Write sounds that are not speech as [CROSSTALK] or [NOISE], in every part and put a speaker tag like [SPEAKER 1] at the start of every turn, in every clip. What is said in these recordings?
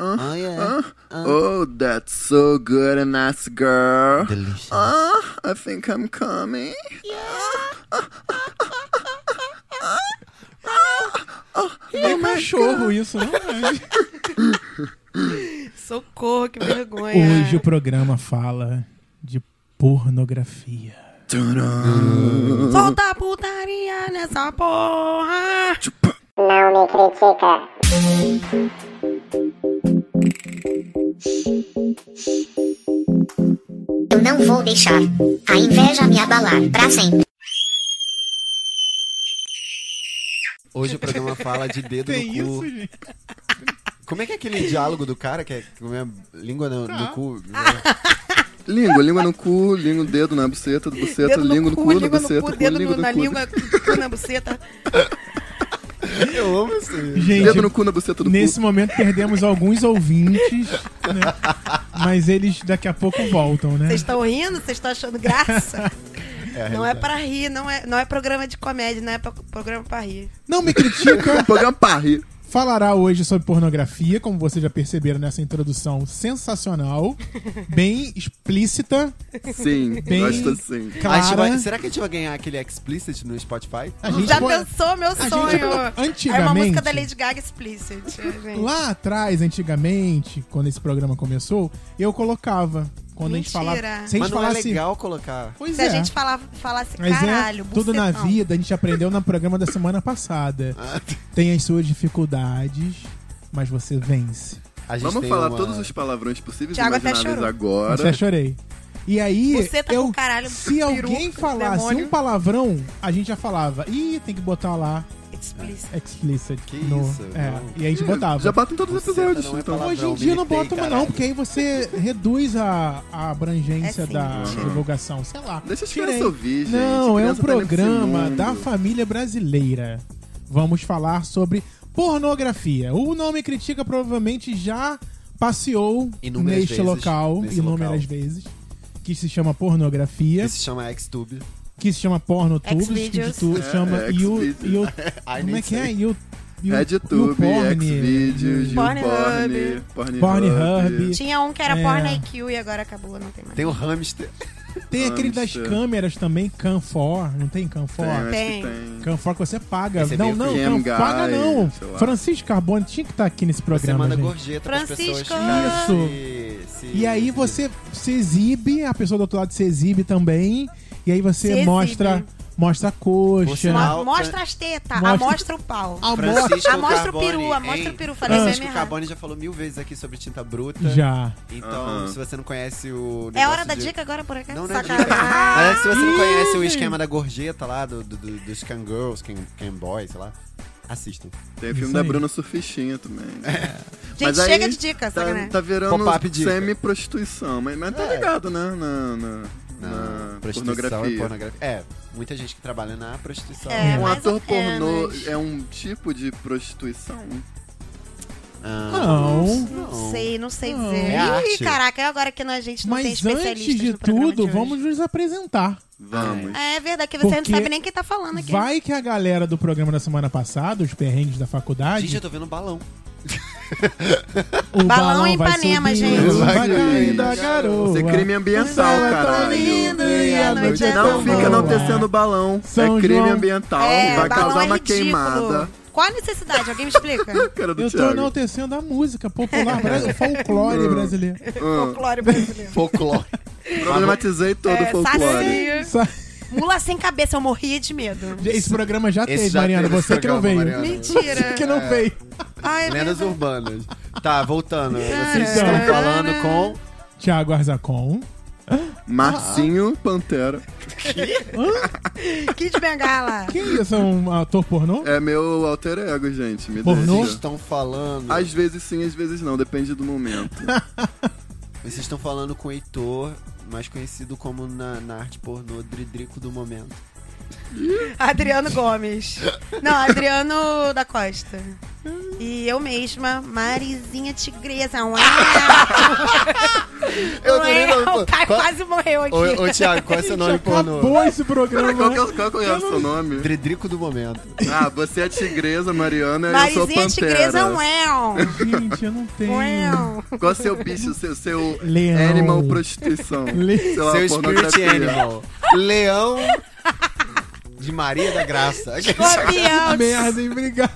[SPEAKER 1] Oh, Uh.
[SPEAKER 2] Oh, that's so good and that's girl.
[SPEAKER 1] Delicious.
[SPEAKER 2] Ah, I think I'm coming.
[SPEAKER 3] É cachorro isso, não
[SPEAKER 2] né?
[SPEAKER 3] é?
[SPEAKER 4] [LAUGHS] Socorro, que vergonha.
[SPEAKER 3] Hoje o programa fala de pornografia.
[SPEAKER 4] Solta a putaria nessa porra.
[SPEAKER 5] Não me critica.
[SPEAKER 6] Eu não vou deixar a inveja me abalar pra sempre.
[SPEAKER 1] Hoje o programa fala de dedo
[SPEAKER 3] Tem
[SPEAKER 1] no cu.
[SPEAKER 3] isso, gente.
[SPEAKER 1] Como é que é aquele diálogo do cara que é com a língua no,
[SPEAKER 3] Tá.
[SPEAKER 1] no cu?
[SPEAKER 2] Língua, língua no cu, língua no dedo na buceta, buceta,
[SPEAKER 4] Dedo
[SPEAKER 2] língua no cu, na
[SPEAKER 4] língua
[SPEAKER 2] buceta,
[SPEAKER 4] no cu,
[SPEAKER 2] cu,
[SPEAKER 4] dedo
[SPEAKER 2] língua
[SPEAKER 4] no-
[SPEAKER 2] no
[SPEAKER 4] na
[SPEAKER 2] cu.
[SPEAKER 4] língua, cu na buceta.
[SPEAKER 1] Eu amo isso. aí.
[SPEAKER 3] Gente,
[SPEAKER 2] Dedo no cu, na buceta do
[SPEAKER 3] nesse momento perdemos alguns ouvintes, né? Mas eles daqui a pouco voltam, né?
[SPEAKER 4] Vocês estão rindo? Vocês estão achando [LAUGHS] graça? não é pra rir, não é, não é programa de comédia, não é pra- programa pra rir.
[SPEAKER 3] Não me critica.
[SPEAKER 2] cu. É um Programa parre.
[SPEAKER 3] Falará hoje sobre pornografia, como vocês já perceberam nessa introdução sensacional, bem explícita,
[SPEAKER 2] Sim,
[SPEAKER 3] Bem-
[SPEAKER 2] gosto assim.
[SPEAKER 1] A gente
[SPEAKER 3] clara.
[SPEAKER 1] vai- será que a gente vai ganhar aquele explicit no Spotify?
[SPEAKER 3] A gente
[SPEAKER 4] Já
[SPEAKER 3] pô-
[SPEAKER 4] pensou, meu
[SPEAKER 3] gente-
[SPEAKER 4] sonho? É uma música
[SPEAKER 3] antigamente-
[SPEAKER 4] da Lady Gaga [LAUGHS] explicit. gente.
[SPEAKER 3] Lá atrás, antigamente, quando esse programa começou, eu colocava. Quando
[SPEAKER 4] Mentira.
[SPEAKER 3] a gente falava. Se a gente
[SPEAKER 1] Mas
[SPEAKER 3] assim-
[SPEAKER 1] não é
[SPEAKER 3] falasse.
[SPEAKER 1] legal colocar.
[SPEAKER 3] pois
[SPEAKER 4] Se
[SPEAKER 3] é.
[SPEAKER 4] a gente falava, falasse,
[SPEAKER 3] mas
[SPEAKER 4] caralho,
[SPEAKER 3] é tudo na
[SPEAKER 4] bucetão.
[SPEAKER 3] vida, a gente aprendeu no programa da semana
[SPEAKER 1] [LAUGHS]
[SPEAKER 3] passada.
[SPEAKER 1] Ah.
[SPEAKER 3] Tem as suas dificuldades, mas você vence.
[SPEAKER 1] A gente
[SPEAKER 2] Vamos
[SPEAKER 1] tem
[SPEAKER 2] falar
[SPEAKER 1] uma-
[SPEAKER 2] todos os palavrões possíveis e
[SPEAKER 4] Thiago até
[SPEAKER 2] imagináveis
[SPEAKER 4] chorou.
[SPEAKER 3] Mas
[SPEAKER 2] agora.
[SPEAKER 3] já chorei. E aí,
[SPEAKER 4] Buceta
[SPEAKER 3] eu,
[SPEAKER 4] tá com caralho,
[SPEAKER 3] se alguém
[SPEAKER 4] peruca,
[SPEAKER 3] falasse
[SPEAKER 4] demônio.
[SPEAKER 3] um palavrão, a gente já falava, ih, tem que botar lá
[SPEAKER 4] Explicit.
[SPEAKER 3] explicit.
[SPEAKER 1] Que
[SPEAKER 3] no...
[SPEAKER 1] isso,
[SPEAKER 3] é,
[SPEAKER 1] não.
[SPEAKER 3] e a gente botava.
[SPEAKER 2] Já bato em todos os
[SPEAKER 1] Buceta
[SPEAKER 2] episódios,
[SPEAKER 1] não é
[SPEAKER 2] então.
[SPEAKER 3] Hoje
[SPEAKER 1] palavrão.
[SPEAKER 3] em dia eu não
[SPEAKER 1] militei,
[SPEAKER 3] bota uma
[SPEAKER 1] caralho.
[SPEAKER 3] não, porque aí você reduz a, a abrangência
[SPEAKER 4] É sim,
[SPEAKER 3] da
[SPEAKER 4] tira.
[SPEAKER 3] divulgação, sei lá.
[SPEAKER 2] Deixa as
[SPEAKER 3] Tira
[SPEAKER 2] crianças
[SPEAKER 3] aí.
[SPEAKER 2] ouvir, gente.
[SPEAKER 3] Não, é um
[SPEAKER 2] Criança tá nesse
[SPEAKER 3] programa
[SPEAKER 2] mundo.
[SPEAKER 3] da família brasileira. Vamos falar sobre pornografia. O Nome Critica provavelmente já passeou
[SPEAKER 1] Inúmeras
[SPEAKER 3] neste
[SPEAKER 1] vezes,
[SPEAKER 3] local
[SPEAKER 1] nesse
[SPEAKER 3] inúmeras
[SPEAKER 1] local.
[SPEAKER 3] vezes. Que se chama pornografia,
[SPEAKER 1] Isso se chama Xtube. [LAUGHS]
[SPEAKER 3] que se chama pornotubes, que
[SPEAKER 4] Xvideos.
[SPEAKER 3] se tu-
[SPEAKER 2] É,
[SPEAKER 3] chama
[SPEAKER 2] é,
[SPEAKER 3] you,
[SPEAKER 2] Xvideos.
[SPEAKER 3] you,
[SPEAKER 1] Ai,
[SPEAKER 3] Como
[SPEAKER 1] nem
[SPEAKER 3] é que é?
[SPEAKER 1] sei.
[SPEAKER 3] You, you,
[SPEAKER 2] RedTube,
[SPEAKER 3] YouPorn,
[SPEAKER 2] Xvideos,
[SPEAKER 4] Pornhub.
[SPEAKER 2] YouPorn, Pornhub.
[SPEAKER 3] Pornhub.
[SPEAKER 4] Tinha um que era
[SPEAKER 3] É.
[SPEAKER 4] Porn IQ e agora acabou, não tem um mais.
[SPEAKER 1] Tem o hamster.
[SPEAKER 3] Tem
[SPEAKER 2] Ah,
[SPEAKER 3] aquele das
[SPEAKER 2] Hamster.
[SPEAKER 3] câmeras também, Canfor, não tem Canfor?
[SPEAKER 2] Tem, é. acho que
[SPEAKER 4] Tem.
[SPEAKER 2] tem.
[SPEAKER 3] Canfor que você paga.
[SPEAKER 1] Esse é
[SPEAKER 3] não,
[SPEAKER 1] meio
[SPEAKER 3] não,
[SPEAKER 2] Cam
[SPEAKER 3] não
[SPEAKER 2] Guy,
[SPEAKER 3] paga não.
[SPEAKER 2] sei lá. é
[SPEAKER 3] Francisco Carbone tinha que estar aqui nesse
[SPEAKER 1] Você
[SPEAKER 3] programa,
[SPEAKER 1] manda
[SPEAKER 3] gente.
[SPEAKER 1] gorjeta pras pessoas.
[SPEAKER 4] Francisco!
[SPEAKER 1] ficarem se- se-
[SPEAKER 3] E aí você se exibe, a pessoa do outro lado se exibe também, e aí
[SPEAKER 4] Se
[SPEAKER 3] você
[SPEAKER 4] exibe.
[SPEAKER 3] mostra, mostra a coxa.
[SPEAKER 1] Por sinal-
[SPEAKER 4] Mo- Mostra as tetas,
[SPEAKER 3] Mostra-
[SPEAKER 4] amostra o Ah. pau.
[SPEAKER 3] a mostra-
[SPEAKER 1] Francisco
[SPEAKER 4] Amostra o
[SPEAKER 1] Carbone,
[SPEAKER 4] peru, amostra
[SPEAKER 1] hein?
[SPEAKER 4] o peru, falei
[SPEAKER 1] Francisco
[SPEAKER 4] mesmo errado.
[SPEAKER 1] Carbone já falou mil vezes aqui sobre tinta bruta.
[SPEAKER 3] Ah. Já.
[SPEAKER 1] Então,
[SPEAKER 2] Aham.
[SPEAKER 1] se você não conhece o.
[SPEAKER 4] É
[SPEAKER 1] negócio
[SPEAKER 4] hora da
[SPEAKER 1] de-
[SPEAKER 4] dica agora por acaso?
[SPEAKER 1] Não, não é dica. [LAUGHS]
[SPEAKER 4] Sacanagem. Ah,
[SPEAKER 1] Mas é que se você não
[SPEAKER 3] Ih,
[SPEAKER 1] conhece o
[SPEAKER 3] gente.
[SPEAKER 1] esquema da gorjeta lá, do, do, do, dos Can Girls, Can, Can Boys, sei lá, assistam.
[SPEAKER 2] Tem
[SPEAKER 3] Isso
[SPEAKER 2] filme da
[SPEAKER 3] aí. É.
[SPEAKER 2] Bruna Surfistinha também.
[SPEAKER 4] Gente,
[SPEAKER 2] Mas aí
[SPEAKER 4] chega de dica,
[SPEAKER 2] Tá,
[SPEAKER 4] sacanagem.
[SPEAKER 2] tá virando
[SPEAKER 1] Pop-up dica.
[SPEAKER 2] semi-prostituição, mas, mas tá
[SPEAKER 3] É.
[SPEAKER 2] ligado, né? Na, na, na
[SPEAKER 1] Na prostituição
[SPEAKER 2] pornografia.
[SPEAKER 1] e pornografia. É, muita gente que trabalha na prostituição.
[SPEAKER 4] É,
[SPEAKER 2] Um
[SPEAKER 4] mais
[SPEAKER 2] ator
[SPEAKER 4] ou
[SPEAKER 2] pornô
[SPEAKER 4] menos.
[SPEAKER 2] é um tipo de prostituição?
[SPEAKER 1] Ah,
[SPEAKER 3] Não.
[SPEAKER 4] Não sei, não sei
[SPEAKER 3] Não.
[SPEAKER 4] dizer.
[SPEAKER 1] É arte.
[SPEAKER 4] Ih, caraca, é agora que nós, a gente não tem
[SPEAKER 3] Mas
[SPEAKER 4] especialista
[SPEAKER 3] antes de tudo, vamos nos apresentar.
[SPEAKER 2] Vamos.
[SPEAKER 4] É verdade, que você
[SPEAKER 3] Porque
[SPEAKER 4] não sabe nem quem tá falando aqui.
[SPEAKER 3] Vai que a galera do programa da semana passada, os perrengues da faculdade,
[SPEAKER 1] gente, eu tô vendo um balão.
[SPEAKER 3] o
[SPEAKER 4] Balão
[SPEAKER 3] balão
[SPEAKER 4] em
[SPEAKER 3] vai
[SPEAKER 4] Ipanema,
[SPEAKER 3] subir,
[SPEAKER 4] gente.
[SPEAKER 3] Vai
[SPEAKER 2] Vai
[SPEAKER 3] cair
[SPEAKER 2] cair.
[SPEAKER 3] da garoa.
[SPEAKER 2] Isso é crime ambiental,
[SPEAKER 3] Ela tá
[SPEAKER 2] caralho.
[SPEAKER 3] linda e a
[SPEAKER 4] Não
[SPEAKER 3] noite é
[SPEAKER 2] Não
[SPEAKER 3] tão
[SPEAKER 2] fica
[SPEAKER 3] boa.
[SPEAKER 2] enaltecendo o balão.
[SPEAKER 3] São
[SPEAKER 2] é crime
[SPEAKER 3] João.
[SPEAKER 2] ambiental,
[SPEAKER 4] É,
[SPEAKER 2] vai
[SPEAKER 4] balão
[SPEAKER 2] causar
[SPEAKER 4] é
[SPEAKER 2] uma
[SPEAKER 4] ridículo.
[SPEAKER 2] queimada.
[SPEAKER 4] Qual a necessidade? Alguém me explica?
[SPEAKER 2] [LAUGHS] Cara do
[SPEAKER 3] Eu tô
[SPEAKER 2] Thiago.
[SPEAKER 3] enaltecendo a música popular, brasileira, o
[SPEAKER 1] [LAUGHS]
[SPEAKER 3] folclore brasileiro.
[SPEAKER 2] Ah.
[SPEAKER 4] Folclore brasileiro.
[SPEAKER 1] Folclore.
[SPEAKER 2] Problematizei todo o
[SPEAKER 4] É,
[SPEAKER 2] folclore.
[SPEAKER 4] saci.
[SPEAKER 3] Sa-
[SPEAKER 4] Mula sem cabeça, eu morria de medo.
[SPEAKER 3] Esse programa já
[SPEAKER 1] Esse
[SPEAKER 3] teve,
[SPEAKER 1] já
[SPEAKER 3] Mariana,
[SPEAKER 1] teve esse
[SPEAKER 3] você que não veio.
[SPEAKER 1] programa, Mariana.
[SPEAKER 4] Mentira.
[SPEAKER 3] que não veio.
[SPEAKER 4] Ai, é
[SPEAKER 1] Lendas
[SPEAKER 4] verdade.
[SPEAKER 1] urbanas. Tá, voltando. Vocês
[SPEAKER 3] Então.
[SPEAKER 1] estão falando com.
[SPEAKER 3] Tiago Arzacon.
[SPEAKER 2] Marcinho Pantera.
[SPEAKER 4] Kid Bengala.
[SPEAKER 3] Quem é isso? É um ator pornô?
[SPEAKER 2] É meu alter ego, gente. Me
[SPEAKER 3] Pornô?
[SPEAKER 2] deixa.
[SPEAKER 1] Vocês estão falando.
[SPEAKER 2] Às vezes sim, às vezes não, depende do momento.
[SPEAKER 1] Vocês estão falando com o Heitor, mais conhecido como na, na arte pornô Dridrico do momento.
[SPEAKER 4] Adriano Gomes. Não, Adriano da Costa. E eu mesma, Marizinha Tigresa. um Uau!
[SPEAKER 1] Eu tô
[SPEAKER 4] Ué,
[SPEAKER 1] lembrando-
[SPEAKER 4] o pai
[SPEAKER 1] qual-
[SPEAKER 4] tá, quase morreu aqui.
[SPEAKER 1] Ô, ô, Thiago, qual é [LAUGHS] seu nome pornô?
[SPEAKER 3] Acabou esse programa.
[SPEAKER 2] Cara, qual
[SPEAKER 1] [LAUGHS]
[SPEAKER 2] que
[SPEAKER 3] né?
[SPEAKER 2] é, qual que é o seu nome?
[SPEAKER 1] Dredrico do momento.
[SPEAKER 2] Ah, você é tigresa, Mariana, e eu sou
[SPEAKER 4] Marizinha é Tigresa, um
[SPEAKER 2] pantera.
[SPEAKER 4] uau!
[SPEAKER 3] Gente, eu não tenho.
[SPEAKER 4] Uau!
[SPEAKER 2] Qual é o seu bicho, seu, seu
[SPEAKER 3] Leão.
[SPEAKER 2] animal prostituição?
[SPEAKER 3] [LAUGHS] Le-
[SPEAKER 2] Sei lá,
[SPEAKER 1] Seu spirit
[SPEAKER 2] pornografia.
[SPEAKER 1] animal. Leão de Maria da Graça.
[SPEAKER 4] Escorpião!
[SPEAKER 3] Merda, hein? Obrigado.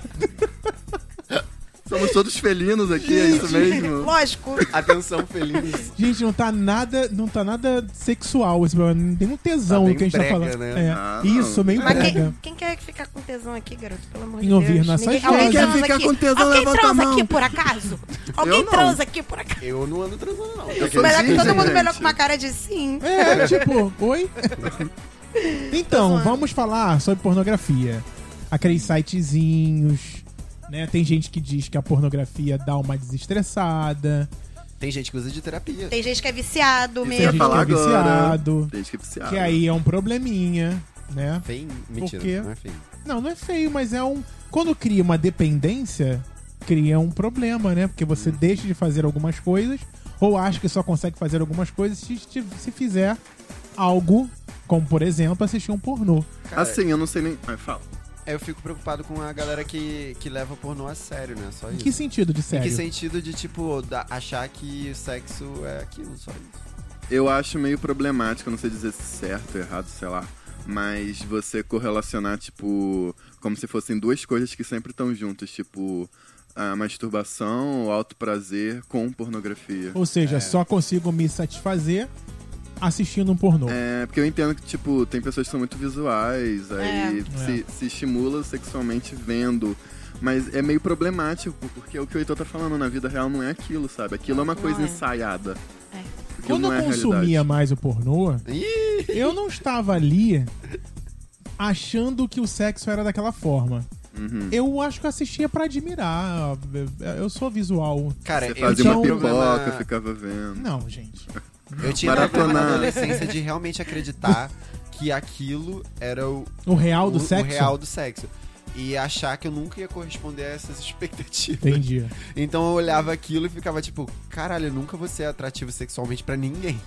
[SPEAKER 2] Somos todos felinos aqui, é isso mesmo?
[SPEAKER 4] Lógico.
[SPEAKER 1] Atenção feliz.
[SPEAKER 3] Gente, não tá nada, não tá nada sexual esse programa. Não tem um tesão no
[SPEAKER 1] Tá bem
[SPEAKER 3] que a gente tá
[SPEAKER 1] brega,
[SPEAKER 3] falando.
[SPEAKER 1] né?
[SPEAKER 3] É.
[SPEAKER 2] Ah, não.
[SPEAKER 3] Isso, meio
[SPEAKER 4] Mas
[SPEAKER 3] brega.
[SPEAKER 4] quem, quem quer ficar com tesão aqui, garoto? Pelo amor
[SPEAKER 3] Em
[SPEAKER 4] de Deus.
[SPEAKER 3] ouvir nossas
[SPEAKER 4] Ninguém-
[SPEAKER 3] vozes.
[SPEAKER 4] Alguém
[SPEAKER 3] Quem quer
[SPEAKER 4] transa
[SPEAKER 2] ficar
[SPEAKER 4] aqui?
[SPEAKER 2] com tesão,
[SPEAKER 4] Alguém
[SPEAKER 2] levanta a
[SPEAKER 4] transa
[SPEAKER 2] mão.
[SPEAKER 4] aqui por acaso? Alguém
[SPEAKER 2] não.
[SPEAKER 4] transa aqui por acaso?
[SPEAKER 1] Eu não ando transando, não.
[SPEAKER 2] Eu sou
[SPEAKER 4] Mas é que todo
[SPEAKER 2] virgem,
[SPEAKER 4] mundo melhor
[SPEAKER 2] gente.
[SPEAKER 4] com uma cara de sim.
[SPEAKER 3] É, tipo,
[SPEAKER 2] [LAUGHS]
[SPEAKER 3] oi? Então, vamos falar sobre pornografia. Aqueles sitezinhos, né? Tem gente que diz que a pornografia dá uma desestressada.
[SPEAKER 1] Tem gente que usa de terapia.
[SPEAKER 4] Tem gente que é viciado
[SPEAKER 2] Isso eu ia
[SPEAKER 3] gente
[SPEAKER 4] mesmo.
[SPEAKER 2] falar
[SPEAKER 3] que é
[SPEAKER 2] agora.
[SPEAKER 3] viciado.
[SPEAKER 2] Tem que viciado.
[SPEAKER 3] Que aí é um probleminha, né?
[SPEAKER 1] Feio?
[SPEAKER 3] quê?
[SPEAKER 1] Mentira, não é feio.
[SPEAKER 3] Não, não é feio, mas é um... Quando cria uma dependência, cria um problema, né? Porque
[SPEAKER 2] Uhum.
[SPEAKER 3] você deixa de fazer algumas coisas, ou acha que só consegue fazer algumas coisas se, se se fizer algo, como, por exemplo, assistir um pornô.
[SPEAKER 2] Assim, eu não sei nem... Ai, fala.
[SPEAKER 1] É, Eu fico preocupado com a galera que, que leva pornô a sério, né? Só
[SPEAKER 3] Em
[SPEAKER 1] isso.
[SPEAKER 3] que sentido de
[SPEAKER 1] Em
[SPEAKER 3] sério?
[SPEAKER 1] que sentido de, tipo, da- achar que o sexo é aquilo, só isso.
[SPEAKER 2] Eu acho meio problemático, eu não sei dizer se certo, errado, sei lá. Mas você correlacionar, tipo, como se fossem duas coisas que sempre estão juntas, tipo, a masturbação, o alto prazer com pornografia.
[SPEAKER 3] Ou seja, só consigo me satisfazer assistindo um pornô.
[SPEAKER 2] É, porque eu entendo que, tipo, tem pessoas que são muito visuais,
[SPEAKER 4] É.
[SPEAKER 2] aí
[SPEAKER 3] É.
[SPEAKER 2] Se, se estimula sexualmente vendo. Mas é meio problemático, porque o que o Heitor tá falando na vida real não é aquilo, sabe? Aquilo é uma coisa
[SPEAKER 4] é.
[SPEAKER 2] ensaiada.
[SPEAKER 4] É.
[SPEAKER 2] Aquilo
[SPEAKER 3] Quando
[SPEAKER 2] não é
[SPEAKER 3] eu
[SPEAKER 2] a
[SPEAKER 3] consumia
[SPEAKER 2] realidade.
[SPEAKER 3] mais o pornô,
[SPEAKER 1] Ih!
[SPEAKER 3] eu não estava ali achando que o sexo era daquela forma.
[SPEAKER 2] Uhum.
[SPEAKER 3] Eu acho que eu assistia pra admirar. Eu sou visual.
[SPEAKER 1] Cara,
[SPEAKER 2] Você
[SPEAKER 1] eu
[SPEAKER 2] fazia
[SPEAKER 3] tinha
[SPEAKER 2] uma
[SPEAKER 3] um
[SPEAKER 2] pipoca,
[SPEAKER 1] problema-
[SPEAKER 2] ficava vendo.
[SPEAKER 3] Não, gente.
[SPEAKER 1] Eu tinha um
[SPEAKER 2] Maratonar.
[SPEAKER 1] problema na adolescência de realmente acreditar que aquilo era o,
[SPEAKER 3] O real do
[SPEAKER 1] o- o
[SPEAKER 3] sexo?
[SPEAKER 1] real do sexo. E achar que eu nunca ia corresponder a essas [LAUGHS] expectativas.
[SPEAKER 3] Entendi.
[SPEAKER 1] Então eu olhava aquilo e ficava tipo, caralho, eu nunca vou ser atrativo sexualmente pra ninguém.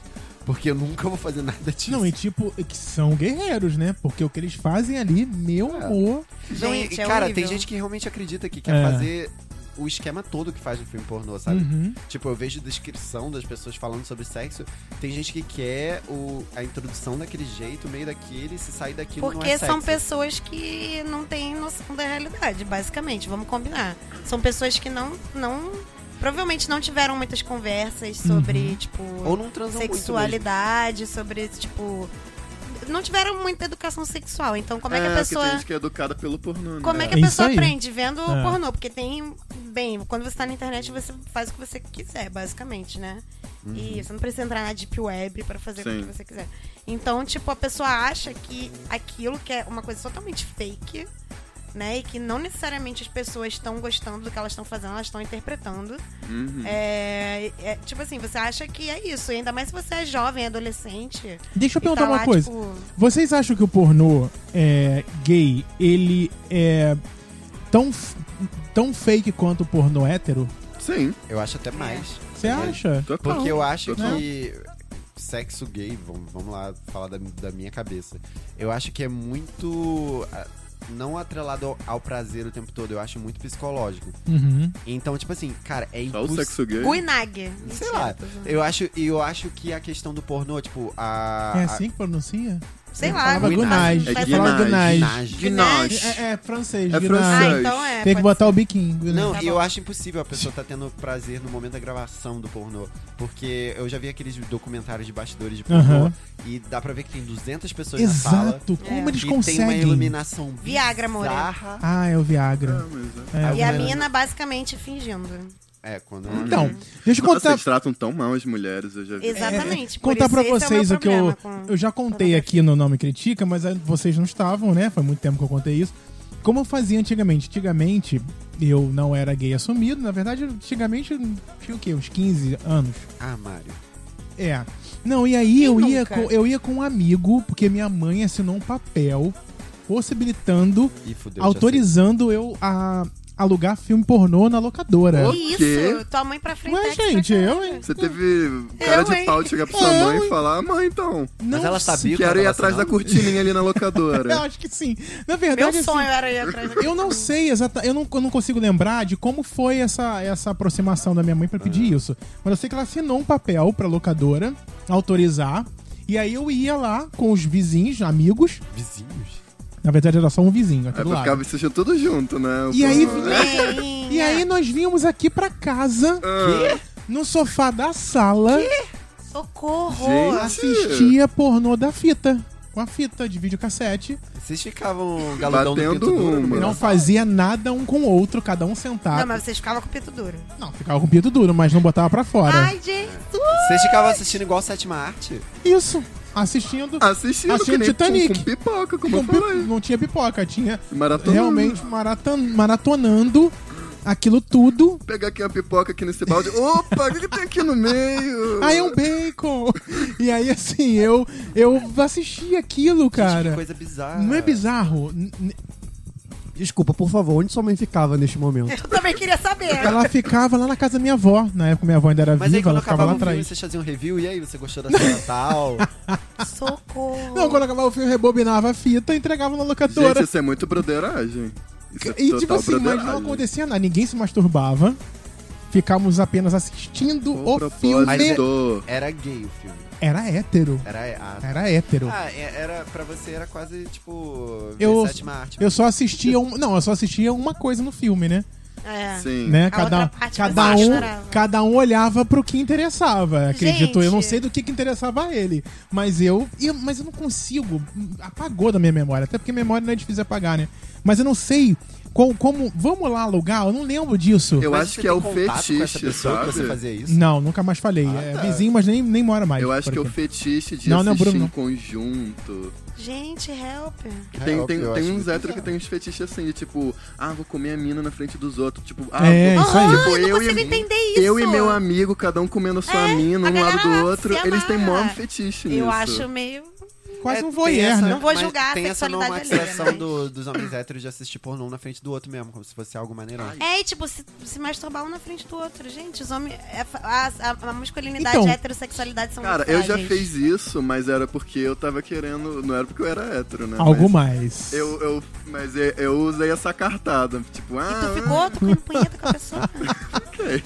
[SPEAKER 1] Porque eu nunca vou fazer nada disso.
[SPEAKER 3] Não, e tipo, é que são guerreiros, né? Porque o que eles fazem ali, meu
[SPEAKER 4] É,
[SPEAKER 3] amor.
[SPEAKER 1] Não, e-
[SPEAKER 4] Gente,
[SPEAKER 1] e,
[SPEAKER 4] é
[SPEAKER 1] cara,
[SPEAKER 4] horrível.
[SPEAKER 1] tem gente que realmente acredita que
[SPEAKER 3] É.
[SPEAKER 1] quer fazer o esquema todo que faz no filme pornô,
[SPEAKER 4] tá
[SPEAKER 1] sabe?
[SPEAKER 3] Uhum.
[SPEAKER 1] Tipo, eu vejo descrição das pessoas falando sobre sexo. Tem gente que quer o, a introdução daquele jeito, o meio daquele, se sair daquilo não
[SPEAKER 4] Porque
[SPEAKER 1] é sexo.
[SPEAKER 4] são pessoas que não têm noção da realidade, basicamente. Vamos combinar. São pessoas que não. não provavelmente não tiveram muitas conversas sobre, tipo.
[SPEAKER 1] Uhum. Ou não transam muito
[SPEAKER 4] sexualidade, sobre, tipo. Não tiveram muita educação sexual. Então, como é, que a
[SPEAKER 2] porque
[SPEAKER 4] pessoa.
[SPEAKER 2] Tem gente que é educada pelo pornô, né?
[SPEAKER 4] Como é que a
[SPEAKER 3] É isso
[SPEAKER 4] pessoa
[SPEAKER 3] aí.
[SPEAKER 4] aprende? Vendo
[SPEAKER 3] É.
[SPEAKER 4] pornô. Porque tem. Bem, quando você tá na internet, você faz o que você quiser, basicamente, né? E você não precisa entrar na Deep Web pra fazer o
[SPEAKER 2] Uhum. Sim.
[SPEAKER 4] que você quiser. Então, tipo, a pessoa acha que aquilo que é uma coisa totalmente fake, né? E que não necessariamente as pessoas estão gostando do que elas estão fazendo, elas estão interpretando.
[SPEAKER 2] Uhum.
[SPEAKER 4] É, é, tipo assim, você acha que é isso. E ainda mais se você é jovem, adolescente.
[SPEAKER 3] Deixa eu
[SPEAKER 4] e tá
[SPEAKER 3] perguntar uma
[SPEAKER 4] lá,
[SPEAKER 3] coisa.
[SPEAKER 4] tipo,
[SPEAKER 3] Vocês acham que o pornô é, gay, ele é tão, f- tão fake quanto o pornô hétero?
[SPEAKER 2] Sim,
[SPEAKER 1] Eu acho até
[SPEAKER 4] É.
[SPEAKER 1] mais.
[SPEAKER 3] Você acha?
[SPEAKER 2] total.
[SPEAKER 1] Porque eu acho
[SPEAKER 2] Total.
[SPEAKER 1] que sexo gay, vamos, vamos lá falar da, da minha cabeça. Eu acho que é muito. ah, Não atrelado ao, ao prazer o tempo todo, eu acho muito psicológico.
[SPEAKER 3] Uhum.
[SPEAKER 1] Então, tipo assim, cara, é
[SPEAKER 2] Só o
[SPEAKER 1] impossível.
[SPEAKER 2] sexo gay.
[SPEAKER 4] Guinag.
[SPEAKER 1] Sei lá. Eu acho, e eu acho que a questão do pornô, tipo, a.
[SPEAKER 3] É
[SPEAKER 1] a-
[SPEAKER 3] assim que pronuncia?
[SPEAKER 4] Sei
[SPEAKER 3] Eu
[SPEAKER 4] lá.
[SPEAKER 3] falava
[SPEAKER 1] Guinage.
[SPEAKER 3] Guinage.
[SPEAKER 2] É
[SPEAKER 3] Eu falava
[SPEAKER 2] guinage.
[SPEAKER 3] Guinage.
[SPEAKER 1] Ginásio.
[SPEAKER 2] Que nós.
[SPEAKER 3] É, é francês,
[SPEAKER 2] É
[SPEAKER 3] Guinage.
[SPEAKER 2] francês.
[SPEAKER 4] Ah, então é.
[SPEAKER 3] Tem que
[SPEAKER 4] pode
[SPEAKER 3] botar o biquinho. né? Guinage.
[SPEAKER 1] Não,
[SPEAKER 4] Tá
[SPEAKER 1] e eu
[SPEAKER 4] bom.
[SPEAKER 1] acho impossível a pessoa tá tendo prazer no momento da gravação do pornô. Porque eu já vi aqueles documentários de bastidores de pornô
[SPEAKER 3] Aham.
[SPEAKER 1] e dá pra ver que tem 200 pessoas na sala.
[SPEAKER 3] Exato. Como
[SPEAKER 4] É.
[SPEAKER 3] eles
[SPEAKER 1] e tem uma
[SPEAKER 3] conseguem?
[SPEAKER 1] iluminação
[SPEAKER 4] Viagra, more.
[SPEAKER 1] bizarra.
[SPEAKER 3] Ah, é o Viagra.
[SPEAKER 2] Ah, mas é.
[SPEAKER 3] É,
[SPEAKER 4] E a
[SPEAKER 3] Viagra.
[SPEAKER 4] mina basicamente fingindo.
[SPEAKER 1] É, quando...
[SPEAKER 3] Então, deixa eu
[SPEAKER 2] Nossa,
[SPEAKER 3] contar...
[SPEAKER 2] Vocês tratam tão mal as mulheres, eu já vi.
[SPEAKER 4] Exato. Exatamente,
[SPEAKER 3] É,
[SPEAKER 4] por
[SPEAKER 3] contar
[SPEAKER 4] isso
[SPEAKER 3] pra
[SPEAKER 4] esse é o
[SPEAKER 3] vocês
[SPEAKER 4] meu
[SPEAKER 3] o que eu.
[SPEAKER 4] problema com
[SPEAKER 3] Eu já contei aqui no Nome Critica, mas aí vocês não estavam, né? Foi muito tempo que eu contei isso. Como eu fazia antigamente? Antigamente, eu não era gay assumido. Na verdade, antigamente eu tinha o quê? Uns 15 anos.
[SPEAKER 1] Ah, Mário.
[SPEAKER 3] É. Não, e aí eu ia,
[SPEAKER 4] nunca?
[SPEAKER 3] com, eu ia com um amigo, porque minha mãe assinou um papel possibilitando,
[SPEAKER 1] Ih, fudeu. já
[SPEAKER 3] autorizando eu a alugar filme pornô na locadora.
[SPEAKER 2] Ô,
[SPEAKER 4] E
[SPEAKER 2] quê?
[SPEAKER 4] isso, tua mãe pra frente.
[SPEAKER 3] Ué,
[SPEAKER 4] é que
[SPEAKER 3] gente,
[SPEAKER 4] pra
[SPEAKER 3] eu,
[SPEAKER 4] caralho.
[SPEAKER 3] hein?
[SPEAKER 2] Você teve cara de
[SPEAKER 4] hein?
[SPEAKER 2] pau de chegar pra sua mãe
[SPEAKER 3] Eu,
[SPEAKER 2] e falar, mãe, então,
[SPEAKER 3] Não
[SPEAKER 7] Mas ela
[SPEAKER 3] sei.
[SPEAKER 7] sabia que
[SPEAKER 2] quero
[SPEAKER 7] ela
[SPEAKER 2] ir
[SPEAKER 7] tava
[SPEAKER 2] atrás da
[SPEAKER 3] né?
[SPEAKER 7] assinando?
[SPEAKER 2] cortininha ali na
[SPEAKER 3] [LAUGHS] Eu
[SPEAKER 2] locadora.
[SPEAKER 3] acho que sim. Na verdade,
[SPEAKER 4] Meu
[SPEAKER 3] assim,
[SPEAKER 4] sonho era ir atrás da
[SPEAKER 3] Eu não sei exatamente, eu não, eu não consigo lembrar de como foi essa, essa aproximação da minha mãe pra pedir
[SPEAKER 2] É.
[SPEAKER 3] isso. Mas eu sei que ela assinou um papel pra locadora autorizar. E aí eu ia lá com os vizinhos, amigos.
[SPEAKER 1] sei. Vizinhos?
[SPEAKER 3] Na verdade era só um vizinho aqui
[SPEAKER 2] Aí
[SPEAKER 3] do
[SPEAKER 2] É, pra ficar
[SPEAKER 3] lado.
[SPEAKER 2] vestindo tudo junto, né? O
[SPEAKER 3] E aí
[SPEAKER 2] povo-
[SPEAKER 4] Bem,
[SPEAKER 3] E aí nós vínhamos aqui pra casa,
[SPEAKER 2] Ah,
[SPEAKER 3] no sofá da sala,
[SPEAKER 4] Socorro!
[SPEAKER 2] Gente.
[SPEAKER 3] assistia pornô da fita. Com a fita de videocassete.
[SPEAKER 1] Vocês ficavam galudão do
[SPEAKER 2] Batendo
[SPEAKER 1] pinto duro,
[SPEAKER 2] uma.
[SPEAKER 1] menino?
[SPEAKER 3] Não fazia nada um com o outro, cada um sentado.
[SPEAKER 4] Não, mas vocês ficavam com o pito duro.
[SPEAKER 3] Não, ficava com o pinto duro, mas não botava pra fora.
[SPEAKER 4] Ai, Jesus!
[SPEAKER 1] Vocês ficavam assistindo igual Sétima Arte?
[SPEAKER 3] Isso. Assistindo.
[SPEAKER 1] Ah,
[SPEAKER 2] Assistindo,
[SPEAKER 3] Assistindo
[SPEAKER 2] que nem
[SPEAKER 3] Titanic.
[SPEAKER 2] Com, com pipoca, como
[SPEAKER 3] Com
[SPEAKER 2] eu
[SPEAKER 3] pi-
[SPEAKER 2] falei.
[SPEAKER 3] não tinha pipoca, tinha
[SPEAKER 2] Maratonando.
[SPEAKER 3] realmente maratan- maratonando aquilo tudo.
[SPEAKER 2] Pegar aqui a pipoca aqui nesse balde. Opa, o que, que tem aqui no meio?
[SPEAKER 3] Aí é um bacon! E aí, assim, eu, eu assisti aquilo,
[SPEAKER 1] Que tipo
[SPEAKER 3] cara.
[SPEAKER 1] coisa bizarra.
[SPEAKER 3] Não é bizarro. N- n-
[SPEAKER 8] Desculpa, por favor, onde sua mãe ficava neste momento?
[SPEAKER 4] Eu também queria saber.
[SPEAKER 3] Ela ficava lá na casa da minha avó. Na época minha avó ainda era
[SPEAKER 1] Mas aí
[SPEAKER 3] viva,
[SPEAKER 1] quando
[SPEAKER 3] ela ficava
[SPEAKER 1] acabava
[SPEAKER 3] lá
[SPEAKER 1] o filme,
[SPEAKER 3] atrás.
[SPEAKER 1] vocês faziam review, e aí, você gostou da cena
[SPEAKER 3] [LAUGHS]
[SPEAKER 1] tal?
[SPEAKER 4] Socorro!
[SPEAKER 1] assim.
[SPEAKER 3] Não, quando acabava o filme, rebobinava a fita e entregava na
[SPEAKER 2] Gente,
[SPEAKER 3] locadora.
[SPEAKER 2] isso é muito broderagem. Isso é
[SPEAKER 3] e
[SPEAKER 2] total
[SPEAKER 3] tipo assim, mas não
[SPEAKER 2] broderagem.
[SPEAKER 3] acontecia nada. Ninguém se masturbava. Ficamos apenas assistindo
[SPEAKER 2] Com
[SPEAKER 3] o filme.
[SPEAKER 2] propósito.
[SPEAKER 1] Era gay o filme.
[SPEAKER 3] Era hétero.
[SPEAKER 1] Era... Ah,
[SPEAKER 3] Era hétero.
[SPEAKER 1] ah, é- era... Pra você era quase, tipo... ver
[SPEAKER 3] Eu-
[SPEAKER 1] Sétima Arte.
[SPEAKER 2] né?
[SPEAKER 3] Eu só assistia um, não, eu só assistia uma coisa no filme, né?
[SPEAKER 4] É.
[SPEAKER 2] Sim.
[SPEAKER 3] né?
[SPEAKER 4] A
[SPEAKER 3] Cada,
[SPEAKER 4] outra parte
[SPEAKER 3] cada
[SPEAKER 4] você
[SPEAKER 3] um,
[SPEAKER 4] chorava.
[SPEAKER 3] cada um olhava pro que interessava. Acredito, eu não
[SPEAKER 4] Gente.
[SPEAKER 3] sei do que, que interessava a ele, mas eu, e- mas eu não consigo, apagou da minha memória, até porque memória não é difícil apagar, né? Mas eu não sei como, como vamos lá alugar, eu não lembro disso.
[SPEAKER 2] Eu
[SPEAKER 1] Mas
[SPEAKER 2] acho
[SPEAKER 1] você
[SPEAKER 2] que é
[SPEAKER 1] tem
[SPEAKER 2] o
[SPEAKER 1] contato com essa
[SPEAKER 2] fetiche,
[SPEAKER 1] pessoa que você
[SPEAKER 2] sabe?
[SPEAKER 1] fazia isso?
[SPEAKER 3] Não, nunca mais falei.
[SPEAKER 1] Ah,
[SPEAKER 3] é
[SPEAKER 1] tá.
[SPEAKER 3] vizinho, mas nem, nem mora mais.
[SPEAKER 2] Eu acho
[SPEAKER 3] por
[SPEAKER 2] que é o
[SPEAKER 3] aqui.
[SPEAKER 2] fetiche de
[SPEAKER 3] Não, não, é
[SPEAKER 2] assistir
[SPEAKER 3] Bruno, não.
[SPEAKER 2] em conjunto.
[SPEAKER 4] Gente, help!
[SPEAKER 3] É
[SPEAKER 2] Tem,
[SPEAKER 1] eu-
[SPEAKER 2] tem,
[SPEAKER 1] É eu acho
[SPEAKER 2] tem uns
[SPEAKER 1] muito
[SPEAKER 2] héteros que tem uns fetiches assim, de tipo, ah, vou comer a mina na frente dos outros. Tipo, ah,
[SPEAKER 3] É,
[SPEAKER 2] vou-
[SPEAKER 3] isso aí.
[SPEAKER 2] tipo,
[SPEAKER 4] eu não consigo
[SPEAKER 2] e,
[SPEAKER 4] entender isso.
[SPEAKER 2] eu e meu amigo, cada um comendo sua
[SPEAKER 4] É,
[SPEAKER 2] mina,
[SPEAKER 4] a
[SPEAKER 2] um lado
[SPEAKER 4] galera
[SPEAKER 2] do outro,
[SPEAKER 4] se
[SPEAKER 2] eles têm
[SPEAKER 4] amarra.
[SPEAKER 2] maior fetiche nisso.
[SPEAKER 4] Eu acho meio.
[SPEAKER 2] é
[SPEAKER 3] Quase um
[SPEAKER 1] É, tem
[SPEAKER 3] voyeur,
[SPEAKER 1] essa-
[SPEAKER 3] né?
[SPEAKER 4] Não vou
[SPEAKER 1] mas
[SPEAKER 4] julgar a
[SPEAKER 1] Tem essa
[SPEAKER 4] sexualidade né?
[SPEAKER 1] normalização
[SPEAKER 4] alheia, mas-
[SPEAKER 1] do- dos homens héteros de assistir pornô um na frente do outro mesmo, como se fosse algo maneirão.
[SPEAKER 4] É, e, tipo, se, se masturbar um na frente do outro. Gente, os homens. é fa- A, a, a masculinidade
[SPEAKER 3] Então.
[SPEAKER 4] e a heterossexualidade são
[SPEAKER 2] Cara,
[SPEAKER 4] muito
[SPEAKER 2] eu já
[SPEAKER 4] frágeis.
[SPEAKER 2] fiz isso, mas era porque eu tava querendo. Não era porque eu era hétero, né?
[SPEAKER 3] Algo
[SPEAKER 2] Mas
[SPEAKER 3] mais.
[SPEAKER 2] Eu, eu, mas eu, eu usei essa cartada. Tipo, ah.
[SPEAKER 4] E tu ficou, tu comendo punheta com a pessoa.
[SPEAKER 2] [LAUGHS]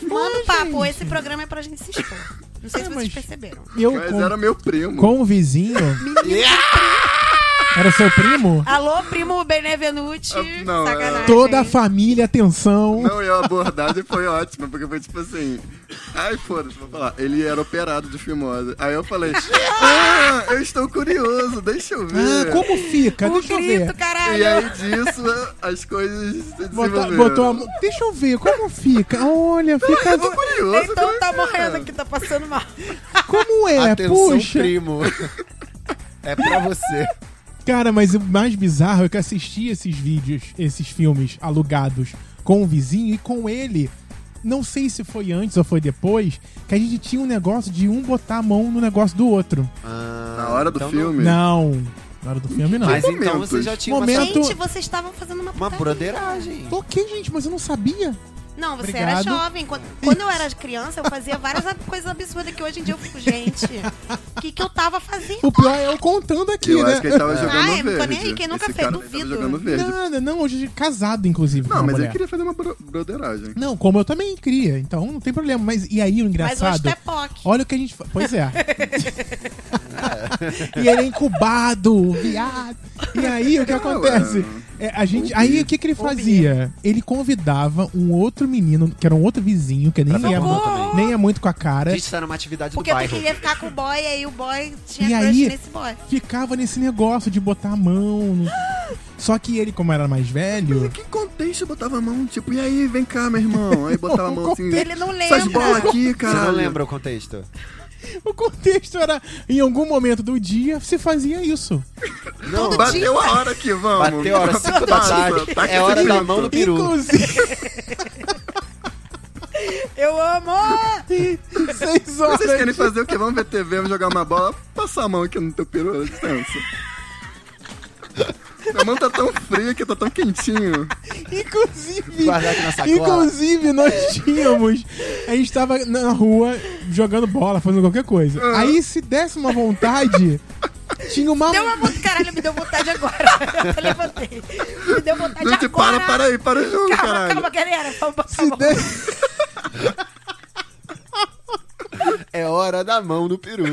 [SPEAKER 4] Manda o papo, esse programa é pra gente se expor. Não sei
[SPEAKER 3] É,
[SPEAKER 4] se vocês
[SPEAKER 3] mas-
[SPEAKER 4] perceberam.
[SPEAKER 3] Eu
[SPEAKER 2] Mas
[SPEAKER 3] com,
[SPEAKER 2] era meu primo.
[SPEAKER 3] com o vizinho. Era seu
[SPEAKER 2] [LAUGHS]
[SPEAKER 3] primo?
[SPEAKER 4] Alô, primo Benevenuti.
[SPEAKER 2] Ah, não, é-
[SPEAKER 4] Sacanagem.
[SPEAKER 3] Toda a família, atenção.
[SPEAKER 2] Não, e a abordagem foi ótima, porque foi tipo assim. Ai, foda-se, vou falar. Ele era operado de fimose. Aí eu falei, ah, eu estou curioso, deixa eu ver.
[SPEAKER 3] Ah, como fica?
[SPEAKER 4] Um
[SPEAKER 3] Deixa eu ver.
[SPEAKER 4] grito, caralho.
[SPEAKER 2] E aí disso, as coisas se
[SPEAKER 3] Bota-
[SPEAKER 2] desenvolveram.
[SPEAKER 3] botou a mão. Deixa eu ver como fica. Olha, fica.
[SPEAKER 2] Eu tô curioso.
[SPEAKER 4] Então
[SPEAKER 2] como é
[SPEAKER 4] tá
[SPEAKER 2] que
[SPEAKER 4] morrendo
[SPEAKER 2] é?
[SPEAKER 4] aqui, tá passando mal.
[SPEAKER 3] Como é?
[SPEAKER 1] Atenção,
[SPEAKER 3] Puxa.
[SPEAKER 1] primo. É pra você.
[SPEAKER 3] Cara, mas o mais bizarro é que eu assisti esses vídeos, esses filmes alugados com o vizinho e com ele. Não sei se foi antes ou foi depois, que a gente tinha um negócio de um botar a mão no negócio do outro.
[SPEAKER 2] Na hora do
[SPEAKER 1] Então não-
[SPEAKER 2] filme.
[SPEAKER 3] Não. Na hora do filme, não.
[SPEAKER 1] Mas então
[SPEAKER 2] momentos.
[SPEAKER 1] você já tinha uma,
[SPEAKER 3] Momento-
[SPEAKER 4] Gente, vocês estavam fazendo uma
[SPEAKER 1] uma
[SPEAKER 4] putaria.
[SPEAKER 1] broderagem.
[SPEAKER 3] Ok, gente, mas eu não sabia.
[SPEAKER 4] Não, você
[SPEAKER 3] Obrigado.
[SPEAKER 4] era jovem. Quando, quando eu era criança, eu fazia várias ab- coisas absurdas que hoje em dia eu fico, gente, o que, que eu tava fazendo?
[SPEAKER 3] O pior é eu contando aqui,
[SPEAKER 2] Eu
[SPEAKER 3] né?
[SPEAKER 2] acho que ele
[SPEAKER 1] Ah,
[SPEAKER 2] tava jogando
[SPEAKER 4] Ai, é, não
[SPEAKER 2] verde.
[SPEAKER 4] tô nem aí, quem nunca
[SPEAKER 2] Esse
[SPEAKER 4] fez,
[SPEAKER 2] cara ele tava
[SPEAKER 4] duvido.
[SPEAKER 2] jogando verde.
[SPEAKER 3] Nada, não, hoje de casado, inclusive. com
[SPEAKER 2] Não,
[SPEAKER 3] uma
[SPEAKER 2] mas ele
[SPEAKER 3] mulher.
[SPEAKER 2] queria fazer uma bro- broderagem.
[SPEAKER 3] Não, como eu também queria, então não tem problema. Mas e aí, o
[SPEAKER 4] Mas hoje
[SPEAKER 3] engraçado.
[SPEAKER 4] tu é POC.
[SPEAKER 3] Olha o que a gente. fa- Pois é. [LAUGHS] e ele é incubado, viado. E aí o que
[SPEAKER 2] Ah,
[SPEAKER 3] acontece?
[SPEAKER 2] ué.
[SPEAKER 3] É, a gente,
[SPEAKER 2] Ouvi.
[SPEAKER 3] aí o que, que ele fazia? Ele convidava um outro menino, que era um outro vizinho, que nem
[SPEAKER 1] Pra
[SPEAKER 3] ia,
[SPEAKER 1] pornô também.
[SPEAKER 3] nem ia muito com a cara.
[SPEAKER 1] Gente, tá numa atividade
[SPEAKER 4] Porque
[SPEAKER 1] do
[SPEAKER 4] tu
[SPEAKER 1] bairro.
[SPEAKER 4] queria ficar com o boy, e aí o boy tinha
[SPEAKER 3] E
[SPEAKER 4] crush
[SPEAKER 3] aí?
[SPEAKER 4] nesse boy.
[SPEAKER 3] Ficava nesse negócio de botar a mão.
[SPEAKER 4] [GASPS]
[SPEAKER 3] no- Só que ele, como era mais
[SPEAKER 2] Mas em
[SPEAKER 3] velho.
[SPEAKER 2] que contexto eu botava a mão? Tipo, e aí, vem cá, meu irmão. Aí botava
[SPEAKER 3] [LAUGHS]
[SPEAKER 2] a mão assim.
[SPEAKER 4] Ele não
[SPEAKER 2] Essas bolas
[SPEAKER 4] lembra.
[SPEAKER 2] aqui,
[SPEAKER 1] Você
[SPEAKER 2] cara.
[SPEAKER 1] não lembra o contexto?
[SPEAKER 3] [LAUGHS] O contexto era, em algum momento do dia, se fazia isso.
[SPEAKER 1] Não,
[SPEAKER 2] Bateu a hora aqui, vamos.
[SPEAKER 1] bateu a hora 5 da
[SPEAKER 2] Passa,
[SPEAKER 1] tarde.
[SPEAKER 2] tá aqui
[SPEAKER 1] É hora da
[SPEAKER 2] seguindo.
[SPEAKER 1] mão no peru. [LAUGHS]
[SPEAKER 3] Inclusive,
[SPEAKER 4] Eu amo!
[SPEAKER 3] seis horas.
[SPEAKER 2] Vocês querem fazer o quê? Vamos ver TV, vamos jogar uma bola? Passa a mão aqui no teu peru à distância. Minha mão tá tão fria que tá tão quentinho.
[SPEAKER 3] Inclusive,
[SPEAKER 1] Guardar aqui na sacola. É.
[SPEAKER 3] inclusive, nós tínhamos. A gente tava na rua jogando bola, fazendo qualquer coisa. Aí, se desse uma vontade, tinha uma.
[SPEAKER 4] Deu uma vontade, caralho, me deu vontade agora. [LAUGHS] Eu até levantei. Me deu vontade
[SPEAKER 2] Gente,
[SPEAKER 4] É agora.
[SPEAKER 2] para, para aí, para o jogo,
[SPEAKER 4] Calma,
[SPEAKER 2] caralho.
[SPEAKER 4] calma, galera. Vamos, vamos,
[SPEAKER 3] Se
[SPEAKER 4] vamos.
[SPEAKER 3] desse.
[SPEAKER 1] É hora da mão do [LAUGHS] peru.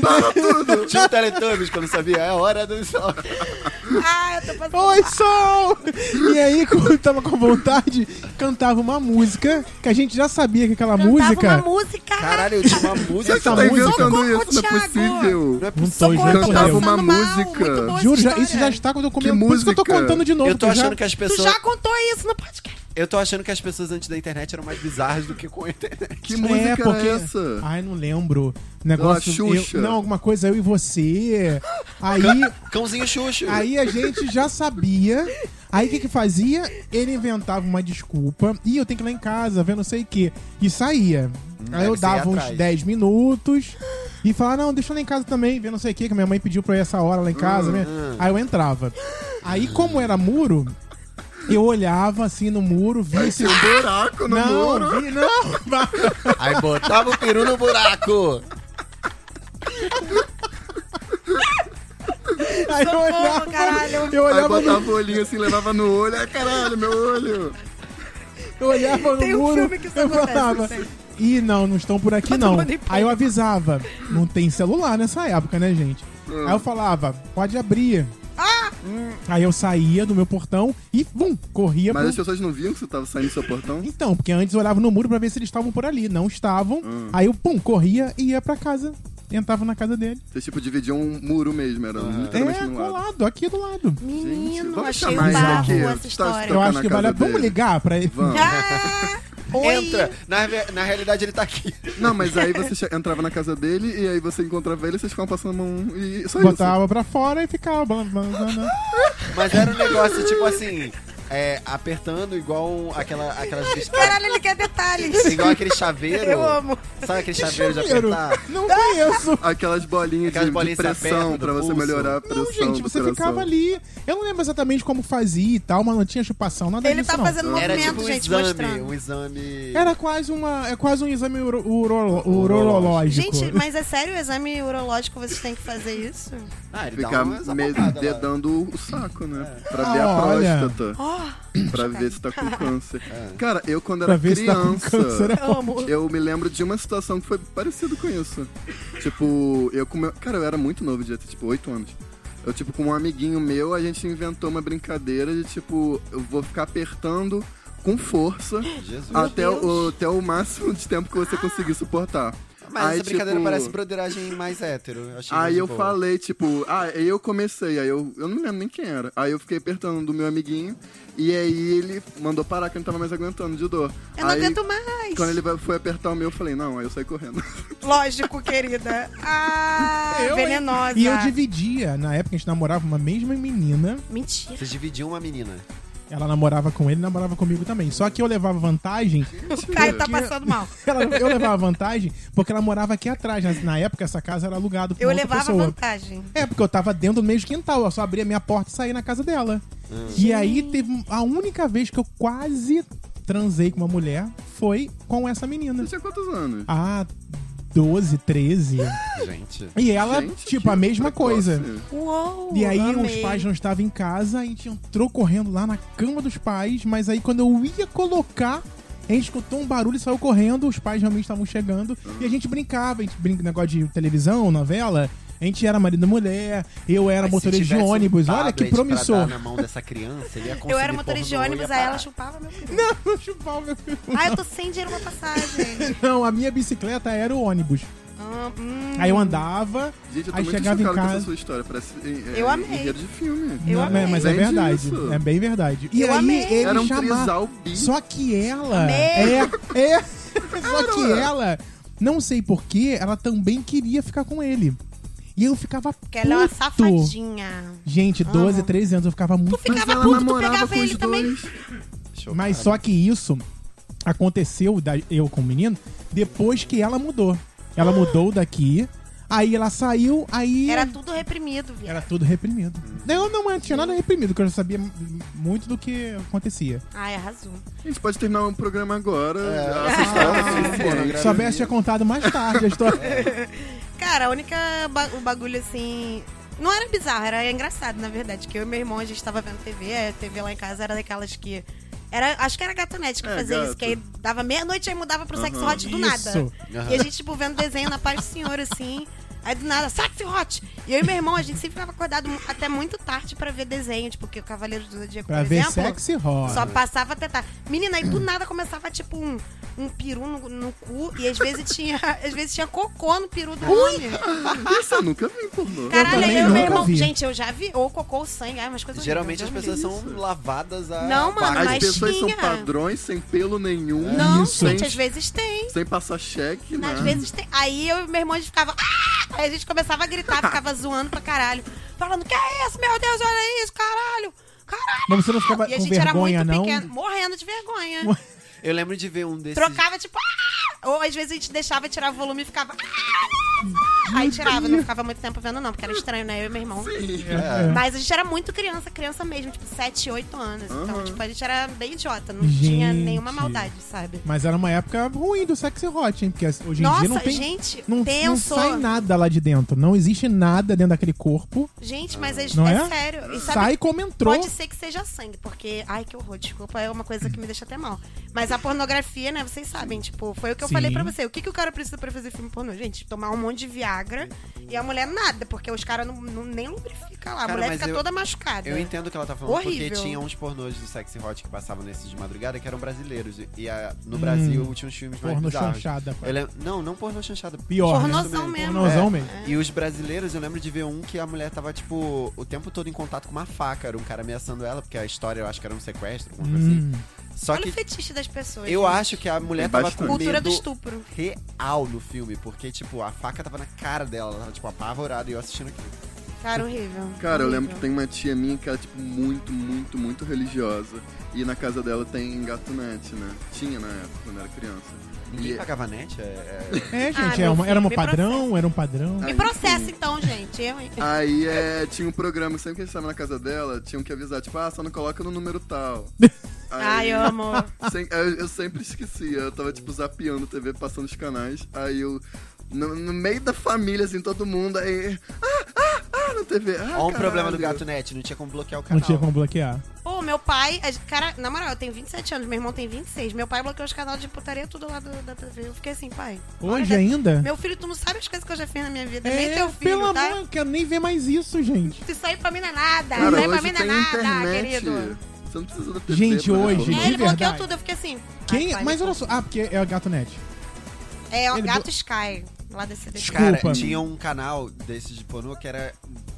[SPEAKER 2] Para tudo.
[SPEAKER 1] Tinha o Teletubbies quando sabia, é hora do sol.
[SPEAKER 4] Ah, eu tô passando.
[SPEAKER 3] Oi, sol! E aí, quando tava com vontade, cantava uma música que a gente já sabia que aquela
[SPEAKER 4] Cantava
[SPEAKER 3] música.
[SPEAKER 4] uma música.
[SPEAKER 1] Caralho, eu tinha uma
[SPEAKER 2] Será
[SPEAKER 1] música.
[SPEAKER 2] que você tá inventando
[SPEAKER 4] Socorro,
[SPEAKER 2] isso? Não é
[SPEAKER 4] Thiago.
[SPEAKER 2] possível.
[SPEAKER 1] Não
[SPEAKER 3] Não
[SPEAKER 1] é possível.
[SPEAKER 3] tô,
[SPEAKER 4] Socorro,
[SPEAKER 3] juro por
[SPEAKER 4] eu tô
[SPEAKER 3] Deus.
[SPEAKER 2] Cantava uma
[SPEAKER 4] passando mal,
[SPEAKER 2] música.
[SPEAKER 4] muito boa
[SPEAKER 3] Juro, já,
[SPEAKER 4] história.
[SPEAKER 3] isso já está documento.
[SPEAKER 2] Que
[SPEAKER 3] Por isso que eu tô
[SPEAKER 2] música?
[SPEAKER 3] contando de novo.
[SPEAKER 1] Eu tô
[SPEAKER 3] que já-
[SPEAKER 1] achando que as
[SPEAKER 4] Tu
[SPEAKER 1] pessoas.
[SPEAKER 4] já contou isso no podcast.
[SPEAKER 1] Eu tô achando que as pessoas antes da internet eram mais bizarras do que com a internet.
[SPEAKER 2] Que música é,
[SPEAKER 3] porque-
[SPEAKER 2] essa?
[SPEAKER 3] Ai, não lembro. Negócio.
[SPEAKER 2] Ah, Xuxa.
[SPEAKER 3] eu- não, alguma coisa, eu e você. Aí,
[SPEAKER 1] Cãozinho Xuxo.
[SPEAKER 3] aí a gente já sabia. Aí o que que fazia? Ele inventava uma desculpa. Ih, eu tenho que ir lá em casa ver não sei o quê. E saía. Aí
[SPEAKER 1] aí
[SPEAKER 3] eu
[SPEAKER 1] você ia
[SPEAKER 3] dava uns
[SPEAKER 1] atrás.
[SPEAKER 3] 10 minutos. E falava, não, deixa eu lá em casa também, ver não sei o quê, que minha mãe pediu pra eu ir essa hora lá em casa.
[SPEAKER 2] Hum.
[SPEAKER 3] né? Aí eu entrava. Aí, como era muro, eu olhava assim no muro, via esse.
[SPEAKER 2] Tinha um buraco no
[SPEAKER 3] Não,
[SPEAKER 2] muro.
[SPEAKER 3] vi, não, [LAUGHS]
[SPEAKER 1] Aí botava o peru no buraco.
[SPEAKER 3] Aí eu
[SPEAKER 4] Socorro,
[SPEAKER 3] olhava,
[SPEAKER 4] caralho.
[SPEAKER 3] eu
[SPEAKER 2] Aí
[SPEAKER 3] olhava no,
[SPEAKER 2] botava o olhinho assim, levava no olho. Ai, caralho, meu olho.
[SPEAKER 3] eu olhava no
[SPEAKER 4] Tem um
[SPEAKER 3] muro,
[SPEAKER 4] filme que isso
[SPEAKER 3] eu
[SPEAKER 4] acontece,
[SPEAKER 3] falava,
[SPEAKER 4] não sei.
[SPEAKER 3] ih, não, não estão por aqui
[SPEAKER 4] Todo
[SPEAKER 3] não.
[SPEAKER 4] mundo em pânico.
[SPEAKER 3] Aí eu avisava, não tem celular nessa época, né, gente?
[SPEAKER 2] Hum.
[SPEAKER 3] Aí eu falava, pode abrir.
[SPEAKER 4] Ah!
[SPEAKER 3] Aí eu saía do meu portão e, bum,
[SPEAKER 1] É
[SPEAKER 3] corria
[SPEAKER 2] Mas
[SPEAKER 3] pro-
[SPEAKER 2] as pessoas não viam que você tava saindo do seu portão?
[SPEAKER 3] Então, porque antes eu olhava no muro pra ver se eles estavam por ali. Não estavam.
[SPEAKER 2] Hum.
[SPEAKER 3] Aí eu, pum, corria e ia pra casa. Entrava na casa dele.
[SPEAKER 2] Vocês, tipo, dividiam um muro mesmo,
[SPEAKER 1] Ah.
[SPEAKER 2] era literalmente
[SPEAKER 3] É,
[SPEAKER 2] Ah, no lado.
[SPEAKER 3] colado, aqui do lado.
[SPEAKER 2] Gente,
[SPEAKER 4] Menino,
[SPEAKER 2] vamos
[SPEAKER 4] achei
[SPEAKER 2] chamar
[SPEAKER 4] um
[SPEAKER 2] isso
[SPEAKER 4] barro
[SPEAKER 2] aqui.
[SPEAKER 4] essa
[SPEAKER 2] Tá-
[SPEAKER 4] história.
[SPEAKER 2] Tocar
[SPEAKER 3] Eu acho
[SPEAKER 2] na
[SPEAKER 3] que vale a...
[SPEAKER 2] casa
[SPEAKER 3] Vamos
[SPEAKER 2] dele.
[SPEAKER 3] ligar pra ele.
[SPEAKER 2] Vamos.
[SPEAKER 4] Ah, oi.
[SPEAKER 1] Entra. Na, re- na realidade, ele tá aqui.
[SPEAKER 2] Não, mas aí você che- entrava na casa dele e aí você encontrava ele, vocês ficavam passando a mão e só
[SPEAKER 3] Botava pra fora e ficava... blá, blá, blá, blá.
[SPEAKER 1] Mas era um negócio tipo assim. é, apertando igual um- aquela, aquelas biscadas.
[SPEAKER 4] Caralho, ele quer detalhes.
[SPEAKER 1] Igual aquele chaveiro.
[SPEAKER 4] Eu amo.
[SPEAKER 1] Sabe aquele chaveiro de
[SPEAKER 3] Chuveiro.
[SPEAKER 1] apertar?
[SPEAKER 3] Não conheço.
[SPEAKER 2] isso. Aquelas bolinhas
[SPEAKER 1] Aquelas
[SPEAKER 2] de, de
[SPEAKER 1] bolinhas que
[SPEAKER 2] pressão
[SPEAKER 1] apertam
[SPEAKER 2] pra
[SPEAKER 1] do
[SPEAKER 2] você
[SPEAKER 1] pulso.
[SPEAKER 2] melhorar a pressão.
[SPEAKER 3] Não,
[SPEAKER 2] do
[SPEAKER 3] gente, você
[SPEAKER 2] [LAUGHS] coração.
[SPEAKER 3] ficava ali. Eu não lembro exatamente como fazia e tal, mas não tinha chupação, nada
[SPEAKER 4] Ele
[SPEAKER 3] disso,
[SPEAKER 4] tá
[SPEAKER 3] não.
[SPEAKER 4] fazendo
[SPEAKER 1] Era tipo
[SPEAKER 4] movimento,
[SPEAKER 1] um
[SPEAKER 4] gente,
[SPEAKER 1] exame.
[SPEAKER 4] mostrando.
[SPEAKER 1] Um exame.
[SPEAKER 3] Era quase uma. É quase um exame uro- uro- urológico.
[SPEAKER 4] Gente, mas é sério o exame urológico vocês têm que fazer isso?
[SPEAKER 1] Ah, ele
[SPEAKER 2] Ficar
[SPEAKER 1] dá umas
[SPEAKER 2] me-
[SPEAKER 1] apontadas lá.
[SPEAKER 2] dedando o saco, né? Pra
[SPEAKER 3] Ah,
[SPEAKER 2] ver a
[SPEAKER 3] olha.
[SPEAKER 2] próstata. Pra ver se tá com câncer.
[SPEAKER 1] É.
[SPEAKER 2] Cara, eu quando
[SPEAKER 3] pra
[SPEAKER 2] era
[SPEAKER 3] ver se tá
[SPEAKER 2] criança.
[SPEAKER 3] com câncer. né?
[SPEAKER 4] Eu
[SPEAKER 1] [LAUGHS]
[SPEAKER 4] amo.
[SPEAKER 2] Eu me lembro de uma situação que foi parecido com isso. Tipo, eu com meu... Cara, eu era muito novo, devia ter tipo 8 anos. Eu, tipo, com um amiguinho meu, a gente inventou uma brincadeira de tipo, eu vou ficar apertando com força
[SPEAKER 1] Jesus. Ah.
[SPEAKER 2] até
[SPEAKER 4] Meu
[SPEAKER 2] o, até o máximo de tempo que você conseguir suportar.
[SPEAKER 1] Mas
[SPEAKER 2] Aí,
[SPEAKER 1] essa brincadeira
[SPEAKER 2] tipo,
[SPEAKER 1] parece broderagem mais hétero. Eu achei mais
[SPEAKER 2] Aí
[SPEAKER 1] de
[SPEAKER 2] eu
[SPEAKER 1] boa.
[SPEAKER 2] falei, tipo, ah, aí eu comecei, aí eu, eu não lembro nem quem era. Aí eu fiquei apertando do meu amiguinho, e aí ele mandou parar, que eu não tava mais aguentando de dor.
[SPEAKER 4] Eu não
[SPEAKER 2] aí,
[SPEAKER 4] aguento mais.
[SPEAKER 2] Quando ele vai- foi apertar o meu, eu falei, não, aí eu saí correndo. [LAUGHS]
[SPEAKER 4] Lógico, querida. [LAUGHS] Ah,
[SPEAKER 3] Eu, hein?
[SPEAKER 4] venenosa.
[SPEAKER 3] E eu dividia, na época a gente namorava uma mesma menina,
[SPEAKER 4] Mentira.
[SPEAKER 1] Vocês dividiam uma menina.
[SPEAKER 3] ela namorava com ele, namorava comigo também. Só que eu levava vantagem, [LAUGHS]
[SPEAKER 4] O Caio tá passando mal.
[SPEAKER 3] ela- eu levava vantagem porque ela morava aqui atrás. Na, na época essa casa era alugada por
[SPEAKER 4] Eu
[SPEAKER 3] outra
[SPEAKER 4] levava
[SPEAKER 3] pessoa.
[SPEAKER 4] vantagem.
[SPEAKER 3] É, porque eu tava dentro do meio do quintal, eu só abria minha porta e saí na casa dela.
[SPEAKER 2] Ah.
[SPEAKER 3] E aí teve um- a única vez que eu quase transei com uma mulher foi com essa menina.
[SPEAKER 2] Você tinha quantos anos?
[SPEAKER 3] Ah, 12, 13.
[SPEAKER 1] Gente.
[SPEAKER 3] E ela,
[SPEAKER 2] Gente,
[SPEAKER 3] tipo,
[SPEAKER 2] que é
[SPEAKER 3] a mesma
[SPEAKER 2] precoce.
[SPEAKER 3] coisa.
[SPEAKER 4] Uou,
[SPEAKER 3] E aí
[SPEAKER 4] amei.
[SPEAKER 3] os pais não estavam em casa, a gente entrou correndo lá na cama dos pais, mas aí quando eu ia colocar, a gente escutou um barulho e saiu correndo, os pais realmente estavam chegando, e a gente brincava, a gente brinca negócio de televisão, novela, a gente era marido e mulher, eu era
[SPEAKER 1] Mas se
[SPEAKER 3] motorista de
[SPEAKER 1] tivesse um
[SPEAKER 3] ônibus, olha que
[SPEAKER 1] tablet pra
[SPEAKER 3] promissor.
[SPEAKER 1] dar né?
[SPEAKER 3] [LAUGHS]
[SPEAKER 1] na mão dessa criança, ele ia
[SPEAKER 4] Eu era
[SPEAKER 1] consumir
[SPEAKER 4] motorista de
[SPEAKER 1] pornô,
[SPEAKER 4] ônibus,
[SPEAKER 1] ia
[SPEAKER 4] aí
[SPEAKER 1] parar.
[SPEAKER 4] ela chupava meu cu.
[SPEAKER 3] Vou chupar o meu filho.
[SPEAKER 4] Ah, eu tô sem dinheiro pra [LAUGHS] passagem.
[SPEAKER 3] tipo, Não, a minha bicicleta era o ônibus.
[SPEAKER 4] Ah, hum.
[SPEAKER 3] Aí eu andava,
[SPEAKER 2] Gente, eu tô
[SPEAKER 3] aí
[SPEAKER 2] muito
[SPEAKER 3] chegava em
[SPEAKER 2] chocado com essa
[SPEAKER 3] casa.
[SPEAKER 2] sua história. Parece é,
[SPEAKER 4] Eu
[SPEAKER 2] é,
[SPEAKER 4] amei.
[SPEAKER 2] enredo de filme.
[SPEAKER 4] Eu
[SPEAKER 3] Não,
[SPEAKER 4] amei.
[SPEAKER 3] é, mas é
[SPEAKER 2] Vende
[SPEAKER 3] verdade.
[SPEAKER 2] isso.
[SPEAKER 3] É bem verdade. E
[SPEAKER 4] Eu
[SPEAKER 3] aí
[SPEAKER 4] amei.
[SPEAKER 3] ele
[SPEAKER 2] Era um
[SPEAKER 3] chamava.
[SPEAKER 2] trisal bi.
[SPEAKER 3] Só que ela.
[SPEAKER 4] Amei.
[SPEAKER 3] É,
[SPEAKER 2] [LAUGHS]
[SPEAKER 3] é. Só que ela, não sei porquê, ela também queria ficar com ele. E eu ficava.
[SPEAKER 4] Porque ela é uma
[SPEAKER 3] puto.
[SPEAKER 4] safadinha.
[SPEAKER 3] Gente, 12, 13 anos, eu ficava muito.
[SPEAKER 2] Mas
[SPEAKER 4] Ficava
[SPEAKER 2] ela
[SPEAKER 4] puto, tu
[SPEAKER 2] namorava
[SPEAKER 4] pegava
[SPEAKER 2] com
[SPEAKER 4] ele
[SPEAKER 2] os
[SPEAKER 4] também.
[SPEAKER 2] dois.
[SPEAKER 3] Mas só que isso aconteceu, da- eu com o menino, depois que ela mudou. Ela mudou daqui. Aí ela saiu, aí.
[SPEAKER 4] Era Uhum. tudo reprimido, viado.
[SPEAKER 3] Era tudo reprimido. Não, não tinha nada reprimido, que eu já sabia m- muito do que acontecia.
[SPEAKER 4] Ai, arrasou.
[SPEAKER 2] A gente pode terminar o programa agora. já
[SPEAKER 1] Ah,
[SPEAKER 2] assustar.
[SPEAKER 3] Só Soubesse tinha contado mais tarde a
[SPEAKER 4] [LAUGHS] É.
[SPEAKER 3] história.
[SPEAKER 4] Cara, a única ba- o bagulho assim. Não era bizarro, era engraçado, na verdade. Que eu e meu irmão, a gente tava vendo TV, a TV lá em casa era daquelas que. Era, acho que era gatonete que
[SPEAKER 2] É,
[SPEAKER 4] fazia isso,
[SPEAKER 2] gato.
[SPEAKER 4] que aí dava meia-noite aí mudava pro sexo hot do nada.
[SPEAKER 3] Isso.
[SPEAKER 4] E a gente, tipo, vendo desenho na paz do senhor, assim. Aí do nada, sexy hot! E eu e meu irmão, a gente sempre ficava acordado mu- até muito tarde pra ver desenho, tipo, que o Cavaleiro do Zodíaco,
[SPEAKER 3] Pra
[SPEAKER 4] por
[SPEAKER 3] ver
[SPEAKER 4] exemplo.
[SPEAKER 3] sexy rock.
[SPEAKER 4] Só passava até tarde. Menina, aí do nada começava, tipo, um, um peru no, no cu. E às vezes tinha. [LAUGHS] Às vezes tinha cocô no peru do homem.
[SPEAKER 2] Isso eu nunca vi em pornô.
[SPEAKER 4] Caralho,
[SPEAKER 3] também
[SPEAKER 4] aí eu
[SPEAKER 3] nunca
[SPEAKER 4] meu irmão.
[SPEAKER 3] vi.
[SPEAKER 4] Gente, eu já vi. Ou cocô ou sangue. Ai, umas coisas
[SPEAKER 1] Geralmente as
[SPEAKER 4] horríveis,
[SPEAKER 1] pessoas
[SPEAKER 4] Deus
[SPEAKER 1] são lavadas a.
[SPEAKER 4] Não, mano,
[SPEAKER 2] As
[SPEAKER 4] mas
[SPEAKER 2] pessoas são
[SPEAKER 4] tinha.
[SPEAKER 2] padrões, sem pelo nenhum.
[SPEAKER 4] me livre. Não,
[SPEAKER 3] Isso.
[SPEAKER 4] gente, às vezes tem. né,
[SPEAKER 2] Sem passar cheque, né?
[SPEAKER 4] Às
[SPEAKER 1] Ah.
[SPEAKER 2] nada.
[SPEAKER 4] vezes tem. Aí eu e meu irmão a gente ficava. "Ah!" Aí a gente começava a gritar,
[SPEAKER 3] [LAUGHS]
[SPEAKER 4] ficava zoando pra caralho. Falando, que é isso? Meu Deus, olha isso, caralho! Caralho!
[SPEAKER 3] Mas você não ficava
[SPEAKER 4] E a
[SPEAKER 3] com
[SPEAKER 4] gente
[SPEAKER 3] vergonha,
[SPEAKER 4] era muito
[SPEAKER 3] não?
[SPEAKER 4] pequeno, morrendo de vergonha.
[SPEAKER 1] Eu lembro de ver um desses.
[SPEAKER 4] Trocava, tipo, "Ah!" ou às vezes a gente deixava tirar o volume e ficava. "Ah!" Aí tirava, não ficava muito tempo vendo, não, porque era estranho, né? Eu e meu irmão.
[SPEAKER 3] É.
[SPEAKER 4] Mas a gente era muito criança, criança mesmo, tipo, 7, 8 anos. Então, tipo, a gente era bem idiota, não tinha
[SPEAKER 3] Gente.
[SPEAKER 4] nenhuma maldade, sabe?
[SPEAKER 3] Mas era uma época ruim do sexy hot, hein? Porque hoje em
[SPEAKER 4] Nossa,
[SPEAKER 3] dia não tem.
[SPEAKER 4] gente,
[SPEAKER 3] não, não
[SPEAKER 4] tenso.
[SPEAKER 3] sai nada lá de dentro. Não existe nada dentro daquele corpo.
[SPEAKER 4] Gente, mas é,
[SPEAKER 3] Não
[SPEAKER 4] é
[SPEAKER 3] é?
[SPEAKER 4] sério. E sabe
[SPEAKER 3] Sai como entrou.
[SPEAKER 4] Pode ser que seja sangue, porque. Ai, que horror, desculpa, é uma coisa que me deixa até mal. Mas a pornografia, né, vocês sabem, tipo, foi o que eu
[SPEAKER 3] Sim.
[SPEAKER 4] falei pra você. O que, que o cara precisa pra fazer filme pornô? Gente, tomar um monte de Viagra e a mulher nada, porque os caras não, não- nem lubrificam lá. A
[SPEAKER 1] Cara,
[SPEAKER 4] mulher
[SPEAKER 1] mas
[SPEAKER 4] fica
[SPEAKER 1] eu-
[SPEAKER 4] toda machucada.
[SPEAKER 1] Eu entendo o que ela tá falando, porque
[SPEAKER 4] Horrível.
[SPEAKER 1] tinha uns pornôs do sexy hot que passavam nesses de madrugada que eram brasileiros. E- E a-
[SPEAKER 3] Hum.
[SPEAKER 1] no Brasil tinha uns filmes mais
[SPEAKER 3] Porno
[SPEAKER 1] bizarros.
[SPEAKER 3] chanchada. pô.
[SPEAKER 1] Eu lem- Não, não pornô chanchada.
[SPEAKER 3] Pior, né?
[SPEAKER 4] Pornozão mesmo.
[SPEAKER 3] Pornozão
[SPEAKER 1] É.
[SPEAKER 3] mesmo.
[SPEAKER 1] E os brasileiros, eu lembro de ver um que a mulher tava, tipo, o tempo todo em contato com uma faca. Era um cara ameaçando ela, porque a história eu acho que era um sequestro, alguma coisa
[SPEAKER 3] Hum.
[SPEAKER 1] assim. Só
[SPEAKER 4] Olha o
[SPEAKER 1] que
[SPEAKER 4] fetiche das pessoas.
[SPEAKER 1] eu
[SPEAKER 4] né?
[SPEAKER 1] acho que a mulher
[SPEAKER 2] Tem
[SPEAKER 1] tava
[SPEAKER 2] bastante.
[SPEAKER 1] com
[SPEAKER 4] Cultura do
[SPEAKER 1] medo
[SPEAKER 4] estupro.
[SPEAKER 1] real no filme, porque, tipo, a faca tava na cara dela, ela tava, tipo, apavorada e eu assistindo aquilo.
[SPEAKER 4] Cara, horrível.
[SPEAKER 2] Cara, eu lembro
[SPEAKER 4] Horrível.
[SPEAKER 2] que tem uma tia minha que era, tipo, muito, muito, muito religiosa. E na casa dela tem gatunete, né? Tinha na época, quando era criança.
[SPEAKER 1] Ninguém
[SPEAKER 2] E-
[SPEAKER 1] pagava net? É, é-
[SPEAKER 3] É,
[SPEAKER 4] Ah,
[SPEAKER 3] gente, é
[SPEAKER 4] meu
[SPEAKER 3] uma- era um
[SPEAKER 4] filho, me
[SPEAKER 3] padrão, era um padrão.
[SPEAKER 2] Ah,
[SPEAKER 4] Me
[SPEAKER 2] Aí,
[SPEAKER 4] processa
[SPEAKER 2] sim.
[SPEAKER 4] então, gente. Eu, hein?
[SPEAKER 2] Aí é, tinha um programa, sempre que a gente estava na casa dela, tinham que avisar, tipo, ah, só não coloca no número
[SPEAKER 4] [LAUGHS]
[SPEAKER 2] tal.
[SPEAKER 4] Ai,
[SPEAKER 2] Aí-
[SPEAKER 4] eu amo.
[SPEAKER 2] Sem- eu, eu sempre esquecia. Eu tava, tipo, zapeando TV, passando os canais. Aí eu. No, no meio da família, assim, todo mundo. Aí. Ah, ah, ah, na TV. Ah,
[SPEAKER 1] Olha um problema do
[SPEAKER 2] gato.
[SPEAKER 1] gato net, não tinha como bloquear o
[SPEAKER 3] Não
[SPEAKER 1] canal.
[SPEAKER 3] tinha como bloquear.
[SPEAKER 4] Pô, meu pai. a- Cara, na moral, eu tenho 27 anos, meu irmão tem 26. Meu pai bloqueou os canais de putaria tudo lá do, da TV. Eu fiquei assim, pai.
[SPEAKER 3] Hoje
[SPEAKER 4] olha,
[SPEAKER 3] ainda?
[SPEAKER 4] Meu filho, tu não sabe as coisas que eu já fiz na minha vida. Nem
[SPEAKER 3] É,
[SPEAKER 4] teu filho,
[SPEAKER 3] pelo
[SPEAKER 4] tá?
[SPEAKER 3] amor, eu quero nem ver mais isso, gente.
[SPEAKER 4] Isso aí pra mim não é nada.
[SPEAKER 2] Cara,
[SPEAKER 4] isso aí pra
[SPEAKER 2] hoje
[SPEAKER 4] mim não é
[SPEAKER 2] tem
[SPEAKER 4] nada,
[SPEAKER 2] internet.
[SPEAKER 4] querido.
[SPEAKER 2] Você não precisa da TV.
[SPEAKER 3] Gente,
[SPEAKER 2] pra ver
[SPEAKER 3] hoje-
[SPEAKER 4] É,
[SPEAKER 2] pornô.
[SPEAKER 4] ele
[SPEAKER 3] de
[SPEAKER 4] bloqueou
[SPEAKER 3] verdade.
[SPEAKER 4] tudo, eu fiquei assim.
[SPEAKER 3] Quem,
[SPEAKER 4] ah, pai,
[SPEAKER 3] mas
[SPEAKER 4] ele-
[SPEAKER 3] olha só. Ah, porque é o gato net.
[SPEAKER 4] É, o
[SPEAKER 3] ele
[SPEAKER 4] Gato
[SPEAKER 3] blo-
[SPEAKER 4] Sky, lá desse desse-
[SPEAKER 1] Cara,
[SPEAKER 3] Desculpa.
[SPEAKER 1] tinha um canal desses de pornô que era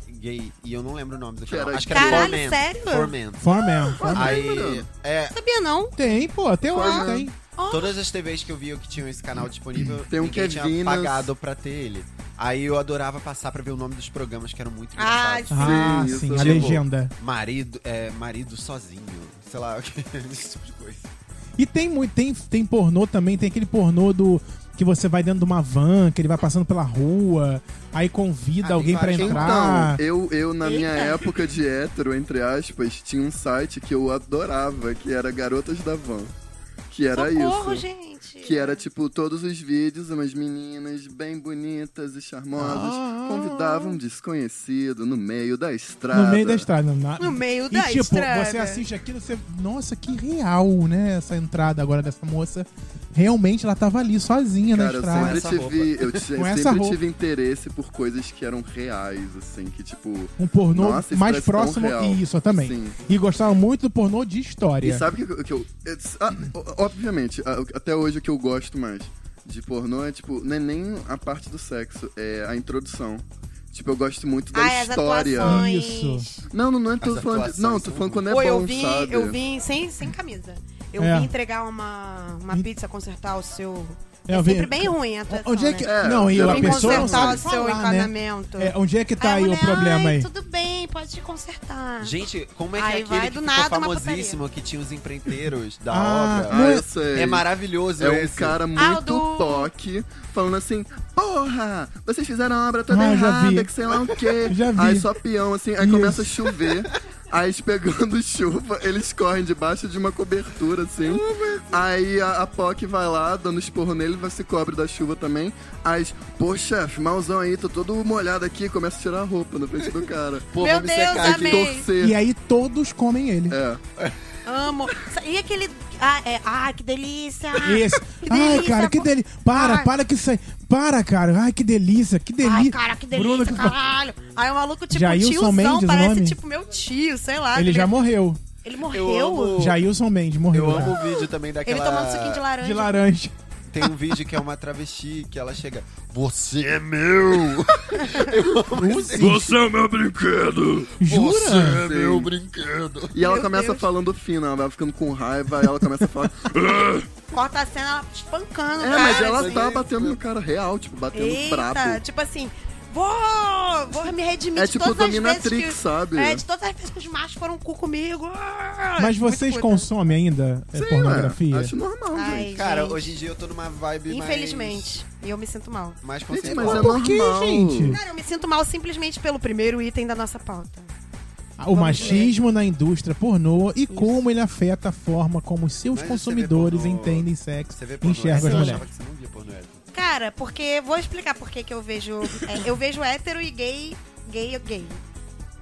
[SPEAKER 1] gay, e eu não lembro o nome do canal.
[SPEAKER 2] era
[SPEAKER 1] Acho que era
[SPEAKER 4] Caralho,
[SPEAKER 1] For Men.
[SPEAKER 4] sério?
[SPEAKER 1] For Men.
[SPEAKER 3] For man, for man.
[SPEAKER 1] Aí, é,
[SPEAKER 4] Não sabia, não.
[SPEAKER 3] é. Tem, pô, até hoje
[SPEAKER 2] man.
[SPEAKER 3] tem.
[SPEAKER 1] Todas as TVs que eu via que tinham esse canal disponível,
[SPEAKER 2] Tem um
[SPEAKER 1] ninguém
[SPEAKER 2] que é
[SPEAKER 1] tinha
[SPEAKER 2] Venus.
[SPEAKER 1] pagado pra ter ele. Aí eu adorava passar pra ver o nome dos programas que eram muito
[SPEAKER 4] Ah,
[SPEAKER 1] engraçados.
[SPEAKER 3] Ah,
[SPEAKER 2] isso, é
[SPEAKER 3] sim,
[SPEAKER 2] eu
[SPEAKER 3] a
[SPEAKER 1] lembro.
[SPEAKER 3] legenda.
[SPEAKER 1] Marido, é, marido sozinho, sei lá, [LAUGHS] esse tipo de coisa.
[SPEAKER 3] E tem muito, tem, tem pornô também, tem aquele pornô do que você vai dentro de uma van, que ele vai passando pela rua, aí convida
[SPEAKER 1] Ah, tem
[SPEAKER 3] alguém pra
[SPEAKER 1] vários.
[SPEAKER 3] entrar.
[SPEAKER 2] Então, eu, eu, na minha época de hétero, entre aspas, tinha um site que eu adorava, que era Garotas da Van. Que era
[SPEAKER 4] Socorro,
[SPEAKER 2] isso.
[SPEAKER 4] gente.
[SPEAKER 2] Que era tipo todos os vídeos, umas meninas bem bonitas e charmosas
[SPEAKER 3] Ah.
[SPEAKER 2] convidavam um desconhecido no meio da estrada.
[SPEAKER 3] No meio da estrada. Na...
[SPEAKER 4] No meio
[SPEAKER 3] e,
[SPEAKER 4] da
[SPEAKER 3] tipo,
[SPEAKER 4] estrada.
[SPEAKER 3] você assiste aquilo, você. Nossa, que real, né? Essa entrada agora dessa moça. Realmente ela tava ali sozinha na
[SPEAKER 2] Cara, eu
[SPEAKER 3] estrada.
[SPEAKER 2] sempre
[SPEAKER 1] essa
[SPEAKER 2] tive, eu ti-
[SPEAKER 3] Com essa
[SPEAKER 2] sempre
[SPEAKER 3] roupa.
[SPEAKER 2] tive interesse por coisas que eram reais, assim, que tipo.
[SPEAKER 3] Um pornô
[SPEAKER 2] Nossa, isso
[SPEAKER 3] mais
[SPEAKER 2] parece tão
[SPEAKER 3] próximo
[SPEAKER 2] real.
[SPEAKER 3] e isso eu também.
[SPEAKER 2] Sim.
[SPEAKER 3] E gostava muito do pornô de história.
[SPEAKER 2] E sabe o que, que eu. eu- ah, o- obviamente, ah, o- até hoje o que eu gosto mais de pornô é, tipo, não é nem a parte do sexo, é a introdução. Tipo, eu gosto muito da
[SPEAKER 4] Ai, as
[SPEAKER 2] história.
[SPEAKER 4] atuações.
[SPEAKER 3] Isso.
[SPEAKER 2] Não, não, não é tô
[SPEAKER 1] As
[SPEAKER 2] falando. de- Não,
[SPEAKER 1] atuações
[SPEAKER 2] tô
[SPEAKER 1] são
[SPEAKER 2] falando quando é
[SPEAKER 4] Pô,
[SPEAKER 2] bom,
[SPEAKER 4] eu vim,
[SPEAKER 2] sabe?
[SPEAKER 4] eu vim sem, sem camisa. Eu
[SPEAKER 3] É.
[SPEAKER 4] vim entregar uma, uma pizza, consertar o seu.
[SPEAKER 3] É,
[SPEAKER 4] É,
[SPEAKER 3] eu vim-
[SPEAKER 4] sempre bem ruim a atuação,
[SPEAKER 3] Onde é
[SPEAKER 4] né?
[SPEAKER 3] que.
[SPEAKER 2] É,
[SPEAKER 3] não, e a
[SPEAKER 2] geralmente
[SPEAKER 4] Vim
[SPEAKER 3] pessoa não
[SPEAKER 4] consertar o
[SPEAKER 3] sabe
[SPEAKER 4] seu
[SPEAKER 3] falar, né?
[SPEAKER 4] encanamento.
[SPEAKER 3] É, onde é que tá
[SPEAKER 4] a
[SPEAKER 3] aí
[SPEAKER 4] mulher,
[SPEAKER 3] o problema
[SPEAKER 4] "Ai,
[SPEAKER 3] aí?
[SPEAKER 4] Tudo bem, pode capaz de consertar.
[SPEAKER 1] Gente, como é que
[SPEAKER 4] Ah. Aí
[SPEAKER 1] é
[SPEAKER 4] vai
[SPEAKER 1] aquele que
[SPEAKER 4] do
[SPEAKER 1] ficou
[SPEAKER 4] nada uma
[SPEAKER 1] famosíssimo que tinha os empreiteiros da
[SPEAKER 3] Ah,
[SPEAKER 1] obra?
[SPEAKER 2] Ah, eu sei.
[SPEAKER 1] É maravilhoso
[SPEAKER 2] É um
[SPEAKER 1] esse.
[SPEAKER 2] cara
[SPEAKER 4] Ah, o
[SPEAKER 2] muito
[SPEAKER 4] do-
[SPEAKER 2] toque, falando assim, porra, vocês fizeram a obra toda
[SPEAKER 3] Ah, já
[SPEAKER 2] errada,
[SPEAKER 3] vi.
[SPEAKER 2] que sei lá o quê.
[SPEAKER 3] [LAUGHS] Já vi.
[SPEAKER 2] Aí só peão, assim, aí
[SPEAKER 3] Isso.
[SPEAKER 2] começa a
[SPEAKER 3] [LAUGHS]
[SPEAKER 2] chover. Aí eles pegando chuva, eles correm debaixo de uma cobertura, assim. Aí a, a POC vai lá, dando esporro nele, vai se cobre da chuva também. Aí, eles, pô, chefe, malzão aí, tô todo molhado aqui, começa a tirar a roupa na frente do
[SPEAKER 4] [LAUGHS]
[SPEAKER 2] cara.
[SPEAKER 1] Pô,
[SPEAKER 4] Meu
[SPEAKER 1] vamos
[SPEAKER 4] Deus,
[SPEAKER 2] Aí
[SPEAKER 1] secar
[SPEAKER 2] tem que
[SPEAKER 4] amei.
[SPEAKER 2] torcer.
[SPEAKER 3] E aí todos comem ele.
[SPEAKER 2] É.
[SPEAKER 4] Amo. E aquele. Ah, é, ah que delícia!
[SPEAKER 3] Esse.
[SPEAKER 4] Que
[SPEAKER 3] Ai,
[SPEAKER 4] delícia,
[SPEAKER 3] cara, que
[SPEAKER 4] pô.
[SPEAKER 3] delícia. Para,
[SPEAKER 4] Ai.
[SPEAKER 3] para que isso aí. Para, cara. Ai, que delícia, que delícia.
[SPEAKER 4] Ai, cara, que delícia,
[SPEAKER 3] Bruno, que-
[SPEAKER 4] caralho. Aí o maluco, tipo,
[SPEAKER 3] Jailson
[SPEAKER 4] tiozão,
[SPEAKER 3] Mendes, o
[SPEAKER 4] parece
[SPEAKER 3] nome?
[SPEAKER 4] tipo meu tio, sei lá.
[SPEAKER 3] Ele
[SPEAKER 4] que
[SPEAKER 3] já morreu.
[SPEAKER 4] Ele
[SPEAKER 1] Eu
[SPEAKER 4] morreu?
[SPEAKER 1] amo-
[SPEAKER 3] Jailson Mendes morreu.
[SPEAKER 1] Eu
[SPEAKER 3] já.
[SPEAKER 1] amo o vídeo também daquela...
[SPEAKER 4] Ele tomando suquinho de laranja.
[SPEAKER 3] De laranja.
[SPEAKER 1] Tem um vídeo que é uma travesti que ela chega. Você é meu! Eu amo esse vídeo.
[SPEAKER 2] Você é meu brinquedo!
[SPEAKER 1] Você
[SPEAKER 3] Jura?
[SPEAKER 1] é
[SPEAKER 2] Sim.
[SPEAKER 1] meu brinquedo!
[SPEAKER 2] E ela
[SPEAKER 4] Meu
[SPEAKER 2] começa
[SPEAKER 4] Deus.
[SPEAKER 2] falando fina, ela vai ficando com raiva, aí ela começa a falar.
[SPEAKER 4] [LAUGHS] Corta a cena, ela espancando o
[SPEAKER 2] É,
[SPEAKER 4] cara.
[SPEAKER 2] mas ela
[SPEAKER 4] assim.
[SPEAKER 2] tá batendo no cara real, tipo, batendo
[SPEAKER 4] Eita,
[SPEAKER 2] prato.
[SPEAKER 4] tipo assim, vou, vou me redimir
[SPEAKER 2] É
[SPEAKER 4] de
[SPEAKER 2] tipo
[SPEAKER 4] todas as
[SPEAKER 2] dominatrix,
[SPEAKER 4] vezes que...
[SPEAKER 2] sabe?
[SPEAKER 4] É, de todas as vezes que os machos foram cu comigo. Ah,
[SPEAKER 3] Mas
[SPEAKER 4] muito
[SPEAKER 3] vocês
[SPEAKER 4] puta.
[SPEAKER 3] consomem ainda é, pornografia?
[SPEAKER 2] Ué, acho normal,
[SPEAKER 4] Ai,
[SPEAKER 2] gente.
[SPEAKER 1] Cara,
[SPEAKER 4] gente,
[SPEAKER 1] hoje em dia eu tô numa vibe mais-
[SPEAKER 4] Infelizmente, e eu me sinto mal.
[SPEAKER 1] mais.
[SPEAKER 2] Gente,
[SPEAKER 1] conceitual.
[SPEAKER 2] mas é
[SPEAKER 3] por que,
[SPEAKER 2] normal.
[SPEAKER 3] gente?
[SPEAKER 4] Cara, eu me sinto mal simplesmente pelo primeiro item da nossa pauta.
[SPEAKER 3] Ah, O machismo na indústria pornô e como ele afeta a forma como os seus
[SPEAKER 1] Mas você vê
[SPEAKER 3] consumidores
[SPEAKER 1] pornô-
[SPEAKER 3] entendem sexo
[SPEAKER 1] Você vê
[SPEAKER 3] e
[SPEAKER 1] pornô
[SPEAKER 3] enxergam as
[SPEAKER 1] hétero? Eu
[SPEAKER 3] mulheres.
[SPEAKER 1] achava que você não via pornô hétero.
[SPEAKER 4] Cara, porque vou explicar por que que eu vejo, é, eu vejo hétero e gay, gay, gay.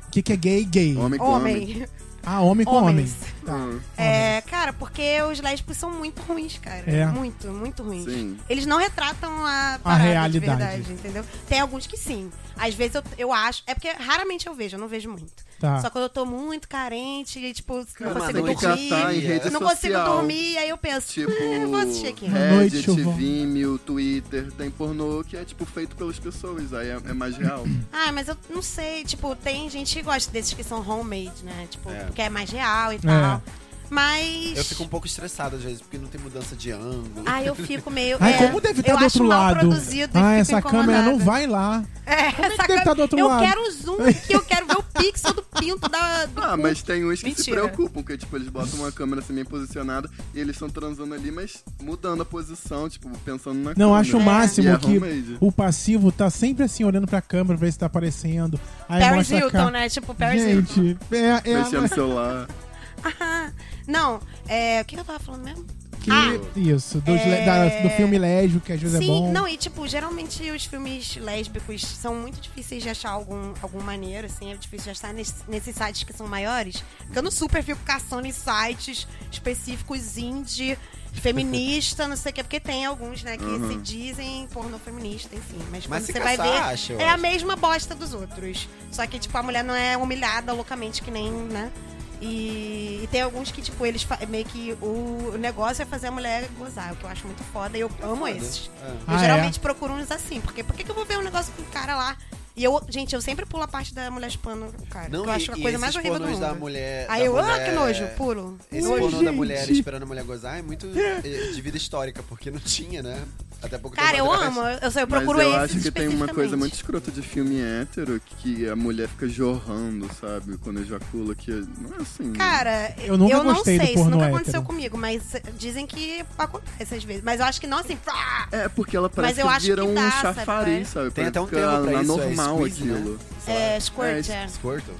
[SPEAKER 3] O que, que é gay gay?
[SPEAKER 2] Homem com homem.
[SPEAKER 4] Homem.
[SPEAKER 3] Ah, homem com homem.
[SPEAKER 4] Homens.
[SPEAKER 2] Ah,
[SPEAKER 4] É, cara, porque os lésbicos são muito ruins, cara.
[SPEAKER 3] É.
[SPEAKER 4] Muito, muito ruins.
[SPEAKER 2] Sim.
[SPEAKER 4] Eles não retratam a, parada
[SPEAKER 3] realidade.
[SPEAKER 4] de verdade, entendeu? Tem alguns que sim. Às vezes eu, eu acho. É porque raramente eu vejo, eu não vejo muito.
[SPEAKER 3] Tá.
[SPEAKER 4] Só quando eu tô muito carente, e, tipo,
[SPEAKER 1] Cara,
[SPEAKER 4] não consigo
[SPEAKER 1] tem que catar em
[SPEAKER 4] dormir.
[SPEAKER 2] tá rede
[SPEAKER 4] Não consigo
[SPEAKER 2] social.
[SPEAKER 4] dormir, aí eu penso,
[SPEAKER 2] Tipo, é.
[SPEAKER 4] "Ah, [LAUGHS] eu vou assistir aqui.
[SPEAKER 3] Boa noite,
[SPEAKER 2] Reddit,
[SPEAKER 3] Chuvão.
[SPEAKER 2] Vimeo, Twitter, tem pornô que é, tipo, feito pelas pessoas, aí é, é mais
[SPEAKER 4] [LAUGHS]
[SPEAKER 2] real.
[SPEAKER 4] Ah, mas eu não sei, tipo, tem gente que gosta desses que são homemade, né? Tipo,
[SPEAKER 1] É.
[SPEAKER 4] porque é mais real e tal. Mas.
[SPEAKER 1] Eu fico um pouco estressado às vezes, porque não tem mudança de ângulo.
[SPEAKER 4] Ah, eu fico meio.
[SPEAKER 3] Ai,
[SPEAKER 4] é,
[SPEAKER 3] como deve estar
[SPEAKER 4] eu
[SPEAKER 3] do
[SPEAKER 4] acho
[SPEAKER 3] outro
[SPEAKER 4] mal
[SPEAKER 3] lado?
[SPEAKER 4] produzido e
[SPEAKER 3] Ah,
[SPEAKER 4] fico
[SPEAKER 3] essa câmera não
[SPEAKER 4] incomodada.
[SPEAKER 3] vai lá.
[SPEAKER 4] É, essa
[SPEAKER 3] deve
[SPEAKER 4] câmera-
[SPEAKER 3] tá do outro
[SPEAKER 4] eu
[SPEAKER 3] lado?
[SPEAKER 4] quero o zoom aqui, eu quero ver o pixel do pinto da. do
[SPEAKER 2] Ah,
[SPEAKER 4] cu.
[SPEAKER 2] mas tem uns que se
[SPEAKER 4] Mentira.
[SPEAKER 2] preocupam, que, tipo, eles botam uma câmera assim bem posicionada e eles estão transando ali, mas mudando a posição, tipo, pensando na
[SPEAKER 3] Não,
[SPEAKER 2] câmera.
[SPEAKER 3] acho o
[SPEAKER 2] E
[SPEAKER 3] máximo
[SPEAKER 2] é
[SPEAKER 3] que
[SPEAKER 2] homemade.
[SPEAKER 3] o passivo tá sempre assim, olhando pra câmera pra ver se tá aparecendo. Aí
[SPEAKER 4] Paris
[SPEAKER 3] mostra a
[SPEAKER 4] Hilton,
[SPEAKER 3] cara.
[SPEAKER 4] né? Tipo, Paris Hilton.
[SPEAKER 3] Gente, é, é
[SPEAKER 2] Mexendo no celular.
[SPEAKER 4] Ah, [LAUGHS] não, é. O que eu tava falando mesmo?
[SPEAKER 3] que,
[SPEAKER 4] Ah,
[SPEAKER 3] isso, dos
[SPEAKER 4] é-
[SPEAKER 3] le- da- do filme Légio, que às vezes é
[SPEAKER 4] Sim,
[SPEAKER 3] bom.
[SPEAKER 4] não, e tipo, geralmente os filmes lésbicos são muito difíceis de achar algum, algum maneiro, assim, é difícil de achar nes- nesses sites que são maiores. Porque eu no super fico caçando em sites específicos indie, feminista, não sei o que, porque tem alguns, né, que se dizem pornô feminista, enfim. Mas,
[SPEAKER 1] Uhum. Mas
[SPEAKER 4] quando
[SPEAKER 1] se
[SPEAKER 4] você vai
[SPEAKER 1] caçar,
[SPEAKER 4] ver,
[SPEAKER 1] acha, eu
[SPEAKER 4] é a
[SPEAKER 1] acho.
[SPEAKER 4] mesma bosta dos outros. Só que, tipo, a mulher não é humilhada loucamente que nem, né? E, e tem alguns que, tipo, eles fa- meio que o, o negócio é fazer a mulher gozar, o que eu acho muito foda e eu amo esses.
[SPEAKER 1] É.
[SPEAKER 4] Eu
[SPEAKER 3] Ah,
[SPEAKER 4] geralmente procuro uns assim, porque por que que eu vou ver um negócio com o cara lá? E eu, gente, eu sempre pulo a parte da mulher espando o cara. que eu
[SPEAKER 1] e-
[SPEAKER 4] acho a
[SPEAKER 1] e
[SPEAKER 4] coisa
[SPEAKER 1] esses
[SPEAKER 4] mais horrível do
[SPEAKER 1] pornôs
[SPEAKER 4] mundo.
[SPEAKER 1] Da mulher,
[SPEAKER 4] Aí
[SPEAKER 1] da
[SPEAKER 4] eu, ah,
[SPEAKER 1] mulher-
[SPEAKER 4] que nojo, puro.
[SPEAKER 1] Esse
[SPEAKER 4] Nojo.
[SPEAKER 1] pornô da
[SPEAKER 3] gente.
[SPEAKER 1] mulher esperando a mulher gozar é muito eh, de vida histórica, porque não tinha, né? Até pouco tempo
[SPEAKER 4] Cara, eu
[SPEAKER 1] atrás.
[SPEAKER 4] amo. Eu, só, eu
[SPEAKER 2] Mas
[SPEAKER 4] procuro
[SPEAKER 2] eu
[SPEAKER 4] esses
[SPEAKER 2] acho que tem uma coisa
[SPEAKER 4] especificamente.
[SPEAKER 2] muito escrota de filme hétero que a mulher fica jorrando, sabe? Quando ejacula, que não é assim. né?
[SPEAKER 4] Cara,
[SPEAKER 3] Eu nunca
[SPEAKER 4] não
[SPEAKER 3] gostei
[SPEAKER 4] sei,
[SPEAKER 3] do
[SPEAKER 4] isso
[SPEAKER 3] pornô
[SPEAKER 4] nunca aconteceu
[SPEAKER 3] hétero.
[SPEAKER 4] comigo, mas eh, dizem que acontece às vezes. Mas eu acho que não assim. pá!
[SPEAKER 2] É, porque ela parece
[SPEAKER 4] eu
[SPEAKER 2] que
[SPEAKER 4] acho que
[SPEAKER 2] vira um
[SPEAKER 4] dá, sabe,
[SPEAKER 2] chafariz,
[SPEAKER 4] parece?
[SPEAKER 2] sabe?
[SPEAKER 1] Tem até um
[SPEAKER 2] Parece que
[SPEAKER 1] termo pra
[SPEAKER 2] é
[SPEAKER 1] isso,
[SPEAKER 2] anormal
[SPEAKER 1] é squeeze,
[SPEAKER 2] aquilo.
[SPEAKER 1] né? Sei lá.
[SPEAKER 4] É, squirt, é.
[SPEAKER 1] Squirtle?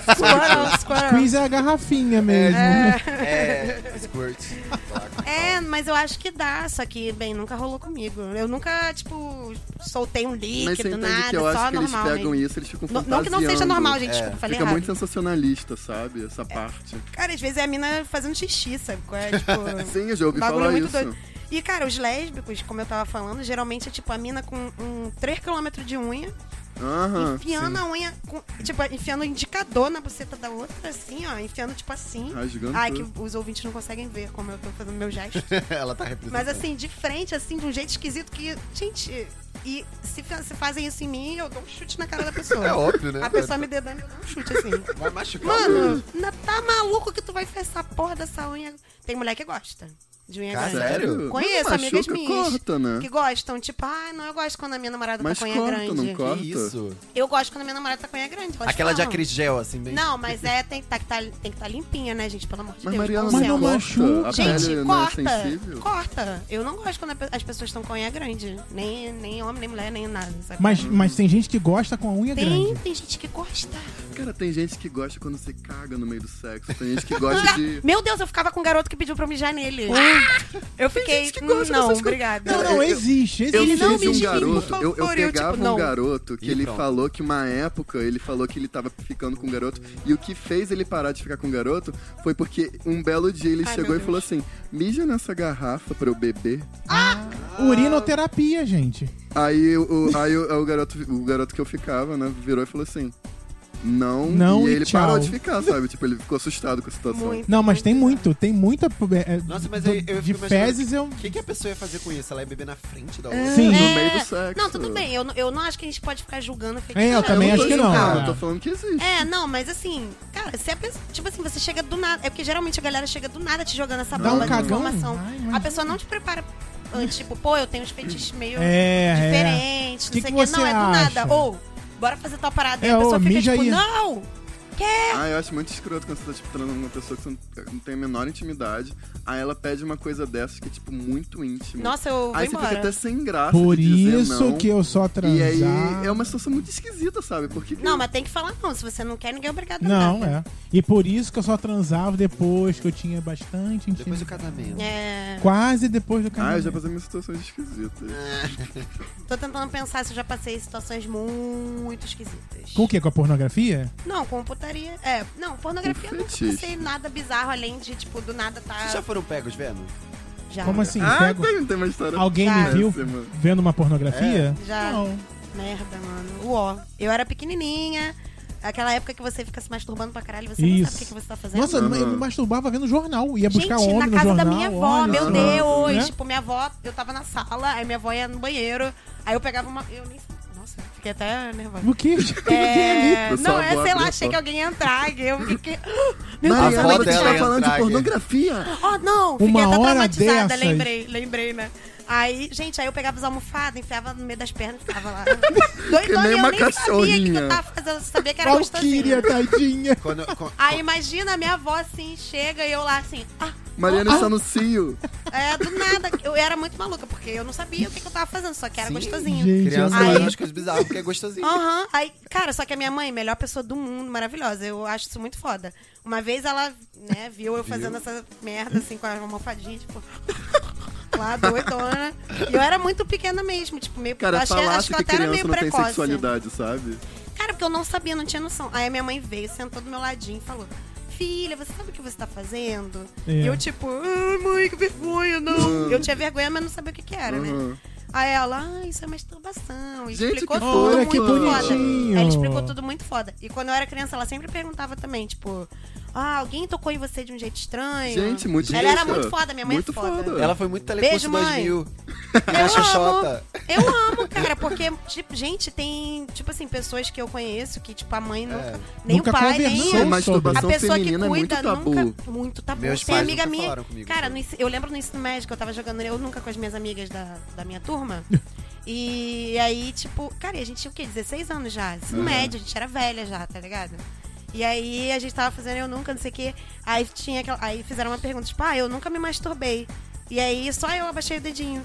[SPEAKER 4] Squirtle, squirtle.
[SPEAKER 3] Quiz é a garrafinha mesmo. É,
[SPEAKER 1] É, squirt. [LAUGHS] Saca.
[SPEAKER 4] É, mas eu acho que dá, só que, bem, nunca rolou comigo. Eu nunca, tipo, soltei um
[SPEAKER 2] Mas você
[SPEAKER 4] líquido,
[SPEAKER 2] entende
[SPEAKER 4] nada,
[SPEAKER 2] que eu
[SPEAKER 4] só
[SPEAKER 2] acho que eles
[SPEAKER 4] normal.
[SPEAKER 2] pegam
[SPEAKER 4] mesmo.
[SPEAKER 2] isso, eles ficam
[SPEAKER 4] Não-
[SPEAKER 2] fantasiando.
[SPEAKER 4] Não que não seja normal, gente,
[SPEAKER 1] É.
[SPEAKER 4] desculpa, falei
[SPEAKER 2] Fica
[SPEAKER 4] errado. É.
[SPEAKER 2] muito sensacionalista, sabe? Essa parte.
[SPEAKER 4] Cara, às vezes é a mina fazendo xixi, sabe? qual É, tipo,
[SPEAKER 2] Sim, eu já ouvi
[SPEAKER 4] bagulho
[SPEAKER 2] falar
[SPEAKER 4] muito
[SPEAKER 2] isso.
[SPEAKER 4] doido. E, cara, os lésbicos, como eu tava falando, geralmente é tipo a mina com um 3km de unha,
[SPEAKER 2] Aham.
[SPEAKER 4] enfiando a unha, com- tipo, enfiando o indicador na buceta da outra, assim, ó, enfiando tipo assim.
[SPEAKER 2] Rasgando
[SPEAKER 4] Ai, que
[SPEAKER 2] tudo.
[SPEAKER 4] os ouvintes não conseguem ver como eu tô fazendo meu gesto.
[SPEAKER 1] Ela tá representando.
[SPEAKER 4] Mas assim, de frente, assim, de um jeito esquisito que. Gente, e se, fa- se fazem isso em mim, eu dou um chute na cara da pessoa.
[SPEAKER 1] É óbvio, né?
[SPEAKER 4] A pessoa me dedando, eu dou um chute assim.
[SPEAKER 1] Vai machucar.
[SPEAKER 2] Hum.
[SPEAKER 4] Mano, na- tá maluco que tu vai fechar a porra dessa unha? Tem mulher que gosta. de unha
[SPEAKER 1] Cara,
[SPEAKER 4] grande.
[SPEAKER 1] sério?
[SPEAKER 2] Sério? Mas
[SPEAKER 4] Conheço
[SPEAKER 2] não
[SPEAKER 4] amigas
[SPEAKER 2] machuca,
[SPEAKER 4] minhas.
[SPEAKER 2] Corta, né?
[SPEAKER 4] Que gostam, tipo, ah, não, eu gosto quando a minha namorada
[SPEAKER 2] Mas
[SPEAKER 4] tá com a unha
[SPEAKER 2] corta,
[SPEAKER 4] grande.
[SPEAKER 2] não corta?
[SPEAKER 1] Que isso?
[SPEAKER 4] Eu gosto quando a minha namorada tá com a unha grande. elas
[SPEAKER 1] Aquela de
[SPEAKER 4] falam.
[SPEAKER 1] acrigel, assim, bem...
[SPEAKER 4] Não, mas é, tem que tá, estar tem que tá limpinha, né, gente? Pelo amor de
[SPEAKER 2] Mas
[SPEAKER 4] Deus.
[SPEAKER 2] Mariana,
[SPEAKER 3] Mas não
[SPEAKER 4] consente.
[SPEAKER 3] machuca.
[SPEAKER 2] A
[SPEAKER 4] Gente,
[SPEAKER 2] pele não é
[SPEAKER 4] corta.
[SPEAKER 2] sensível.
[SPEAKER 4] corta. Eu não gosto quando a pe- as pessoas estão com a unha grande. Nem, nem homem, nem mulher, nem nada. sabe?
[SPEAKER 3] Mas, mas tem gente que gosta com a unha
[SPEAKER 4] tem,
[SPEAKER 3] grande.
[SPEAKER 4] tem gente que gosta.
[SPEAKER 2] Cara, tem gente que gosta quando você caga no meio do sexo. Tem gente que
[SPEAKER 4] [LAUGHS]
[SPEAKER 2] gosta de...
[SPEAKER 4] Ah, Meu Deus, eu ficava com um garoto que pediu pra eu mijar nele.
[SPEAKER 3] Ah,
[SPEAKER 4] Eu fiquei.
[SPEAKER 2] gente que gosta
[SPEAKER 4] "Hum, não,
[SPEAKER 2] dessas coisas."
[SPEAKER 4] obrigada.
[SPEAKER 3] Não, não, existe, existe.
[SPEAKER 2] Eu
[SPEAKER 4] Ele não
[SPEAKER 2] fiz
[SPEAKER 4] me
[SPEAKER 2] um
[SPEAKER 4] diz,
[SPEAKER 2] garoto,
[SPEAKER 4] por
[SPEAKER 2] eu, eu
[SPEAKER 4] favor, eu,
[SPEAKER 2] pegava
[SPEAKER 4] tipo,
[SPEAKER 2] um
[SPEAKER 4] não.
[SPEAKER 2] garoto que
[SPEAKER 1] Ih,
[SPEAKER 2] ele
[SPEAKER 1] pronto.
[SPEAKER 2] falou que uma época ele falou que ele tava ficando com um garoto e o que fez ele parar de ficar com um garoto foi porque um belo dia ele
[SPEAKER 4] Ai,
[SPEAKER 2] chegou
[SPEAKER 4] meu
[SPEAKER 2] e
[SPEAKER 4] Deus.
[SPEAKER 2] falou assim: "Mija nessa garrafa pra eu beber".
[SPEAKER 3] Urinoterapia, gente.
[SPEAKER 2] Aí o o- aí o, o garoto o garoto que eu ficava, né, virou e falou assim: "Não".
[SPEAKER 3] Não
[SPEAKER 2] e
[SPEAKER 3] e
[SPEAKER 2] ele parou
[SPEAKER 3] tchau.
[SPEAKER 2] de ficar, sabe? Tipo, ele ficou assustado com a situação.
[SPEAKER 4] Muito.
[SPEAKER 3] Não, mas tem muito, tem muita. é, é,
[SPEAKER 1] Nossa, mas
[SPEAKER 3] do-
[SPEAKER 1] eu, eu
[SPEAKER 3] De
[SPEAKER 1] fico imaginando,
[SPEAKER 3] fezes eu.
[SPEAKER 1] O que, que a pessoa ia fazer com isso? Ela ia beber na frente da outra?
[SPEAKER 3] Sim.
[SPEAKER 2] No
[SPEAKER 4] É.
[SPEAKER 2] meio do sexo.
[SPEAKER 4] Não, tudo bem. Eu, não- eu não acho que a gente pode ficar julgando. ficar
[SPEAKER 3] É, eu
[SPEAKER 2] Eu
[SPEAKER 3] Também
[SPEAKER 2] tô
[SPEAKER 3] acho que não,
[SPEAKER 2] dizendo,
[SPEAKER 3] cara.
[SPEAKER 2] Eu tô falando que existe.
[SPEAKER 4] É, não, mas assim, cara, se a pessoa, tipo assim, você chega do nada, é porque geralmente a galera chega do nada te jogando essa
[SPEAKER 2] Dá
[SPEAKER 4] bola
[SPEAKER 2] um
[SPEAKER 4] de
[SPEAKER 3] cagão?
[SPEAKER 4] informação.
[SPEAKER 3] Ai, é imagina.
[SPEAKER 4] a pessoa não te prepara antes, tipo, pô, eu tenho uns feitiços meio
[SPEAKER 3] É, é.
[SPEAKER 4] diferentes,
[SPEAKER 3] Que
[SPEAKER 4] não sei
[SPEAKER 3] que
[SPEAKER 4] o quê.
[SPEAKER 3] você
[SPEAKER 4] Não, é do
[SPEAKER 3] acha?
[SPEAKER 4] nada. Ou, bora fazer tal parada. e
[SPEAKER 3] É,
[SPEAKER 4] a pessoa
[SPEAKER 3] ô,
[SPEAKER 4] fica
[SPEAKER 3] mija
[SPEAKER 4] tipo,
[SPEAKER 3] aí.
[SPEAKER 4] não!
[SPEAKER 2] Ah, eu acho muito escroto quando você tá, tipo, treinando uma pessoa que você não- não tem a menor intimidade. Aí ela pede uma coisa dessas que é, tipo, muito íntima.
[SPEAKER 4] Nossa, eu vou
[SPEAKER 2] Aí você
[SPEAKER 4] embora.
[SPEAKER 2] fica até sem graça
[SPEAKER 3] Por
[SPEAKER 2] de dizer
[SPEAKER 3] isso
[SPEAKER 2] não.
[SPEAKER 3] que eu só
[SPEAKER 2] E aí
[SPEAKER 3] transar.
[SPEAKER 2] é uma situação muito esquisita, sabe? Porque
[SPEAKER 4] Não, mas tem que falar não. Se você não quer, ninguém é obrigado a
[SPEAKER 3] Não,
[SPEAKER 4] nada.
[SPEAKER 3] é. E por isso que eu só transava depois que eu tinha bastante
[SPEAKER 1] Depois
[SPEAKER 3] intimidade.
[SPEAKER 1] do casamento.
[SPEAKER 4] É,
[SPEAKER 3] Quase depois do
[SPEAKER 2] Ah, eu já
[SPEAKER 3] casamento.
[SPEAKER 2] passei minhas situações esquisitas.
[SPEAKER 1] Ah.
[SPEAKER 4] tô tentando pensar se eu já passei situações muito esquisitas.
[SPEAKER 3] Com o quê? Com a pornografia?
[SPEAKER 4] Não, com putaria. É, não, pornografia
[SPEAKER 2] Com
[SPEAKER 4] eu nunca
[SPEAKER 2] fetiche.
[SPEAKER 4] passei nada bizarro além de, tipo, do nada tá.
[SPEAKER 1] Vocês já foram pegos vendo?
[SPEAKER 4] já.
[SPEAKER 3] Como assim?
[SPEAKER 2] ah,
[SPEAKER 3] Pego-
[SPEAKER 2] tem, tem uma história.
[SPEAKER 3] Alguém me
[SPEAKER 4] Cara.
[SPEAKER 3] viu
[SPEAKER 2] Péssima.
[SPEAKER 3] vendo uma
[SPEAKER 2] É.
[SPEAKER 3] pornografia?
[SPEAKER 4] Já.
[SPEAKER 3] Não.
[SPEAKER 4] Merda, mano. Uó. Eu era pequenininha. Aquela época que você fica se masturbando pra caralho, você não
[SPEAKER 3] Isso.
[SPEAKER 4] sabe o que, que você tá fazendo.
[SPEAKER 3] Nossa,
[SPEAKER 2] Aham.
[SPEAKER 3] eu me masturbava vendo jornal. Ia
[SPEAKER 4] Gente,
[SPEAKER 3] buscar homem
[SPEAKER 4] na casa
[SPEAKER 3] no jornal.
[SPEAKER 4] da minha avó,
[SPEAKER 3] olha
[SPEAKER 4] meu
[SPEAKER 3] só.
[SPEAKER 4] Deus.
[SPEAKER 3] Né?
[SPEAKER 4] Tipo, minha avó, eu tava na sala, aí minha avó ia no banheiro. Aí eu pegava uma. Eu nem sei. Nossa, fiquei até
[SPEAKER 3] [LAUGHS]
[SPEAKER 4] nervosa.
[SPEAKER 3] O que?
[SPEAKER 4] É,
[SPEAKER 2] ali?
[SPEAKER 4] não,
[SPEAKER 2] Sua avó
[SPEAKER 4] é, sei lá,
[SPEAKER 2] abriu
[SPEAKER 4] achei
[SPEAKER 2] a
[SPEAKER 4] que alguém ia entrar. que Eu fiquei. Meu
[SPEAKER 2] Mas
[SPEAKER 1] A
[SPEAKER 4] Deus,
[SPEAKER 2] a
[SPEAKER 1] avó
[SPEAKER 2] mãe
[SPEAKER 1] dela
[SPEAKER 2] está
[SPEAKER 1] ia
[SPEAKER 2] falando
[SPEAKER 1] entrar,
[SPEAKER 2] de pornografia?
[SPEAKER 4] Oh, não, fiquei
[SPEAKER 3] Uma
[SPEAKER 4] até
[SPEAKER 3] hora
[SPEAKER 4] traumatizada,
[SPEAKER 3] dessas.
[SPEAKER 4] lembrei, lembrei, né? Aí, gente, aí eu pegava as almofadas, enfiava no meio das pernas e ficava lá. Dois
[SPEAKER 2] Que nem
[SPEAKER 4] anos eu
[SPEAKER 2] uma
[SPEAKER 4] nem sabia o que que
[SPEAKER 2] cachorrinha.
[SPEAKER 4] eu tava fazendo, eu sabia que era
[SPEAKER 3] Valkyria,
[SPEAKER 4] gostosinho.
[SPEAKER 3] tadinha.
[SPEAKER 1] Quando,
[SPEAKER 4] [LAUGHS]
[SPEAKER 1] co-
[SPEAKER 4] Aí imagina a minha avó assim, chega e eu lá assim, ah,
[SPEAKER 2] Mariana está no cio.
[SPEAKER 4] é, do nada. Eu era muito maluca, porque eu não sabia o que, que eu tava fazendo, só que era
[SPEAKER 1] Sim,
[SPEAKER 4] gostosinho.
[SPEAKER 3] gente.
[SPEAKER 1] criança
[SPEAKER 4] Aí-
[SPEAKER 1] faz umas coisas bizarras porque é
[SPEAKER 2] assim.
[SPEAKER 1] gostosinho.
[SPEAKER 4] Aham. Aí, cara, só que a minha mãe, melhor pessoa do mundo, maravilhosa. Eu acho isso muito foda. Uma vez ela, né, viu eu fazendo essa merda, assim, com a almofadinha, tipo. Lá, doidona. E eu era muito pequena mesmo, tipo, meio. eu
[SPEAKER 2] Cara,
[SPEAKER 4] achei, acho
[SPEAKER 2] falasse
[SPEAKER 4] que eu
[SPEAKER 2] que
[SPEAKER 4] até era
[SPEAKER 2] criança
[SPEAKER 4] meio
[SPEAKER 2] não tem
[SPEAKER 4] precoce.
[SPEAKER 2] sexualidade, sabe?
[SPEAKER 4] Cara, porque eu não sabia, não tinha noção. Aí a minha mãe veio, sentou do meu ladinho e falou: Filha, você sabe o que você tá fazendo?
[SPEAKER 3] É.
[SPEAKER 4] E eu, tipo, ai, mãe, que vergonha, não. Eu tinha vergonha, mas não sabia o que, que era, né?
[SPEAKER 2] Uhum.
[SPEAKER 4] Aí ela, ah, isso é masturbação. E
[SPEAKER 2] Gente,
[SPEAKER 4] explicou
[SPEAKER 2] que
[SPEAKER 4] tudo
[SPEAKER 2] fofo.
[SPEAKER 3] Olha que
[SPEAKER 4] muito foda.
[SPEAKER 3] bonitinho.
[SPEAKER 4] Aí Ela explicou tudo muito foda. E quando eu era criança, ela sempre perguntava também, tipo, ah, alguém tocou em você de um jeito estranho?
[SPEAKER 2] Gente, muito
[SPEAKER 4] Ela era
[SPEAKER 2] rica.
[SPEAKER 4] muito foda, minha mãe é
[SPEAKER 2] Muito
[SPEAKER 4] foda.
[SPEAKER 2] foda.
[SPEAKER 1] Ela foi muito telecurso
[SPEAKER 4] Beijo, mãe.
[SPEAKER 1] 2000. E a
[SPEAKER 4] Eu
[SPEAKER 1] Xoxota.
[SPEAKER 4] amo, eu amo, cara, porque, tipo, gente, tem, tipo assim, pessoas que eu conheço que, tipo, a mãe
[SPEAKER 1] É.
[SPEAKER 4] nunca, nem
[SPEAKER 3] Nunca
[SPEAKER 4] o pai,
[SPEAKER 3] conversou
[SPEAKER 4] nem
[SPEAKER 2] Mas
[SPEAKER 3] sobre.
[SPEAKER 4] a
[SPEAKER 2] masturbação
[SPEAKER 4] pessoa que
[SPEAKER 2] feminina é muito
[SPEAKER 4] cuida
[SPEAKER 2] tabu.
[SPEAKER 4] nunca. Muito tabu.
[SPEAKER 1] Meus
[SPEAKER 4] Tem
[SPEAKER 1] pais
[SPEAKER 4] amiga
[SPEAKER 1] nunca
[SPEAKER 4] minha.
[SPEAKER 1] falaram comigo
[SPEAKER 4] Cara,
[SPEAKER 1] sobre.
[SPEAKER 4] no ensi- eu lembro no ensino médio que eu tava jogando eu nunca com as minhas amigas da, da
[SPEAKER 2] [LAUGHS]
[SPEAKER 4] minha turma. E aí, tipo, cara, e a gente tinha o quê? 16 anos já.
[SPEAKER 1] Uhum.
[SPEAKER 4] Ensino médio, a gente era velha já, tá ligado? E aí a gente tava fazendo eu nunca, não sei o quê. Aí tinha aquela. Aí fizeram uma pergunta, tipo, ah, eu nunca me masturbei. E aí só eu abaixei o dedinho.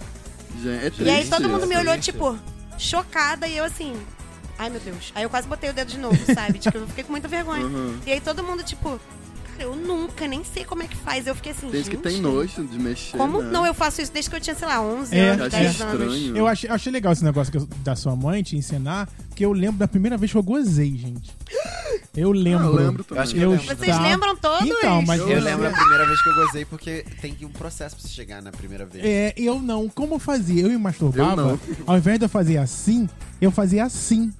[SPEAKER 2] Gente, é
[SPEAKER 4] E aí
[SPEAKER 2] triste.
[SPEAKER 4] todo mundo me olhou,
[SPEAKER 1] triste.
[SPEAKER 4] tipo, chocada, e eu assim. Ai meu Deus. Aí eu quase botei o dedo de novo, sabe? tipo, eu fiquei com muita vergonha.
[SPEAKER 2] Uhum.
[SPEAKER 4] E aí todo mundo, tipo, cara, eu nunca, nem sei como é que faz. Eu fiquei assim,
[SPEAKER 2] Tem gente que tem nojo de mexer.
[SPEAKER 4] Como?
[SPEAKER 2] né?
[SPEAKER 4] Não, eu faço isso desde que eu tinha, sei lá, 11
[SPEAKER 3] É,
[SPEAKER 4] anos,
[SPEAKER 2] Acho
[SPEAKER 4] 10 anos.
[SPEAKER 2] estranho.
[SPEAKER 3] Eu achei, eu achei legal esse negócio que eu- da sua mãe te ensinar, porque eu lembro da primeira vez que eu gozei, gente. Eu
[SPEAKER 2] Ah,
[SPEAKER 3] lembro.
[SPEAKER 2] eu lembro também.
[SPEAKER 1] Eu acho que
[SPEAKER 3] Eu
[SPEAKER 1] eu lembro.
[SPEAKER 4] Vocês
[SPEAKER 3] Tá.
[SPEAKER 4] lembram todos?
[SPEAKER 3] Então, mas
[SPEAKER 2] Eu
[SPEAKER 1] Eu lembro a primeira vez que eu gozei, porque tem que um processo pra você chegar na primeira vez.
[SPEAKER 3] É, eu não. Como eu fazia? Eu me masturbava,
[SPEAKER 2] Eu não.
[SPEAKER 3] ao invés de eu fazer assim, eu fazia assim.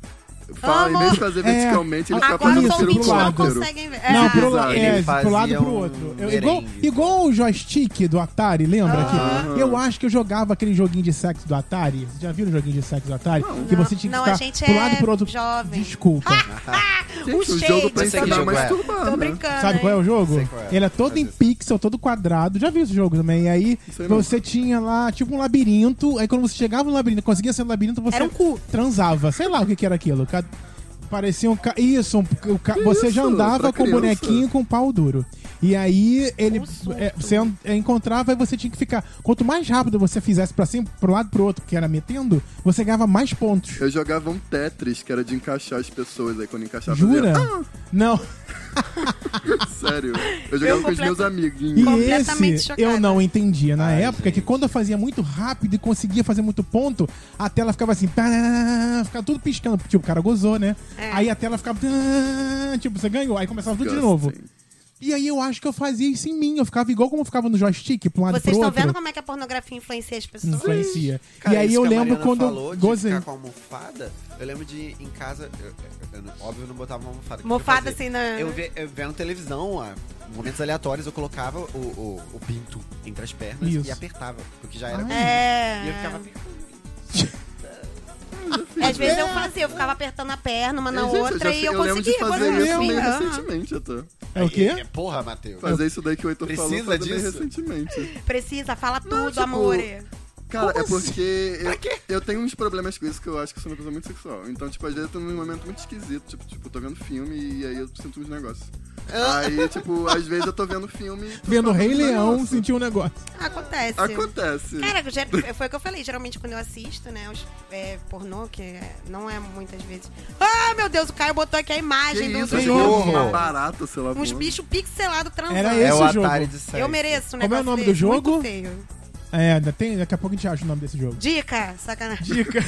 [SPEAKER 2] Fala, em vez de
[SPEAKER 4] Amor.
[SPEAKER 2] fazer
[SPEAKER 3] É.
[SPEAKER 2] verticalmente, ele tá
[SPEAKER 4] Agora
[SPEAKER 2] fazendo
[SPEAKER 4] os
[SPEAKER 2] pelo
[SPEAKER 4] ouvintes não
[SPEAKER 3] lado.
[SPEAKER 2] helicóptero.
[SPEAKER 4] conseguem ver.
[SPEAKER 3] Não,
[SPEAKER 4] É,
[SPEAKER 3] pro,
[SPEAKER 2] exato.
[SPEAKER 3] é,
[SPEAKER 1] Ele
[SPEAKER 3] pro lado e
[SPEAKER 1] fazia
[SPEAKER 3] pro
[SPEAKER 1] um
[SPEAKER 3] outro. Eu- igual,
[SPEAKER 1] merengue.
[SPEAKER 3] igual o joystick do Atari, lembra?
[SPEAKER 2] Aham.
[SPEAKER 3] Que eu acho que eu jogava aquele joguinho de sexo do Atari. Vocês já viram o joguinho de sexo do Atari? que
[SPEAKER 4] Não,
[SPEAKER 3] você tinha que
[SPEAKER 4] não, a
[SPEAKER 3] ficar
[SPEAKER 4] gente
[SPEAKER 3] pro
[SPEAKER 4] é
[SPEAKER 3] lado e pro outro.
[SPEAKER 4] jovem.
[SPEAKER 3] Desculpa.
[SPEAKER 2] Gente,
[SPEAKER 4] um
[SPEAKER 2] um
[SPEAKER 4] shade,
[SPEAKER 2] jogo pra
[SPEAKER 4] eu sei que
[SPEAKER 2] ensinar
[SPEAKER 1] jogo
[SPEAKER 2] mais
[SPEAKER 1] é.
[SPEAKER 4] Tô
[SPEAKER 2] turbano. né?
[SPEAKER 4] brincando.
[SPEAKER 3] Sabe qual é o
[SPEAKER 4] hein?
[SPEAKER 3] jogo?
[SPEAKER 1] Sei qual é.
[SPEAKER 3] Ele é todo em
[SPEAKER 1] Mas
[SPEAKER 3] pixel, todo quadrado. Já vi esse jogo também. E aí
[SPEAKER 2] Sei não.
[SPEAKER 3] você tinha lá, tipo, um labirinto. Aí quando você chegava no labirinto, conseguia sair do labirinto, você
[SPEAKER 4] Era um cu.
[SPEAKER 3] transava. Sei lá o que, que era aquilo. Ca- Parecia um. Ca... Isso, um ca- o ca-
[SPEAKER 2] Que
[SPEAKER 3] você já
[SPEAKER 2] isso?
[SPEAKER 3] andava
[SPEAKER 2] Pra
[SPEAKER 3] com o
[SPEAKER 2] criança.
[SPEAKER 3] bonequinho com um pau duro. E aí ele.
[SPEAKER 4] Um susto.
[SPEAKER 3] é, você an- é, encontrava e você tinha que ficar. Quanto mais rápido você fizesse pra cima, pro lado pro outro, que era metendo, você ganhava mais pontos.
[SPEAKER 2] Eu jogava um Tetris, que era de encaixar as pessoas aí quando encaixava.
[SPEAKER 3] Jura?
[SPEAKER 4] Ah.
[SPEAKER 3] Não.
[SPEAKER 2] fazia- Sério. Eu jogava com os
[SPEAKER 4] completo-
[SPEAKER 2] meus
[SPEAKER 3] E
[SPEAKER 2] amiguinhos.
[SPEAKER 4] Completamente
[SPEAKER 3] esse
[SPEAKER 4] chocada.
[SPEAKER 3] eu não entendia na
[SPEAKER 1] Ai,
[SPEAKER 3] época que
[SPEAKER 1] gente.
[SPEAKER 3] quando eu fazia muito rápido e conseguia fazer muito ponto, a tela ficava assim, pá, ficava tudo piscando, porque tipo, o cara gozou, né?
[SPEAKER 4] É.
[SPEAKER 3] Aí a tela ficava, pá, tipo, você ganhou, aí começava
[SPEAKER 2] assim.
[SPEAKER 3] tudo de novo.
[SPEAKER 2] Disgusting.
[SPEAKER 3] E aí eu acho que eu fazia isso em mim, eu ficava igual como eu ficava no joystick, pra um lado
[SPEAKER 4] Vocês
[SPEAKER 3] pro
[SPEAKER 4] estão
[SPEAKER 3] outro.
[SPEAKER 4] vendo como Hum. é que a pornografia influencia as pessoas?
[SPEAKER 3] Influencia.
[SPEAKER 1] Cara,
[SPEAKER 3] e aí
[SPEAKER 1] isso
[SPEAKER 3] eu
[SPEAKER 1] que a
[SPEAKER 3] lembro
[SPEAKER 1] Mariana
[SPEAKER 3] quando
[SPEAKER 1] falou
[SPEAKER 3] eu
[SPEAKER 1] de
[SPEAKER 3] gozei.
[SPEAKER 1] Ficar com a almofada, eu lembro de ir em casa. Eu, eu- eu não- óbvio, eu não botava uma almofada. que
[SPEAKER 4] Mofada
[SPEAKER 1] eu fazia.
[SPEAKER 4] assim na.
[SPEAKER 1] Eu, ve, eu vendo televisão, ah, momentos aleatórios, eu colocava o, o, o pinto entre as pernas
[SPEAKER 3] Isso. Ah,
[SPEAKER 1] e apertava, porque já era. assim.
[SPEAKER 3] Ai.
[SPEAKER 1] E eu
[SPEAKER 4] É.
[SPEAKER 1] ficava assim, apertando.
[SPEAKER 4] Às vezes eu fazia, eu ficava apertando a perna uma na
[SPEAKER 2] Gente, assim, eu já
[SPEAKER 4] outra
[SPEAKER 2] fiz-
[SPEAKER 4] e eu,
[SPEAKER 2] lembro
[SPEAKER 4] conseguia.
[SPEAKER 2] de fazer
[SPEAKER 4] agora
[SPEAKER 2] isso
[SPEAKER 4] eu
[SPEAKER 2] meio
[SPEAKER 4] fiz.
[SPEAKER 2] recentemente até.
[SPEAKER 3] É o
[SPEAKER 1] É,
[SPEAKER 3] quê?
[SPEAKER 1] porra, Matheus.
[SPEAKER 2] Fazer isso daí que o Heitor
[SPEAKER 1] Precisa
[SPEAKER 2] falou, fazer meio
[SPEAKER 1] disso?
[SPEAKER 2] recentemente.
[SPEAKER 4] Aham. Precisa, fala tudo,
[SPEAKER 2] tipo,
[SPEAKER 4] amor.
[SPEAKER 2] Cara, é
[SPEAKER 3] Como
[SPEAKER 4] assim?
[SPEAKER 2] porque eu, eu tenho uns problemas com isso que eu acho que sou uma coisa muito sexual. Então, tipo, às vezes eu tô num momento muito esquisito. Tipo, tipo, tô vendo filme e aí eu sinto uns negócios.
[SPEAKER 4] Ah.
[SPEAKER 2] Aí, tipo, às vezes eu tô vendo filme. e tô
[SPEAKER 3] Vendo o
[SPEAKER 2] falando
[SPEAKER 3] Rei
[SPEAKER 2] uns
[SPEAKER 3] Leão,
[SPEAKER 2] negócios.
[SPEAKER 3] senti um negócio.
[SPEAKER 4] Acontece.
[SPEAKER 2] Acontece.
[SPEAKER 4] Cara, ger- foi o que eu falei. Geralmente quando eu assisto, né, os é, pornô, que é- não é muitas vezes. Ah, meu Deus, o Caio botou aqui a
[SPEAKER 2] que
[SPEAKER 4] imagem do
[SPEAKER 2] isso,
[SPEAKER 4] dos
[SPEAKER 2] tipo,
[SPEAKER 1] horror.
[SPEAKER 2] uma barata, sei lá.
[SPEAKER 4] uns
[SPEAKER 2] voando.
[SPEAKER 4] bichos pixelados transando.
[SPEAKER 3] Era
[SPEAKER 1] É
[SPEAKER 3] esse
[SPEAKER 1] o
[SPEAKER 3] jogo.
[SPEAKER 1] Atari de sexo.
[SPEAKER 4] Eu mereço um
[SPEAKER 3] Como é o
[SPEAKER 4] negócio
[SPEAKER 3] nome do
[SPEAKER 4] desse,
[SPEAKER 3] jogo?
[SPEAKER 4] muito feio.
[SPEAKER 3] É, ainda tem, daqui a pouco a gente acha o nome desse jogo.
[SPEAKER 4] Dica, sacanagem.
[SPEAKER 3] Dica.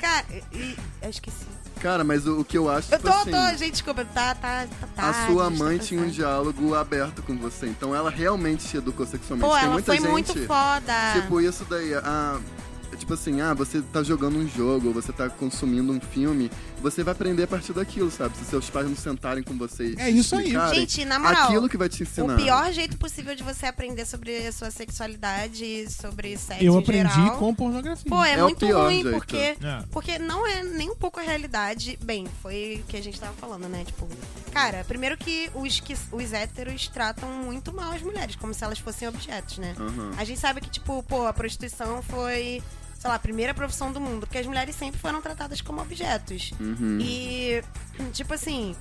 [SPEAKER 4] Cara, e- eu esqueci.
[SPEAKER 2] Cara, mas o, o que eu acho,
[SPEAKER 4] Eu
[SPEAKER 2] tipo
[SPEAKER 4] tô,
[SPEAKER 2] assim,
[SPEAKER 4] tô, gente, desculpa, tá, tá, tá.
[SPEAKER 2] a
[SPEAKER 4] tarde,
[SPEAKER 2] sua
[SPEAKER 4] tá
[SPEAKER 2] mãe tinha um
[SPEAKER 4] cansada.
[SPEAKER 2] diálogo aberto com você. Então ela realmente te educou sexualmente.
[SPEAKER 4] Pô,
[SPEAKER 2] Tem
[SPEAKER 4] ela
[SPEAKER 2] muita
[SPEAKER 4] foi
[SPEAKER 2] gente...
[SPEAKER 4] muito foda.
[SPEAKER 2] Tipo, isso daí, ah, tipo assim, ah, você tá jogando um jogo, ou você tá consumindo um filme, você vai aprender a partir daquilo, sabe? Se seus pais não sentarem com vocês.
[SPEAKER 3] É isso aí.
[SPEAKER 4] Gente, na moral,
[SPEAKER 2] Aquilo que vai te ensinar.
[SPEAKER 4] o pior jeito possível de você aprender sobre a sua sexualidade e sobre sexo
[SPEAKER 3] Eu
[SPEAKER 4] em
[SPEAKER 3] aprendi
[SPEAKER 4] geral.
[SPEAKER 3] com pornografia.
[SPEAKER 4] Pô, é,
[SPEAKER 2] É o
[SPEAKER 4] muito
[SPEAKER 2] pior
[SPEAKER 4] ruim,
[SPEAKER 2] jeito.
[SPEAKER 4] porque,
[SPEAKER 3] É.
[SPEAKER 4] porque não é nem um pouco a realidade. Bem, foi o que a gente tava falando, né? Tipo, cara, primeiro que os, que os héteros tratam muito mal as mulheres, como se elas fossem objetos, né?
[SPEAKER 2] Aham.
[SPEAKER 4] A gente sabe que, tipo, pô, a prostituição foi, sei lá, a primeira profissão do mundo, porque as mulheres sempre foram tratadas como objetos.
[SPEAKER 2] Uhum.
[SPEAKER 4] é E, tipo assim,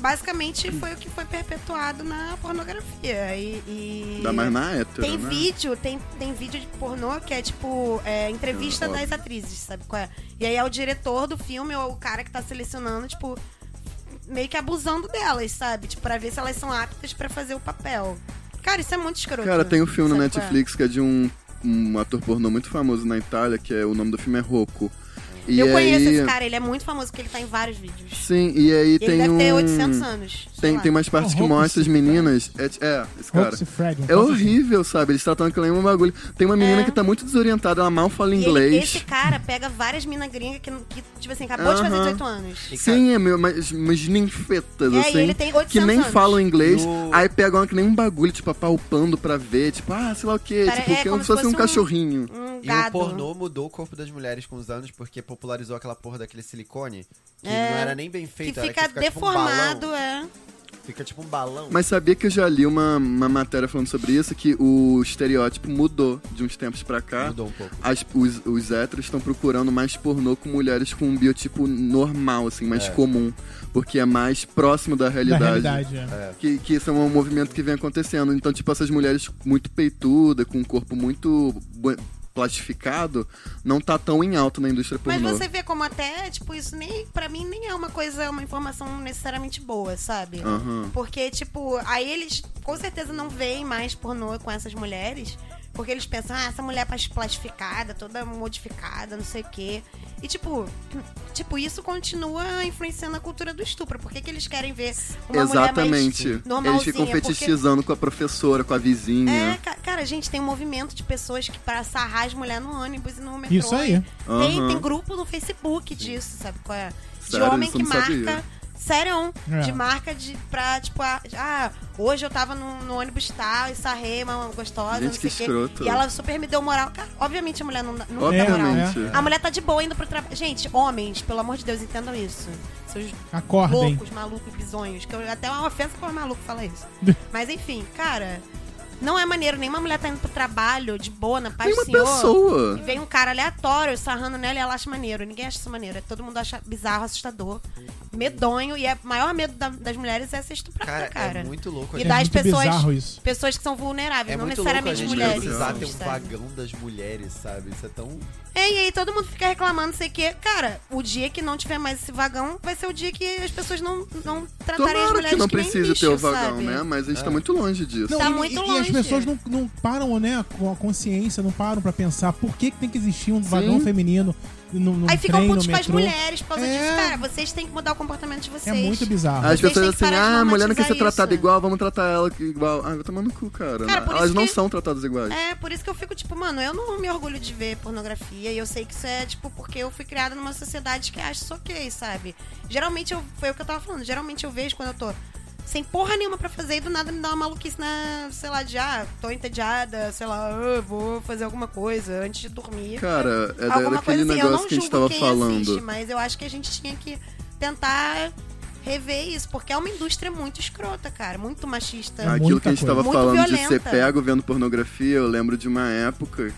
[SPEAKER 4] basicamente foi o que foi perpetuado na pornografia. E. e-
[SPEAKER 2] Ainda mais na hétero,
[SPEAKER 4] tem
[SPEAKER 2] né?
[SPEAKER 4] vídeo, tem, tem vídeo de pornô que é tipo é, entrevista
[SPEAKER 2] Ah, óbvio.
[SPEAKER 4] das atrizes, sabe qual é? E aí é o diretor do filme ou o cara que tá selecionando, tipo, meio que abusando delas, sabe? Tipo, pra ver se elas são aptas pra fazer o papel. Cara, isso é muito escroto.
[SPEAKER 2] Cara, tem um filme na
[SPEAKER 4] Sabe qual é?
[SPEAKER 2] Netflix que é de um, um ator pornô muito famoso na Itália, que é o nome do filme é Rocco. E
[SPEAKER 4] Eu conheço
[SPEAKER 2] aí...
[SPEAKER 4] esse cara, ele é muito famoso porque ele tá em vários vídeos.
[SPEAKER 2] Sim, e aí
[SPEAKER 4] Ele
[SPEAKER 2] tem
[SPEAKER 4] deve
[SPEAKER 2] um...
[SPEAKER 4] ter 800 anos. sei
[SPEAKER 2] Tem,
[SPEAKER 4] lá.
[SPEAKER 2] tem umas partes
[SPEAKER 3] Não,
[SPEAKER 2] que
[SPEAKER 3] Rocco
[SPEAKER 2] mostra as
[SPEAKER 3] sim,
[SPEAKER 2] meninas. É, t- é, esse cara.
[SPEAKER 3] Hope se Fred, uma
[SPEAKER 2] É
[SPEAKER 3] coisa assim.
[SPEAKER 2] horrível, sabe? Eles tratam aquilo aí um bagulho. Tem uma menina
[SPEAKER 4] É.
[SPEAKER 2] que tá muito desorientada, ela mal fala
[SPEAKER 4] E ele-
[SPEAKER 2] inglês.
[SPEAKER 4] esse cara pega várias minas gringas que, não- que, tipo assim, acabou de fazer
[SPEAKER 2] Aham.
[SPEAKER 4] 18 anos.
[SPEAKER 2] Sim, é meu, mas umas ninfetas,
[SPEAKER 4] É, e
[SPEAKER 2] assim.
[SPEAKER 4] ele tem 800
[SPEAKER 2] que nem
[SPEAKER 4] anos.
[SPEAKER 2] falam inglês.
[SPEAKER 1] No-
[SPEAKER 2] Aí pegam que nem um bagulho, tipo, apalpando pra ver. Tipo, ah, sei lá o quê.
[SPEAKER 4] Pare-
[SPEAKER 2] Tipo,
[SPEAKER 4] é
[SPEAKER 2] que é
[SPEAKER 4] como
[SPEAKER 2] como se fosse um, cachorrinho.
[SPEAKER 4] Um
[SPEAKER 1] E o
[SPEAKER 4] gado.
[SPEAKER 1] pornô mudou o corpo das mulheres com os anos porque popularizou aquela porra daquele silicone que não era nem bem
[SPEAKER 4] É, que
[SPEAKER 1] feito, era
[SPEAKER 4] fica deformado,
[SPEAKER 1] Tipo um balão,
[SPEAKER 4] é.
[SPEAKER 1] fica tipo um balão.
[SPEAKER 2] Mas sabia que eu já li uma, uma matéria falando sobre isso? Que o estereótipo mudou de uns tempos pra cá.
[SPEAKER 1] Mudou um pouco.
[SPEAKER 2] As- os, os héteros estão procurando mais pornô com mulheres com um biotipo normal, assim, mais comum. Porque é mais próximo da
[SPEAKER 3] Da
[SPEAKER 2] realidade.
[SPEAKER 3] realidade, é.
[SPEAKER 2] Que, que isso é um movimento que vem acontecendo. Então, tipo, essas mulheres muito peitudas, com um corpo muito bu- plastificado, não tá tão em alta na indústria
[SPEAKER 4] Mas
[SPEAKER 2] pornô.
[SPEAKER 4] você vê como até, tipo, isso nem pra mim nem é uma coisa, uma informação necessariamente boa, sabe?
[SPEAKER 2] Aham.
[SPEAKER 4] Porque, tipo, aí eles com certeza não veem mais pornô com essas mulheres. Porque eles pensam, ah, essa mulher plas- plastificada, toda modificada, não sei o quê. E, tipo, [CLEARS THROAT] tipo, isso continua influenciando a cultura do estupro. Por que, que eles querem ver uma
[SPEAKER 2] Exatamente.
[SPEAKER 4] mulher mais normalzinha?
[SPEAKER 2] Eles ficam
[SPEAKER 4] Porque-
[SPEAKER 2] fetichizando com a professora, com a
[SPEAKER 4] É,
[SPEAKER 2] vizinha.
[SPEAKER 4] ca- cara, gente, tem um movimento de pessoas que pra sarrar as mulheres no ônibus e no metrô.
[SPEAKER 3] Isso aí.
[SPEAKER 4] Tem,
[SPEAKER 2] Aham.
[SPEAKER 4] tem grupo no Facebook disso, sabe qual é? De
[SPEAKER 2] Sério,
[SPEAKER 4] homem
[SPEAKER 2] isso
[SPEAKER 4] que
[SPEAKER 2] eu não sabia.
[SPEAKER 4] marca. Sério,
[SPEAKER 3] É.
[SPEAKER 4] de marca de pra, tipo, ah, ah, hoje eu tava no, no ônibus tal e sarrei uma gostosa,
[SPEAKER 2] Gente,
[SPEAKER 4] não sei
[SPEAKER 2] que
[SPEAKER 4] o quê.
[SPEAKER 2] escroto.
[SPEAKER 4] E ela super me deu moral. Cara, obviamente a mulher não, dá- não dá moral.
[SPEAKER 2] Obviamente.
[SPEAKER 3] É,
[SPEAKER 4] A mulher tá de boa indo pro trabalho. Gente, homens, pelo amor de Deus, entendam isso. Seus
[SPEAKER 3] Acordem.
[SPEAKER 4] loucos, malucos, bizonhos. Que eu- até é uma ofensa quando maluco
[SPEAKER 3] [LAUGHS]
[SPEAKER 4] fala isso. Mas enfim, cara, não é maneiro. Nenhuma mulher tá indo pro trabalho de boa, na paz
[SPEAKER 2] Tem
[SPEAKER 4] do
[SPEAKER 2] uma
[SPEAKER 4] senhor. E
[SPEAKER 2] pessoa.
[SPEAKER 4] vem um cara aleatório sarrando nela e ela acha maneiro. Ninguém acha isso maneiro. é Todo mundo acha bizarro, assustador, medonho. E é- o maior medo da- das mulheres é ser estuprada,
[SPEAKER 1] Cara,
[SPEAKER 4] cara.
[SPEAKER 1] é muito louco.
[SPEAKER 4] E
[SPEAKER 1] gente.
[SPEAKER 4] dá- das
[SPEAKER 3] muito
[SPEAKER 4] pessoas-
[SPEAKER 3] bizarro isso.
[SPEAKER 4] Pessoas que são vulneráveis,
[SPEAKER 1] É
[SPEAKER 4] não
[SPEAKER 1] muito louco a
[SPEAKER 4] necessariamente
[SPEAKER 1] gente
[SPEAKER 4] mulheres. né?
[SPEAKER 1] precisar ter um
[SPEAKER 4] sabe?
[SPEAKER 1] vagão das mulheres, sabe? Isso é tão...
[SPEAKER 4] É, e aí todo mundo fica reclamando, não sei o quê. Cara, o dia que não tiver mais esse vagão, vai ser o dia que as pessoas não, não tratarem as
[SPEAKER 2] Tomara
[SPEAKER 4] mulheres
[SPEAKER 2] que não
[SPEAKER 4] nem
[SPEAKER 2] precise
[SPEAKER 4] lixo,
[SPEAKER 2] ter o vagão,
[SPEAKER 4] sabe?
[SPEAKER 2] né? Mas a gente tá muito longe disso.
[SPEAKER 3] Não,
[SPEAKER 4] Tá
[SPEAKER 3] e,
[SPEAKER 4] muito
[SPEAKER 3] e- e as
[SPEAKER 4] longe.
[SPEAKER 3] pessoas não, não param, né, com a consciência, não param pra pensar por que, que tem que existir um vagão feminino no, no trem,
[SPEAKER 4] Aí ficam
[SPEAKER 3] no
[SPEAKER 4] putos com as
[SPEAKER 3] metrô.
[SPEAKER 4] mulheres por causa
[SPEAKER 3] É.
[SPEAKER 4] disso. Cara, vocês têm que mudar o comportamento de
[SPEAKER 3] É
[SPEAKER 4] vocês.
[SPEAKER 3] muito bizarro.
[SPEAKER 2] As
[SPEAKER 4] Vocês
[SPEAKER 2] pessoas
[SPEAKER 4] têm que
[SPEAKER 2] assim,
[SPEAKER 4] parar de
[SPEAKER 2] ah, a mulher não quer ser
[SPEAKER 4] normatizar
[SPEAKER 2] tratada
[SPEAKER 4] isso."
[SPEAKER 2] igual, vamos tratar ela igual. Ah, vai tomar no cu, cara.
[SPEAKER 4] Cara, por
[SPEAKER 2] Elas
[SPEAKER 4] isso
[SPEAKER 2] não
[SPEAKER 4] que-
[SPEAKER 2] são tratadas iguais.
[SPEAKER 4] É, por isso que eu fico tipo, mano, eu não me orgulho de ver pornografia e eu sei que isso é, tipo, porque eu fui criada numa sociedade que acha isso ok, sabe? Geralmente eu, foi o que eu tava falando, geralmente eu vejo quando eu tô sem porra nenhuma pra fazer e do nada me dá uma maluquice na, sei lá, de ah, tô entediada, sei lá, ah, vou fazer alguma coisa antes de dormir.
[SPEAKER 2] Cara, é da-
[SPEAKER 4] alguma
[SPEAKER 2] daquele
[SPEAKER 4] coisa assim, eu
[SPEAKER 2] negócio
[SPEAKER 4] não
[SPEAKER 2] que a gente
[SPEAKER 4] julgo
[SPEAKER 2] tava
[SPEAKER 4] quem
[SPEAKER 2] falando.
[SPEAKER 4] Assiste, mas eu acho que a gente tinha que tentar rever isso, porque é uma indústria muito escrota, cara, muito machista.
[SPEAKER 3] É
[SPEAKER 2] Aquilo que
[SPEAKER 3] muita
[SPEAKER 2] a gente
[SPEAKER 3] coisa.
[SPEAKER 2] tava
[SPEAKER 4] Muito
[SPEAKER 2] falando de ser
[SPEAKER 4] violenta.
[SPEAKER 2] pego vendo pornografia, eu lembro de uma época.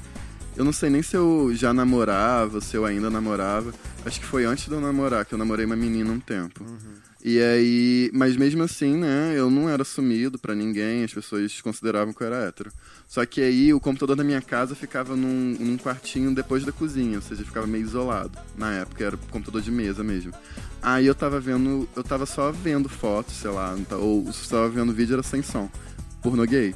[SPEAKER 2] Eu não sei nem se eu já namorava, se eu ainda namorava. Acho que foi antes de eu namorar, que eu namorei uma menina um tempo.
[SPEAKER 3] Uhum.
[SPEAKER 2] E aí. Mas mesmo assim, né? Eu não era sumido pra ninguém, as pessoas consideravam que eu era hétero. Só que aí o computador da minha casa ficava num, num quartinho depois da cozinha, ou seja, ficava meio isolado. Na época era computador de mesa mesmo. Aí eu tava vendo. Eu tava só vendo fotos, sei lá, não tá- ou só tava vendo vídeo era sem som. Porno gay.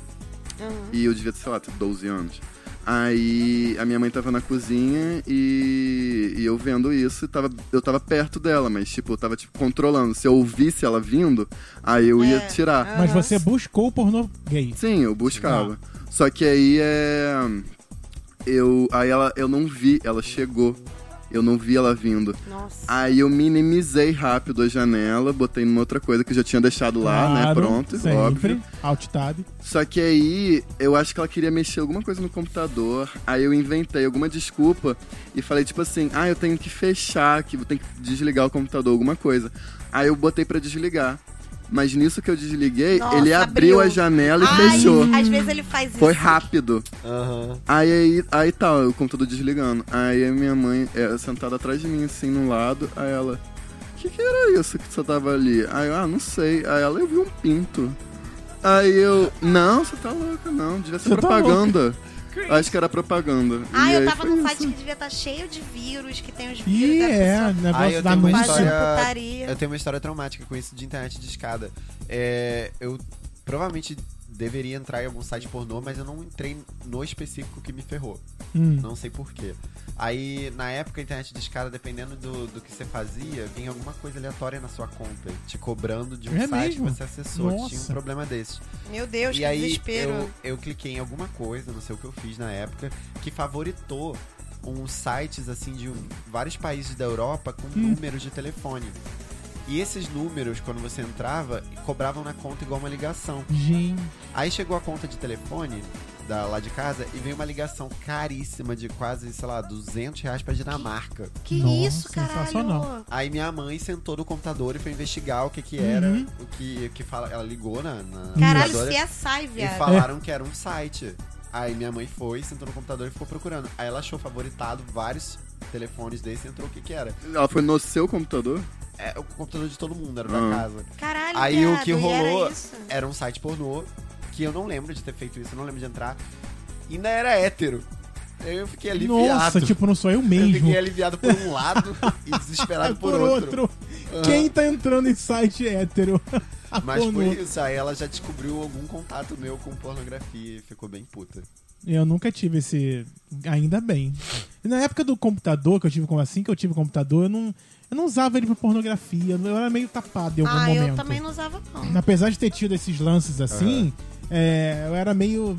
[SPEAKER 2] E eu devia ter, sei lá, ter 12 anos. Aí a minha mãe tava na cozinha e, e eu vendo isso, e tava, eu tava perto dela, mas tipo, eu tava tipo, controlando. Se eu ouvisse ela vindo, aí eu ia
[SPEAKER 4] É.
[SPEAKER 2] tirar.
[SPEAKER 3] Mas você buscou o pornô gay.
[SPEAKER 2] Sim, eu buscava. Só que aí é. Eu. Aí ela eu não vi, ela chegou. Eu não vi ela vindo.
[SPEAKER 4] Nossa.
[SPEAKER 2] Aí eu minimizei rápido a janela, botei numa outra coisa que eu já tinha deixado lá, né?
[SPEAKER 3] Claro,
[SPEAKER 2] Pronto,
[SPEAKER 3] sempre.
[SPEAKER 2] óbvio.
[SPEAKER 3] Alt tab.
[SPEAKER 2] Só que aí eu acho que ela queria mexer alguma coisa no computador. Aí eu inventei alguma desculpa e falei tipo assim: "Ah, eu tenho que fechar, que eu tenho que desligar o computador, alguma coisa". Aí eu botei pra desligar. Mas nisso que eu desliguei,
[SPEAKER 4] Nossa,
[SPEAKER 2] ele abriu,
[SPEAKER 4] abriu.
[SPEAKER 2] a janela e
[SPEAKER 4] Ai,
[SPEAKER 2] fechou.
[SPEAKER 4] Às vezes ele faz isso.
[SPEAKER 2] Foi rápido.
[SPEAKER 1] Aham.
[SPEAKER 2] Aí, aí, aí tá, o computador desligando. Aí a minha mãe é, sentada atrás de mim, assim, no lado. Aí ela, o que que era isso que você tava ali? Aí eu, ah, não sei. Aí ela, eu vi um pinto. Aí eu, não, você tá louca, não. Devia ser
[SPEAKER 3] Você tá
[SPEAKER 2] propaganda. Acho que era propaganda.
[SPEAKER 4] Ah,
[SPEAKER 2] E
[SPEAKER 4] eu
[SPEAKER 2] aí
[SPEAKER 4] tava
[SPEAKER 2] foi
[SPEAKER 4] num
[SPEAKER 2] isso.
[SPEAKER 4] site que devia estar cheio de vírus, que tem os vírus
[SPEAKER 3] E
[SPEAKER 4] da
[SPEAKER 3] é,
[SPEAKER 4] pessoa
[SPEAKER 1] Ah,
[SPEAKER 3] negócio
[SPEAKER 1] eu
[SPEAKER 3] da
[SPEAKER 1] tenho uma
[SPEAKER 3] anúncio.
[SPEAKER 4] fazendo
[SPEAKER 1] história-
[SPEAKER 4] putaria.
[SPEAKER 1] Eu tenho uma história traumática com isso de internet de escada. É, eu provavelmente deveria entrar em algum site pornô, mas eu não entrei no específico que me ferrou.
[SPEAKER 3] Hum.
[SPEAKER 1] Não sei porquê. Aí, na época, a internet de escada, dependendo do, do que você fazia, vinha alguma coisa aleatória na sua conta, te cobrando de um
[SPEAKER 3] É
[SPEAKER 1] site
[SPEAKER 3] mesmo?
[SPEAKER 1] que você acessou. Tinha um
[SPEAKER 3] Nossa.
[SPEAKER 1] problema desse.
[SPEAKER 4] Meu Deus,
[SPEAKER 1] E
[SPEAKER 4] que
[SPEAKER 1] aí
[SPEAKER 4] desespero.
[SPEAKER 1] eu, eu cliquei em alguma coisa, não sei o que eu fiz na época, que favoritou uns sites assim de um- vários países da Europa com
[SPEAKER 4] Hum.
[SPEAKER 1] números de telefone. E esses números, quando você entrava, cobravam na conta igual uma ligação.
[SPEAKER 3] Gente.
[SPEAKER 1] Aí chegou a conta de telefone da, lá de casa e veio uma ligação caríssima de quase, sei lá, 200 reais pra Dinamarca.
[SPEAKER 4] Que
[SPEAKER 3] Nossa,
[SPEAKER 4] isso, caralho.
[SPEAKER 3] sensacional.
[SPEAKER 1] Aí minha mãe sentou no computador e foi investigar o que que era,
[SPEAKER 3] Uhum.
[SPEAKER 1] o que, o que fala. Ela ligou na. na
[SPEAKER 4] Caralho,
[SPEAKER 1] operadora.
[SPEAKER 4] CSI,
[SPEAKER 1] E
[SPEAKER 4] viado.
[SPEAKER 1] falaram que era um site. Aí minha mãe foi, sentou no computador e ficou procurando. Aí ela achou favoritado vários telefones desse e entrou o que que era.
[SPEAKER 2] Ela foi no seu computador?
[SPEAKER 1] É o computador de todo mundo, era da
[SPEAKER 2] Hum.
[SPEAKER 1] casa.
[SPEAKER 4] Caralho,
[SPEAKER 1] Aí o
[SPEAKER 4] viado,
[SPEAKER 1] que
[SPEAKER 4] e era
[SPEAKER 1] rolou-
[SPEAKER 4] isso?
[SPEAKER 1] Era um site pornô, que eu não lembro de ter feito isso, eu não lembro de entrar. E ainda era hétero. Aí Eu fiquei aliviado.
[SPEAKER 3] Nossa, tipo, não sou eu
[SPEAKER 1] eu
[SPEAKER 3] mesmo.
[SPEAKER 1] fiquei aliviado por um lado e desesperado por, outro. Aham.
[SPEAKER 3] Quem tá entrando em site hétero? [LAUGHS]
[SPEAKER 1] Mas
[SPEAKER 3] Pornô.
[SPEAKER 1] por isso, aí ela já descobriu algum contato meu com pornografia e ficou bem puta.
[SPEAKER 3] Eu nunca tive esse. Ainda bem. E na época do computador, que eu tive com- assim que eu tive computador, eu não, eu não usava ele pra pornografia. Eu era meio tapado em algum
[SPEAKER 4] Ah,
[SPEAKER 3] momento.
[SPEAKER 4] eu também não usava,
[SPEAKER 1] [LAUGHS]
[SPEAKER 4] não.
[SPEAKER 3] Apesar de ter tido esses lances assim, é, eu era meio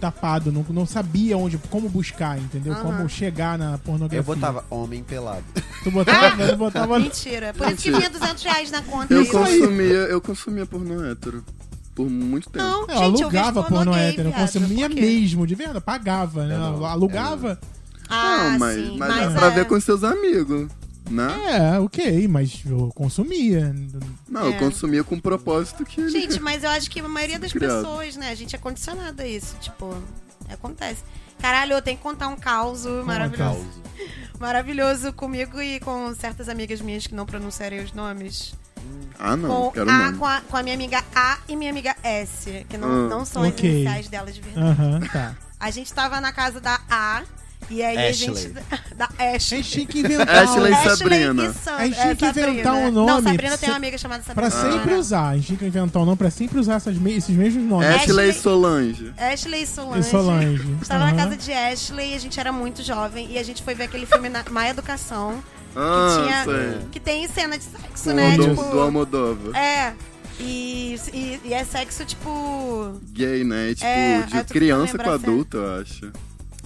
[SPEAKER 3] tapado, não, não sabia onde, como buscar, entendeu? Como chegar na pornografia.
[SPEAKER 1] Eu botava homem pelado.
[SPEAKER 3] Tu botava?
[SPEAKER 4] [LAUGHS]
[SPEAKER 3] Eu botava.
[SPEAKER 4] Mentira. Por isso que
[SPEAKER 2] Mentira.
[SPEAKER 4] vinha 200 reais na conta.
[SPEAKER 2] Eu
[SPEAKER 4] Isso.
[SPEAKER 2] consumia, eu consumia pornô hétero. Por muito tempo.
[SPEAKER 3] Eu
[SPEAKER 4] Não, gente, eu vejo
[SPEAKER 3] alugava pornô
[SPEAKER 4] gay,
[SPEAKER 1] né?
[SPEAKER 3] hétero, eu
[SPEAKER 4] viado.
[SPEAKER 3] consumia
[SPEAKER 4] Por quê?
[SPEAKER 3] mesmo, de verdade, pagava, né?
[SPEAKER 1] Eu não, é.
[SPEAKER 3] alugava.
[SPEAKER 4] Ah,
[SPEAKER 2] não, mas,
[SPEAKER 4] sim.
[SPEAKER 2] mas dá pra
[SPEAKER 4] é.
[SPEAKER 2] ver com seus amigos. Né?
[SPEAKER 3] É, ok, mas eu consumia.
[SPEAKER 2] Não, eu
[SPEAKER 4] É.
[SPEAKER 2] consumia com o propósito que.
[SPEAKER 4] Gente, mas eu acho que a maioria das
[SPEAKER 2] Criado.
[SPEAKER 4] pessoas, né? A gente é condicionada a isso. Tipo, acontece. Caralho, eu tenho que contar um caos maravilhoso. Maravilhoso comigo e com certas amigas minhas que não pronunciarei os nomes.
[SPEAKER 2] Ah, não,
[SPEAKER 4] com,
[SPEAKER 2] quero
[SPEAKER 4] a,
[SPEAKER 2] não.
[SPEAKER 4] com, a, com a minha amiga A e minha amiga S, que não,
[SPEAKER 2] Ah.
[SPEAKER 4] não são as
[SPEAKER 3] Ok.
[SPEAKER 4] iniciais delas de verdade.
[SPEAKER 3] Aham, tá.
[SPEAKER 4] A gente tava na casa da A e aí a
[SPEAKER 1] Ashley.
[SPEAKER 4] gente. [LAUGHS] Da Ashley.
[SPEAKER 3] A gente tinha que
[SPEAKER 4] É,
[SPEAKER 3] inventar.
[SPEAKER 2] Ashley
[SPEAKER 3] um-
[SPEAKER 2] e Sabrina.
[SPEAKER 4] e Sandra.
[SPEAKER 3] A gente tinha
[SPEAKER 4] É,
[SPEAKER 3] que inventar
[SPEAKER 4] Sabrina.
[SPEAKER 3] um nome
[SPEAKER 4] Não, Sabrina tem
[SPEAKER 3] se-
[SPEAKER 4] uma amiga chamada
[SPEAKER 3] Pra
[SPEAKER 4] Sabrina.
[SPEAKER 3] sempre usar. A gente tinha que inventar um nome pra sempre usar essas me- esses mesmos nomes.
[SPEAKER 2] Ashley
[SPEAKER 4] Ashley-
[SPEAKER 2] É Solange.
[SPEAKER 4] Ashley e Solange.
[SPEAKER 3] E Solange.
[SPEAKER 4] Estava
[SPEAKER 3] Aham.
[SPEAKER 4] na casa de Ashley e a gente era muito jovem. E a gente foi ver aquele filme na Má Educação. Que,
[SPEAKER 2] Ah,
[SPEAKER 4] tinha,
[SPEAKER 2] sei.
[SPEAKER 4] que tem cena de sexo,
[SPEAKER 2] Com
[SPEAKER 4] né?
[SPEAKER 2] o do,
[SPEAKER 4] tipo,
[SPEAKER 2] do Almodóvar.
[SPEAKER 4] É. E, e, e é sexo, tipo.
[SPEAKER 2] Gay, né? E, Tipo,
[SPEAKER 4] É, aí
[SPEAKER 2] de
[SPEAKER 4] tu
[SPEAKER 2] criança
[SPEAKER 4] lembra
[SPEAKER 2] com
[SPEAKER 4] a cena.
[SPEAKER 2] adulto, eu acho.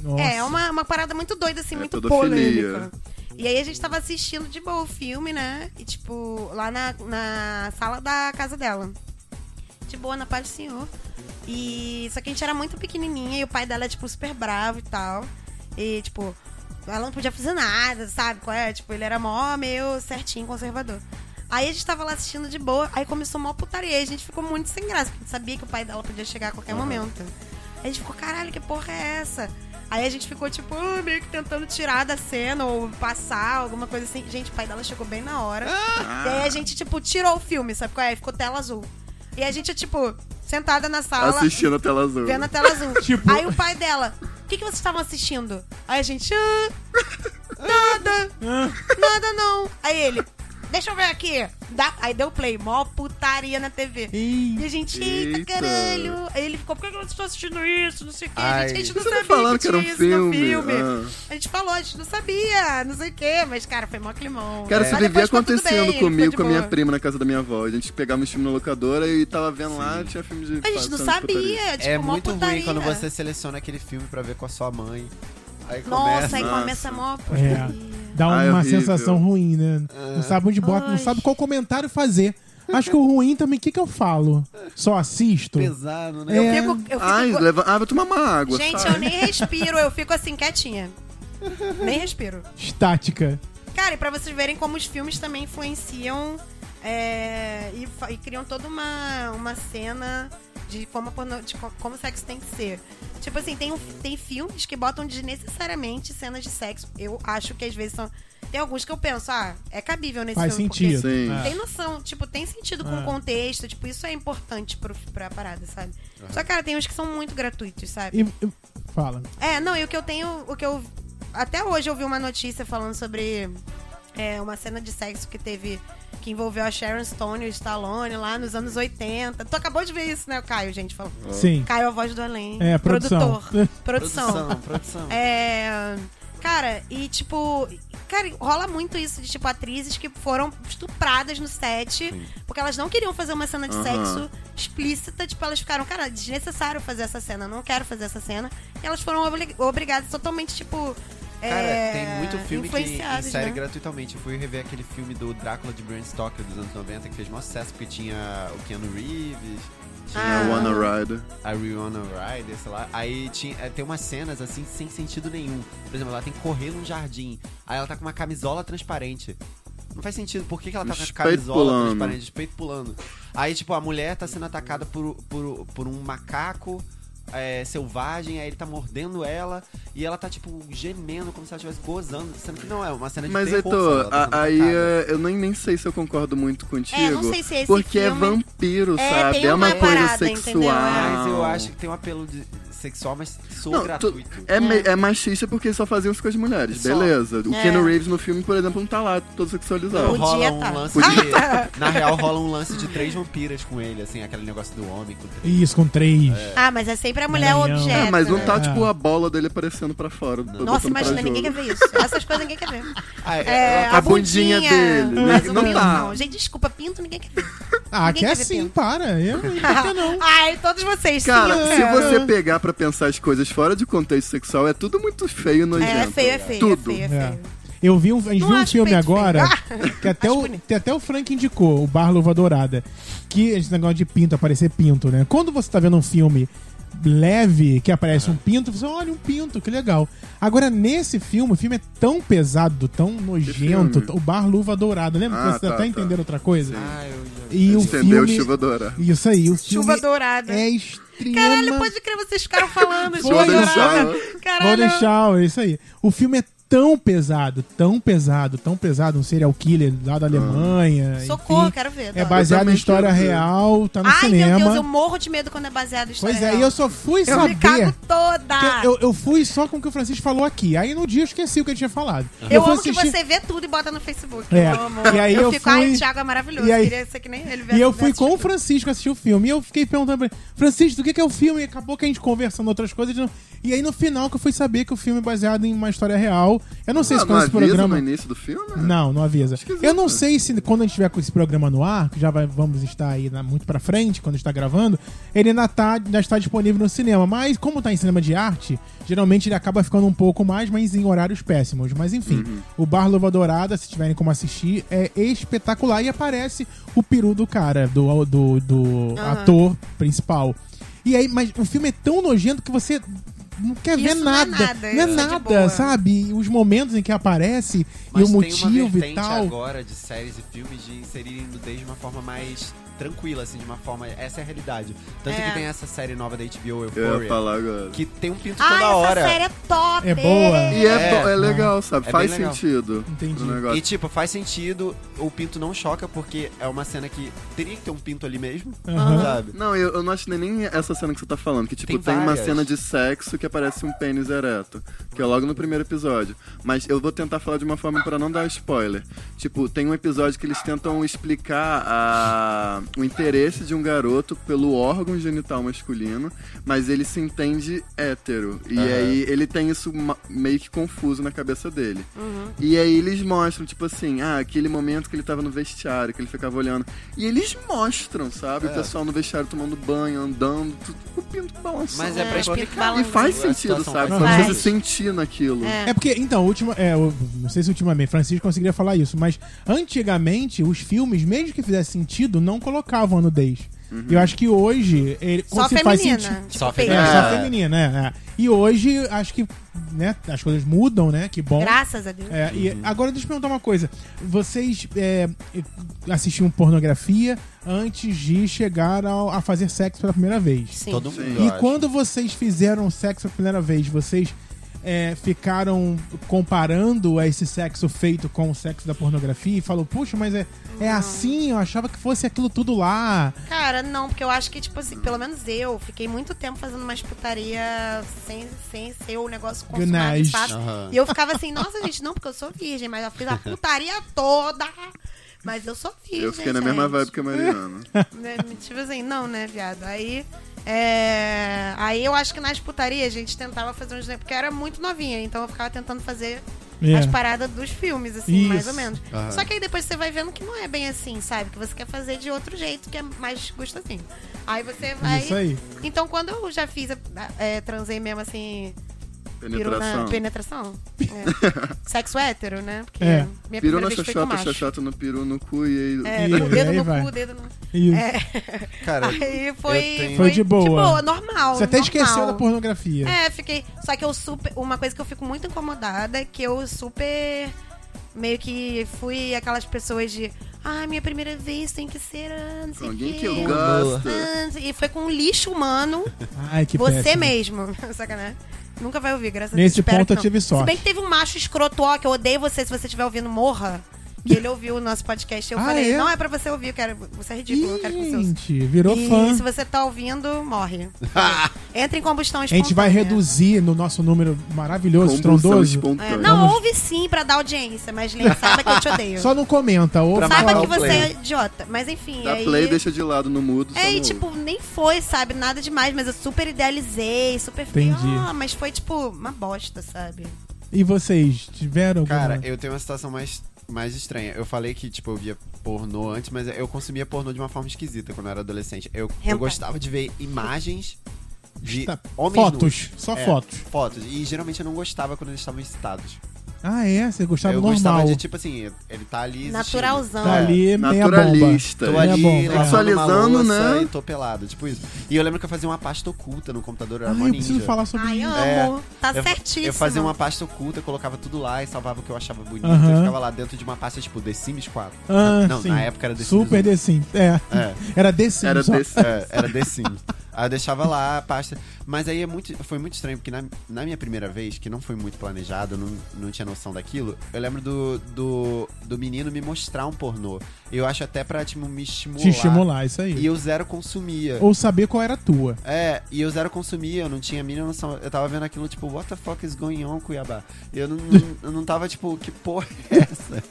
[SPEAKER 3] Nossa.
[SPEAKER 4] É, é uma, uma parada muito doida, assim,
[SPEAKER 2] É
[SPEAKER 4] muito
[SPEAKER 2] pedofilia.
[SPEAKER 4] polêmica. E aí a gente tava assistindo de boa o filme, né? E, tipo, lá na, na sala da casa dela. De boa, na paz do senhor. E só que a gente era muito pequenininha e o pai dela é, tipo, super bravo e tal. E, tipo, ela não podia fazer nada, sabe? Qual é? Tipo, ele era mó meio certinho, conservador. Aí a gente tava lá assistindo de boa, aí começou mó putaria. E a gente ficou muito sem graça, porque a gente sabia que o pai dela podia chegar a qualquer momento. Aí a gente ficou, caralho, que porra é essa? Aí a gente ficou, tipo, ah, meio que tentando tirar da cena ou passar, alguma coisa assim. Gente, o pai dela chegou bem na hora. E aí a gente, tipo, tirou o filme, sabe qual é? Ficou tela azul. E a gente, tipo, sentada na sala,
[SPEAKER 2] Assistindo a tela azul.
[SPEAKER 4] vendo a
[SPEAKER 2] [LAUGHS]
[SPEAKER 4] tela azul.
[SPEAKER 3] Tipo-
[SPEAKER 4] Aí o pai dela, o que, que vocês estavam assistindo? Aí a gente, ah, nada,
[SPEAKER 2] Ah.
[SPEAKER 4] nada não. Aí ele, deixa eu ver aqui. Dá- Aí deu play, mó putaria na TV. E a gente, eita,
[SPEAKER 2] Eita.
[SPEAKER 4] caralho. Aí ele ficou, por que que vocês estão assistindo isso? Não sei o quê. A gente, a gente não
[SPEAKER 2] Vocês não
[SPEAKER 4] sabia
[SPEAKER 2] falaram
[SPEAKER 4] que
[SPEAKER 2] que era
[SPEAKER 4] tinha
[SPEAKER 2] um
[SPEAKER 4] isso
[SPEAKER 2] filme.
[SPEAKER 4] no filme. É.
[SPEAKER 2] Ah.
[SPEAKER 4] A gente falou, a gente não sabia, não sei o quê. Mas, cara, foi mó climão.
[SPEAKER 2] Cara, isso
[SPEAKER 4] Mas
[SPEAKER 2] vivia
[SPEAKER 4] depois ficou tudo
[SPEAKER 2] acontecendo
[SPEAKER 4] bem, ficou
[SPEAKER 2] comigo,
[SPEAKER 4] de
[SPEAKER 2] com a minha
[SPEAKER 4] boa.
[SPEAKER 2] prima na casa da minha avó. A gente pegava um filme na locadora e tava vendo lá, tinha filme de.
[SPEAKER 4] A gente
[SPEAKER 2] passando de
[SPEAKER 4] não
[SPEAKER 2] putaria.
[SPEAKER 4] sabia, tipo,
[SPEAKER 1] é
[SPEAKER 4] mó
[SPEAKER 1] muito
[SPEAKER 4] putaria.
[SPEAKER 1] ruim quando você seleciona aquele filme pra ver com a sua mãe. Aí
[SPEAKER 4] Nossa, é
[SPEAKER 1] começa.
[SPEAKER 4] aí
[SPEAKER 2] Nossa.
[SPEAKER 4] começa mó putaria.
[SPEAKER 3] É. Dá
[SPEAKER 2] Ai,
[SPEAKER 3] uma
[SPEAKER 2] horrível.
[SPEAKER 3] sensação ruim, né? Não sabe onde bota, não
[SPEAKER 4] Ai.
[SPEAKER 3] sabe qual comentário fazer. Acho que o ruim também, o que, que eu falo? Só assisto?
[SPEAKER 1] [LAUGHS] pesado,
[SPEAKER 3] É.
[SPEAKER 1] né?
[SPEAKER 4] Eu fico- eu fico-
[SPEAKER 2] Ai, leva... ah, vai tomar uma água.
[SPEAKER 4] Gente,
[SPEAKER 2] sabe?
[SPEAKER 4] eu nem respiro, eu fico
[SPEAKER 3] [LAUGHS]
[SPEAKER 4] assim, quietinha. Nem respiro.
[SPEAKER 3] Estática.
[SPEAKER 4] Cara, e pra vocês verem como os filmes também influenciam é, e, fa- e criam toda uma, uma cena de como, a porno- de co- como o sexo tem que ser. Tipo assim, tem, um- tem filmes que botam desnecessariamente cenas de sexo. Eu acho que às vezes são. Tem alguns que eu penso, ah, é cabível nesse
[SPEAKER 3] Faz
[SPEAKER 4] filme.
[SPEAKER 3] sentido.
[SPEAKER 4] Porque
[SPEAKER 2] Sim.
[SPEAKER 3] É.
[SPEAKER 4] tem noção, tipo, tem sentido
[SPEAKER 3] Ah.
[SPEAKER 4] com o contexto, tipo, isso é importante pro, pra parada, sabe? Só, cara, tem uns que são muito gratuitos, sabe?
[SPEAKER 3] E, e- fala.
[SPEAKER 4] É, não, e o que eu tenho. O que eu. Até hoje eu vi uma notícia falando sobre é, uma cena de sexo que teve. Que envolveu a Sharon Stone e o Stallone lá nos anos 80. Tu acabou de ver isso, né, o Caio, gente? Falou.
[SPEAKER 3] Sim.
[SPEAKER 4] Caio, a voz do além.
[SPEAKER 3] É, produção. [LAUGHS]
[SPEAKER 4] Produtor. produção.
[SPEAKER 1] Produção, produção.
[SPEAKER 4] É. Cara, e tipo. Cara, rola muito isso de tipo atrizes que foram estupradas no set porque elas não queriam fazer uma cena de
[SPEAKER 2] Aham.
[SPEAKER 4] sexo explícita. Tipo, elas ficaram, cara, desnecessário fazer essa cena, não quero fazer essa cena. E elas foram obli- obrigadas totalmente, tipo.
[SPEAKER 1] Cara,
[SPEAKER 4] é,
[SPEAKER 1] tem muito filme que
[SPEAKER 4] influenciadas,
[SPEAKER 1] insere
[SPEAKER 4] né?
[SPEAKER 1] gratuitamente. Eu fui rever aquele filme do Drácula de Bram Stoker dos anos 90 que fez maior sucesso porque tinha o Keanu Reeves,
[SPEAKER 2] I
[SPEAKER 4] Ah.
[SPEAKER 1] tinha
[SPEAKER 2] É wanna ride.
[SPEAKER 1] a Rihanna Ryder, sei lá. Aí tinha, é, tem umas cenas assim sem sentido nenhum. Por exemplo, ela tem que correr num jardim. Aí ela tá com uma camisola transparente. Não faz sentido. Por que, que ela tá com a
[SPEAKER 2] Os
[SPEAKER 1] camisola
[SPEAKER 2] peitos pulando.
[SPEAKER 1] transparente, os peitos pulando? Aí, tipo, a mulher tá sendo atacada por, por, por um macaco é, selvagem, aí ele tá mordendo ela e ela tá, tipo, gemendo como se ela estivesse gozando. Sendo que não é uma cena de
[SPEAKER 2] Mas,
[SPEAKER 1] terror,
[SPEAKER 2] Heitor,
[SPEAKER 1] sabe? Ela tá sendo
[SPEAKER 2] a- aí
[SPEAKER 1] atacada.
[SPEAKER 2] é, eu nem, nem sei se eu concordo muito contigo.
[SPEAKER 4] É, não sei se esse
[SPEAKER 2] Porque é
[SPEAKER 4] filme-
[SPEAKER 2] vampiro,
[SPEAKER 4] É,
[SPEAKER 2] sabe?
[SPEAKER 4] tem
[SPEAKER 2] É uma,
[SPEAKER 4] uma
[SPEAKER 2] coisa
[SPEAKER 4] parada,
[SPEAKER 2] sexual.
[SPEAKER 4] entendeu? É.
[SPEAKER 1] Mas eu acho que tem um apelo de sexual, mas sou
[SPEAKER 2] Não, tu-
[SPEAKER 1] gratuito.
[SPEAKER 2] é, me- é machista porque só faziam isso com as mulheres,
[SPEAKER 1] Só.
[SPEAKER 2] beleza. O
[SPEAKER 4] É.
[SPEAKER 2] Keanu Reeves no filme, por exemplo, não tá lá todo
[SPEAKER 1] Não,
[SPEAKER 2] sexualizado.
[SPEAKER 4] Podia
[SPEAKER 1] rola um
[SPEAKER 4] tá.
[SPEAKER 1] lance de. na real, rola um lance de três vampiras com ele, assim, aquele negócio do homem com três.
[SPEAKER 3] Isso, com três.
[SPEAKER 4] Ah, mas é sempre a mulher o
[SPEAKER 3] Maranhão.
[SPEAKER 4] objeto.
[SPEAKER 2] É, mas não
[SPEAKER 4] né?
[SPEAKER 2] tá,
[SPEAKER 3] É.
[SPEAKER 2] tipo, a bola dele aparecendo pra fora.
[SPEAKER 4] Nossa,
[SPEAKER 2] botando pra
[SPEAKER 4] imagina,
[SPEAKER 2] jogo.
[SPEAKER 4] ninguém quer ver isso. Essas coisas ninguém
[SPEAKER 2] [LAUGHS]
[SPEAKER 4] quer ver.
[SPEAKER 1] Ah,
[SPEAKER 4] É,
[SPEAKER 2] a bundinha dele.
[SPEAKER 4] Mas
[SPEAKER 2] Ninguém-
[SPEAKER 4] o
[SPEAKER 2] não
[SPEAKER 4] pinto
[SPEAKER 2] tá.
[SPEAKER 4] não. Gente, desculpa, pinto ninguém quer ver.
[SPEAKER 3] Ah,
[SPEAKER 4] Ninguém
[SPEAKER 3] que é
[SPEAKER 4] quer ver
[SPEAKER 3] assim,
[SPEAKER 4] pinto.
[SPEAKER 3] para. Eu não
[SPEAKER 4] [LAUGHS]
[SPEAKER 3] entendo, não.
[SPEAKER 4] Ai, todos vocês,
[SPEAKER 2] Cara,
[SPEAKER 4] sim, eu
[SPEAKER 2] se
[SPEAKER 4] quero.
[SPEAKER 2] você pegar pra pensar as coisas fora de contexto sexual, é tudo muito feio e nojento.
[SPEAKER 4] É, é feio, é feio,
[SPEAKER 2] Tudo.
[SPEAKER 4] é feio, é
[SPEAKER 3] É.
[SPEAKER 4] feio.
[SPEAKER 3] Eu vi um, a gente
[SPEAKER 4] Não
[SPEAKER 3] viu um
[SPEAKER 4] acho
[SPEAKER 3] filme
[SPEAKER 4] peito [LAUGHS]
[SPEAKER 3] agora que até
[SPEAKER 4] Acho
[SPEAKER 3] o,
[SPEAKER 4] bonito.
[SPEAKER 3] que até o Frank indicou, o Bar Luva Dourada. Que esse negócio de pinto aparecer pinto, né? Quando você tá vendo um filme leve que aparece um pinto, você olha um pinto, que legal. Agora, nesse filme, o filme é tão pesado, tão nojento,
[SPEAKER 2] filme?
[SPEAKER 3] o Bar Luva Dourada. Lembra
[SPEAKER 2] Ah,
[SPEAKER 3] que você
[SPEAKER 2] tá,
[SPEAKER 3] tá,
[SPEAKER 2] tá.
[SPEAKER 3] entendendo outra coisa?
[SPEAKER 1] Ah, eu já-
[SPEAKER 3] E o
[SPEAKER 2] Entendeu?
[SPEAKER 3] filme...
[SPEAKER 2] Chuva dourada.
[SPEAKER 3] Isso aí, o filme
[SPEAKER 4] Chuva dourada.
[SPEAKER 3] é extrema...
[SPEAKER 4] Caralho, pode crer, vocês ficaram
[SPEAKER 3] [LAUGHS]
[SPEAKER 4] falando. Chuva
[SPEAKER 2] Golden
[SPEAKER 4] dourada. Caralho.
[SPEAKER 3] Golden Shower, isso aí. O filme é tão pesado, tão pesado, tão pesado, um serial killer lá da Alemanha.
[SPEAKER 4] Socorro,
[SPEAKER 3] enfim.
[SPEAKER 4] quero ver.
[SPEAKER 3] É
[SPEAKER 4] adoro.
[SPEAKER 3] baseado em
[SPEAKER 2] Ah. também
[SPEAKER 3] história
[SPEAKER 2] quero ver.
[SPEAKER 3] real, tá no
[SPEAKER 4] Ai,
[SPEAKER 3] cinema.
[SPEAKER 4] meu Deus, eu morro de medo quando é baseado em história
[SPEAKER 3] pois é, e
[SPEAKER 4] real.
[SPEAKER 3] eu só fui
[SPEAKER 4] Eu me
[SPEAKER 3] saber.
[SPEAKER 4] cago toda.
[SPEAKER 3] que eu, eu fui só com o que o Francisco falou aqui. Aí no dia eu esqueci o que ele tinha falado.
[SPEAKER 4] Eu,
[SPEAKER 3] fui
[SPEAKER 4] amo que
[SPEAKER 3] assistir-
[SPEAKER 4] você vê tudo e bota no Facebook.
[SPEAKER 3] É.
[SPEAKER 4] Eu amo.
[SPEAKER 3] E aí eu
[SPEAKER 4] fico,
[SPEAKER 3] fui-
[SPEAKER 4] ai, o Thiago é maravilhoso.
[SPEAKER 3] E aí-
[SPEAKER 4] Queria ser que nem ele.
[SPEAKER 3] E eu
[SPEAKER 4] viesse
[SPEAKER 3] fui com o
[SPEAKER 4] assistir.
[SPEAKER 3] Francisco assistir o filme. E eu fiquei perguntando pra ele, Francisco, do que que é o filme? E acabou que a gente conversando outras coisas. e não- E aí no final que eu fui saber que o filme é baseado em uma história real. Eu não sei
[SPEAKER 2] Ah,
[SPEAKER 3] se
[SPEAKER 2] não
[SPEAKER 3] com esse
[SPEAKER 2] avisa
[SPEAKER 3] programa.
[SPEAKER 2] no início do filme?
[SPEAKER 3] Não, não avisa.
[SPEAKER 2] Esquisito.
[SPEAKER 3] Eu não sei se quando a gente tiver com esse programa no ar, que já vai- vamos estar aí na- muito pra frente, quando está gravando, ele ainda, tá, ainda está disponível no cinema. Mas como tá em cinema de arte, geralmente ele acaba ficando um pouco mais, mas em horários péssimos. Mas enfim, o Bar Luva Dourada, se tiverem como assistir, é espetacular e aparece o peru do cara, do, do, do ator principal. E aí, mas o filme é tão nojento que você não quer
[SPEAKER 4] Isso
[SPEAKER 3] ver
[SPEAKER 4] não é
[SPEAKER 3] nada.
[SPEAKER 4] nada,
[SPEAKER 3] Não é
[SPEAKER 4] isso é de
[SPEAKER 3] nada,
[SPEAKER 4] boa.
[SPEAKER 3] sabe? E Os momentos em que aparece e o
[SPEAKER 1] tem uma
[SPEAKER 3] motivo
[SPEAKER 1] vertente
[SPEAKER 3] e tal.
[SPEAKER 1] agora de séries e filmes de inserirem nudez de uma forma mais tranquila, assim, de uma forma... Essa é a realidade. Tanto
[SPEAKER 4] É.
[SPEAKER 1] que tem essa série nova da HBO,
[SPEAKER 2] Eu ia
[SPEAKER 1] Euphoria,
[SPEAKER 2] falar agora.
[SPEAKER 1] que tem um pinto
[SPEAKER 4] Ai,
[SPEAKER 1] toda
[SPEAKER 4] essa
[SPEAKER 1] hora.
[SPEAKER 4] série é top.
[SPEAKER 3] É boa.
[SPEAKER 2] E é,
[SPEAKER 1] É.
[SPEAKER 2] bom, é legal, sabe?
[SPEAKER 1] É
[SPEAKER 2] Faz
[SPEAKER 1] bem legal.
[SPEAKER 2] sentido.
[SPEAKER 3] Entendi.
[SPEAKER 2] o
[SPEAKER 1] E
[SPEAKER 2] negócio.
[SPEAKER 1] tipo, faz sentido, o pinto não choca, porque é uma cena que teria que ter um pinto ali mesmo,
[SPEAKER 3] Aham.
[SPEAKER 1] sabe?
[SPEAKER 2] Não, eu, eu não acho nem- nem essa cena que você tá falando. Que, tipo,
[SPEAKER 1] Tem
[SPEAKER 2] tem, uma
[SPEAKER 1] várias.
[SPEAKER 2] cena de sexo que aparece um pênis ereto. Que é logo no primeiro episódio. Mas eu vou tentar falar de uma forma pra não dar spoiler. Tipo, tem um episódio que eles tentam explicar a- o interesse de um garoto pelo órgão genital masculino, mas ele se entende hétero. E aí ele tem isso ma- meio que confuso na cabeça dele. E aí eles mostram, tipo assim, ah, aquele momento que ele tava no vestiário, que ele ficava olhando. E eles mostram, sabe? O pessoal no vestiário tomando banho, andando, tudo com o pinto balançando.
[SPEAKER 1] Mas é pra
[SPEAKER 4] os pintos
[SPEAKER 1] explicar.
[SPEAKER 2] E faz
[SPEAKER 1] A
[SPEAKER 2] sentido,
[SPEAKER 1] situação
[SPEAKER 2] sabe?
[SPEAKER 1] faz
[SPEAKER 2] Pra você
[SPEAKER 4] sentido.
[SPEAKER 2] se sentir naquilo.
[SPEAKER 3] É porque, então, última, é, eu não sei se ultimamente, Francisco conseguiria falar isso, mas antigamente os filmes, mesmo que fizesse sentido, não colocavam a nudez.
[SPEAKER 1] Uhum.
[SPEAKER 3] E Eu acho que hoje, ele,
[SPEAKER 4] Só
[SPEAKER 3] quando se faz sentido.
[SPEAKER 4] feminina. Tipo,
[SPEAKER 1] Só
[SPEAKER 3] É,
[SPEAKER 4] feio.
[SPEAKER 2] feminina.
[SPEAKER 3] só feminina, né? É. E hoje, acho que né, as coisas mudam, né? Que bom.
[SPEAKER 4] Graças a Deus.
[SPEAKER 3] É,
[SPEAKER 1] Uhum.
[SPEAKER 3] e agora deixa eu perguntar uma coisa. Vocês é, assistiam pornografia antes de chegar ao- a fazer sexo pela primeira vez?
[SPEAKER 4] Sim.
[SPEAKER 1] Todo mundo. eu
[SPEAKER 3] E
[SPEAKER 1] acho.
[SPEAKER 3] quando vocês fizeram sexo pela primeira vez, vocês é, ficaram comparando esse sexo feito com o sexo da pornografia e falou, puxa, mas é, é assim, eu achava que fosse aquilo tudo lá.
[SPEAKER 4] Cara, não, porque eu acho que, tipo assim, pelo menos eu fiquei muito tempo fazendo umas putaria sem, sem ser o negócio consumado
[SPEAKER 3] Gnage.
[SPEAKER 4] de fato.
[SPEAKER 1] Aham.
[SPEAKER 4] E eu ficava assim, nossa, gente, não, porque eu sou virgem, mas eu fiz a putaria toda. Mas eu sou virgem.
[SPEAKER 2] Eu fiquei na mesma
[SPEAKER 4] gente.
[SPEAKER 2] vibe que a Mariana.
[SPEAKER 4] Né, Tipo assim, não, né, viado? Aí. É... Aí eu acho que nas putarias a gente tentava fazer uns. Porque eu era muito novinha, então eu ficava tentando fazer
[SPEAKER 1] É.
[SPEAKER 4] as paradas dos filmes, assim, mais
[SPEAKER 3] É. Isso.
[SPEAKER 4] ou menos.
[SPEAKER 1] Aham.
[SPEAKER 4] Só que aí depois você vai vendo que não é bem assim, sabe? Que você quer fazer de outro jeito, que é mais gostosinho. Aí você vai.
[SPEAKER 3] É Isso aí.
[SPEAKER 4] Então quando eu já fiz, a- a- é, transei mesmo assim, piru
[SPEAKER 2] Penetração.
[SPEAKER 4] na penetração. é. Sexo hétero, né? Porque
[SPEAKER 3] É.
[SPEAKER 4] minha
[SPEAKER 2] Piru
[SPEAKER 4] primeira
[SPEAKER 2] na
[SPEAKER 4] vez foi com
[SPEAKER 2] xoxota,
[SPEAKER 4] macho.
[SPEAKER 2] xoxota no peru, no cu e aí...
[SPEAKER 4] É,
[SPEAKER 3] Ih,
[SPEAKER 4] o dedo
[SPEAKER 3] aí
[SPEAKER 4] no
[SPEAKER 3] vai.
[SPEAKER 4] cu, o
[SPEAKER 3] [LAUGHS]
[SPEAKER 4] dedo no. É.
[SPEAKER 3] Isso.
[SPEAKER 1] Cara,
[SPEAKER 4] Aí foi,
[SPEAKER 1] eu tenho-
[SPEAKER 3] Foi de boa.
[SPEAKER 4] normal.
[SPEAKER 3] Você até
[SPEAKER 4] normal.
[SPEAKER 3] esqueceu da pornografia.
[SPEAKER 4] É, fiquei. Só que eu super. Uma coisa que eu fico muito incomodada é que eu super. Meio que fui aquelas pessoas de. Ah, minha primeira vez tem que ser. ah, Não
[SPEAKER 2] Com
[SPEAKER 4] sei o
[SPEAKER 2] alguém
[SPEAKER 4] quê,
[SPEAKER 2] que eu
[SPEAKER 1] gosto.
[SPEAKER 2] gosto.
[SPEAKER 4] ah, E foi com um lixo humano,
[SPEAKER 3] Ai, [LAUGHS] que
[SPEAKER 4] você
[SPEAKER 3] péssimo.
[SPEAKER 4] mesmo. [LAUGHS] Sacanagem. Nunca vai ouvir, graças a Deus.
[SPEAKER 3] Nesse
[SPEAKER 4] Espero
[SPEAKER 3] ponto
[SPEAKER 4] que
[SPEAKER 3] eu
[SPEAKER 4] não.
[SPEAKER 3] tive
[SPEAKER 4] Se
[SPEAKER 3] sorte.
[SPEAKER 4] bem que teve um macho escroto, ó, que eu odeio você se você estiver ouvindo, morra. porque ele ouviu o nosso podcast. Eu
[SPEAKER 3] Ah,
[SPEAKER 4] falei,
[SPEAKER 3] é?
[SPEAKER 4] não é pra você ouvir, eu quero, você é ridículo, eu quero que você ouça.
[SPEAKER 3] Gente, virou
[SPEAKER 4] e
[SPEAKER 3] fã.
[SPEAKER 4] se você tá ouvindo,
[SPEAKER 2] [LAUGHS]
[SPEAKER 4] morre. Entra em combustão
[SPEAKER 3] A gente vai
[SPEAKER 4] espontânea.
[SPEAKER 3] reduzir no nosso número maravilhoso,
[SPEAKER 2] Combustão
[SPEAKER 3] estrondoso.
[SPEAKER 4] É,
[SPEAKER 2] espontânea.
[SPEAKER 4] não,
[SPEAKER 3] Vamos-
[SPEAKER 4] ouve sim pra dar audiência, mas Lê, saiba que eu te odeio.
[SPEAKER 3] [LAUGHS] Só não comenta. Ou
[SPEAKER 1] Pra
[SPEAKER 4] Saiba
[SPEAKER 1] marcar
[SPEAKER 4] que
[SPEAKER 1] o
[SPEAKER 4] você
[SPEAKER 1] play.
[SPEAKER 4] é idiota. Mas enfim,
[SPEAKER 2] Dá
[SPEAKER 4] aí...
[SPEAKER 2] play, deixa de lado no mudo. só
[SPEAKER 4] É, e
[SPEAKER 2] não
[SPEAKER 4] tipo, nem foi, sabe? Nada demais, mas eu super idealizei, super
[SPEAKER 3] Entendi.
[SPEAKER 4] Ah, mas foi tipo uma bosta, sabe?
[SPEAKER 3] E vocês tiveram alguma?
[SPEAKER 1] Cara, eu tenho uma situação mais, mais estranha. Eu falei que, tipo, eu via pornô antes, mas eu consumia pornô de uma forma esquisita quando eu era adolescente. Eu,
[SPEAKER 4] Hentai.
[SPEAKER 1] eu gostava de ver imagens de
[SPEAKER 3] Tá,
[SPEAKER 1] homens
[SPEAKER 3] fotos,
[SPEAKER 1] nus.
[SPEAKER 3] só
[SPEAKER 1] É,
[SPEAKER 3] fotos.
[SPEAKER 1] Fotos. E geralmente eu não gostava quando eles estavam excitados.
[SPEAKER 3] Ah, é? Você gostava
[SPEAKER 1] eu
[SPEAKER 3] normal.
[SPEAKER 1] gostava de, tipo assim, ele tá ali existindo.
[SPEAKER 4] Naturalzão.
[SPEAKER 3] Tá ali, meia bomba.
[SPEAKER 2] Naturalista.
[SPEAKER 1] Tô
[SPEAKER 3] É
[SPEAKER 1] ali
[SPEAKER 3] bom,
[SPEAKER 1] lavando
[SPEAKER 2] Sexualizando,
[SPEAKER 1] uma louça
[SPEAKER 2] né?
[SPEAKER 1] E tô pelado, tipo isso. E eu lembro que eu fazia uma pasta oculta no computador, eu era
[SPEAKER 3] Ah,
[SPEAKER 1] mó
[SPEAKER 3] eu
[SPEAKER 1] ninja.
[SPEAKER 3] preciso falar sobre
[SPEAKER 4] Ai,
[SPEAKER 3] isso.
[SPEAKER 4] amo. tá
[SPEAKER 1] Eu-
[SPEAKER 4] certíssimo.
[SPEAKER 1] Eu fazia uma pasta oculta, colocava tudo lá e salvava o que eu achava bonito.
[SPEAKER 3] Aham.
[SPEAKER 1] Eu ficava lá dentro de uma pasta tipo The Sims 4.
[SPEAKER 3] Ah,
[SPEAKER 1] não,
[SPEAKER 3] sim.
[SPEAKER 1] na época era The
[SPEAKER 3] Super
[SPEAKER 1] Sims.
[SPEAKER 3] The Sims. É.
[SPEAKER 1] um. É,
[SPEAKER 3] Era The Sims.
[SPEAKER 2] Era
[SPEAKER 3] ó.
[SPEAKER 2] desse.
[SPEAKER 1] é, era The Sims. Aí eu deixava lá a pasta. Mas aí é muito, foi muito estranho, porque na, na minha primeira vez, que não foi muito planejado, eu não, não tinha noção daquilo, eu lembro do, do, do menino me mostrar um pornô. Eu acho até pra, tipo, me estimular.
[SPEAKER 3] Te estimular, isso aí.
[SPEAKER 1] E eu zero consumia.
[SPEAKER 3] Ou saber qual era a tua.
[SPEAKER 1] É, e eu zero consumia, eu não tinha a mínima noção. Eu tava vendo aquilo, tipo, what the fuck is going on, Cuiabá? Eu não, não- eu não tava, tipo, que porra é essa?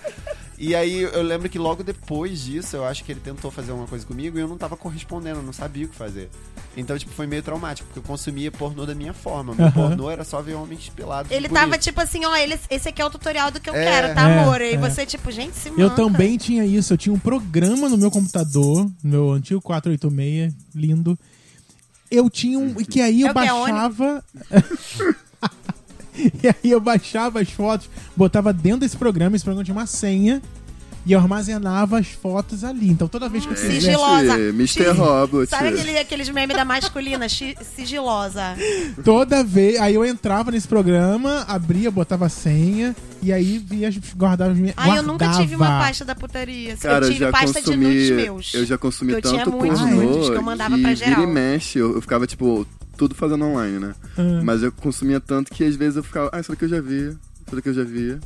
[SPEAKER 1] E aí eu lembro que logo depois disso, eu acho que ele tentou fazer uma coisa comigo e eu não tava correspondendo, eu não sabia o que fazer. Então, tipo, foi meio traumático, porque eu consumia pornô da minha forma. Meu
[SPEAKER 3] Aham.
[SPEAKER 1] pornô era só ver homens pelados.
[SPEAKER 4] Ele
[SPEAKER 1] bonitos.
[SPEAKER 4] tava tipo assim, ó, ele- esse aqui é o tutorial do que eu
[SPEAKER 1] É.
[SPEAKER 4] quero, tá,
[SPEAKER 3] É,
[SPEAKER 4] amor? E
[SPEAKER 3] é.
[SPEAKER 4] você, tipo, gente, se manca.
[SPEAKER 3] Eu também tinha isso. Eu tinha um programa no meu computador, no meu antigo 486, lindo. Eu tinha um. Que aí eu
[SPEAKER 4] É o que, é Oni?
[SPEAKER 3] baixava. [LAUGHS] e aí eu baixava as fotos, botava dentro desse programa, esse programa tinha uma senha. E eu armazenava as fotos ali. Então toda
[SPEAKER 4] Ah,
[SPEAKER 3] vez que eu quisesse.
[SPEAKER 4] Sigilosa.
[SPEAKER 2] Ih, Mr. Robot.
[SPEAKER 4] Sabe aquele- aqueles memes da masculina, chi- sigilosa?
[SPEAKER 3] Toda vez. Aí eu entrava nesse programa, abria, botava a senha. E aí via, guardava as minhas.
[SPEAKER 4] Ai, eu nunca tive uma
[SPEAKER 3] guardava.
[SPEAKER 4] pasta da putaria.
[SPEAKER 2] Cara,
[SPEAKER 4] eu
[SPEAKER 2] eu
[SPEAKER 4] tive
[SPEAKER 2] já
[SPEAKER 4] pasta de nudes
[SPEAKER 2] consumi.
[SPEAKER 4] meus.
[SPEAKER 2] Eu já consumi
[SPEAKER 4] Eu tinha
[SPEAKER 2] tanto
[SPEAKER 4] muitos
[SPEAKER 2] pornô
[SPEAKER 4] nudes que eu mandava pra geral.
[SPEAKER 2] vira e mexe, eu, eu ficava, tipo, tudo fazendo online, né?
[SPEAKER 4] Hum.
[SPEAKER 3] Ah.
[SPEAKER 2] Mas eu consumia tanto que às vezes eu ficava, ah, isso daqui eu já vi. Isso daqui eu já vi.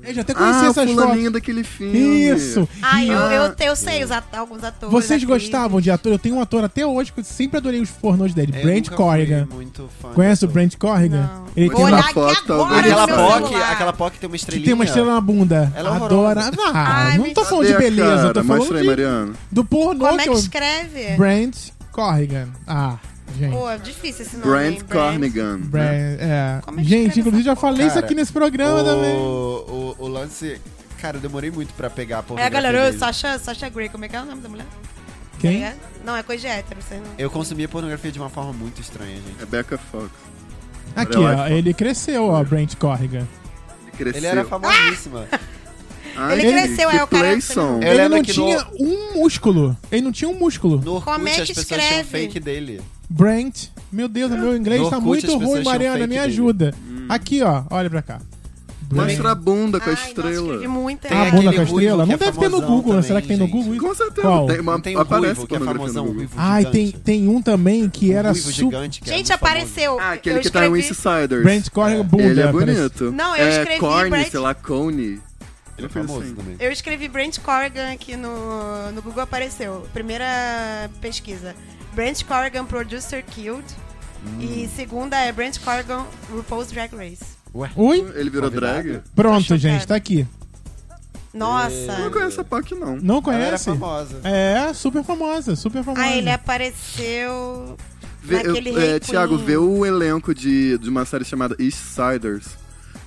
[SPEAKER 3] Eu já até conhecia
[SPEAKER 2] Ah, o
[SPEAKER 3] essas
[SPEAKER 2] fulaninho
[SPEAKER 3] fotos.
[SPEAKER 2] daquele filme.
[SPEAKER 3] Isso!
[SPEAKER 4] Ai, eu,
[SPEAKER 2] Ah.
[SPEAKER 4] eu, eu sei os at- alguns atores.
[SPEAKER 3] é. Vocês
[SPEAKER 4] atrizes.
[SPEAKER 3] gostavam de ator? Eu tenho um ator até hoje que eu sempre adorei os pornôs dele,
[SPEAKER 1] É, Eu
[SPEAKER 3] Brent
[SPEAKER 1] nunca fui
[SPEAKER 3] Corrigan.
[SPEAKER 1] muito fã
[SPEAKER 3] Conhece o
[SPEAKER 1] do-
[SPEAKER 3] Brent Corrigan?
[SPEAKER 4] Não.
[SPEAKER 3] né? Ele
[SPEAKER 2] Vou
[SPEAKER 3] tem
[SPEAKER 2] olhar
[SPEAKER 3] uma,
[SPEAKER 4] aqui
[SPEAKER 2] foto,
[SPEAKER 4] agora
[SPEAKER 2] alguém.
[SPEAKER 4] no
[SPEAKER 1] Aquela
[SPEAKER 4] meu
[SPEAKER 1] POC,
[SPEAKER 4] celular.
[SPEAKER 1] aquela POC tem uma
[SPEAKER 3] que
[SPEAKER 1] estrelinha.
[SPEAKER 3] tem uma estrela na bunda.
[SPEAKER 1] Ela é
[SPEAKER 3] Adora.
[SPEAKER 1] horrorosa.
[SPEAKER 3] Ah,
[SPEAKER 4] Ai,
[SPEAKER 3] não tô
[SPEAKER 4] me
[SPEAKER 3] falando de
[SPEAKER 2] Cadê a
[SPEAKER 3] beleza, eu tô
[SPEAKER 1] é
[SPEAKER 2] cara? Mostra aí,
[SPEAKER 3] falando de,
[SPEAKER 2] Mariana.
[SPEAKER 3] do pornô
[SPEAKER 4] Como é
[SPEAKER 3] que
[SPEAKER 4] que
[SPEAKER 3] eu...
[SPEAKER 4] escreve?
[SPEAKER 3] Brent Corrigan. Ah, gente.
[SPEAKER 4] Pô, é difícil esse nome. hein?
[SPEAKER 2] Brand
[SPEAKER 4] Brand.
[SPEAKER 2] Cornigan.
[SPEAKER 3] Brent, é.
[SPEAKER 4] Como é que
[SPEAKER 3] Gente,
[SPEAKER 4] escreve
[SPEAKER 3] inclusive já
[SPEAKER 4] essa
[SPEAKER 3] falei isso
[SPEAKER 1] Cara,
[SPEAKER 3] aqui nesse programa também.
[SPEAKER 1] o, o, o lance. Cara, eu demorei muito pra pegar a
[SPEAKER 4] É,
[SPEAKER 1] pornografia.
[SPEAKER 4] galera,
[SPEAKER 1] dele.
[SPEAKER 4] Sasha, Sasha Grey, como é que é o nome da mulher?
[SPEAKER 3] Quem?
[SPEAKER 4] É? Não, é coisa de hétero, vocês não.
[SPEAKER 1] Eu consumia pornografia de uma forma muito estranha, gente.
[SPEAKER 2] É Becca Fox.
[SPEAKER 3] Aqui,
[SPEAKER 2] Olha
[SPEAKER 3] ó.
[SPEAKER 2] lá,
[SPEAKER 3] Ele cresceu, ó, Brent Corrigan.
[SPEAKER 2] Ele cresceu.
[SPEAKER 1] Ele era famosíssima.
[SPEAKER 4] Ah!
[SPEAKER 2] Ai,
[SPEAKER 4] Ele cresceu,
[SPEAKER 2] que
[SPEAKER 4] é o cara-
[SPEAKER 2] playson.
[SPEAKER 1] Eu
[SPEAKER 3] ele
[SPEAKER 1] lembro
[SPEAKER 3] não
[SPEAKER 1] que
[SPEAKER 3] tinha um músculo. Ele não tinha um músculo.
[SPEAKER 1] No Orkut,
[SPEAKER 4] Como é que
[SPEAKER 1] as pessoas
[SPEAKER 4] escreve?
[SPEAKER 1] tinham fake dele.
[SPEAKER 3] Brent. Meu Deus, meu inglês
[SPEAKER 1] No
[SPEAKER 3] tá
[SPEAKER 1] Orkut,
[SPEAKER 3] muito
[SPEAKER 1] as pessoas
[SPEAKER 3] ruim,
[SPEAKER 1] tinham
[SPEAKER 3] Mariana. Me
[SPEAKER 1] fake dele. Hum.
[SPEAKER 3] ajuda. Aqui, ó. Olha pra cá.
[SPEAKER 2] Mostra a bunda com a
[SPEAKER 4] Ai, nossa,
[SPEAKER 2] estrela.
[SPEAKER 4] escrevi muito
[SPEAKER 1] Tem
[SPEAKER 3] a
[SPEAKER 4] errado.
[SPEAKER 1] aquele
[SPEAKER 3] bunda com a
[SPEAKER 1] ruivo
[SPEAKER 3] estrela?
[SPEAKER 1] que
[SPEAKER 3] Não
[SPEAKER 1] é
[SPEAKER 3] deve ter no
[SPEAKER 1] famosão
[SPEAKER 3] Google, né? Será
[SPEAKER 1] também,
[SPEAKER 3] que tem no
[SPEAKER 1] gente.
[SPEAKER 3] Google? isso?
[SPEAKER 2] Com certeza.
[SPEAKER 3] Qual?
[SPEAKER 2] Tem uma,
[SPEAKER 1] Não tem o
[SPEAKER 2] aparece
[SPEAKER 1] Ruivo, que é
[SPEAKER 2] pornografia no
[SPEAKER 1] famosão. O
[SPEAKER 2] Google.
[SPEAKER 1] Ruivo
[SPEAKER 3] Ai, tem,
[SPEAKER 1] gigante.
[SPEAKER 3] tem um também que
[SPEAKER 1] O
[SPEAKER 3] era
[SPEAKER 1] Ruivo
[SPEAKER 3] super.
[SPEAKER 1] gigante, que é
[SPEAKER 4] Gente,
[SPEAKER 1] muito famoso.
[SPEAKER 4] apareceu.
[SPEAKER 2] Ah, aquele
[SPEAKER 4] eu
[SPEAKER 2] que tá no
[SPEAKER 4] escrevi...
[SPEAKER 2] Insiders.
[SPEAKER 3] Brent Corrigan Buda.
[SPEAKER 2] Ele é
[SPEAKER 3] parece.
[SPEAKER 2] bonito.
[SPEAKER 4] Não, eu
[SPEAKER 2] é
[SPEAKER 4] escrevi
[SPEAKER 2] Corny,
[SPEAKER 4] Brad-
[SPEAKER 2] sei lá, Cone.
[SPEAKER 1] Ele é
[SPEAKER 2] assim.
[SPEAKER 1] famoso também.
[SPEAKER 4] Eu escrevi Brent Corrigan aqui no, no Google, apareceu. Primeira pesquisa. Brent Corrigan Producer Killed. E
[SPEAKER 2] Hum.
[SPEAKER 4] segunda é Brent Corrigan RuPaul's Drag Race.
[SPEAKER 1] Ué,
[SPEAKER 3] Ui,
[SPEAKER 2] Ele virou
[SPEAKER 1] Convidado.
[SPEAKER 2] drag?
[SPEAKER 3] pronto,
[SPEAKER 4] Tô
[SPEAKER 3] gente,
[SPEAKER 4] chocada.
[SPEAKER 3] tá aqui.
[SPEAKER 2] Eu
[SPEAKER 4] Nossa. Ah,
[SPEAKER 2] não conheço a POC, não.
[SPEAKER 3] Não
[SPEAKER 1] ela era
[SPEAKER 3] conhece?
[SPEAKER 1] famosa.
[SPEAKER 3] É, super famosa, super famosa.
[SPEAKER 4] Ah, ele apareceu.
[SPEAKER 2] Vê, eu,
[SPEAKER 4] Naquele
[SPEAKER 2] é,
[SPEAKER 4] rei
[SPEAKER 2] Thiago,
[SPEAKER 4] Queen.
[SPEAKER 2] vê o elenco de, de uma série chamada Eastsiders.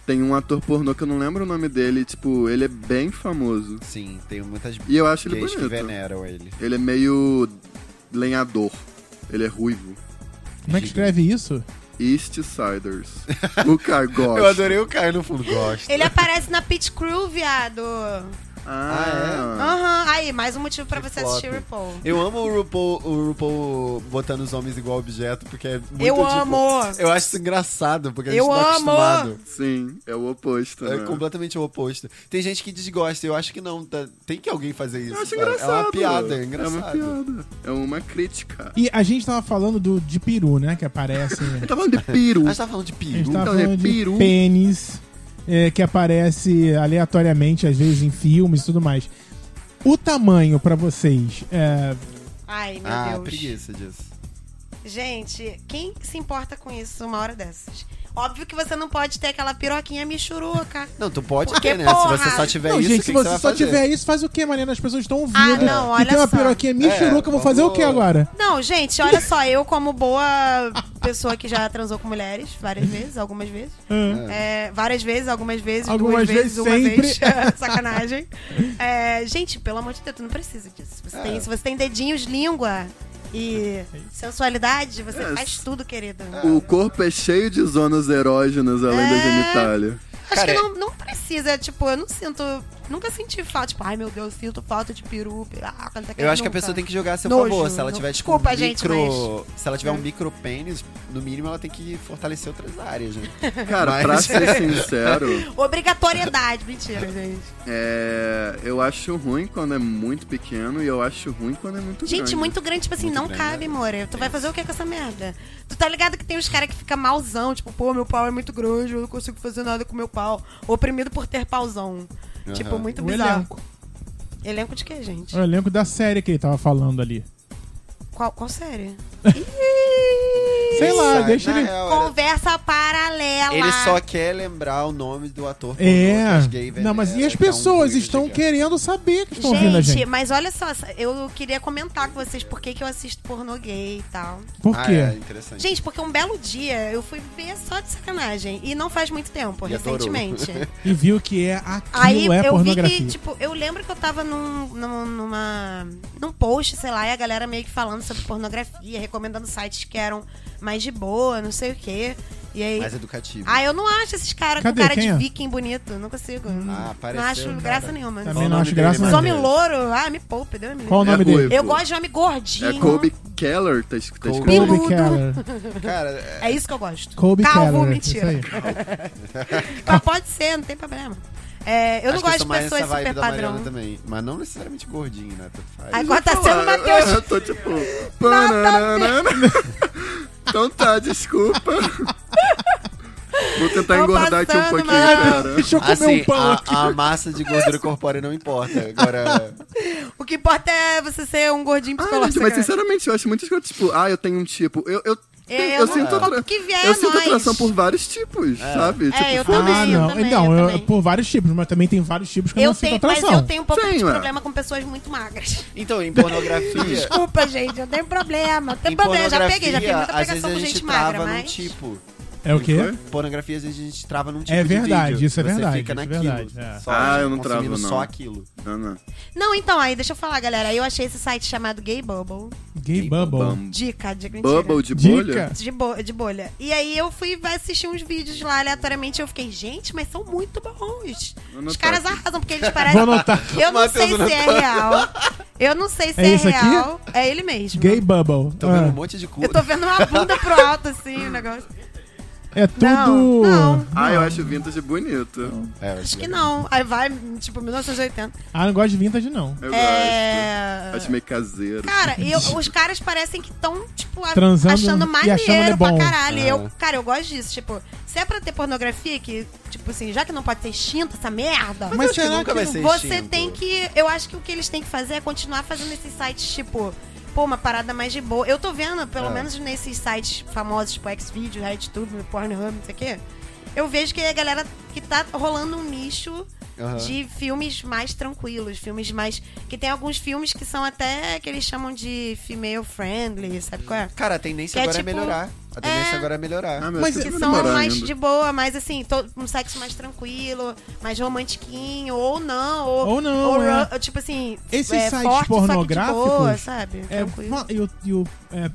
[SPEAKER 2] Tem um ator pornô que eu não lembro o nome dele. Tipo, ele é bem famoso.
[SPEAKER 3] É.
[SPEAKER 1] Sim, tem muitas
[SPEAKER 2] E eu acho ele
[SPEAKER 1] gays que
[SPEAKER 2] bonito.
[SPEAKER 1] veneram ele.
[SPEAKER 2] Ele é meio lenhador. Ele é ruivo.
[SPEAKER 3] Como é que escreve isso?
[SPEAKER 2] Eastsiders.
[SPEAKER 1] [LAUGHS]
[SPEAKER 2] o Cargos.
[SPEAKER 1] Eu adorei o Caio no fundo. Gosto.
[SPEAKER 4] Ele aparece na Pit Crew, viado.
[SPEAKER 2] Ah,
[SPEAKER 4] Aham. Aí, mais um motivo pra você
[SPEAKER 1] flop.
[SPEAKER 4] assistir RuPaul.
[SPEAKER 1] Eu amo o RuPaul, o RuPaul botando os homens igual objeto, porque é muito
[SPEAKER 4] Eu
[SPEAKER 1] tipo,
[SPEAKER 4] amo.
[SPEAKER 1] Eu acho isso engraçado, porque a gente
[SPEAKER 4] Eu
[SPEAKER 1] tá
[SPEAKER 4] amo.
[SPEAKER 1] acostumado.
[SPEAKER 2] Sim, é o oposto.
[SPEAKER 1] É
[SPEAKER 2] né?
[SPEAKER 1] completamente o oposto. Tem gente que desgosta, eu acho que não. tá- Tem que alguém fazer isso.
[SPEAKER 2] Eu acho
[SPEAKER 1] cara.
[SPEAKER 2] engraçado.
[SPEAKER 1] É uma piada, é
[SPEAKER 2] É uma
[SPEAKER 1] engraçado.
[SPEAKER 2] piada. É uma crítica.
[SPEAKER 3] E a gente tava falando do, de peru, né? Que aparece.
[SPEAKER 2] Eu tava falando de peru.
[SPEAKER 1] A gente tá falando de
[SPEAKER 3] A gente
[SPEAKER 1] peru.
[SPEAKER 3] tava
[SPEAKER 2] Então, é
[SPEAKER 3] falando de
[SPEAKER 2] peru.
[SPEAKER 3] pênis. é, que aparece aleatoriamente, às vezes, em filmes e tudo mais. O tamanho pra vocês é,
[SPEAKER 4] Ai, meu
[SPEAKER 1] ah,
[SPEAKER 4] Deus.
[SPEAKER 1] preguiça disso.
[SPEAKER 4] Gente, quem se importa com isso uma hora dessas? Óbvio que você não pode ter aquela piroquinha michuruca.
[SPEAKER 1] Não, tu pode
[SPEAKER 4] Porque,
[SPEAKER 1] ter, né? Se
[SPEAKER 4] porra!
[SPEAKER 1] você só tiver
[SPEAKER 3] não,
[SPEAKER 1] isso,
[SPEAKER 3] gente,
[SPEAKER 1] o que
[SPEAKER 3] se
[SPEAKER 1] que
[SPEAKER 3] você,
[SPEAKER 1] você vai
[SPEAKER 3] só
[SPEAKER 1] fazer?
[SPEAKER 3] tiver isso, faz o quê, Mariana? As pessoas estão ouvindo.
[SPEAKER 4] Ah, não,
[SPEAKER 3] e tem uma
[SPEAKER 4] olha só.
[SPEAKER 3] piroquinha michuruca, eu vou
[SPEAKER 1] É,
[SPEAKER 3] fazer o
[SPEAKER 1] vamos-
[SPEAKER 3] quê agora?
[SPEAKER 4] Não, gente, olha só, eu como boa pessoa que já transou com mulheres várias vezes, algumas vezes. É, várias vezes, algumas vezes,
[SPEAKER 3] Algumas
[SPEAKER 4] duas
[SPEAKER 3] vezes,
[SPEAKER 4] vezes, uma
[SPEAKER 3] sempre.
[SPEAKER 4] vez. [LAUGHS] Sacanagem. É, gente, pelo amor de Deus, tu não precisa disso.
[SPEAKER 1] É.
[SPEAKER 4] Você tem, se você tem dedinhos, língua e sensualidade, você
[SPEAKER 2] É,
[SPEAKER 4] faz
[SPEAKER 2] s-
[SPEAKER 4] tudo, querido.
[SPEAKER 2] O corpo é cheio de zonas erógenas além da genitália.
[SPEAKER 4] Acho
[SPEAKER 1] Cara, é-
[SPEAKER 4] que não, não precisa, tipo, eu não sinto. Nunca senti falta, tipo, ai meu Deus, sinto falta de ah, peru. piraca, não sei o que,
[SPEAKER 1] Eu acho que a
[SPEAKER 4] nunca.
[SPEAKER 1] pessoa tem que jogar a seu
[SPEAKER 4] Nojo,
[SPEAKER 1] favor. Se ela
[SPEAKER 4] não-
[SPEAKER 1] tiver, tipo,
[SPEAKER 4] Desculpa,
[SPEAKER 1] um
[SPEAKER 4] gente,
[SPEAKER 1] micro... Se ela tiver um micro pênis, no mínimo ela tem que fortalecer outras áreas, né?
[SPEAKER 2] Cara,
[SPEAKER 1] Mas-
[SPEAKER 2] pra
[SPEAKER 3] [LAUGHS]
[SPEAKER 2] ser sincero,
[SPEAKER 4] Obrigatoriedade, mentira, gente.
[SPEAKER 2] é, eu acho ruim quando é muito pequeno e eu acho ruim quando é muito grande.
[SPEAKER 4] Gente, muito grande, tipo assim,
[SPEAKER 1] Muito
[SPEAKER 4] não
[SPEAKER 1] grande, né? É.
[SPEAKER 4] cabe, more. Tu vai fazer o que com essa merda? Tu tá ligado que tem uns caras que ficam malzão, tipo, pô, meu pau é muito grande, eu não consigo fazer nada com meu pau. Oprimido por ter pauzão. Tipo, muito
[SPEAKER 3] O
[SPEAKER 4] bizarro.
[SPEAKER 3] elenco. É.
[SPEAKER 4] Elenco de quê, gente?
[SPEAKER 3] O elenco da série que ele tava falando ali.
[SPEAKER 4] Qual,
[SPEAKER 3] [LAUGHS]
[SPEAKER 4] qual série?
[SPEAKER 3] Sei lá,
[SPEAKER 1] Sabe?
[SPEAKER 3] deixa
[SPEAKER 1] Na
[SPEAKER 3] ele.
[SPEAKER 1] real, era-
[SPEAKER 4] Conversa paralela.
[SPEAKER 1] Ele só quer lembrar o nome do ator. pornô que as gay
[SPEAKER 3] É.
[SPEAKER 1] veneram,
[SPEAKER 3] Não, mas e as
[SPEAKER 1] que é um
[SPEAKER 3] pessoas
[SPEAKER 1] buio
[SPEAKER 3] estão
[SPEAKER 1] gigante.
[SPEAKER 3] querendo saber que estão ouvindo a
[SPEAKER 4] Gente,
[SPEAKER 3] gente.
[SPEAKER 4] mas olha só, eu queria comentar com vocês por que, que eu assisto pornô gay e tal.
[SPEAKER 3] Por
[SPEAKER 1] Ah,
[SPEAKER 3] quê?
[SPEAKER 1] é, interessante.
[SPEAKER 4] Gente, porque um belo dia eu fui ver só de sacanagem. E não faz muito tempo,
[SPEAKER 1] E adorou.
[SPEAKER 4] recentemente.
[SPEAKER 1] [LAUGHS]
[SPEAKER 3] E viu que é aquilo
[SPEAKER 4] Aí
[SPEAKER 3] é
[SPEAKER 4] eu vi
[SPEAKER 3] pornografia.
[SPEAKER 4] que, tipo, eu lembro que eu tava num, num, numa, num post, sei lá, e a galera meio que falando sobre pornografia, recomendando sites que eram mais de boa, não sei o quê. E aí.
[SPEAKER 1] Mais educativo.
[SPEAKER 4] Ah, eu não acho esses caras com
[SPEAKER 3] Cadê?
[SPEAKER 4] cara
[SPEAKER 3] Quem
[SPEAKER 4] de
[SPEAKER 3] é?
[SPEAKER 4] viking bonito. Não consigo.
[SPEAKER 1] Ah,
[SPEAKER 4] não
[SPEAKER 1] apareceu,
[SPEAKER 4] acho
[SPEAKER 1] cara.
[SPEAKER 4] graça nenhuma.
[SPEAKER 3] Também
[SPEAKER 1] o
[SPEAKER 3] não
[SPEAKER 1] nome
[SPEAKER 3] acho
[SPEAKER 1] dele,
[SPEAKER 3] graça
[SPEAKER 4] Os
[SPEAKER 1] mas-
[SPEAKER 3] nenhuma.
[SPEAKER 4] homens louro, ah, me poupe, Deus me livre.
[SPEAKER 3] Qual o nome
[SPEAKER 2] É
[SPEAKER 3] dele?
[SPEAKER 2] ruivo.
[SPEAKER 4] Eu gosto de homem gordinho.
[SPEAKER 2] É Kobe Keller, tá, es- tá
[SPEAKER 1] Kobe.
[SPEAKER 2] escrito.
[SPEAKER 3] Kobe
[SPEAKER 4] peludo.
[SPEAKER 3] Keller.
[SPEAKER 1] Cara, é-
[SPEAKER 4] É isso que eu gosto.
[SPEAKER 3] Kobe
[SPEAKER 4] Calvo,
[SPEAKER 3] Keller.
[SPEAKER 4] mentira.
[SPEAKER 3] Isso aí.
[SPEAKER 4] Mas pode ser, não tem problema. É, eu não
[SPEAKER 1] acho que
[SPEAKER 4] gosto
[SPEAKER 1] sou
[SPEAKER 4] de
[SPEAKER 1] mais
[SPEAKER 4] pessoas
[SPEAKER 1] essa vibe
[SPEAKER 4] super
[SPEAKER 1] da Mariana
[SPEAKER 4] padrão.
[SPEAKER 1] também. Mas não necessariamente gordinho, né? Tanto faz.
[SPEAKER 4] Agora tá sendo Matheus
[SPEAKER 2] Eu tô
[SPEAKER 4] [LAUGHS]
[SPEAKER 2] tipo. pananana. [LAUGHS] Então tá,
[SPEAKER 4] [LAUGHS]
[SPEAKER 2] desculpa. Vou tentar
[SPEAKER 4] Tô
[SPEAKER 2] engordar aqui um
[SPEAKER 4] passando,
[SPEAKER 2] pouquinho,
[SPEAKER 4] mano.
[SPEAKER 2] cara.
[SPEAKER 3] Deixa eu comer
[SPEAKER 1] Assim,
[SPEAKER 3] um pão aqui.
[SPEAKER 1] a, a massa de gordura corpórea não importa. Agora,
[SPEAKER 4] O que importa é você ser um gordinho
[SPEAKER 2] Ah, gente,
[SPEAKER 4] psicológico.
[SPEAKER 2] mas sinceramente, eu acho muito escroto. Tipo, ah, eu tenho um tipo. Eu, eu,
[SPEAKER 4] É,
[SPEAKER 2] tenho-
[SPEAKER 4] eu não-
[SPEAKER 2] sinto,
[SPEAKER 4] quanto
[SPEAKER 2] atra-
[SPEAKER 4] que vier,
[SPEAKER 2] eu sinto
[SPEAKER 4] nós. É,
[SPEAKER 2] atração por vários tipos,
[SPEAKER 3] É.
[SPEAKER 2] sabe? tipo,
[SPEAKER 4] eu
[SPEAKER 2] foda-se.
[SPEAKER 4] também.
[SPEAKER 3] ah, não.
[SPEAKER 4] também,
[SPEAKER 3] não,
[SPEAKER 4] eu
[SPEAKER 3] eu-
[SPEAKER 4] também.
[SPEAKER 3] por vários tipos, mas também tem vários tipos que eu,
[SPEAKER 4] eu
[SPEAKER 3] não sinto
[SPEAKER 4] tenho, mas
[SPEAKER 3] atração.
[SPEAKER 4] eu tenho um pouco
[SPEAKER 2] é Sim,
[SPEAKER 4] de
[SPEAKER 2] ué.
[SPEAKER 4] problema com pessoas muito magras.
[SPEAKER 1] então, em pornografia.
[SPEAKER 4] Desculpa, [LAUGHS] gente, eu tenho problema. Eu tenho
[SPEAKER 1] em
[SPEAKER 4] problema, eu já
[SPEAKER 1] pornografia,
[SPEAKER 4] peguei, já peguei muita
[SPEAKER 1] às vezes
[SPEAKER 4] pegação
[SPEAKER 1] a
[SPEAKER 4] com
[SPEAKER 1] gente,
[SPEAKER 4] gente
[SPEAKER 1] trava
[SPEAKER 4] magra,
[SPEAKER 1] num
[SPEAKER 4] mas.
[SPEAKER 1] tipo.
[SPEAKER 3] É o quê?
[SPEAKER 1] Pornografia, às vezes a gente trava num tipo
[SPEAKER 3] É
[SPEAKER 1] de
[SPEAKER 3] verdade,
[SPEAKER 1] vídeo.
[SPEAKER 3] isso é
[SPEAKER 1] Você
[SPEAKER 3] verdade, isso
[SPEAKER 1] Fica
[SPEAKER 3] é
[SPEAKER 1] naquilo,
[SPEAKER 3] verdade, é.
[SPEAKER 1] só,
[SPEAKER 2] Ah, eu não
[SPEAKER 1] consumindo
[SPEAKER 2] travo, não.
[SPEAKER 1] só aquilo.
[SPEAKER 2] Não, não.
[SPEAKER 4] Não, então, aí, deixa eu falar, galera. Eu achei esse site chamado Gay Bubble.
[SPEAKER 3] Gay Bubble.
[SPEAKER 2] Bum-
[SPEAKER 4] Dica, dica mentira.
[SPEAKER 2] Bubble de
[SPEAKER 3] Dica.
[SPEAKER 2] bolha?
[SPEAKER 4] De, bo- de bolha. E aí eu fui assistir uns vídeos lá aleatoriamente e eu fiquei, gente, mas são muito bons.
[SPEAKER 2] Vou
[SPEAKER 4] Os
[SPEAKER 2] anotar
[SPEAKER 4] caras
[SPEAKER 2] aqui.
[SPEAKER 4] arrasam, porque eles
[SPEAKER 2] [LAUGHS]
[SPEAKER 4] parecem.
[SPEAKER 3] Vou anotar.
[SPEAKER 4] Eu não
[SPEAKER 1] Matheus
[SPEAKER 4] sei se é
[SPEAKER 1] anotou.
[SPEAKER 4] real. Eu não sei se
[SPEAKER 3] É
[SPEAKER 4] é,
[SPEAKER 3] esse aqui?
[SPEAKER 4] real. É ele mesmo.
[SPEAKER 3] Gay Bubble.
[SPEAKER 1] Tô vendo
[SPEAKER 3] Ah,
[SPEAKER 1] um monte de cu.
[SPEAKER 4] Eu tô vendo uma bunda pro alto, assim, o negócio.
[SPEAKER 3] é tudo.
[SPEAKER 4] Não, não.
[SPEAKER 2] Ah, eu acho vintage bonito.
[SPEAKER 1] É,
[SPEAKER 4] Acho que não. Aí vai, tipo, 1980.
[SPEAKER 3] Ah, não gosto de vintage, não.
[SPEAKER 2] Eu
[SPEAKER 4] É...
[SPEAKER 2] gosto. Acho meio caseiro.
[SPEAKER 4] Cara, e eu- os caras parecem que estão, tipo, a-
[SPEAKER 3] Transando
[SPEAKER 4] achando
[SPEAKER 3] e achando ele
[SPEAKER 4] maneiro
[SPEAKER 3] bom.
[SPEAKER 4] pra caralho. E
[SPEAKER 1] Ah.
[SPEAKER 4] Eu, cara, eu gosto disso. Tipo, se é pra ter pornografia, que, tipo assim, já que não pode ter extinta essa merda.
[SPEAKER 3] Mas
[SPEAKER 1] acho que
[SPEAKER 3] será
[SPEAKER 1] nunca
[SPEAKER 3] que
[SPEAKER 1] vai
[SPEAKER 3] não-
[SPEAKER 1] ser
[SPEAKER 4] Você
[SPEAKER 1] extinto.
[SPEAKER 4] tem que. Eu acho que o que eles têm que fazer é continuar fazendo esses sites, tipo. Pô, uma parada mais de boa. Eu tô vendo, pelo menos nesses sites famosos, tipo Xvideo, RedTube, Pornhub, não sei o quê. Eu vejo que a galera que tá rolando um nicho
[SPEAKER 1] Aham.
[SPEAKER 4] de filmes mais tranquilos, filmes mais. Que tem alguns filmes que são até que eles chamam de female friendly, sabe qual é?
[SPEAKER 1] Cara, a tendência
[SPEAKER 4] Que é
[SPEAKER 1] agora é
[SPEAKER 4] tipo-
[SPEAKER 1] melhorar. A
[SPEAKER 4] É.
[SPEAKER 1] tendência agora é melhorar.
[SPEAKER 2] Ah, meu,
[SPEAKER 3] Mas
[SPEAKER 2] acho
[SPEAKER 4] Que
[SPEAKER 2] vai
[SPEAKER 4] são
[SPEAKER 2] demorar
[SPEAKER 4] mais
[SPEAKER 2] ainda.
[SPEAKER 4] de boa, mas assim, to- um sexo mais tranquilo, mais romantiquinho, ou não, ou,
[SPEAKER 3] Ou não, é.
[SPEAKER 4] ru- tipo assim,
[SPEAKER 3] Esses
[SPEAKER 4] é,
[SPEAKER 3] sites
[SPEAKER 4] forte,
[SPEAKER 3] pornográficos,
[SPEAKER 4] só que de boa, sabe?
[SPEAKER 3] É,
[SPEAKER 4] Tranquilo.
[SPEAKER 3] fa- e o, e o é,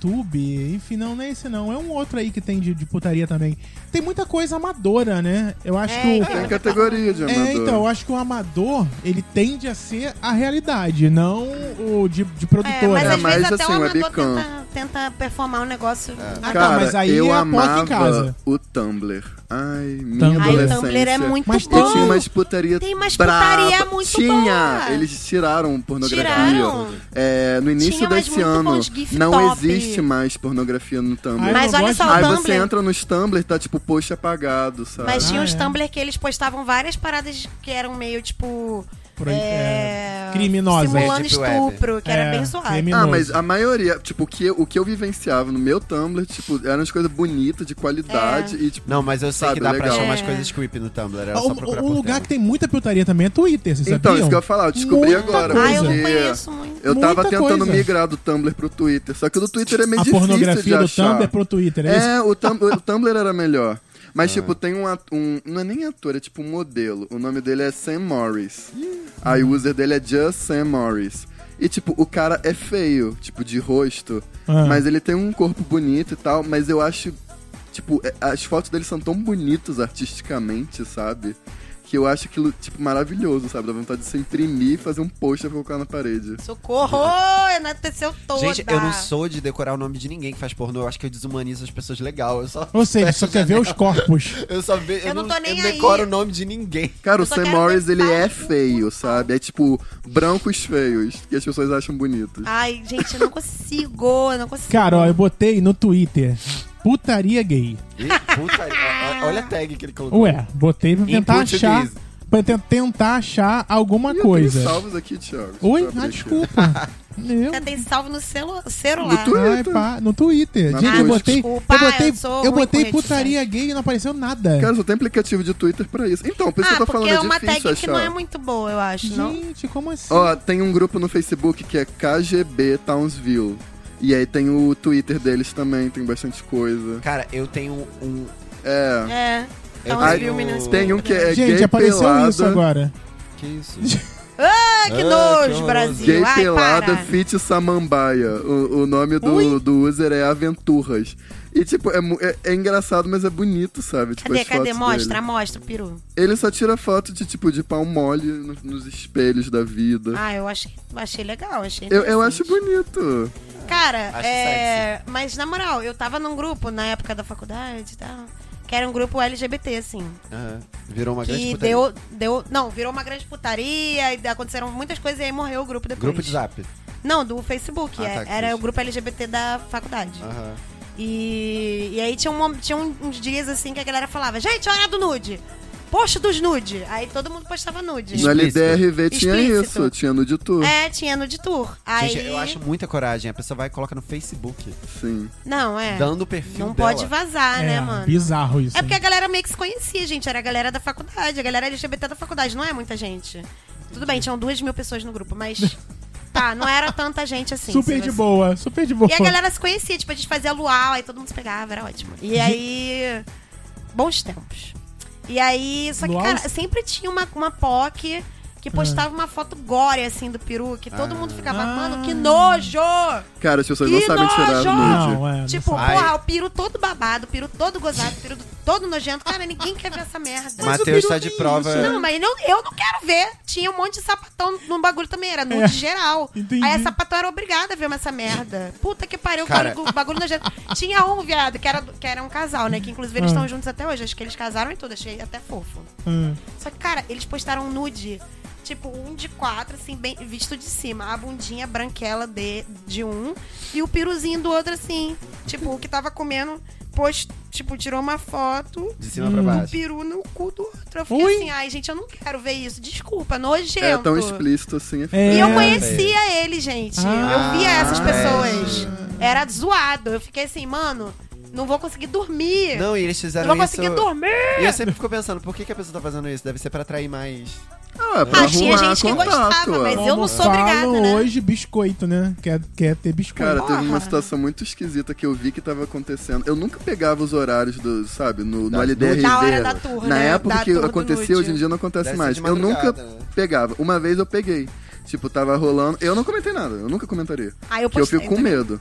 [SPEAKER 3] Pornotube, enfim, não, não é esse não. É um outro aí que tem de, de putaria também. Tem muita coisa amadora, né? Eu acho
[SPEAKER 4] É,
[SPEAKER 3] que o.
[SPEAKER 4] então.
[SPEAKER 2] Tem categoria de amador.
[SPEAKER 3] É, então, eu acho que o amador, ele tende a ser a realidade, não o de, de
[SPEAKER 4] É, mas
[SPEAKER 3] produtora.
[SPEAKER 2] É,
[SPEAKER 4] às
[SPEAKER 2] mas
[SPEAKER 4] vezes até
[SPEAKER 3] né?
[SPEAKER 2] assim,
[SPEAKER 4] o
[SPEAKER 2] o
[SPEAKER 4] amador
[SPEAKER 2] webcam.
[SPEAKER 4] tenta tenta performar um negócio.
[SPEAKER 3] Ah, tá,
[SPEAKER 2] Cara,
[SPEAKER 3] mas aí
[SPEAKER 2] eu
[SPEAKER 3] é a porta em
[SPEAKER 2] amava
[SPEAKER 3] casa.
[SPEAKER 2] o Tumblr. Ai, minha
[SPEAKER 3] Tumblr. Ai, o
[SPEAKER 2] adolescência.
[SPEAKER 4] Tumblr é muito
[SPEAKER 3] Mas
[SPEAKER 2] Eu
[SPEAKER 4] bom.
[SPEAKER 2] tinha umas putaria
[SPEAKER 4] Tem umas
[SPEAKER 2] braba.
[SPEAKER 4] putaria muito
[SPEAKER 2] Tinha!
[SPEAKER 4] boa.
[SPEAKER 2] Eles tiraram pornografia.
[SPEAKER 4] Tiraram.
[SPEAKER 2] É, no início
[SPEAKER 4] Tinha, mas
[SPEAKER 2] desse
[SPEAKER 4] muito
[SPEAKER 2] ano,
[SPEAKER 4] bons gif
[SPEAKER 2] não
[SPEAKER 4] top.
[SPEAKER 2] existe mais pornografia no Tumblr.
[SPEAKER 3] Ai,
[SPEAKER 4] Mas
[SPEAKER 3] eu
[SPEAKER 4] olha
[SPEAKER 3] gosto
[SPEAKER 4] só,
[SPEAKER 3] de-
[SPEAKER 2] Aí
[SPEAKER 4] o
[SPEAKER 2] você
[SPEAKER 4] Tumblr-
[SPEAKER 2] entra nos Tumblr, tá tipo post apagado, sabe?
[SPEAKER 4] Mas tinha
[SPEAKER 3] Ah,
[SPEAKER 4] uns
[SPEAKER 3] é.
[SPEAKER 4] Tumblr que eles postavam várias paradas que eram meio tipo.
[SPEAKER 3] Pro- é,
[SPEAKER 4] é,
[SPEAKER 3] criminosas.
[SPEAKER 4] Simulando
[SPEAKER 1] Deep Web.
[SPEAKER 4] estupro, que
[SPEAKER 3] É,
[SPEAKER 4] era bem zoado.
[SPEAKER 3] crimi-
[SPEAKER 2] Ah,
[SPEAKER 3] Criminoso.
[SPEAKER 2] mas a maioria, tipo, o que, eu- o que eu vivenciava no meu Tumblr, tipo, eram as coisas bonitas, de qualidade e, tipo,
[SPEAKER 1] Não, mas eu sei
[SPEAKER 2] Sabe,
[SPEAKER 1] que dá pra
[SPEAKER 2] legal.
[SPEAKER 1] achar umas
[SPEAKER 4] É.
[SPEAKER 1] coisas creepy no Tumblr. Era
[SPEAKER 3] O,
[SPEAKER 1] só procurar
[SPEAKER 3] o- o
[SPEAKER 1] por
[SPEAKER 3] lugar
[SPEAKER 1] tema.
[SPEAKER 3] que tem muita putaria também é Twitter, vocês
[SPEAKER 2] Então,
[SPEAKER 3] sabiam?
[SPEAKER 2] isso que eu ia falar, eu descobri
[SPEAKER 3] Muita
[SPEAKER 2] agora.
[SPEAKER 3] coisa.
[SPEAKER 4] Ah, eu não
[SPEAKER 2] porque
[SPEAKER 4] conheço muito.
[SPEAKER 2] Eu tava
[SPEAKER 3] Muita
[SPEAKER 2] tentando
[SPEAKER 3] coisa.
[SPEAKER 2] migrar do Tumblr pro Twitter, só que o do Twitter é meio
[SPEAKER 3] A
[SPEAKER 2] difícil
[SPEAKER 3] pornografia
[SPEAKER 2] de
[SPEAKER 3] do
[SPEAKER 2] achar.
[SPEAKER 3] Tumblr pro Twitter, é isso? Ah.
[SPEAKER 2] É, o, Tum- o Tumblr era melhor. Mas, tipo, tem um, at- um. Não é nem ator, é tipo um modelo. O nome dele é Sam Morris. Aí o user dele é Just Sam Morris. E, tipo, o cara é feio, tipo, de rosto.
[SPEAKER 3] Ah.
[SPEAKER 2] Mas ele tem um corpo bonito e tal. Mas eu acho. Tipo, é- as fotos dele são tão bonitas artisticamente, sabe? Que eu acho aquilo, tipo, maravilhoso, sabe? Dá vontade de você imprimir e fazer um pôster pra colocar na parede.
[SPEAKER 4] Socorro! Enalteceu toda.
[SPEAKER 1] Gente, eu não sou de decorar o nome de ninguém que faz pornô. Eu acho que eu desumanizo as pessoas legal. Eu só.
[SPEAKER 3] Ou seja, só quer ver os corpos.
[SPEAKER 1] Eu só ve... eu,
[SPEAKER 4] Eu não tô nem
[SPEAKER 1] eu
[SPEAKER 4] aí.
[SPEAKER 1] decoro o nome de ninguém.
[SPEAKER 2] Cara,
[SPEAKER 4] Eu
[SPEAKER 2] o
[SPEAKER 4] só
[SPEAKER 2] Sam
[SPEAKER 4] quero ver
[SPEAKER 2] Morris, ele é
[SPEAKER 4] pau.
[SPEAKER 2] feio, sabe? É tipo, brancos feios, que as pessoas acham bonitos.
[SPEAKER 4] Ai, gente, eu não consigo, eu não consigo.
[SPEAKER 3] Cara, ó, eu botei no Twitter. Putaria gay.
[SPEAKER 1] Ih, [LAUGHS] puta, ó, ó, olha a tag que ele colocou.
[SPEAKER 3] Ué, botei pra
[SPEAKER 1] Em
[SPEAKER 3] tentar achar.
[SPEAKER 1] português.
[SPEAKER 3] Pra te- tentar achar
[SPEAKER 2] Ih,
[SPEAKER 3] alguma
[SPEAKER 2] eu tenho
[SPEAKER 3] coisa.
[SPEAKER 2] salvos aqui, Thiago.
[SPEAKER 3] Oi?
[SPEAKER 2] Pra abrir
[SPEAKER 3] Ah,
[SPEAKER 2] aqui.
[SPEAKER 3] desculpa. Eu.
[SPEAKER 4] Já tem salvo no celu celular. Ah,
[SPEAKER 2] No Twitter.
[SPEAKER 3] Ai, pá, no Twitter.
[SPEAKER 2] Na
[SPEAKER 3] Gente, eu
[SPEAKER 2] Twitch.
[SPEAKER 3] botei.
[SPEAKER 4] Desculpa,
[SPEAKER 3] eu botei,
[SPEAKER 4] eu sou
[SPEAKER 3] eu
[SPEAKER 4] ruim
[SPEAKER 3] botei
[SPEAKER 4] com rede
[SPEAKER 3] putaria gay e não apareceu nada.
[SPEAKER 2] Cara, só tem aplicativo de Twitter pra isso. Então, por isso
[SPEAKER 4] ah,
[SPEAKER 2] que eu tô
[SPEAKER 4] porque
[SPEAKER 2] falando,
[SPEAKER 4] é uma
[SPEAKER 2] é difícil
[SPEAKER 4] tag
[SPEAKER 2] achar.
[SPEAKER 4] que não é muito boa, eu acho, não?
[SPEAKER 3] Gente, como assim?
[SPEAKER 2] Ó, tem um grupo no Facebook que é KGB Townsville. E aí tem o Twitter deles também, tem bastante coisa.
[SPEAKER 1] Cara, eu tenho um.
[SPEAKER 2] É.
[SPEAKER 4] É. Então,
[SPEAKER 1] Ai,
[SPEAKER 4] as meninas-
[SPEAKER 2] Tem um que é
[SPEAKER 3] Gente,
[SPEAKER 2] gay
[SPEAKER 3] apareceu
[SPEAKER 2] pelada,
[SPEAKER 3] isso agora.
[SPEAKER 1] Que isso?
[SPEAKER 4] Ah, que
[SPEAKER 1] Ah, que
[SPEAKER 4] nojo,
[SPEAKER 1] horror.
[SPEAKER 4] Brasil.
[SPEAKER 2] Gay
[SPEAKER 4] Ai,
[SPEAKER 2] pelada
[SPEAKER 4] para.
[SPEAKER 2] fit samambaia. O, o nome do, do user é Aventuras. E, tipo, é, mu- é- é engraçado, mas é bonito, sabe? Tipo,
[SPEAKER 4] Cadê,
[SPEAKER 2] as
[SPEAKER 4] cadê?
[SPEAKER 2] fotos
[SPEAKER 4] Mostra,
[SPEAKER 2] dele.
[SPEAKER 4] mostra o peru.
[SPEAKER 2] Ele só tira foto de, tipo, de pau mole no- nos espelhos da vida.
[SPEAKER 4] Ah, eu achei, achei legal, achei
[SPEAKER 2] eu, eu
[SPEAKER 4] interessante.
[SPEAKER 2] acho bonito.
[SPEAKER 4] Cara,
[SPEAKER 1] Acho
[SPEAKER 4] é... mas na moral, eu tava num grupo na época da faculdade e tal, que era um grupo LGBT, assim.
[SPEAKER 1] Aham. Virou uma grande
[SPEAKER 4] Que
[SPEAKER 1] putaria.
[SPEAKER 4] deu, deu. Não, virou uma grande putaria, e aconteceram muitas coisas e aí morreu o grupo depois.
[SPEAKER 1] Grupo de zap.
[SPEAKER 4] Não, do Facebook.
[SPEAKER 1] Ah,
[SPEAKER 4] é-
[SPEAKER 1] tá, que
[SPEAKER 4] era
[SPEAKER 1] isso.
[SPEAKER 4] o grupo LGBT da faculdade.
[SPEAKER 1] Aham.
[SPEAKER 4] E, e aí tinha, um mom- tinha um- uns dias assim que a galera falava, gente, hora do nude! Post dos nude! Aí todo mundo postava nude.
[SPEAKER 2] No
[SPEAKER 1] Explícito.
[SPEAKER 2] LDRV tinha
[SPEAKER 4] Explícito.
[SPEAKER 2] isso, tinha no de tudo.
[SPEAKER 4] É, tinha nude tour. Aí.
[SPEAKER 1] Gente, eu acho muita coragem. A pessoa vai e coloca no Facebook,
[SPEAKER 2] Sim.
[SPEAKER 4] Não, é.
[SPEAKER 1] dando o perfil
[SPEAKER 4] Não
[SPEAKER 1] dela.
[SPEAKER 4] pode vazar, né,
[SPEAKER 3] É,
[SPEAKER 4] mano?
[SPEAKER 3] Bizarro isso.
[SPEAKER 4] É porque a
[SPEAKER 3] hein?
[SPEAKER 4] galera meio que se conhecia, gente. Era a galera da faculdade, a galera LGBT da faculdade. Não é muita gente. Tudo bem, tinham duas mil pessoas no grupo,
[SPEAKER 3] [LAUGHS]
[SPEAKER 4] mas... tá, não era tanta gente assim.
[SPEAKER 3] super
[SPEAKER 4] se
[SPEAKER 3] de
[SPEAKER 4] você-
[SPEAKER 3] boa, super de boa.
[SPEAKER 4] E a galera se conhecia, tipo, a gente fazia luau, aí todo mundo se pegava, era ótimo. E aí. Bons tempos. E aí. Só que,
[SPEAKER 3] Luau? É.
[SPEAKER 4] cara, sempre tinha uma, uma POC que postava uma foto gore, assim, do peru, que todo mundo ficava,
[SPEAKER 3] Ah.
[SPEAKER 4] mano, que nojo!
[SPEAKER 2] Cara, as pessoas
[SPEAKER 4] Que
[SPEAKER 2] não sabem tirar
[SPEAKER 4] nojo!
[SPEAKER 2] nude.
[SPEAKER 3] Não, é. não
[SPEAKER 4] tipo,
[SPEAKER 3] sabe.
[SPEAKER 1] sai.
[SPEAKER 4] porra, o peru todo babado, o peru todo gozado, o peru todo nojento. Cara, ninguém quer ver essa merda.
[SPEAKER 1] Matheus tá de
[SPEAKER 3] É.
[SPEAKER 1] prova.
[SPEAKER 4] Não, mas não- eu não quero ver. Tinha um monte de sapatão no bagulho também, era nude
[SPEAKER 3] É.
[SPEAKER 4] geral.
[SPEAKER 3] [LAUGHS] Entendi.
[SPEAKER 4] Aí a sapatão era obrigada a ver essa merda. Puta que pariu,
[SPEAKER 1] Cara.
[SPEAKER 4] cara, o bagulho nojento. Tinha um, viado, que era, que era um casal, né? Que inclusive eles
[SPEAKER 3] Ah.
[SPEAKER 4] estão juntos até hoje. Acho que eles casaram e tudo, achei até fofo.
[SPEAKER 3] Hum.
[SPEAKER 4] Só que, cara, eles postaram um nude. Tipo, um de quatro, assim, bem visto de cima. A bundinha branquela de, de um e o piruzinho do outro, assim. Tipo, o que tava comendo, post, tipo, tirou uma foto
[SPEAKER 1] De cima pra baixo.
[SPEAKER 4] peru no cu do outro. Eu fiquei
[SPEAKER 3] Ui.
[SPEAKER 4] assim, ai, gente, eu não quero ver isso. Desculpa, nojento.
[SPEAKER 2] É tão explícito assim. É.
[SPEAKER 4] E
[SPEAKER 3] É.
[SPEAKER 4] eu conhecia ele, gente.
[SPEAKER 3] Ah.
[SPEAKER 4] eu via essas
[SPEAKER 1] Ah,
[SPEAKER 4] pessoas. Era zoado. Eu fiquei assim, mano, não vou conseguir dormir. Não,
[SPEAKER 1] Não, e eles fizeram
[SPEAKER 4] vou
[SPEAKER 1] isso.
[SPEAKER 4] conseguir dormir.
[SPEAKER 1] E eu sempre fico pensando, por que, que a pessoa tá fazendo isso? Deve ser pra atrair mais.
[SPEAKER 2] Ah, é pra
[SPEAKER 4] Ah, tinha
[SPEAKER 2] arrumar
[SPEAKER 4] gente que
[SPEAKER 2] contato,
[SPEAKER 4] gostava,
[SPEAKER 2] é.
[SPEAKER 4] mas eu não sou
[SPEAKER 3] Como
[SPEAKER 4] obrigada,
[SPEAKER 3] falam
[SPEAKER 4] né?
[SPEAKER 3] hoje biscoito, né? Quer, quer ter biscoito.
[SPEAKER 2] Cara, teve uma
[SPEAKER 4] Porra.
[SPEAKER 2] situação muito esquisita que eu vi que tava acontecendo. Eu nunca pegava os horários do, sabe, no, no
[SPEAKER 1] Da-
[SPEAKER 2] LDRV.
[SPEAKER 4] Na hora da tour,
[SPEAKER 2] Na
[SPEAKER 4] né?
[SPEAKER 2] época
[SPEAKER 4] Da
[SPEAKER 2] que
[SPEAKER 4] tour do
[SPEAKER 2] acontecia,
[SPEAKER 4] nude.
[SPEAKER 2] hoje em dia não acontece
[SPEAKER 1] Deve ser
[SPEAKER 2] mais.
[SPEAKER 1] de
[SPEAKER 2] Eu nunca
[SPEAKER 1] madrugada, né?
[SPEAKER 2] pegava. Uma vez eu peguei. Tipo, tava rolando. Eu não comentei nada, eu nunca comentaria.
[SPEAKER 4] Aí eu
[SPEAKER 2] Porque eu
[SPEAKER 4] postei
[SPEAKER 2] fico com
[SPEAKER 4] também.
[SPEAKER 2] medo.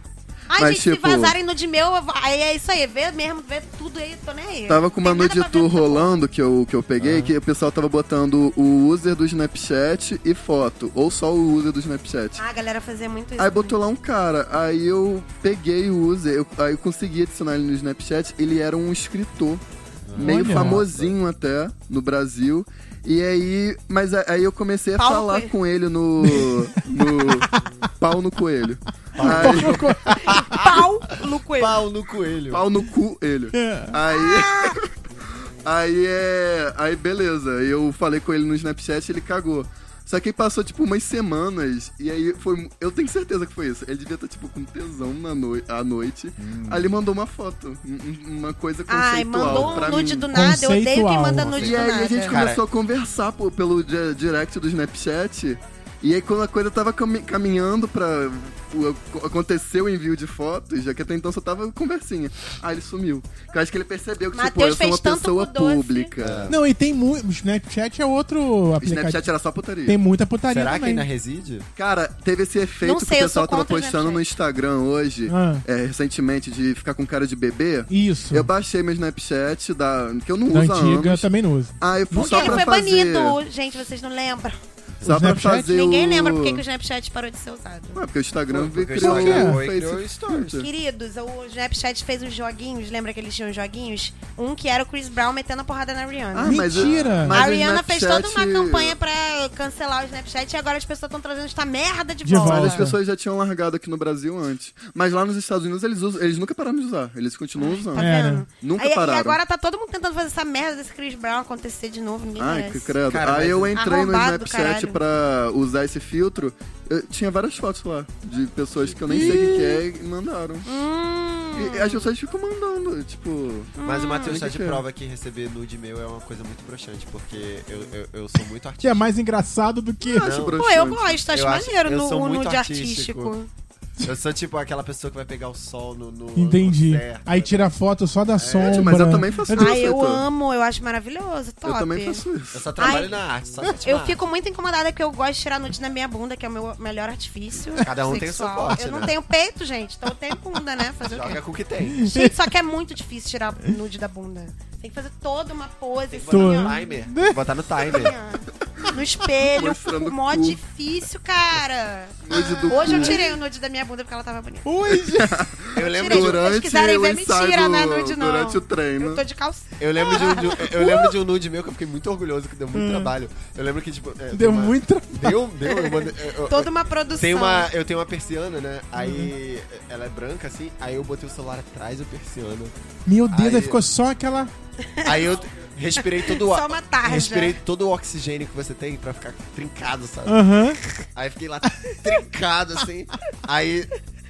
[SPEAKER 4] Ai,
[SPEAKER 2] Mas,
[SPEAKER 4] gente,
[SPEAKER 2] tipo-
[SPEAKER 4] se vazarem no de meu, eu vou- aí é isso aí. Vê mesmo, vê tudo aí, tô nem aí.
[SPEAKER 2] Tava com uma
[SPEAKER 4] Tem nada
[SPEAKER 2] nude
[SPEAKER 4] pra ver Ah.
[SPEAKER 2] tour
[SPEAKER 4] nessa porra.
[SPEAKER 2] rolando que eu, que eu peguei, que o pessoal tava botando o user do Snapchat e foto, ou só o user do Snapchat.
[SPEAKER 4] Ah, a galera fazia muito isso.
[SPEAKER 2] Aí botou lá um cara, aí eu peguei o user, eu- aí eu consegui adicionar ele no Snapchat, ele era um escritor, meio
[SPEAKER 3] Olha.
[SPEAKER 2] famosinho até, no Brasil. E aí, mas a- aí eu comecei a
[SPEAKER 4] Paulo
[SPEAKER 2] falar
[SPEAKER 4] Coelho.
[SPEAKER 2] com ele no. no
[SPEAKER 4] [LAUGHS]
[SPEAKER 2] pau no coelho. Aí,
[SPEAKER 4] Pau no coelho.
[SPEAKER 1] Pau no coelho.
[SPEAKER 2] Pau no cu, ele.
[SPEAKER 3] É.
[SPEAKER 4] Ah!
[SPEAKER 2] Aí. [LAUGHS] Aí é. Aí beleza. Eu falei com ele no Snapchat ele cagou. Só que aí passou tipo umas semanas. E aí foi. Eu tenho certeza que foi isso. Ele devia estar, tipo, com tesão na noi à noite. Aí ele mandou uma foto. um- um- Uma coisa conceitual
[SPEAKER 4] Hum. Ai, mandou
[SPEAKER 2] pra
[SPEAKER 4] um nude
[SPEAKER 2] mim.
[SPEAKER 4] do nada. Eu odeio quem
[SPEAKER 3] Conceitual.
[SPEAKER 4] manda nude
[SPEAKER 2] E
[SPEAKER 4] do
[SPEAKER 2] aí
[SPEAKER 4] nada.
[SPEAKER 2] a gente
[SPEAKER 1] Cara.
[SPEAKER 2] começou a conversar pô, pelo di- direct do Snapchat. E aí quando a coisa tava cami- caminhando pra. o- Aconteceu o envio de fotos, já que até então só tava conversinha. Aí ele sumiu. Porque Eu acho que ele percebeu que, tipo,
[SPEAKER 4] Mateus
[SPEAKER 2] eu sou uma
[SPEAKER 4] fez tanto assim.
[SPEAKER 2] pessoa
[SPEAKER 4] com doce.
[SPEAKER 2] pública.
[SPEAKER 3] Não, e tem muito. Snapchat é outro aplicativo.
[SPEAKER 2] Snapchat era só putaria.
[SPEAKER 3] Tem muita putaria
[SPEAKER 1] Será que
[SPEAKER 3] também.
[SPEAKER 1] ainda reside?
[SPEAKER 2] Cara, teve esse efeito
[SPEAKER 4] Não sei,
[SPEAKER 2] que o
[SPEAKER 4] eu sou
[SPEAKER 2] pessoal tava
[SPEAKER 4] contra o
[SPEAKER 2] postando no Instagram hoje,
[SPEAKER 3] Ah.
[SPEAKER 2] é, recentemente, de ficar com cara de bebê.
[SPEAKER 3] Isso.
[SPEAKER 2] Eu baixei meu Snapchat, da, que eu não
[SPEAKER 3] da
[SPEAKER 2] uso há
[SPEAKER 3] antiga, eu
[SPEAKER 2] anos.
[SPEAKER 3] também não uso.
[SPEAKER 2] Ah, eu fui
[SPEAKER 4] Porque
[SPEAKER 2] só
[SPEAKER 4] ele
[SPEAKER 2] pra
[SPEAKER 4] foi
[SPEAKER 2] fazer...
[SPEAKER 4] banido, gente, vocês não lembram.
[SPEAKER 2] Só
[SPEAKER 3] O
[SPEAKER 2] pra
[SPEAKER 3] Snapchat?
[SPEAKER 2] fazer
[SPEAKER 4] Ninguém
[SPEAKER 2] o...
[SPEAKER 4] lembra por que que o Snapchat parou de ser usado.
[SPEAKER 2] Ah, porque o Instagram
[SPEAKER 1] Porque o
[SPEAKER 2] criou
[SPEAKER 3] Instagram
[SPEAKER 2] o
[SPEAKER 1] foi, criou
[SPEAKER 2] Facebook.
[SPEAKER 1] stories.
[SPEAKER 4] Queridos, o Snapchat fez uns joguinhos, lembra que eles tinham joguinhos? Um que era o Chris Brown metendo a porrada na Rihanna.
[SPEAKER 2] Ah, mas-
[SPEAKER 3] Mentira!
[SPEAKER 2] mas
[SPEAKER 4] a
[SPEAKER 2] o
[SPEAKER 4] Rihanna fez toda uma
[SPEAKER 2] Snapchat-
[SPEAKER 4] campanha pra cancelar o Snapchat e agora as pessoas estão trazendo esta merda de,
[SPEAKER 3] De
[SPEAKER 4] volta. tá
[SPEAKER 3] volta.
[SPEAKER 2] As pessoas já tinham largado aqui no Brasil antes. Mas lá nos Estados Unidos eles usam, eles nunca pararam de usar. Eles continuam usando.
[SPEAKER 4] Tá
[SPEAKER 3] É,
[SPEAKER 4] vendo?
[SPEAKER 3] né?
[SPEAKER 2] Nunca
[SPEAKER 4] Aí-
[SPEAKER 2] pararam.
[SPEAKER 4] E agora tá todo mundo tentando fazer essa merda desse Chris Brown acontecer de novo, ninguém
[SPEAKER 2] Ai,
[SPEAKER 4] merece.
[SPEAKER 2] que credo.
[SPEAKER 1] Cara,
[SPEAKER 2] Aí
[SPEAKER 1] mas é
[SPEAKER 2] eu entrei
[SPEAKER 4] né? arrombado
[SPEAKER 2] no
[SPEAKER 4] do
[SPEAKER 2] Snapchat
[SPEAKER 4] caralho.
[SPEAKER 2] pra usar esse filtro. Eu tinha várias fotos lá de pessoas que eu nem sei o que é e mandaram.
[SPEAKER 4] Hum,
[SPEAKER 2] E as pessoas ficam mandando, tipo.
[SPEAKER 3] Ah,
[SPEAKER 1] Mas o Matheus está
[SPEAKER 2] Muito
[SPEAKER 1] de
[SPEAKER 2] feio.
[SPEAKER 1] prova que receber nude meu é uma coisa muito broxante, porque eu, eu, eu sou muito
[SPEAKER 3] Que é
[SPEAKER 1] artista.
[SPEAKER 3] mais engraçado do que.
[SPEAKER 2] acho
[SPEAKER 1] Não.
[SPEAKER 4] pô,
[SPEAKER 2] broxante.
[SPEAKER 4] eu gosto, acho
[SPEAKER 1] Eu acho-
[SPEAKER 4] maneiro
[SPEAKER 1] eu
[SPEAKER 4] no,
[SPEAKER 1] sou
[SPEAKER 4] o
[SPEAKER 1] muito
[SPEAKER 4] nude
[SPEAKER 1] artístico.
[SPEAKER 4] artístico.
[SPEAKER 1] Eu sou tipo aquela pessoa que vai pegar o sol no. no
[SPEAKER 3] Entendi.
[SPEAKER 1] no certo,
[SPEAKER 3] Aí
[SPEAKER 1] né?
[SPEAKER 3] tira foto só da sombra.
[SPEAKER 2] mas eu também faço isso.
[SPEAKER 4] Ai, eu
[SPEAKER 2] Heitor.
[SPEAKER 4] amo, eu acho maravilhoso, top.
[SPEAKER 2] Eu também faço isso.
[SPEAKER 1] Eu só trabalho
[SPEAKER 4] Ai.
[SPEAKER 1] na arte, só sete
[SPEAKER 4] Eu
[SPEAKER 1] barras.
[SPEAKER 4] fico muito incomodada porque eu gosto de tirar nude na minha bunda, que é o meu melhor artifício.
[SPEAKER 1] [LAUGHS] Cada um tem
[SPEAKER 4] sexual.
[SPEAKER 1] seu forte,
[SPEAKER 4] Eu não
[SPEAKER 1] né?
[SPEAKER 4] tenho peito, gente, então eu tenho bunda, né? Fazer o quê?
[SPEAKER 1] Joga com o
[SPEAKER 3] [LAUGHS]
[SPEAKER 1] que tem.
[SPEAKER 4] Gente, só que é muito difícil tirar nude da bunda. Tem que fazer toda uma pose,
[SPEAKER 1] Tem que
[SPEAKER 4] assim,
[SPEAKER 1] botar
[SPEAKER 3] Tô.
[SPEAKER 1] no
[SPEAKER 4] ó.
[SPEAKER 1] timer. Tem que Botar no timer.
[SPEAKER 4] assim, ó. No espelho,
[SPEAKER 2] Mostrando o
[SPEAKER 4] mó
[SPEAKER 2] cu.
[SPEAKER 4] difícil, cara.
[SPEAKER 2] Nude do
[SPEAKER 4] Hoje eu
[SPEAKER 2] cu.
[SPEAKER 4] tirei o nude da minha bunda porque ela tava bonita.
[SPEAKER 3] Ui,
[SPEAKER 2] [LAUGHS]
[SPEAKER 1] Eu lembro,
[SPEAKER 4] Tirei.
[SPEAKER 1] de um-
[SPEAKER 4] vocês
[SPEAKER 2] Durante
[SPEAKER 4] quiserem
[SPEAKER 2] o
[SPEAKER 4] ver,
[SPEAKER 2] ensaio
[SPEAKER 4] mentira,
[SPEAKER 2] do-
[SPEAKER 4] não é nude, não.
[SPEAKER 2] Durante o treino.
[SPEAKER 4] Eu tô de calcinha.
[SPEAKER 1] eu lembro de um, de um- eu lembro de um nude meu que eu fiquei muito orgulhoso, que deu muito trabalho. Eu lembro que, tipo. é, tem
[SPEAKER 3] Hum. deu
[SPEAKER 1] uma-
[SPEAKER 3] muito trabalho.
[SPEAKER 1] Deu, deu. Eu mandei, eu- eu-
[SPEAKER 4] Toda uma produção.
[SPEAKER 1] Tem uma, eu tenho uma persiana, né? Aí
[SPEAKER 3] Uhum.
[SPEAKER 1] ela é branca, assim. Aí eu botei o celular atrás da persiana.
[SPEAKER 3] Meu Deus, aí,
[SPEAKER 1] Aí-
[SPEAKER 3] ficou só aquela.
[SPEAKER 1] Aí eu respirei todo o
[SPEAKER 4] Só uma tarja.
[SPEAKER 1] Respirei todo o oxigênio que você tem pra ficar trincado, sabe?
[SPEAKER 3] Aham.
[SPEAKER 1] Aí fiquei lá trincado, assim. Aí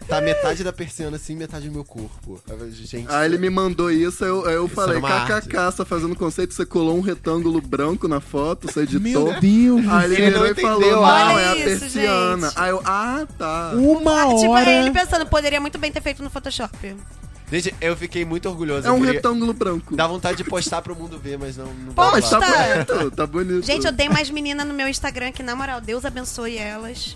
[SPEAKER 1] tá metade da persiana, assim, metade do meu corpo. Aí eu falei, gente.
[SPEAKER 2] Aí Ah, ele me mandou isso, eu, eu falei,
[SPEAKER 1] era uma
[SPEAKER 2] kkk, só fazendo conceito, você colou um retângulo branco na foto, você editou.
[SPEAKER 3] Meu Deus.
[SPEAKER 2] Aí ele
[SPEAKER 1] Ele não
[SPEAKER 2] virou e falou,
[SPEAKER 1] entendeu,
[SPEAKER 2] não,
[SPEAKER 4] olha
[SPEAKER 2] é a
[SPEAKER 4] isso,
[SPEAKER 2] persiana.
[SPEAKER 4] gente.
[SPEAKER 2] Aí eu, ah, tá.
[SPEAKER 3] Uma
[SPEAKER 4] Tipo,
[SPEAKER 3] hora.
[SPEAKER 4] ele pensando, poderia muito bem ter feito no Photoshop.
[SPEAKER 1] Gente, eu fiquei muito orgulhoso.
[SPEAKER 2] É um
[SPEAKER 1] eu queria-
[SPEAKER 2] retângulo branco.
[SPEAKER 1] Dá um vontade de postar pro mundo ver, mas não. não
[SPEAKER 2] Pô,
[SPEAKER 1] vai
[SPEAKER 2] mas tá
[SPEAKER 1] rolar.
[SPEAKER 4] Posta.
[SPEAKER 2] bonito, tá bonito.
[SPEAKER 4] Gente, eu tenho mais menina no meu Instagram que, na moral, Deus abençoe elas.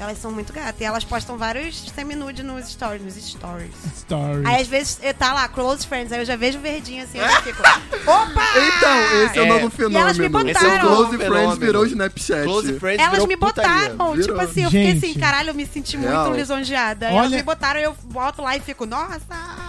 [SPEAKER 4] Elas são muito gatas. E elas postam vários seminude nos stories, nos stories.
[SPEAKER 3] Story.
[SPEAKER 4] Aí às vezes eu tá lá, close friends, aí eu já vejo verdinho assim, eu já fico. Opa!
[SPEAKER 2] Então, esse é, o
[SPEAKER 1] É.
[SPEAKER 2] novo
[SPEAKER 4] E elas me
[SPEAKER 2] fenômeno. Esse
[SPEAKER 4] botaram.
[SPEAKER 2] é o Close
[SPEAKER 1] Fenômeno.
[SPEAKER 2] Friends virou Snapchat.
[SPEAKER 1] Close Friends
[SPEAKER 4] Elas
[SPEAKER 1] virou
[SPEAKER 4] me
[SPEAKER 1] putaria.
[SPEAKER 4] botaram,
[SPEAKER 2] Virou.
[SPEAKER 4] tipo assim, eu
[SPEAKER 3] Gente.
[SPEAKER 4] fiquei assim, caralho, eu me senti
[SPEAKER 2] Real.
[SPEAKER 4] muito lisonjeada. Aí Elas
[SPEAKER 3] Olha-
[SPEAKER 4] me botaram, eu boto lá e fico, nossa,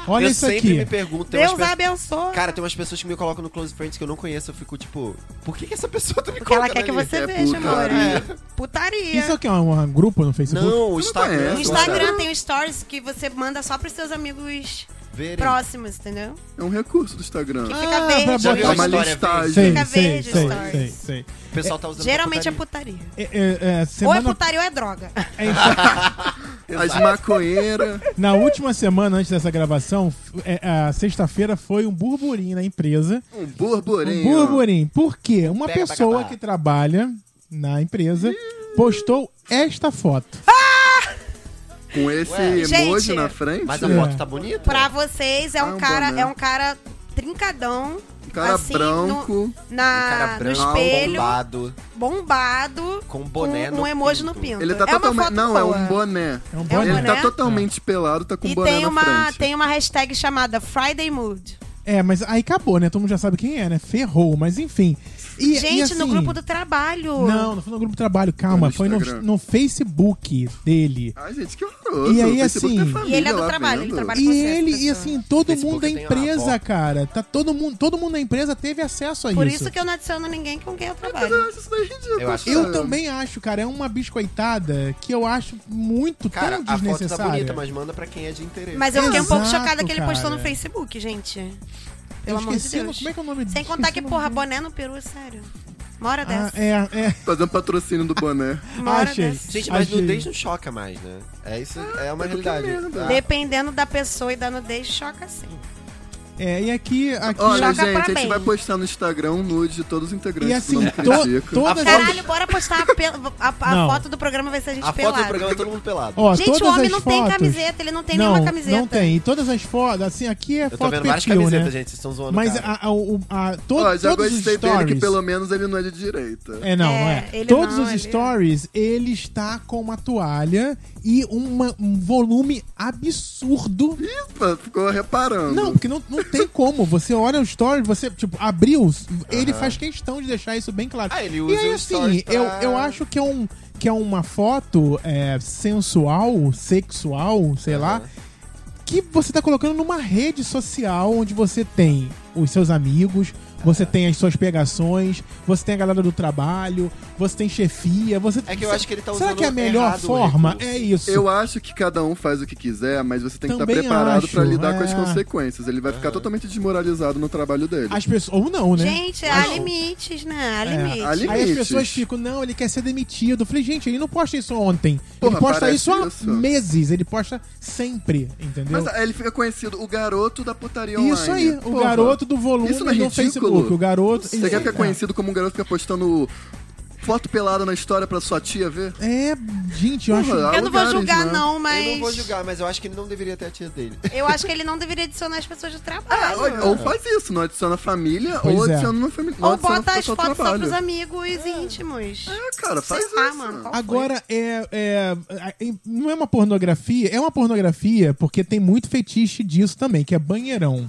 [SPEAKER 3] Olha
[SPEAKER 1] eu
[SPEAKER 3] isso
[SPEAKER 1] sempre
[SPEAKER 3] aqui.
[SPEAKER 1] me pergunto. tem umas
[SPEAKER 4] Deus
[SPEAKER 1] pe-
[SPEAKER 4] abençoe.
[SPEAKER 1] Cara, tem umas pessoas que me colocam no Close Friends que eu não conheço. Eu fico tipo, por que, que essa pessoa tá me
[SPEAKER 4] Porque ela
[SPEAKER 1] colocando
[SPEAKER 4] quer que
[SPEAKER 1] ali?
[SPEAKER 4] você
[SPEAKER 2] é
[SPEAKER 4] veja, amor.
[SPEAKER 2] putaria.
[SPEAKER 4] É. Putaria.
[SPEAKER 3] Isso é o que? Um, um grupo no Facebook?
[SPEAKER 1] Não, o
[SPEAKER 2] Você não
[SPEAKER 1] Instagram.
[SPEAKER 2] conhece,
[SPEAKER 4] No Instagram tem os stories que você manda só pros seus amigos
[SPEAKER 1] Verem.
[SPEAKER 4] próximos, entendeu?
[SPEAKER 2] É um recurso do Instagram.
[SPEAKER 4] Que
[SPEAKER 3] Ah,
[SPEAKER 4] fica
[SPEAKER 3] pra
[SPEAKER 4] verde.
[SPEAKER 3] botar-
[SPEAKER 2] é uma
[SPEAKER 1] história
[SPEAKER 2] listagem.
[SPEAKER 3] Sei,
[SPEAKER 4] Fica
[SPEAKER 3] sei,
[SPEAKER 4] verde,
[SPEAKER 3] sei,
[SPEAKER 4] stories.
[SPEAKER 3] sei, sei.
[SPEAKER 1] O pessoal tá usando pra
[SPEAKER 4] Geralmente é
[SPEAKER 1] putaria.
[SPEAKER 4] putaria.
[SPEAKER 3] É, é, é,
[SPEAKER 4] Ou é
[SPEAKER 3] semana, é,
[SPEAKER 4] putaria ou é droga.
[SPEAKER 2] As maconheiras.
[SPEAKER 3] [LAUGHS] na última semana antes dessa gravação, f- é, a sexta-feira foi um burburinho na empresa.
[SPEAKER 2] Um burburinho.
[SPEAKER 3] Um burburinho. Por quê? Uma
[SPEAKER 1] Pega pra
[SPEAKER 3] pessoa
[SPEAKER 1] acabar.
[SPEAKER 3] que trabalha na empresa postou esta foto.
[SPEAKER 2] Com esse
[SPEAKER 1] Ué.
[SPEAKER 2] emoji
[SPEAKER 4] Gente,
[SPEAKER 2] na frente.
[SPEAKER 1] Mas a
[SPEAKER 3] É.
[SPEAKER 1] foto tá bonita.
[SPEAKER 4] Pra vocês, é
[SPEAKER 2] Ah,
[SPEAKER 4] um
[SPEAKER 2] um
[SPEAKER 4] cara,
[SPEAKER 2] boné.
[SPEAKER 4] é um cara trincadão,
[SPEAKER 2] cara
[SPEAKER 4] assim,
[SPEAKER 2] branco.
[SPEAKER 4] na,
[SPEAKER 1] um cara branco,
[SPEAKER 4] no espelho,
[SPEAKER 1] bombado,
[SPEAKER 4] bombado,
[SPEAKER 1] com
[SPEAKER 4] com
[SPEAKER 1] boné
[SPEAKER 4] um
[SPEAKER 1] no
[SPEAKER 4] emoji
[SPEAKER 1] pinto.
[SPEAKER 4] no pinto.
[SPEAKER 2] Ele tá
[SPEAKER 4] é uma
[SPEAKER 2] totalmente.
[SPEAKER 4] foto
[SPEAKER 2] Não, é
[SPEAKER 4] boa.
[SPEAKER 2] um boné.
[SPEAKER 3] É um
[SPEAKER 4] É um
[SPEAKER 3] boné.
[SPEAKER 2] Ele tá
[SPEAKER 4] boné?
[SPEAKER 2] totalmente pelado, tá com um
[SPEAKER 4] E
[SPEAKER 2] boné
[SPEAKER 4] tem
[SPEAKER 2] na
[SPEAKER 4] uma,
[SPEAKER 2] frente.
[SPEAKER 4] tem uma hashtag chamada Friday Mood.
[SPEAKER 3] É, mas aí acabou, né? Todo mundo já sabe quem é, né? Ferrou, mas enfim. E- e
[SPEAKER 4] Gente, no
[SPEAKER 3] assim-
[SPEAKER 4] grupo do trabalho.
[SPEAKER 3] Não, não foi no grupo do trabalho, calma. Foi
[SPEAKER 2] Foi no
[SPEAKER 3] no,
[SPEAKER 2] Instagram.
[SPEAKER 3] no Facebook dele.
[SPEAKER 2] Ai, gente, que horroroso.
[SPEAKER 3] E aí,
[SPEAKER 2] O Facebook tem
[SPEAKER 3] assim-
[SPEAKER 4] E ele é
[SPEAKER 2] família
[SPEAKER 4] do
[SPEAKER 2] lá
[SPEAKER 4] trabalho, ele
[SPEAKER 2] vendo.
[SPEAKER 4] trabalha- Para
[SPEAKER 3] E
[SPEAKER 4] com você,
[SPEAKER 3] ele,
[SPEAKER 4] essa
[SPEAKER 3] e
[SPEAKER 4] pessoa.
[SPEAKER 3] assim, todo
[SPEAKER 1] Facebook
[SPEAKER 3] mundo da
[SPEAKER 1] eu tenho uma
[SPEAKER 3] empresa,
[SPEAKER 1] avó.
[SPEAKER 3] cara. Tá todo mundo, todo mundo da empresa teve acesso a
[SPEAKER 4] Por
[SPEAKER 3] isso.
[SPEAKER 4] isso. que eu não adiciono ninguém com quem eu
[SPEAKER 2] Mas
[SPEAKER 4] trabalho.
[SPEAKER 2] eu acho isso daí ridículo.
[SPEAKER 1] Eu acho-
[SPEAKER 3] Eu
[SPEAKER 2] cara.
[SPEAKER 3] também acho, cara, é uma biscoitada que eu acho muito
[SPEAKER 1] Cara,
[SPEAKER 3] tão
[SPEAKER 1] a foto tá
[SPEAKER 3] desnecessária.
[SPEAKER 1] bonita, mas manda pra quem é de interesse.
[SPEAKER 4] Mas eu fiquei um pouco
[SPEAKER 3] Exato,
[SPEAKER 4] chocada que ele postou
[SPEAKER 3] cara.
[SPEAKER 4] no Facebook, gente.
[SPEAKER 3] eu
[SPEAKER 4] Pelo amor de
[SPEAKER 3] esqueci,
[SPEAKER 4] Deus.
[SPEAKER 3] como é que é o nome
[SPEAKER 4] Sem
[SPEAKER 3] disso?
[SPEAKER 4] contar que,
[SPEAKER 3] Esqueci o
[SPEAKER 4] porra,
[SPEAKER 3] nome dele.
[SPEAKER 4] boné no peru, sério. Uma hora
[SPEAKER 3] Ah,
[SPEAKER 4] dessa.
[SPEAKER 3] é, é.
[SPEAKER 2] Fazendo patrocínio do
[SPEAKER 3] [LAUGHS]
[SPEAKER 2] boné.
[SPEAKER 4] Uma hora
[SPEAKER 3] achei.
[SPEAKER 4] dessa.
[SPEAKER 1] Gente, mas
[SPEAKER 3] Achei.
[SPEAKER 1] nudez não choca mais, né? É isso, é uma
[SPEAKER 3] Tá
[SPEAKER 2] mas que
[SPEAKER 1] realidade.
[SPEAKER 2] merda.
[SPEAKER 1] Ah,
[SPEAKER 4] Dependendo da pessoa e da nudez, choca sim.
[SPEAKER 3] É, e aqui. aqui
[SPEAKER 2] Olha,
[SPEAKER 4] Joga
[SPEAKER 2] gente,
[SPEAKER 4] pra
[SPEAKER 2] a gente
[SPEAKER 4] bem.
[SPEAKER 2] vai postar no Instagram um nude de todos os integrantes
[SPEAKER 3] e assim,
[SPEAKER 1] tá
[SPEAKER 2] do Não
[SPEAKER 3] to,
[SPEAKER 2] Critica.
[SPEAKER 3] todas as.
[SPEAKER 4] Caralho, bora
[SPEAKER 3] [LAUGHS]
[SPEAKER 4] postar a, pel- a- a
[SPEAKER 3] Não.
[SPEAKER 4] foto do programa, vai ser a gente
[SPEAKER 1] A
[SPEAKER 4] pelado.
[SPEAKER 1] foto do programa é todo mundo pelado.
[SPEAKER 3] Ó,
[SPEAKER 4] Gente,
[SPEAKER 3] todas
[SPEAKER 4] o homem
[SPEAKER 3] as
[SPEAKER 4] não
[SPEAKER 3] fotos,
[SPEAKER 4] tem camiseta, ele não tem
[SPEAKER 3] não,
[SPEAKER 4] nenhuma camiseta.
[SPEAKER 3] Não tem. E todas as fotos, assim, aqui é
[SPEAKER 1] eu tô
[SPEAKER 3] foto
[SPEAKER 1] vendo várias
[SPEAKER 3] perfil,
[SPEAKER 1] camisetas,
[SPEAKER 3] né?
[SPEAKER 1] gente, vocês estão zoando.
[SPEAKER 3] Mas
[SPEAKER 1] cara.
[SPEAKER 3] a, a, o- a, to,
[SPEAKER 2] Ó, já
[SPEAKER 3] todos os
[SPEAKER 2] gostei
[SPEAKER 3] stories.
[SPEAKER 2] dele que pelo menos ele não é de direita.
[SPEAKER 3] É, não,
[SPEAKER 4] É,
[SPEAKER 3] é.
[SPEAKER 4] ele
[SPEAKER 3] Todos
[SPEAKER 4] não,
[SPEAKER 3] os
[SPEAKER 4] ele-
[SPEAKER 3] stories, ele está com uma toalha e uma- um volume absurdo.
[SPEAKER 2] Epa, ficou reparando.
[SPEAKER 3] Não, porque não, não tem como. Você olha o stories, você, tipo, abriu, ele faz questão de deixar isso bem claro.
[SPEAKER 1] Ah, ele
[SPEAKER 3] e
[SPEAKER 1] usa
[SPEAKER 3] aí,
[SPEAKER 1] o
[SPEAKER 3] assim,
[SPEAKER 1] stories pra-
[SPEAKER 3] eu, eu acho que é, um, que é uma foto é, sensual, sexual, sei lá, que você tá colocando numa rede social onde você tem os seus amigos, você tem as suas pegações, você tem a galera do trabalho, você tem chefia, você
[SPEAKER 1] É que eu acho que ele tá
[SPEAKER 3] Será
[SPEAKER 1] usando
[SPEAKER 3] que é a melhor
[SPEAKER 1] errado o
[SPEAKER 3] forma?
[SPEAKER 1] recurso.
[SPEAKER 3] É isso.
[SPEAKER 2] Eu acho que cada um faz o que quiser, mas você tem que
[SPEAKER 3] Também
[SPEAKER 2] estar preparado
[SPEAKER 3] acho,
[SPEAKER 2] pra lidar com as
[SPEAKER 3] é.
[SPEAKER 2] consequências. Ele vai ficar totalmente desmoralizado no trabalho dele.
[SPEAKER 3] As pessoas. Ou não, né? É,
[SPEAKER 4] Gente, é há limites, né? Há limites.
[SPEAKER 2] há limites.
[SPEAKER 3] Aí as pessoas ficam, não, ele quer ser demitido. Eu falei, gente, ele não posta isso ontem.
[SPEAKER 2] Porra,
[SPEAKER 3] ele posta
[SPEAKER 2] parece
[SPEAKER 3] isso há
[SPEAKER 2] isso.
[SPEAKER 3] meses, ele posta sempre, entendeu?
[SPEAKER 2] Mas aí ele fica conhecido, o garoto da putaria online.
[SPEAKER 3] isso aí, o
[SPEAKER 2] Porra.
[SPEAKER 3] garoto do volume
[SPEAKER 2] Isso não é
[SPEAKER 3] do
[SPEAKER 2] ridículo?
[SPEAKER 3] Facebook. O garoto.
[SPEAKER 2] Você quer ficar
[SPEAKER 3] É.
[SPEAKER 2] conhecido como um garoto que fica postando foto pelada na história pra sua tia ver?
[SPEAKER 3] É, gente, eu acho.
[SPEAKER 2] Porra,
[SPEAKER 4] Eu não vou
[SPEAKER 2] lugares,
[SPEAKER 4] julgar,
[SPEAKER 2] né?
[SPEAKER 4] não, mas.
[SPEAKER 1] Eu não vou julgar, mas eu acho que ele não deveria ter a tia dele.
[SPEAKER 4] Eu acho que ele não deveria adicionar as pessoas do
[SPEAKER 2] Ah,
[SPEAKER 4] trabalho.
[SPEAKER 2] ou, ou faz isso, não adiciona a família,
[SPEAKER 3] Pois
[SPEAKER 2] ou
[SPEAKER 3] é.
[SPEAKER 2] adiciona uma família.
[SPEAKER 4] Ou bota
[SPEAKER 3] tá
[SPEAKER 4] as fotos só pros amigos íntimos.
[SPEAKER 2] É, cara, faz
[SPEAKER 4] Sei lá,
[SPEAKER 2] isso.
[SPEAKER 4] mano, qual
[SPEAKER 3] Agora, é, é, é- não é uma pornografia, é uma pornografia porque tem muito fetiche disso também, que é banheirão.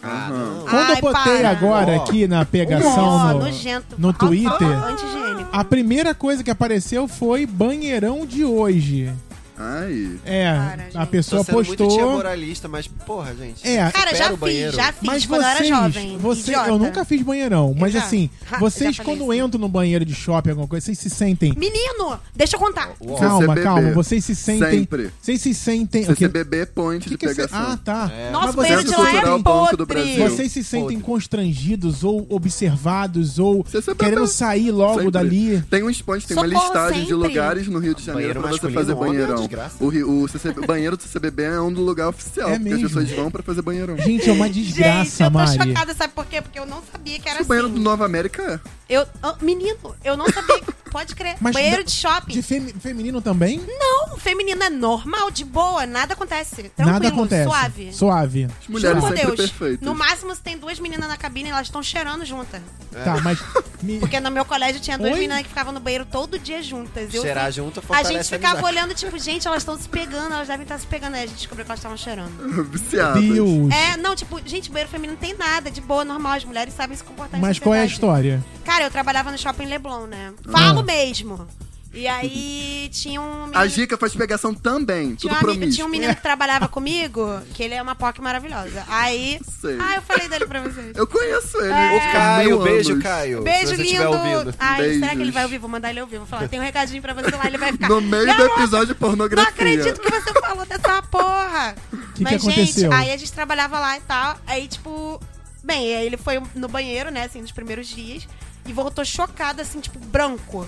[SPEAKER 1] Ah,
[SPEAKER 2] não.
[SPEAKER 3] Quando
[SPEAKER 4] Ai,
[SPEAKER 3] eu botei
[SPEAKER 4] para.
[SPEAKER 3] agora
[SPEAKER 1] Ó.
[SPEAKER 3] aqui na
[SPEAKER 4] Nossa,
[SPEAKER 3] pegação no,
[SPEAKER 4] nojento.
[SPEAKER 3] no Twitter,
[SPEAKER 4] Ah, Antigênico.
[SPEAKER 3] a primeira coisa que apareceu foi banheirão de hoje.
[SPEAKER 2] Ai.
[SPEAKER 3] É,
[SPEAKER 4] Cara, gente.
[SPEAKER 3] a pessoa
[SPEAKER 1] Tô sendo muito tia
[SPEAKER 3] postou.
[SPEAKER 1] moralista, mas porra, gente.
[SPEAKER 3] É,
[SPEAKER 4] Cara,
[SPEAKER 1] Espera
[SPEAKER 4] já
[SPEAKER 1] o
[SPEAKER 4] fiz,
[SPEAKER 1] banheiro.
[SPEAKER 4] já fiz
[SPEAKER 3] mas
[SPEAKER 4] quando eu era
[SPEAKER 3] vocês,
[SPEAKER 4] jovem.
[SPEAKER 3] você,
[SPEAKER 4] idiota.
[SPEAKER 3] eu nunca fiz banheirão, mas
[SPEAKER 4] já.
[SPEAKER 3] assim,
[SPEAKER 4] Ha, eu
[SPEAKER 3] vocês
[SPEAKER 4] já falei
[SPEAKER 3] quando
[SPEAKER 4] isso.
[SPEAKER 3] entram no banheiro de shopping alguma coisa, vocês se sentem
[SPEAKER 4] Menino, deixa eu contar.
[SPEAKER 1] Uau.
[SPEAKER 3] Calma,
[SPEAKER 2] CBB.
[SPEAKER 3] calma, vocês se sentem
[SPEAKER 2] Sempre.
[SPEAKER 3] Vocês se sentem o quê?
[SPEAKER 2] CCBB point
[SPEAKER 3] O
[SPEAKER 2] de
[SPEAKER 3] que que é se-
[SPEAKER 2] pegação.
[SPEAKER 3] Ah, tá.
[SPEAKER 1] É.
[SPEAKER 4] Nossa,
[SPEAKER 3] Mas
[SPEAKER 4] o banheiro
[SPEAKER 3] vocês
[SPEAKER 4] de
[SPEAKER 3] se
[SPEAKER 2] Cultural
[SPEAKER 4] lá é
[SPEAKER 3] sentem-
[SPEAKER 2] Banco do
[SPEAKER 4] podre.
[SPEAKER 2] Brasil.
[SPEAKER 3] vocês se sentem
[SPEAKER 1] Podre.
[SPEAKER 3] constrangidos ou observados ou
[SPEAKER 2] CCBB.
[SPEAKER 3] querendo sair Ah, logo
[SPEAKER 2] Sempre.
[SPEAKER 3] dali?
[SPEAKER 2] Tem uns pontos, tem uma
[SPEAKER 4] Socorro,
[SPEAKER 2] listagem de
[SPEAKER 4] sempre.
[SPEAKER 2] lugares no Rio de Janeiro
[SPEAKER 1] Ah, Banheiro
[SPEAKER 2] pra você
[SPEAKER 1] masculino,
[SPEAKER 2] fazer
[SPEAKER 1] homem, é
[SPEAKER 2] banheirão.
[SPEAKER 1] desgraça.
[SPEAKER 2] O, Rio- o CCB banheiro do CCBB é um lugar oficial,
[SPEAKER 3] É
[SPEAKER 2] porque
[SPEAKER 3] mesmo.
[SPEAKER 2] as pessoas vão pra fazer banheirão.
[SPEAKER 3] Gente, é uma
[SPEAKER 4] Gente,
[SPEAKER 3] desgraça,
[SPEAKER 4] eu tô
[SPEAKER 3] Mari.
[SPEAKER 4] chocada, sabe por quê? Porque eu não sabia que era
[SPEAKER 2] o banheiro Tipo, do
[SPEAKER 4] assim.
[SPEAKER 2] Nova América [LAUGHS] é.
[SPEAKER 4] Eu, ah, menino, eu não sabia. que- [LAUGHS] Pode crer.
[SPEAKER 3] Mas
[SPEAKER 4] banheiro
[SPEAKER 3] da-
[SPEAKER 4] de shopping.
[SPEAKER 3] De femi- feminino também?
[SPEAKER 4] Não, feminino é normal, de boa, nada acontece. Tranquilo,
[SPEAKER 3] Nada acontece.
[SPEAKER 4] suave.
[SPEAKER 3] Suave.
[SPEAKER 2] As mulheres
[SPEAKER 4] Juro por
[SPEAKER 2] é sempre
[SPEAKER 4] Deus.
[SPEAKER 2] perfeitas.
[SPEAKER 4] No máximo, se tem duas meninas na cabine, elas estão cheirando juntas.
[SPEAKER 3] Tá, mas me-
[SPEAKER 4] Porque no meu colégio tinha duas
[SPEAKER 3] Oi?
[SPEAKER 4] meninas que ficavam no banheiro todo dia juntas. Eu
[SPEAKER 1] Cheirar
[SPEAKER 4] vi-
[SPEAKER 1] junto
[SPEAKER 4] A
[SPEAKER 1] fortalece
[SPEAKER 4] gente
[SPEAKER 1] amizade.
[SPEAKER 4] ficava olhando, tipo, gente, elas estão se pegando, elas devem estar se pegando. Aí a gente descobriu que elas estavam cheirando.
[SPEAKER 2] Viciadas.
[SPEAKER 3] Deus.
[SPEAKER 4] É, não, tipo, gente, banheiro feminino não tem nada, de boa, normal, as mulheres sabem se comportar em
[SPEAKER 3] Mas qual é a
[SPEAKER 4] sociedade.
[SPEAKER 3] história?
[SPEAKER 4] Cara, eu trabalhava no shopping Leblon, né?
[SPEAKER 3] Ah.
[SPEAKER 4] Falo mesmo. E aí tinha um menino.
[SPEAKER 2] A Gica faz pegação também.
[SPEAKER 4] Tinha
[SPEAKER 2] Tudo
[SPEAKER 4] um, amigo, tinha um
[SPEAKER 2] promíscuo.
[SPEAKER 4] menino que trabalhava comigo, que ele é uma POC maravilhosa. Aí.
[SPEAKER 2] Sei.
[SPEAKER 4] Ah, eu falei dele pra vocês.
[SPEAKER 2] Eu conheço ele.
[SPEAKER 4] É.
[SPEAKER 1] Ô, Caio, beijo, Caio.
[SPEAKER 4] Beijo
[SPEAKER 1] se você estiver
[SPEAKER 4] lindo! Ah,
[SPEAKER 1] ouvindo.
[SPEAKER 4] Ai, será que ele
[SPEAKER 2] Beijos.
[SPEAKER 4] vai ouvir? Vou mandar ele ouvir. Vou falar, tem um recadinho pra você lá, ele vai ficar.
[SPEAKER 2] No meio do
[SPEAKER 4] "Garoto,
[SPEAKER 2] episódio de pornografia.
[SPEAKER 4] Não acredito que você falou dessa porra!
[SPEAKER 3] [LAUGHS] Que que
[SPEAKER 4] Mas,
[SPEAKER 3] aconteceu?
[SPEAKER 4] gente, aí a gente trabalhava lá e tal. Aí, tipo. Bem, aí ele foi no banheiro, né, assim, nos primeiros dias. E voltou chocado, assim, tipo, branco.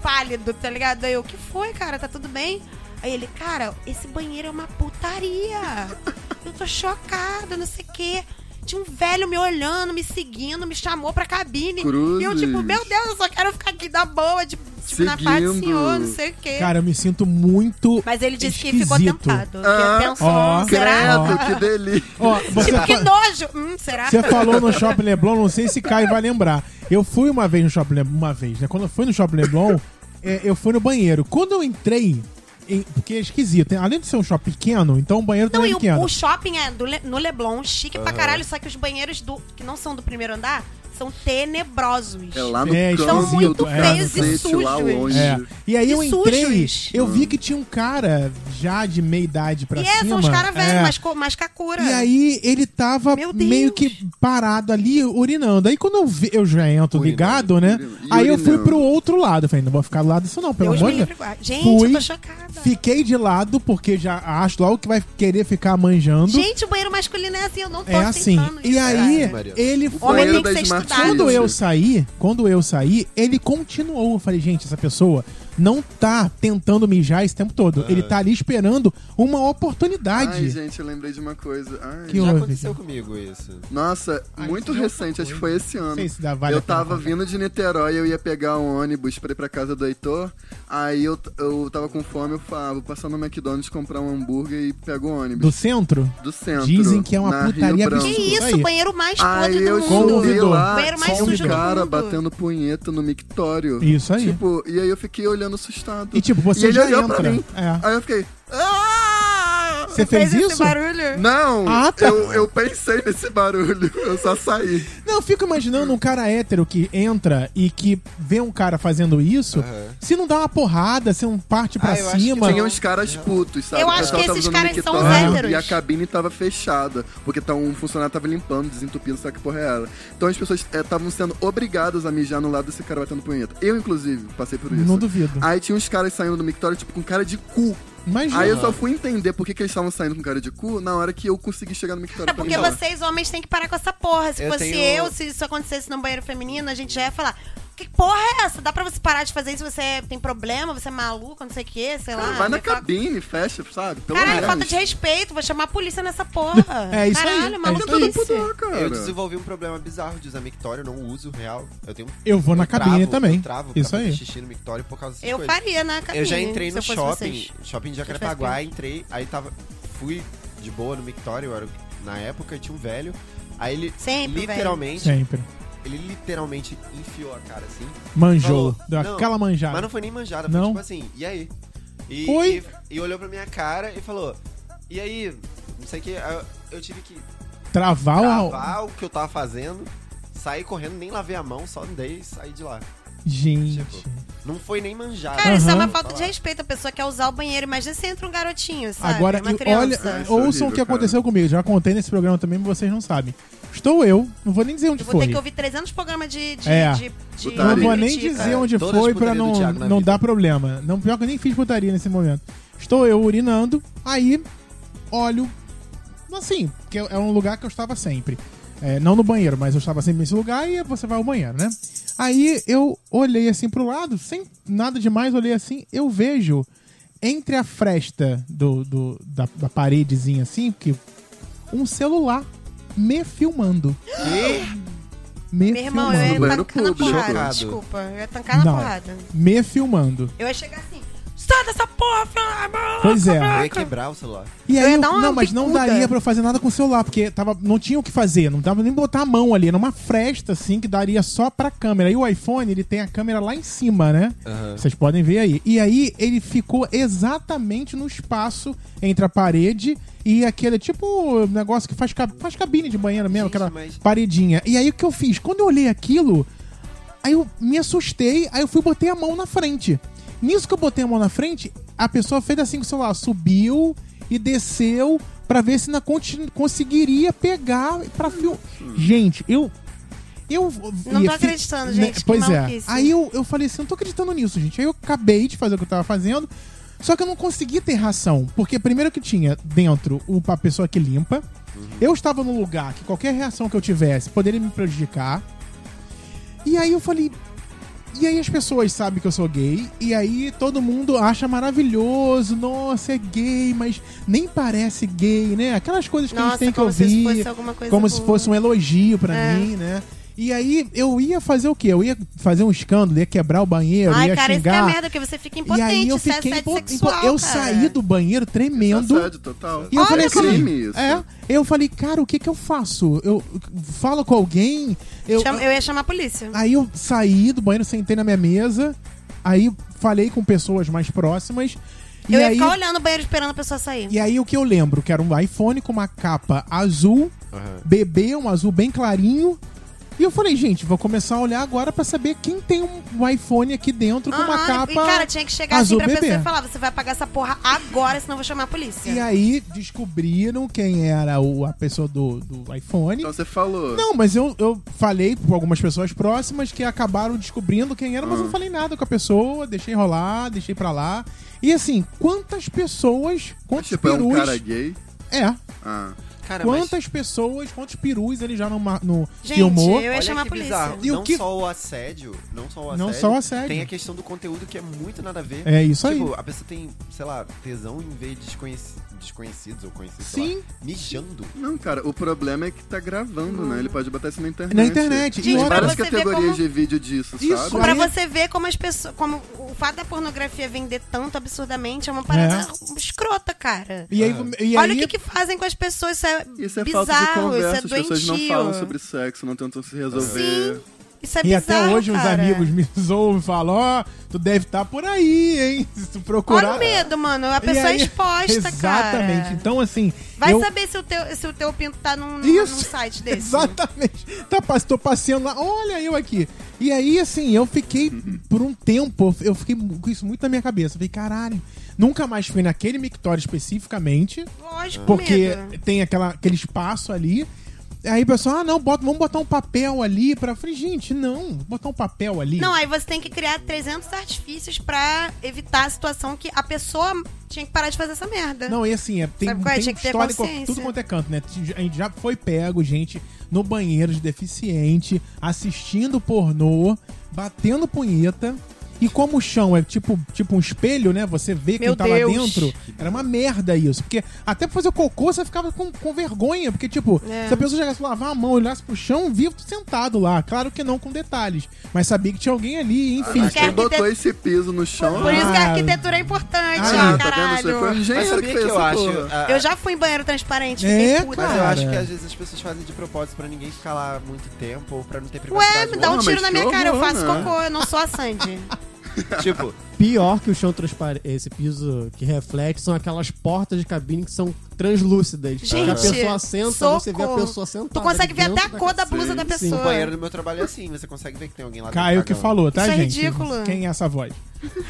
[SPEAKER 4] Pálido, tá ligado? Aí eu, o que foi, cara? Tá tudo bem? Aí ele, cara, esse banheiro é uma putaria. Eu tô chocado, não sei o quê. Tinha um velho me olhando, me seguindo, me chamou pra cabine. E eu,
[SPEAKER 2] Cruzes.
[SPEAKER 4] tipo, meu Deus, eu só quero ficar aqui da boa, de Tipo, na paz do
[SPEAKER 2] Seguindo.
[SPEAKER 4] senhor, não sei o quê.
[SPEAKER 3] Cara, eu me sinto muito.
[SPEAKER 4] É. Mas ele disse que
[SPEAKER 3] esquisito.
[SPEAKER 4] ficou tentado.
[SPEAKER 2] Ah,
[SPEAKER 4] que pensou,
[SPEAKER 3] ó.
[SPEAKER 4] hum, será?
[SPEAKER 2] Credo, que delícia.
[SPEAKER 4] [LAUGHS]
[SPEAKER 3] Ó, você,
[SPEAKER 4] Tipo, que
[SPEAKER 3] fa-
[SPEAKER 4] nojo. Hum, será?
[SPEAKER 3] você falou no Shopping Leblon, não sei se Caio vai lembrar. Eu fui uma vez no Shopping Leblon, uma vez, né? Quando eu fui no Shopping Leblon, é, eu fui no banheiro. Quando eu entrei, em- porque é esquisito, né? além de ser um shopping pequeno, então o banheiro
[SPEAKER 4] Não,
[SPEAKER 3] também é
[SPEAKER 4] e
[SPEAKER 3] pequeno.
[SPEAKER 4] o, o shopping é do Le- no Leblon, chique
[SPEAKER 2] Ah.
[SPEAKER 4] pra caralho, só que os banheiros do, que não são do primeiro andar são tenebrosos.
[SPEAKER 2] É lá no
[SPEAKER 3] É,
[SPEAKER 2] canto
[SPEAKER 3] estão muito
[SPEAKER 2] do
[SPEAKER 3] feios e
[SPEAKER 2] cacete, lá
[SPEAKER 4] sujos.
[SPEAKER 2] longe.
[SPEAKER 3] É. E aí
[SPEAKER 4] E
[SPEAKER 3] eu entrei,
[SPEAKER 4] sujos.
[SPEAKER 3] eu vi que tinha um cara já de meia idade pra
[SPEAKER 4] e
[SPEAKER 3] cima.
[SPEAKER 4] é, são os caras velhos,
[SPEAKER 3] é.
[SPEAKER 4] mas, co- mas kakura.
[SPEAKER 3] E aí ele tava
[SPEAKER 4] Meu Deus.
[SPEAKER 3] meio que parado ali, urinando. Aí quando eu, vi, eu já entro
[SPEAKER 1] Urinando,
[SPEAKER 3] ligado, né?
[SPEAKER 2] urinando. E
[SPEAKER 3] Aí eu fui
[SPEAKER 2] urinando.
[SPEAKER 3] pro outro lado. Eu falei, não vou ficar do lado disso não, pelo
[SPEAKER 4] Deus
[SPEAKER 3] amor
[SPEAKER 4] me
[SPEAKER 3] de
[SPEAKER 4] livre,
[SPEAKER 3] Deus.
[SPEAKER 4] guarda. Gente,
[SPEAKER 3] Fui,
[SPEAKER 4] eu tô chocada.
[SPEAKER 3] Fiquei de lado, porque já acho logo que vai querer ficar manjando.
[SPEAKER 4] Gente, o banheiro masculino é assim, eu não tô
[SPEAKER 3] é assim.
[SPEAKER 4] aceitando
[SPEAKER 3] E
[SPEAKER 4] isso,
[SPEAKER 3] aí,
[SPEAKER 1] Ai, Mariana.
[SPEAKER 3] ele
[SPEAKER 2] O
[SPEAKER 4] Homem
[SPEAKER 3] foi.
[SPEAKER 2] banheiro
[SPEAKER 4] tem que
[SPEAKER 2] da Smart
[SPEAKER 4] ser estudado.
[SPEAKER 3] Quando
[SPEAKER 2] Fit.
[SPEAKER 3] eu saí, quando eu saí, ele continuou. Eu falei, gente, essa pessoa não tá tentando mijar esse tempo todo. Ele tá ali esperando uma oportunidade.
[SPEAKER 2] É. Ai, gente, eu lembrei de uma coisa. Ai,
[SPEAKER 3] Que
[SPEAKER 1] Já
[SPEAKER 3] houve,
[SPEAKER 1] aconteceu
[SPEAKER 3] gente?
[SPEAKER 1] comigo isso.
[SPEAKER 2] Nossa,
[SPEAKER 3] Ai,
[SPEAKER 2] muito
[SPEAKER 3] isso é
[SPEAKER 2] recente,
[SPEAKER 3] outra
[SPEAKER 2] acho que
[SPEAKER 3] coisa.
[SPEAKER 2] foi esse ano.
[SPEAKER 3] Não sei se dá- vale a
[SPEAKER 2] eu
[SPEAKER 3] pena
[SPEAKER 2] tava
[SPEAKER 3] contar.
[SPEAKER 2] vindo de Niterói, eu ia pegar um ônibus pra ir pra casa do Heitor. Aí eu, eu tava com fome, eu falava, vou passar no McDonald's, comprar um hambúrguer e pego o
[SPEAKER 3] Do
[SPEAKER 2] ônibus.
[SPEAKER 3] centro?
[SPEAKER 2] Do, centro.
[SPEAKER 3] Dizem que é uma
[SPEAKER 2] na Rio
[SPEAKER 3] putaria
[SPEAKER 2] Branco.
[SPEAKER 4] Que isso,
[SPEAKER 3] Aí.
[SPEAKER 4] banheiro mais podre
[SPEAKER 2] Aí
[SPEAKER 4] do
[SPEAKER 2] eu
[SPEAKER 4] mundo.
[SPEAKER 2] descobri
[SPEAKER 3] Convidou.
[SPEAKER 2] lá
[SPEAKER 4] Banheiro mais
[SPEAKER 2] um
[SPEAKER 4] sujo do
[SPEAKER 2] cara
[SPEAKER 4] mundo.
[SPEAKER 2] batendo punheta no mictório.
[SPEAKER 3] Isso aí.
[SPEAKER 2] Tipo, e aí eu fiquei olhando assustado.
[SPEAKER 3] E tipo, você
[SPEAKER 2] E ele
[SPEAKER 3] já
[SPEAKER 2] olhou pra
[SPEAKER 3] entra.
[SPEAKER 2] mim.
[SPEAKER 3] É.
[SPEAKER 2] Aí eu fiquei. "Ah!"
[SPEAKER 3] Você
[SPEAKER 4] Fez
[SPEAKER 3] fez
[SPEAKER 4] esse
[SPEAKER 3] isso?
[SPEAKER 4] barulho?
[SPEAKER 2] Não!
[SPEAKER 3] Ah, tá.
[SPEAKER 2] eu, eu pensei nesse barulho, eu só saí.
[SPEAKER 3] Não, eu fico imaginando um cara hétero que entra e que vê um cara fazendo isso, se não dá uma porrada, se não parte pra
[SPEAKER 1] Ah, eu acho que
[SPEAKER 3] cima.
[SPEAKER 2] Tinha uns caras putos, sabe?
[SPEAKER 4] Eu
[SPEAKER 2] O
[SPEAKER 4] acho
[SPEAKER 2] pessoal
[SPEAKER 4] que
[SPEAKER 2] tava
[SPEAKER 4] esses
[SPEAKER 2] usando
[SPEAKER 4] caras são os
[SPEAKER 2] mictório
[SPEAKER 4] héteros.
[SPEAKER 2] E a cabine tava fechada, porque tá, um funcionário tava limpando, desentupindo, sabe que porra era. Então as pessoas estavam sendo obrigadas a mijar no lado desse cara batendo punheta. Eu, inclusive, passei por isso.
[SPEAKER 3] Não duvido.
[SPEAKER 2] Aí tinha uns caras saindo do mictório, tipo, com cara de cu.
[SPEAKER 3] Imagina.
[SPEAKER 1] Ah,
[SPEAKER 2] Aí eu só fui entender por que, que eles estavam saindo com cara de cu na hora que eu consegui chegar no mictório.
[SPEAKER 4] É
[SPEAKER 2] pra
[SPEAKER 4] porque
[SPEAKER 2] falar.
[SPEAKER 4] vocês, homens, têm que parar com essa porra. Se
[SPEAKER 1] Então. Eu
[SPEAKER 4] fosse
[SPEAKER 1] tenho-
[SPEAKER 4] eu, se isso acontecesse no banheiro feminino, a gente já ia falar. Que porra é essa? Dá pra você parar de fazer isso? Você é- tem problema? Você é maluco? Não sei o quê, sei lá.
[SPEAKER 2] Cara, vai na
[SPEAKER 4] Vai falar-
[SPEAKER 2] cabine, fecha, sabe? Pelo
[SPEAKER 4] né, Caralho,
[SPEAKER 2] menos.
[SPEAKER 4] falta de respeito. Vou chamar a polícia nessa porra.
[SPEAKER 3] É isso aí,
[SPEAKER 4] Caralho,
[SPEAKER 3] é
[SPEAKER 2] Tudo
[SPEAKER 4] maluquice.
[SPEAKER 2] pudor, cara.
[SPEAKER 1] Eu desenvolvi um problema bizarro de usar mictório, eu não uso real. Eu tenho
[SPEAKER 3] Eu vou na
[SPEAKER 1] eu travo-
[SPEAKER 3] cabine também.
[SPEAKER 1] Eu travo pra
[SPEAKER 3] Isso aí.
[SPEAKER 1] fazer xixi no mictório por causa dessas
[SPEAKER 4] Eu
[SPEAKER 1] coisas.
[SPEAKER 4] faria na cabine.
[SPEAKER 1] eu já entrei
[SPEAKER 4] se
[SPEAKER 1] no
[SPEAKER 4] fosse
[SPEAKER 1] shopping,
[SPEAKER 4] vocês.
[SPEAKER 1] shopping de
[SPEAKER 4] faz
[SPEAKER 1] Jacarepaguá, entrei, aí tava fui de boa no mictório, eu era na época tinha um velho. Aí ele
[SPEAKER 4] Sempre,
[SPEAKER 1] literalmente,
[SPEAKER 3] Sempre.
[SPEAKER 1] ele literalmente enfiou a cara assim.
[SPEAKER 3] Manjou.
[SPEAKER 1] Falou,
[SPEAKER 3] Deu
[SPEAKER 1] "Não,
[SPEAKER 3] aquela manjada.
[SPEAKER 1] Mas não foi nem manjada, foi
[SPEAKER 3] Não.
[SPEAKER 1] tipo assim, e aí? E,
[SPEAKER 3] Oi?
[SPEAKER 1] E, e olhou pra minha cara e falou, e aí? Não sei o que, eu, eu tive que
[SPEAKER 3] Travar, o-
[SPEAKER 1] travar o que eu tava fazendo, sair correndo, nem lavei a mão, só andei e saí de lá.
[SPEAKER 3] Gente.
[SPEAKER 1] Tipo, Não foi nem manjada.
[SPEAKER 4] Cara, isso é uma
[SPEAKER 3] Aham.
[SPEAKER 4] falta de respeito. A pessoa quer usar o banheiro. Imagina se entra um garotinho, sabe? É
[SPEAKER 3] Agora,
[SPEAKER 4] uma
[SPEAKER 3] e
[SPEAKER 4] criança.
[SPEAKER 3] olha,
[SPEAKER 2] Isso é
[SPEAKER 3] ouçam o que
[SPEAKER 2] horrível, cara.
[SPEAKER 3] aconteceu comigo. Já contei nesse programa também, mas vocês não sabem. Estou eu, não vou nem dizer onde
[SPEAKER 4] Eu vou
[SPEAKER 3] foi.
[SPEAKER 4] ter que ouvir 300 programas de... de,
[SPEAKER 3] É.
[SPEAKER 4] de, de-
[SPEAKER 2] Putaria.
[SPEAKER 3] Não
[SPEAKER 4] de
[SPEAKER 3] vou nem
[SPEAKER 4] critica.
[SPEAKER 3] dizer onde
[SPEAKER 1] Todas
[SPEAKER 3] foi
[SPEAKER 1] as
[SPEAKER 3] pra
[SPEAKER 1] putarias do
[SPEAKER 3] não,
[SPEAKER 1] Thiago na
[SPEAKER 3] não
[SPEAKER 1] vida.
[SPEAKER 3] dar problema. Não, pior que eu nem fiz putaria nesse momento. Estou eu urinando, aí olho. Assim, que é um lugar que eu estava sempre. É, não no banheiro, mas eu estava sempre nesse lugar e você vai ao banheiro, né? Aí eu olhei assim pro lado, sem nada demais, olhei assim, eu vejo entre a fresta do, do- da, da paredezinha assim, que um celular me filmando. Me
[SPEAKER 4] Meu irmão,
[SPEAKER 3] filmando.
[SPEAKER 4] eu ia
[SPEAKER 2] No banheiro
[SPEAKER 4] tancar na
[SPEAKER 2] público.
[SPEAKER 4] porrada.
[SPEAKER 1] Chocado.
[SPEAKER 4] Desculpa, eu ia tancar na
[SPEAKER 3] Não. é
[SPEAKER 4] porrada.
[SPEAKER 3] Me filmando.
[SPEAKER 4] Eu ia chegar assim, sai dessa porra, filha da
[SPEAKER 3] Pois é.
[SPEAKER 1] Eu ia quebrar o celular.
[SPEAKER 3] E
[SPEAKER 4] Eu
[SPEAKER 3] aí,
[SPEAKER 4] ia
[SPEAKER 3] eu-
[SPEAKER 4] dar uma
[SPEAKER 3] não, mas não
[SPEAKER 4] bicuda.
[SPEAKER 3] daria pra eu fazer nada com o celular, porque tava, não tinha o que fazer, não dava nem botar a mão ali, era uma fresta assim que daria só pra câmera. E o iPhone, ele tem a câmera lá em cima, né? Vocês podem ver aí. E aí ele ficou exatamente no espaço entre a parede e aquele tipo negócio que faz, ca- faz cabine de banheiro mesmo,
[SPEAKER 1] Gente,
[SPEAKER 3] aquela
[SPEAKER 1] mas-
[SPEAKER 3] paredinha. E aí o que eu fiz? Quando eu olhei aquilo, Aí eu me assustei, aí eu fui e botei a mão na frente. Nisso que eu botei a mão na frente, a pessoa fez assim com o celular, subiu e desceu pra ver se na conti- conseguiria pegar pra filmar. Gente, eu. Eu.
[SPEAKER 4] Não
[SPEAKER 3] ia
[SPEAKER 4] tô
[SPEAKER 3] fi- né,
[SPEAKER 4] acreditando, gente, que
[SPEAKER 3] Pois é.
[SPEAKER 4] maluquice.
[SPEAKER 3] Aí eu, eu falei assim, não tô acreditando nisso, gente. Aí eu acabei de fazer o que eu tava fazendo. Só que eu não consegui ter ração. Porque primeiro que tinha dentro o, a pessoa que limpa. Eu estava num lugar que qualquer reação que eu tivesse poderia me prejudicar. E aí eu falei. E aí as pessoas sabem que eu sou gay, e aí todo mundo acha maravilhoso, nossa, é gay, mas nem parece gay, né? Aquelas coisas que a
[SPEAKER 4] Nossa,
[SPEAKER 3] gente tem que
[SPEAKER 4] como se
[SPEAKER 3] ouvir,
[SPEAKER 4] isso fosse alguma coisa
[SPEAKER 3] como se
[SPEAKER 4] boa.
[SPEAKER 3] fosse um elogio pra
[SPEAKER 4] É.
[SPEAKER 3] mim, né? E aí eu ia fazer o quê? Eu ia fazer um escândalo, ia quebrar o banheiro,
[SPEAKER 4] Ai,
[SPEAKER 3] ia
[SPEAKER 4] cara, isso que é
[SPEAKER 3] xingar.
[SPEAKER 4] merda, porque você fica
[SPEAKER 3] e
[SPEAKER 4] impotente,
[SPEAKER 3] aí eu
[SPEAKER 4] isso é
[SPEAKER 3] fiquei
[SPEAKER 4] assédio
[SPEAKER 3] impo- impo-
[SPEAKER 4] sexual,
[SPEAKER 3] Eu
[SPEAKER 4] cara.
[SPEAKER 3] saí do banheiro tremendo.
[SPEAKER 2] É Assédio total.
[SPEAKER 3] E eu
[SPEAKER 4] Olha
[SPEAKER 3] falei,
[SPEAKER 2] é
[SPEAKER 4] como-
[SPEAKER 3] cara,
[SPEAKER 2] crime isso.
[SPEAKER 3] um é, eu falei, cara, o que que eu faço? Eu falo com alguém, eu, Ah,
[SPEAKER 4] Chama- eu ia chamar a polícia.
[SPEAKER 3] Aí eu saí do banheiro, sentei na minha mesa, aí falei com pessoas mais próximas.
[SPEAKER 4] eu
[SPEAKER 3] e,
[SPEAKER 4] ia
[SPEAKER 3] aí,
[SPEAKER 4] ficar olhando o banheiro esperando a pessoa sair.
[SPEAKER 3] e aí o que eu lembro? Que era um iPhone com uma capa azul, bebê, um azul bem clarinho. E eu falei, gente, vou começar a olhar agora pra saber quem tem um, um iPhone aqui dentro com uma
[SPEAKER 4] Aham,
[SPEAKER 3] capa.
[SPEAKER 4] e cara, tinha que chegar assim
[SPEAKER 3] azul
[SPEAKER 4] pra pessoa
[SPEAKER 3] bebê.
[SPEAKER 4] e falar: você vai pagar essa porra agora, senão eu vou chamar a polícia.
[SPEAKER 3] E aí descobriram quem era o, a pessoa do, do iPhone.
[SPEAKER 2] Então você falou.
[SPEAKER 3] Não, mas eu, eu falei com algumas pessoas próximas que acabaram descobrindo quem era, mas não falei nada com a pessoa, deixei rolar, deixei pra lá. E assim, quantas pessoas, quantos
[SPEAKER 2] Tipo, é um
[SPEAKER 3] perus.
[SPEAKER 2] cara gay.
[SPEAKER 3] É,
[SPEAKER 2] Ah.
[SPEAKER 7] Cara, mas-
[SPEAKER 3] quantas pessoas, quantos perus ele já não, ma- não
[SPEAKER 4] Gente,
[SPEAKER 3] filmou.
[SPEAKER 4] eu ia
[SPEAKER 1] Olha
[SPEAKER 4] chamar a
[SPEAKER 1] que
[SPEAKER 4] polícia.
[SPEAKER 1] bizarro.
[SPEAKER 3] E o
[SPEAKER 1] não
[SPEAKER 3] que-
[SPEAKER 1] só o assédio, não só o assédio.
[SPEAKER 3] Não só o assédio.
[SPEAKER 1] Tem a questão do conteúdo que é muito nada a ver.
[SPEAKER 3] É isso aí.
[SPEAKER 1] Tipo, a pessoa tem, sei lá, tesão em ver desconheci- desconhecidos ou conhecidos, sei
[SPEAKER 3] Sim.
[SPEAKER 1] lá, mijando.
[SPEAKER 2] Não, cara, o problema é que tá gravando, né? Ele pode botar isso na internet.
[SPEAKER 3] Na internet. e
[SPEAKER 4] Gente,
[SPEAKER 2] Tem
[SPEAKER 4] pra
[SPEAKER 3] outra.
[SPEAKER 2] várias
[SPEAKER 4] você ver
[SPEAKER 2] categorias
[SPEAKER 4] como-
[SPEAKER 2] de vídeo disso,
[SPEAKER 3] Isso,
[SPEAKER 2] sabe?
[SPEAKER 4] Pra
[SPEAKER 3] Aí-
[SPEAKER 4] você ver como as pessoas. Como o fato da pornografia vender tanto absurdamente é uma parada escrota, cara.
[SPEAKER 3] E aí, e
[SPEAKER 4] Olha
[SPEAKER 3] aí-
[SPEAKER 4] o que, que fazem com as pessoas, isso é
[SPEAKER 2] Isso é
[SPEAKER 4] bizarro,
[SPEAKER 2] falta de
[SPEAKER 4] isso
[SPEAKER 2] conversa,
[SPEAKER 4] é
[SPEAKER 2] as pessoas não
[SPEAKER 4] doentio.
[SPEAKER 2] falam sobre sexo, não tentam se resolver.
[SPEAKER 4] Isso é
[SPEAKER 3] e até
[SPEAKER 4] bizarro,
[SPEAKER 3] hoje os
[SPEAKER 4] cara.
[SPEAKER 3] amigos me [LAUGHS] zoam e falam, ó, tu deve estar por aí, hein? [LAUGHS] Se tu procurar.
[SPEAKER 4] Olha o medo, mano. A
[SPEAKER 3] E
[SPEAKER 4] pessoa
[SPEAKER 3] aí- [LAUGHS]
[SPEAKER 4] é exposta,
[SPEAKER 3] Exatamente.
[SPEAKER 4] cara.
[SPEAKER 3] Então, assim.
[SPEAKER 4] Vai
[SPEAKER 3] eu-
[SPEAKER 4] saber se o, teu, se o teu pinto tá num, num-
[SPEAKER 3] Isso.
[SPEAKER 4] num site desse.
[SPEAKER 3] Exatamente. Tá, passe- tô passeando lá, olha eu aqui. E aí, assim, eu fiquei, por um tempo, eu fiquei mu- com isso muito na minha cabeça. Eu falei, caralho, nunca mais fui naquele mictório especificamente,
[SPEAKER 4] Lógico,
[SPEAKER 3] porque é
[SPEAKER 4] medo. né?"
[SPEAKER 3] tem aquela, aquele espaço ali. Aí o pessoal, ah, não, bota, vamos botar um papel ali pra. Eu falei, gente, não, vou botar um papel ali.
[SPEAKER 4] Não, aí você tem que criar 300 artifícios pra evitar a situação que a pessoa tinha que parar de fazer essa merda.
[SPEAKER 3] Não, e assim, é, tem,
[SPEAKER 4] Sabe qual é?
[SPEAKER 3] tem
[SPEAKER 4] Tinha que ter
[SPEAKER 3] histórico
[SPEAKER 4] consciência.
[SPEAKER 3] tudo quanto é canto, né? A gente já foi pego, gente, no banheiro de deficiente, assistindo pornô, batendo punheta. E como o chão é tipo, tipo um espelho, né? Você vê quem
[SPEAKER 4] Meu
[SPEAKER 3] tá lá
[SPEAKER 4] Deus.
[SPEAKER 3] dentro. Era uma merda isso. Porque até pra fazer cocô, você ficava com, com vergonha. Porque, tipo,
[SPEAKER 4] É.
[SPEAKER 3] se a pessoa chegasse pra lavar a mão, olhasse pro chão, via tu sentado lá. Claro que não com detalhes. Mas sabia que tinha alguém ali, enfim.
[SPEAKER 2] Mas
[SPEAKER 4] Quer
[SPEAKER 2] quem
[SPEAKER 4] que
[SPEAKER 2] botou
[SPEAKER 4] te-
[SPEAKER 2] esse piso no chão. né?
[SPEAKER 4] Por isso que
[SPEAKER 3] Ah.
[SPEAKER 4] a arquitetura é
[SPEAKER 3] Ah,
[SPEAKER 4] importante, ó,
[SPEAKER 2] tá vendo?
[SPEAKER 4] caralho.
[SPEAKER 2] Isso foi um
[SPEAKER 1] Mas
[SPEAKER 2] engenheiro
[SPEAKER 1] sabia
[SPEAKER 2] que
[SPEAKER 1] que
[SPEAKER 2] fez
[SPEAKER 1] eu
[SPEAKER 2] essa
[SPEAKER 1] acho... ah.
[SPEAKER 2] porra.
[SPEAKER 1] a-
[SPEAKER 4] Eu já fui em banheiro transparente,
[SPEAKER 3] É,
[SPEAKER 4] fiquei puta.
[SPEAKER 3] cara.
[SPEAKER 1] Mas eu acho que às vezes as pessoas fazem de propósito pra ninguém ficar lá muito tempo ou pra não ter
[SPEAKER 4] Ué,
[SPEAKER 1] privacidade.
[SPEAKER 4] me dá um
[SPEAKER 2] Não,
[SPEAKER 4] tiro
[SPEAKER 2] mas
[SPEAKER 4] na
[SPEAKER 2] que
[SPEAKER 4] minha cara, eu
[SPEAKER 2] horror,
[SPEAKER 4] faço
[SPEAKER 2] né?
[SPEAKER 4] cocô, eu não sou
[SPEAKER 2] [LAUGHS]
[SPEAKER 4] a Sandy.
[SPEAKER 1] [LAUGHS] Tipo,
[SPEAKER 9] Pior que o chão transparente, esse piso que reflete, são aquelas portas de cabine que são translúcidas.
[SPEAKER 4] Gente,
[SPEAKER 9] que a pessoa senta, você vê a
[SPEAKER 4] socorro.
[SPEAKER 9] pessoa sentada.
[SPEAKER 4] Tu consegue ver
[SPEAKER 9] dentro
[SPEAKER 4] até a cor da blusa
[SPEAKER 2] é
[SPEAKER 4] da
[SPEAKER 1] o
[SPEAKER 4] pessoa.
[SPEAKER 1] banheiro do meu trabalho é assim, você consegue ver que tem alguém lá
[SPEAKER 3] Caio
[SPEAKER 1] dentro
[SPEAKER 3] que
[SPEAKER 1] cagando.
[SPEAKER 3] falou, tá,
[SPEAKER 4] Isso é
[SPEAKER 3] gente?
[SPEAKER 4] ridículo.
[SPEAKER 3] Quem é essa voz?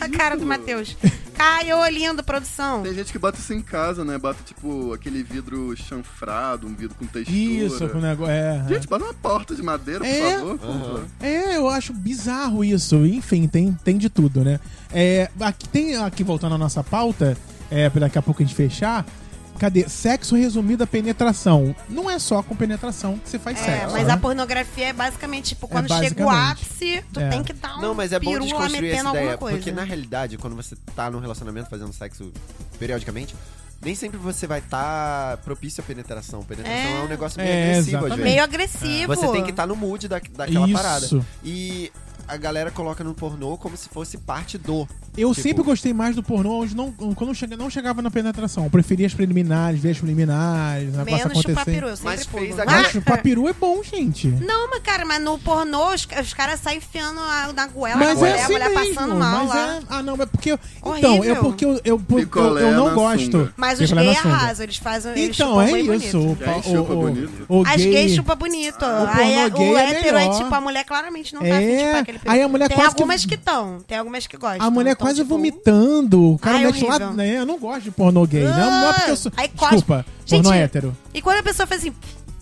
[SPEAKER 4] A cara
[SPEAKER 2] [LAUGHS]
[SPEAKER 4] do Matheus. Caio, lindo, produção.
[SPEAKER 2] Tem gente que bota isso em casa, né? Bota, tipo, aquele vidro chanfrado, um vidro com textura.
[SPEAKER 3] Isso, com o negócio. É.
[SPEAKER 2] Gente, bota uma porta de madeira, por
[SPEAKER 3] É?
[SPEAKER 2] favor. porra.
[SPEAKER 3] É, eu acho bizarro isso. Enfim, tem, tem de tudo, né? É, aqui tem aqui voltando à nossa pauta, é, pra daqui a pouco a gente fechar. Cadê? Sexo resumido a penetração. Não é só com penetração que você faz
[SPEAKER 4] É,
[SPEAKER 3] sexo.
[SPEAKER 4] mas
[SPEAKER 3] né?
[SPEAKER 4] a pornografia é basicamente, tipo, quando chega o
[SPEAKER 3] basicamente.
[SPEAKER 4] ápice, tu
[SPEAKER 3] É.
[SPEAKER 4] tem que dar um
[SPEAKER 1] Não, mas é bom
[SPEAKER 4] peru lá
[SPEAKER 1] desconstruir
[SPEAKER 4] metendo
[SPEAKER 1] essa
[SPEAKER 4] alguma
[SPEAKER 1] ideia.
[SPEAKER 4] coisa.
[SPEAKER 1] Porque na realidade, quando você tá num relacionamento fazendo sexo periodicamente, nem sempre você vai estar propício à penetração. Penetração
[SPEAKER 4] É.
[SPEAKER 1] é, um negócio meio
[SPEAKER 3] É,
[SPEAKER 1] agressivo, às
[SPEAKER 3] exatamente.
[SPEAKER 1] vezes.
[SPEAKER 4] Meio agressivo.
[SPEAKER 1] É. Você tem que tá- estar no mood da, daquela
[SPEAKER 3] Isso.
[SPEAKER 1] parada. E a galera coloca no pornô como se fosse parte do.
[SPEAKER 3] Eu
[SPEAKER 1] Tipo-
[SPEAKER 3] sempre gostei mais do pornô onde não, quando eu chega- não chegava na penetração. Eu preferia as preliminares, ver as preliminares, o negócio
[SPEAKER 4] Menos chupar peru,
[SPEAKER 3] acontecendo.
[SPEAKER 4] eu sempre
[SPEAKER 1] Mas
[SPEAKER 4] pulo.
[SPEAKER 1] fez a
[SPEAKER 3] Ah,
[SPEAKER 1] galera-
[SPEAKER 3] chupar peru é bom, gente.
[SPEAKER 4] Não, mas cara, mas no pornô, os, os caras saem enfiando a, na goela
[SPEAKER 3] mas
[SPEAKER 4] da mulher,
[SPEAKER 3] é
[SPEAKER 4] a
[SPEAKER 3] assim
[SPEAKER 4] mulher
[SPEAKER 3] mesmo.
[SPEAKER 4] passando mal
[SPEAKER 3] mas
[SPEAKER 4] lá.
[SPEAKER 3] é... Ah, não, mas porque... eu- Então,
[SPEAKER 4] Horrível.
[SPEAKER 3] é porque eu, eu, eu, eu,
[SPEAKER 2] Picolé
[SPEAKER 3] não
[SPEAKER 2] na
[SPEAKER 3] gosto.
[SPEAKER 2] sunga.
[SPEAKER 4] Mas os
[SPEAKER 3] Picolé na
[SPEAKER 4] gays
[SPEAKER 3] sunga.
[SPEAKER 4] arrasam, eles fazem. eles
[SPEAKER 3] Então,
[SPEAKER 4] chupam
[SPEAKER 3] é
[SPEAKER 4] bem
[SPEAKER 3] isso.
[SPEAKER 4] bonito.
[SPEAKER 3] O,
[SPEAKER 2] Gay
[SPEAKER 3] pa-
[SPEAKER 2] chupa
[SPEAKER 3] o- o-
[SPEAKER 2] bonito.
[SPEAKER 3] o
[SPEAKER 4] As
[SPEAKER 3] gay-
[SPEAKER 4] gays chupam bonito. aí
[SPEAKER 3] pornô
[SPEAKER 4] é-
[SPEAKER 3] gay
[SPEAKER 4] o
[SPEAKER 3] é
[SPEAKER 4] hétero é,
[SPEAKER 3] melhor.
[SPEAKER 4] tipo, a mulher claramente não tá
[SPEAKER 3] É,
[SPEAKER 4] afim de chupar aquele peru.
[SPEAKER 3] aí a mulher
[SPEAKER 4] tem
[SPEAKER 3] quase que-
[SPEAKER 4] algumas que estão, tem algumas que gostam.
[SPEAKER 3] A mulher
[SPEAKER 4] Então,
[SPEAKER 3] quase
[SPEAKER 4] tipo,
[SPEAKER 3] vomitando. O cara
[SPEAKER 4] Ai,
[SPEAKER 3] mete lá.
[SPEAKER 4] horrível.
[SPEAKER 3] Né? Eu não gosto de pornô gay. Não, não é porque eu sou.
[SPEAKER 4] Aí cospe.
[SPEAKER 3] Desculpa,
[SPEAKER 4] Gente,
[SPEAKER 3] pornô hétero.
[SPEAKER 4] E quando a pessoa faz assim,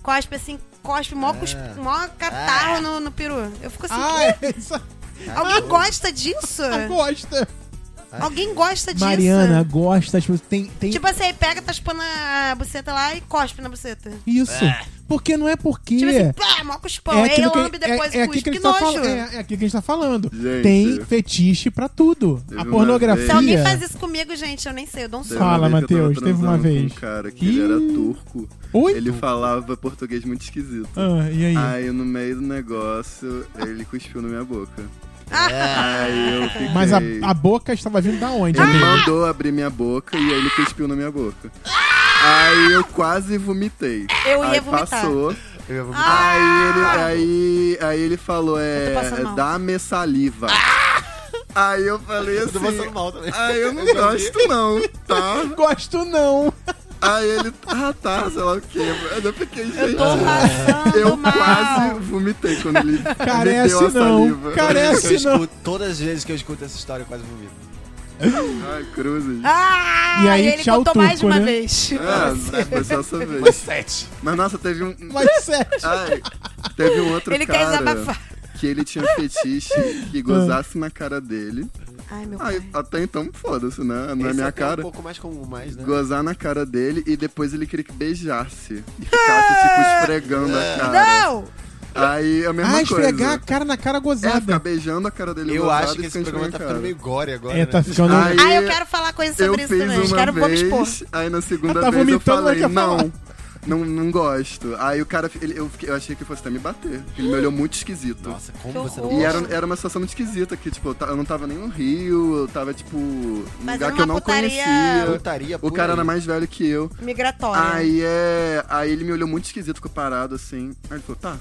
[SPEAKER 4] cospe assim, cospe, mó, cusp- mó catarro no, no peru. Eu fico assim,
[SPEAKER 3] Ah,
[SPEAKER 4] "Quê?
[SPEAKER 3] é [LAUGHS] isso.
[SPEAKER 4] alguém gosta disso?
[SPEAKER 3] Ela gosta.
[SPEAKER 4] alguém gosta disso?
[SPEAKER 3] Mariana gosta. Tipo, tem. tem
[SPEAKER 4] Tipo assim, aí pega, tá chupando a buceta lá e cospe na buceta.
[SPEAKER 3] isso. Porque não é porque.
[SPEAKER 4] Tipo assim, pá, moca os pão. Aí
[SPEAKER 3] aquilo que-
[SPEAKER 4] lambe depois
[SPEAKER 3] é- é
[SPEAKER 4] e cuspe.
[SPEAKER 3] aquilo
[SPEAKER 4] Que
[SPEAKER 3] que a gente tá
[SPEAKER 4] nojo.
[SPEAKER 3] fal- é- é aquilo que a gente tá falando.
[SPEAKER 2] Gente.
[SPEAKER 3] Tem fetiche pra tudo.
[SPEAKER 2] Teve
[SPEAKER 3] A
[SPEAKER 2] uma
[SPEAKER 3] pornografia.
[SPEAKER 2] vez-
[SPEAKER 4] Se alguém faz isso comigo, gente, eu nem sei, eu dou um
[SPEAKER 2] Teve
[SPEAKER 4] soco.
[SPEAKER 3] Fala,
[SPEAKER 2] uma vez que eu tava
[SPEAKER 3] Matheus, teve uma
[SPEAKER 2] transando com
[SPEAKER 3] vez.
[SPEAKER 2] Um cara que ele era turco.
[SPEAKER 3] Ui.
[SPEAKER 2] Ele falava português muito esquisito.
[SPEAKER 3] Ah, e aí?
[SPEAKER 2] Aí no meio do negócio, ele cuspiu na minha boca.
[SPEAKER 4] É.
[SPEAKER 2] Aí eu fiquei...
[SPEAKER 3] Mas a, a boca estava vindo da onde?
[SPEAKER 2] Ele
[SPEAKER 3] amigo?
[SPEAKER 2] mandou abrir minha boca e aí ele cuspiu na minha boca. Aí eu quase vomitei.
[SPEAKER 4] Eu ia
[SPEAKER 2] aí
[SPEAKER 4] vomitar.
[SPEAKER 2] Passou.
[SPEAKER 1] Eu ia
[SPEAKER 4] Ah,
[SPEAKER 1] [LAUGHS] vomitar.
[SPEAKER 2] Aí, ele, aí, aí ele falou, é,
[SPEAKER 4] Eu tô passando
[SPEAKER 2] é
[SPEAKER 4] mal. Ah!
[SPEAKER 2] dá-me saliva. Aí eu falei assim,
[SPEAKER 1] tô passando mal também.
[SPEAKER 2] aí eu não gosto não, tá?
[SPEAKER 3] Gosto não.
[SPEAKER 2] Aí ele, ah tá, sei lá o que. Eu fiquei, gente,
[SPEAKER 4] Eu tô passando
[SPEAKER 2] eu
[SPEAKER 4] mal.
[SPEAKER 2] quase vomitei quando ele ele
[SPEAKER 3] Carece
[SPEAKER 2] deu a
[SPEAKER 3] é assim não.
[SPEAKER 2] saliva.
[SPEAKER 3] Carece.
[SPEAKER 1] Todas as vezes
[SPEAKER 3] Esse
[SPEAKER 1] que eu
[SPEAKER 3] não.
[SPEAKER 1] escuto- todas as vezes que eu escuto essa história, eu quase vomito.
[SPEAKER 2] [LAUGHS] Ai, cruzes.
[SPEAKER 4] Ah,
[SPEAKER 3] E aí,
[SPEAKER 4] ele
[SPEAKER 3] tchau,
[SPEAKER 4] contou mais de
[SPEAKER 3] turco,
[SPEAKER 4] uma
[SPEAKER 3] né?
[SPEAKER 4] vez.
[SPEAKER 2] É, foi só essa vez.
[SPEAKER 1] Sete.
[SPEAKER 2] Mas nossa, teve um...
[SPEAKER 3] Mas sério.
[SPEAKER 2] Ai, teve um outro
[SPEAKER 4] Ele quer
[SPEAKER 2] cara
[SPEAKER 4] desabafar.
[SPEAKER 2] que ele tinha um fetiche que
[SPEAKER 3] Ah.
[SPEAKER 2] gozasse na cara dele.
[SPEAKER 4] Ai, meu
[SPEAKER 2] Ai,
[SPEAKER 4] pai.
[SPEAKER 2] até então, foda-se, né? Na
[SPEAKER 1] Esse
[SPEAKER 2] minha
[SPEAKER 1] até é
[SPEAKER 2] cara.
[SPEAKER 1] um pouco mais comum, mais, né?
[SPEAKER 2] Gozar na cara dele e depois ele queria que beijasse. E ficasse, tipo, esfregando
[SPEAKER 1] É.
[SPEAKER 2] a cara.
[SPEAKER 4] Ah! Não!
[SPEAKER 2] Aí a mesma
[SPEAKER 3] Ah,
[SPEAKER 2] coisa.
[SPEAKER 3] esfregar a cara na cara
[SPEAKER 2] É, ficar
[SPEAKER 3] gozada.
[SPEAKER 2] beijando a cara dele
[SPEAKER 1] Eu
[SPEAKER 2] gozado
[SPEAKER 1] acho que
[SPEAKER 2] e
[SPEAKER 1] esse
[SPEAKER 2] ficando
[SPEAKER 1] programa tá
[SPEAKER 2] esfregando a
[SPEAKER 1] ficando meio gore agora,
[SPEAKER 3] É,
[SPEAKER 1] né?
[SPEAKER 3] tá ficando.
[SPEAKER 2] Ai,
[SPEAKER 4] Ah, eu quero falar coisa
[SPEAKER 2] Eu
[SPEAKER 4] sobre isso
[SPEAKER 2] fiz
[SPEAKER 4] também. Eu
[SPEAKER 2] uma
[SPEAKER 4] quero vou me expor.
[SPEAKER 2] vez, aí na segunda
[SPEAKER 3] Ela tá
[SPEAKER 2] vez eu
[SPEAKER 3] vomitando, mas
[SPEAKER 2] falei,
[SPEAKER 3] quer falar.
[SPEAKER 2] não, não, não gosto. Aí o cara, ele- eu, fiquei- eu achei que fosse até me bater. porque Ele me olhou muito esquisito. [LAUGHS]
[SPEAKER 1] Nossa, como
[SPEAKER 4] Que
[SPEAKER 1] você não
[SPEAKER 4] horror.
[SPEAKER 2] E era, era uma situação muito esquisita, que, tipo, eu, ta- eu não tava nem no Rio, eu tava, tipo, num
[SPEAKER 4] Fazendo
[SPEAKER 2] lugar que eu não
[SPEAKER 4] uma putaria-
[SPEAKER 2] conhecia.
[SPEAKER 1] Putaria
[SPEAKER 2] O
[SPEAKER 1] por
[SPEAKER 2] cara
[SPEAKER 1] aí.
[SPEAKER 2] era mais velho que eu.
[SPEAKER 4] Migratória.
[SPEAKER 2] Aí é. Aí ele me olhou muito esquisito, ficou parado assim. Aí ele falou, tá.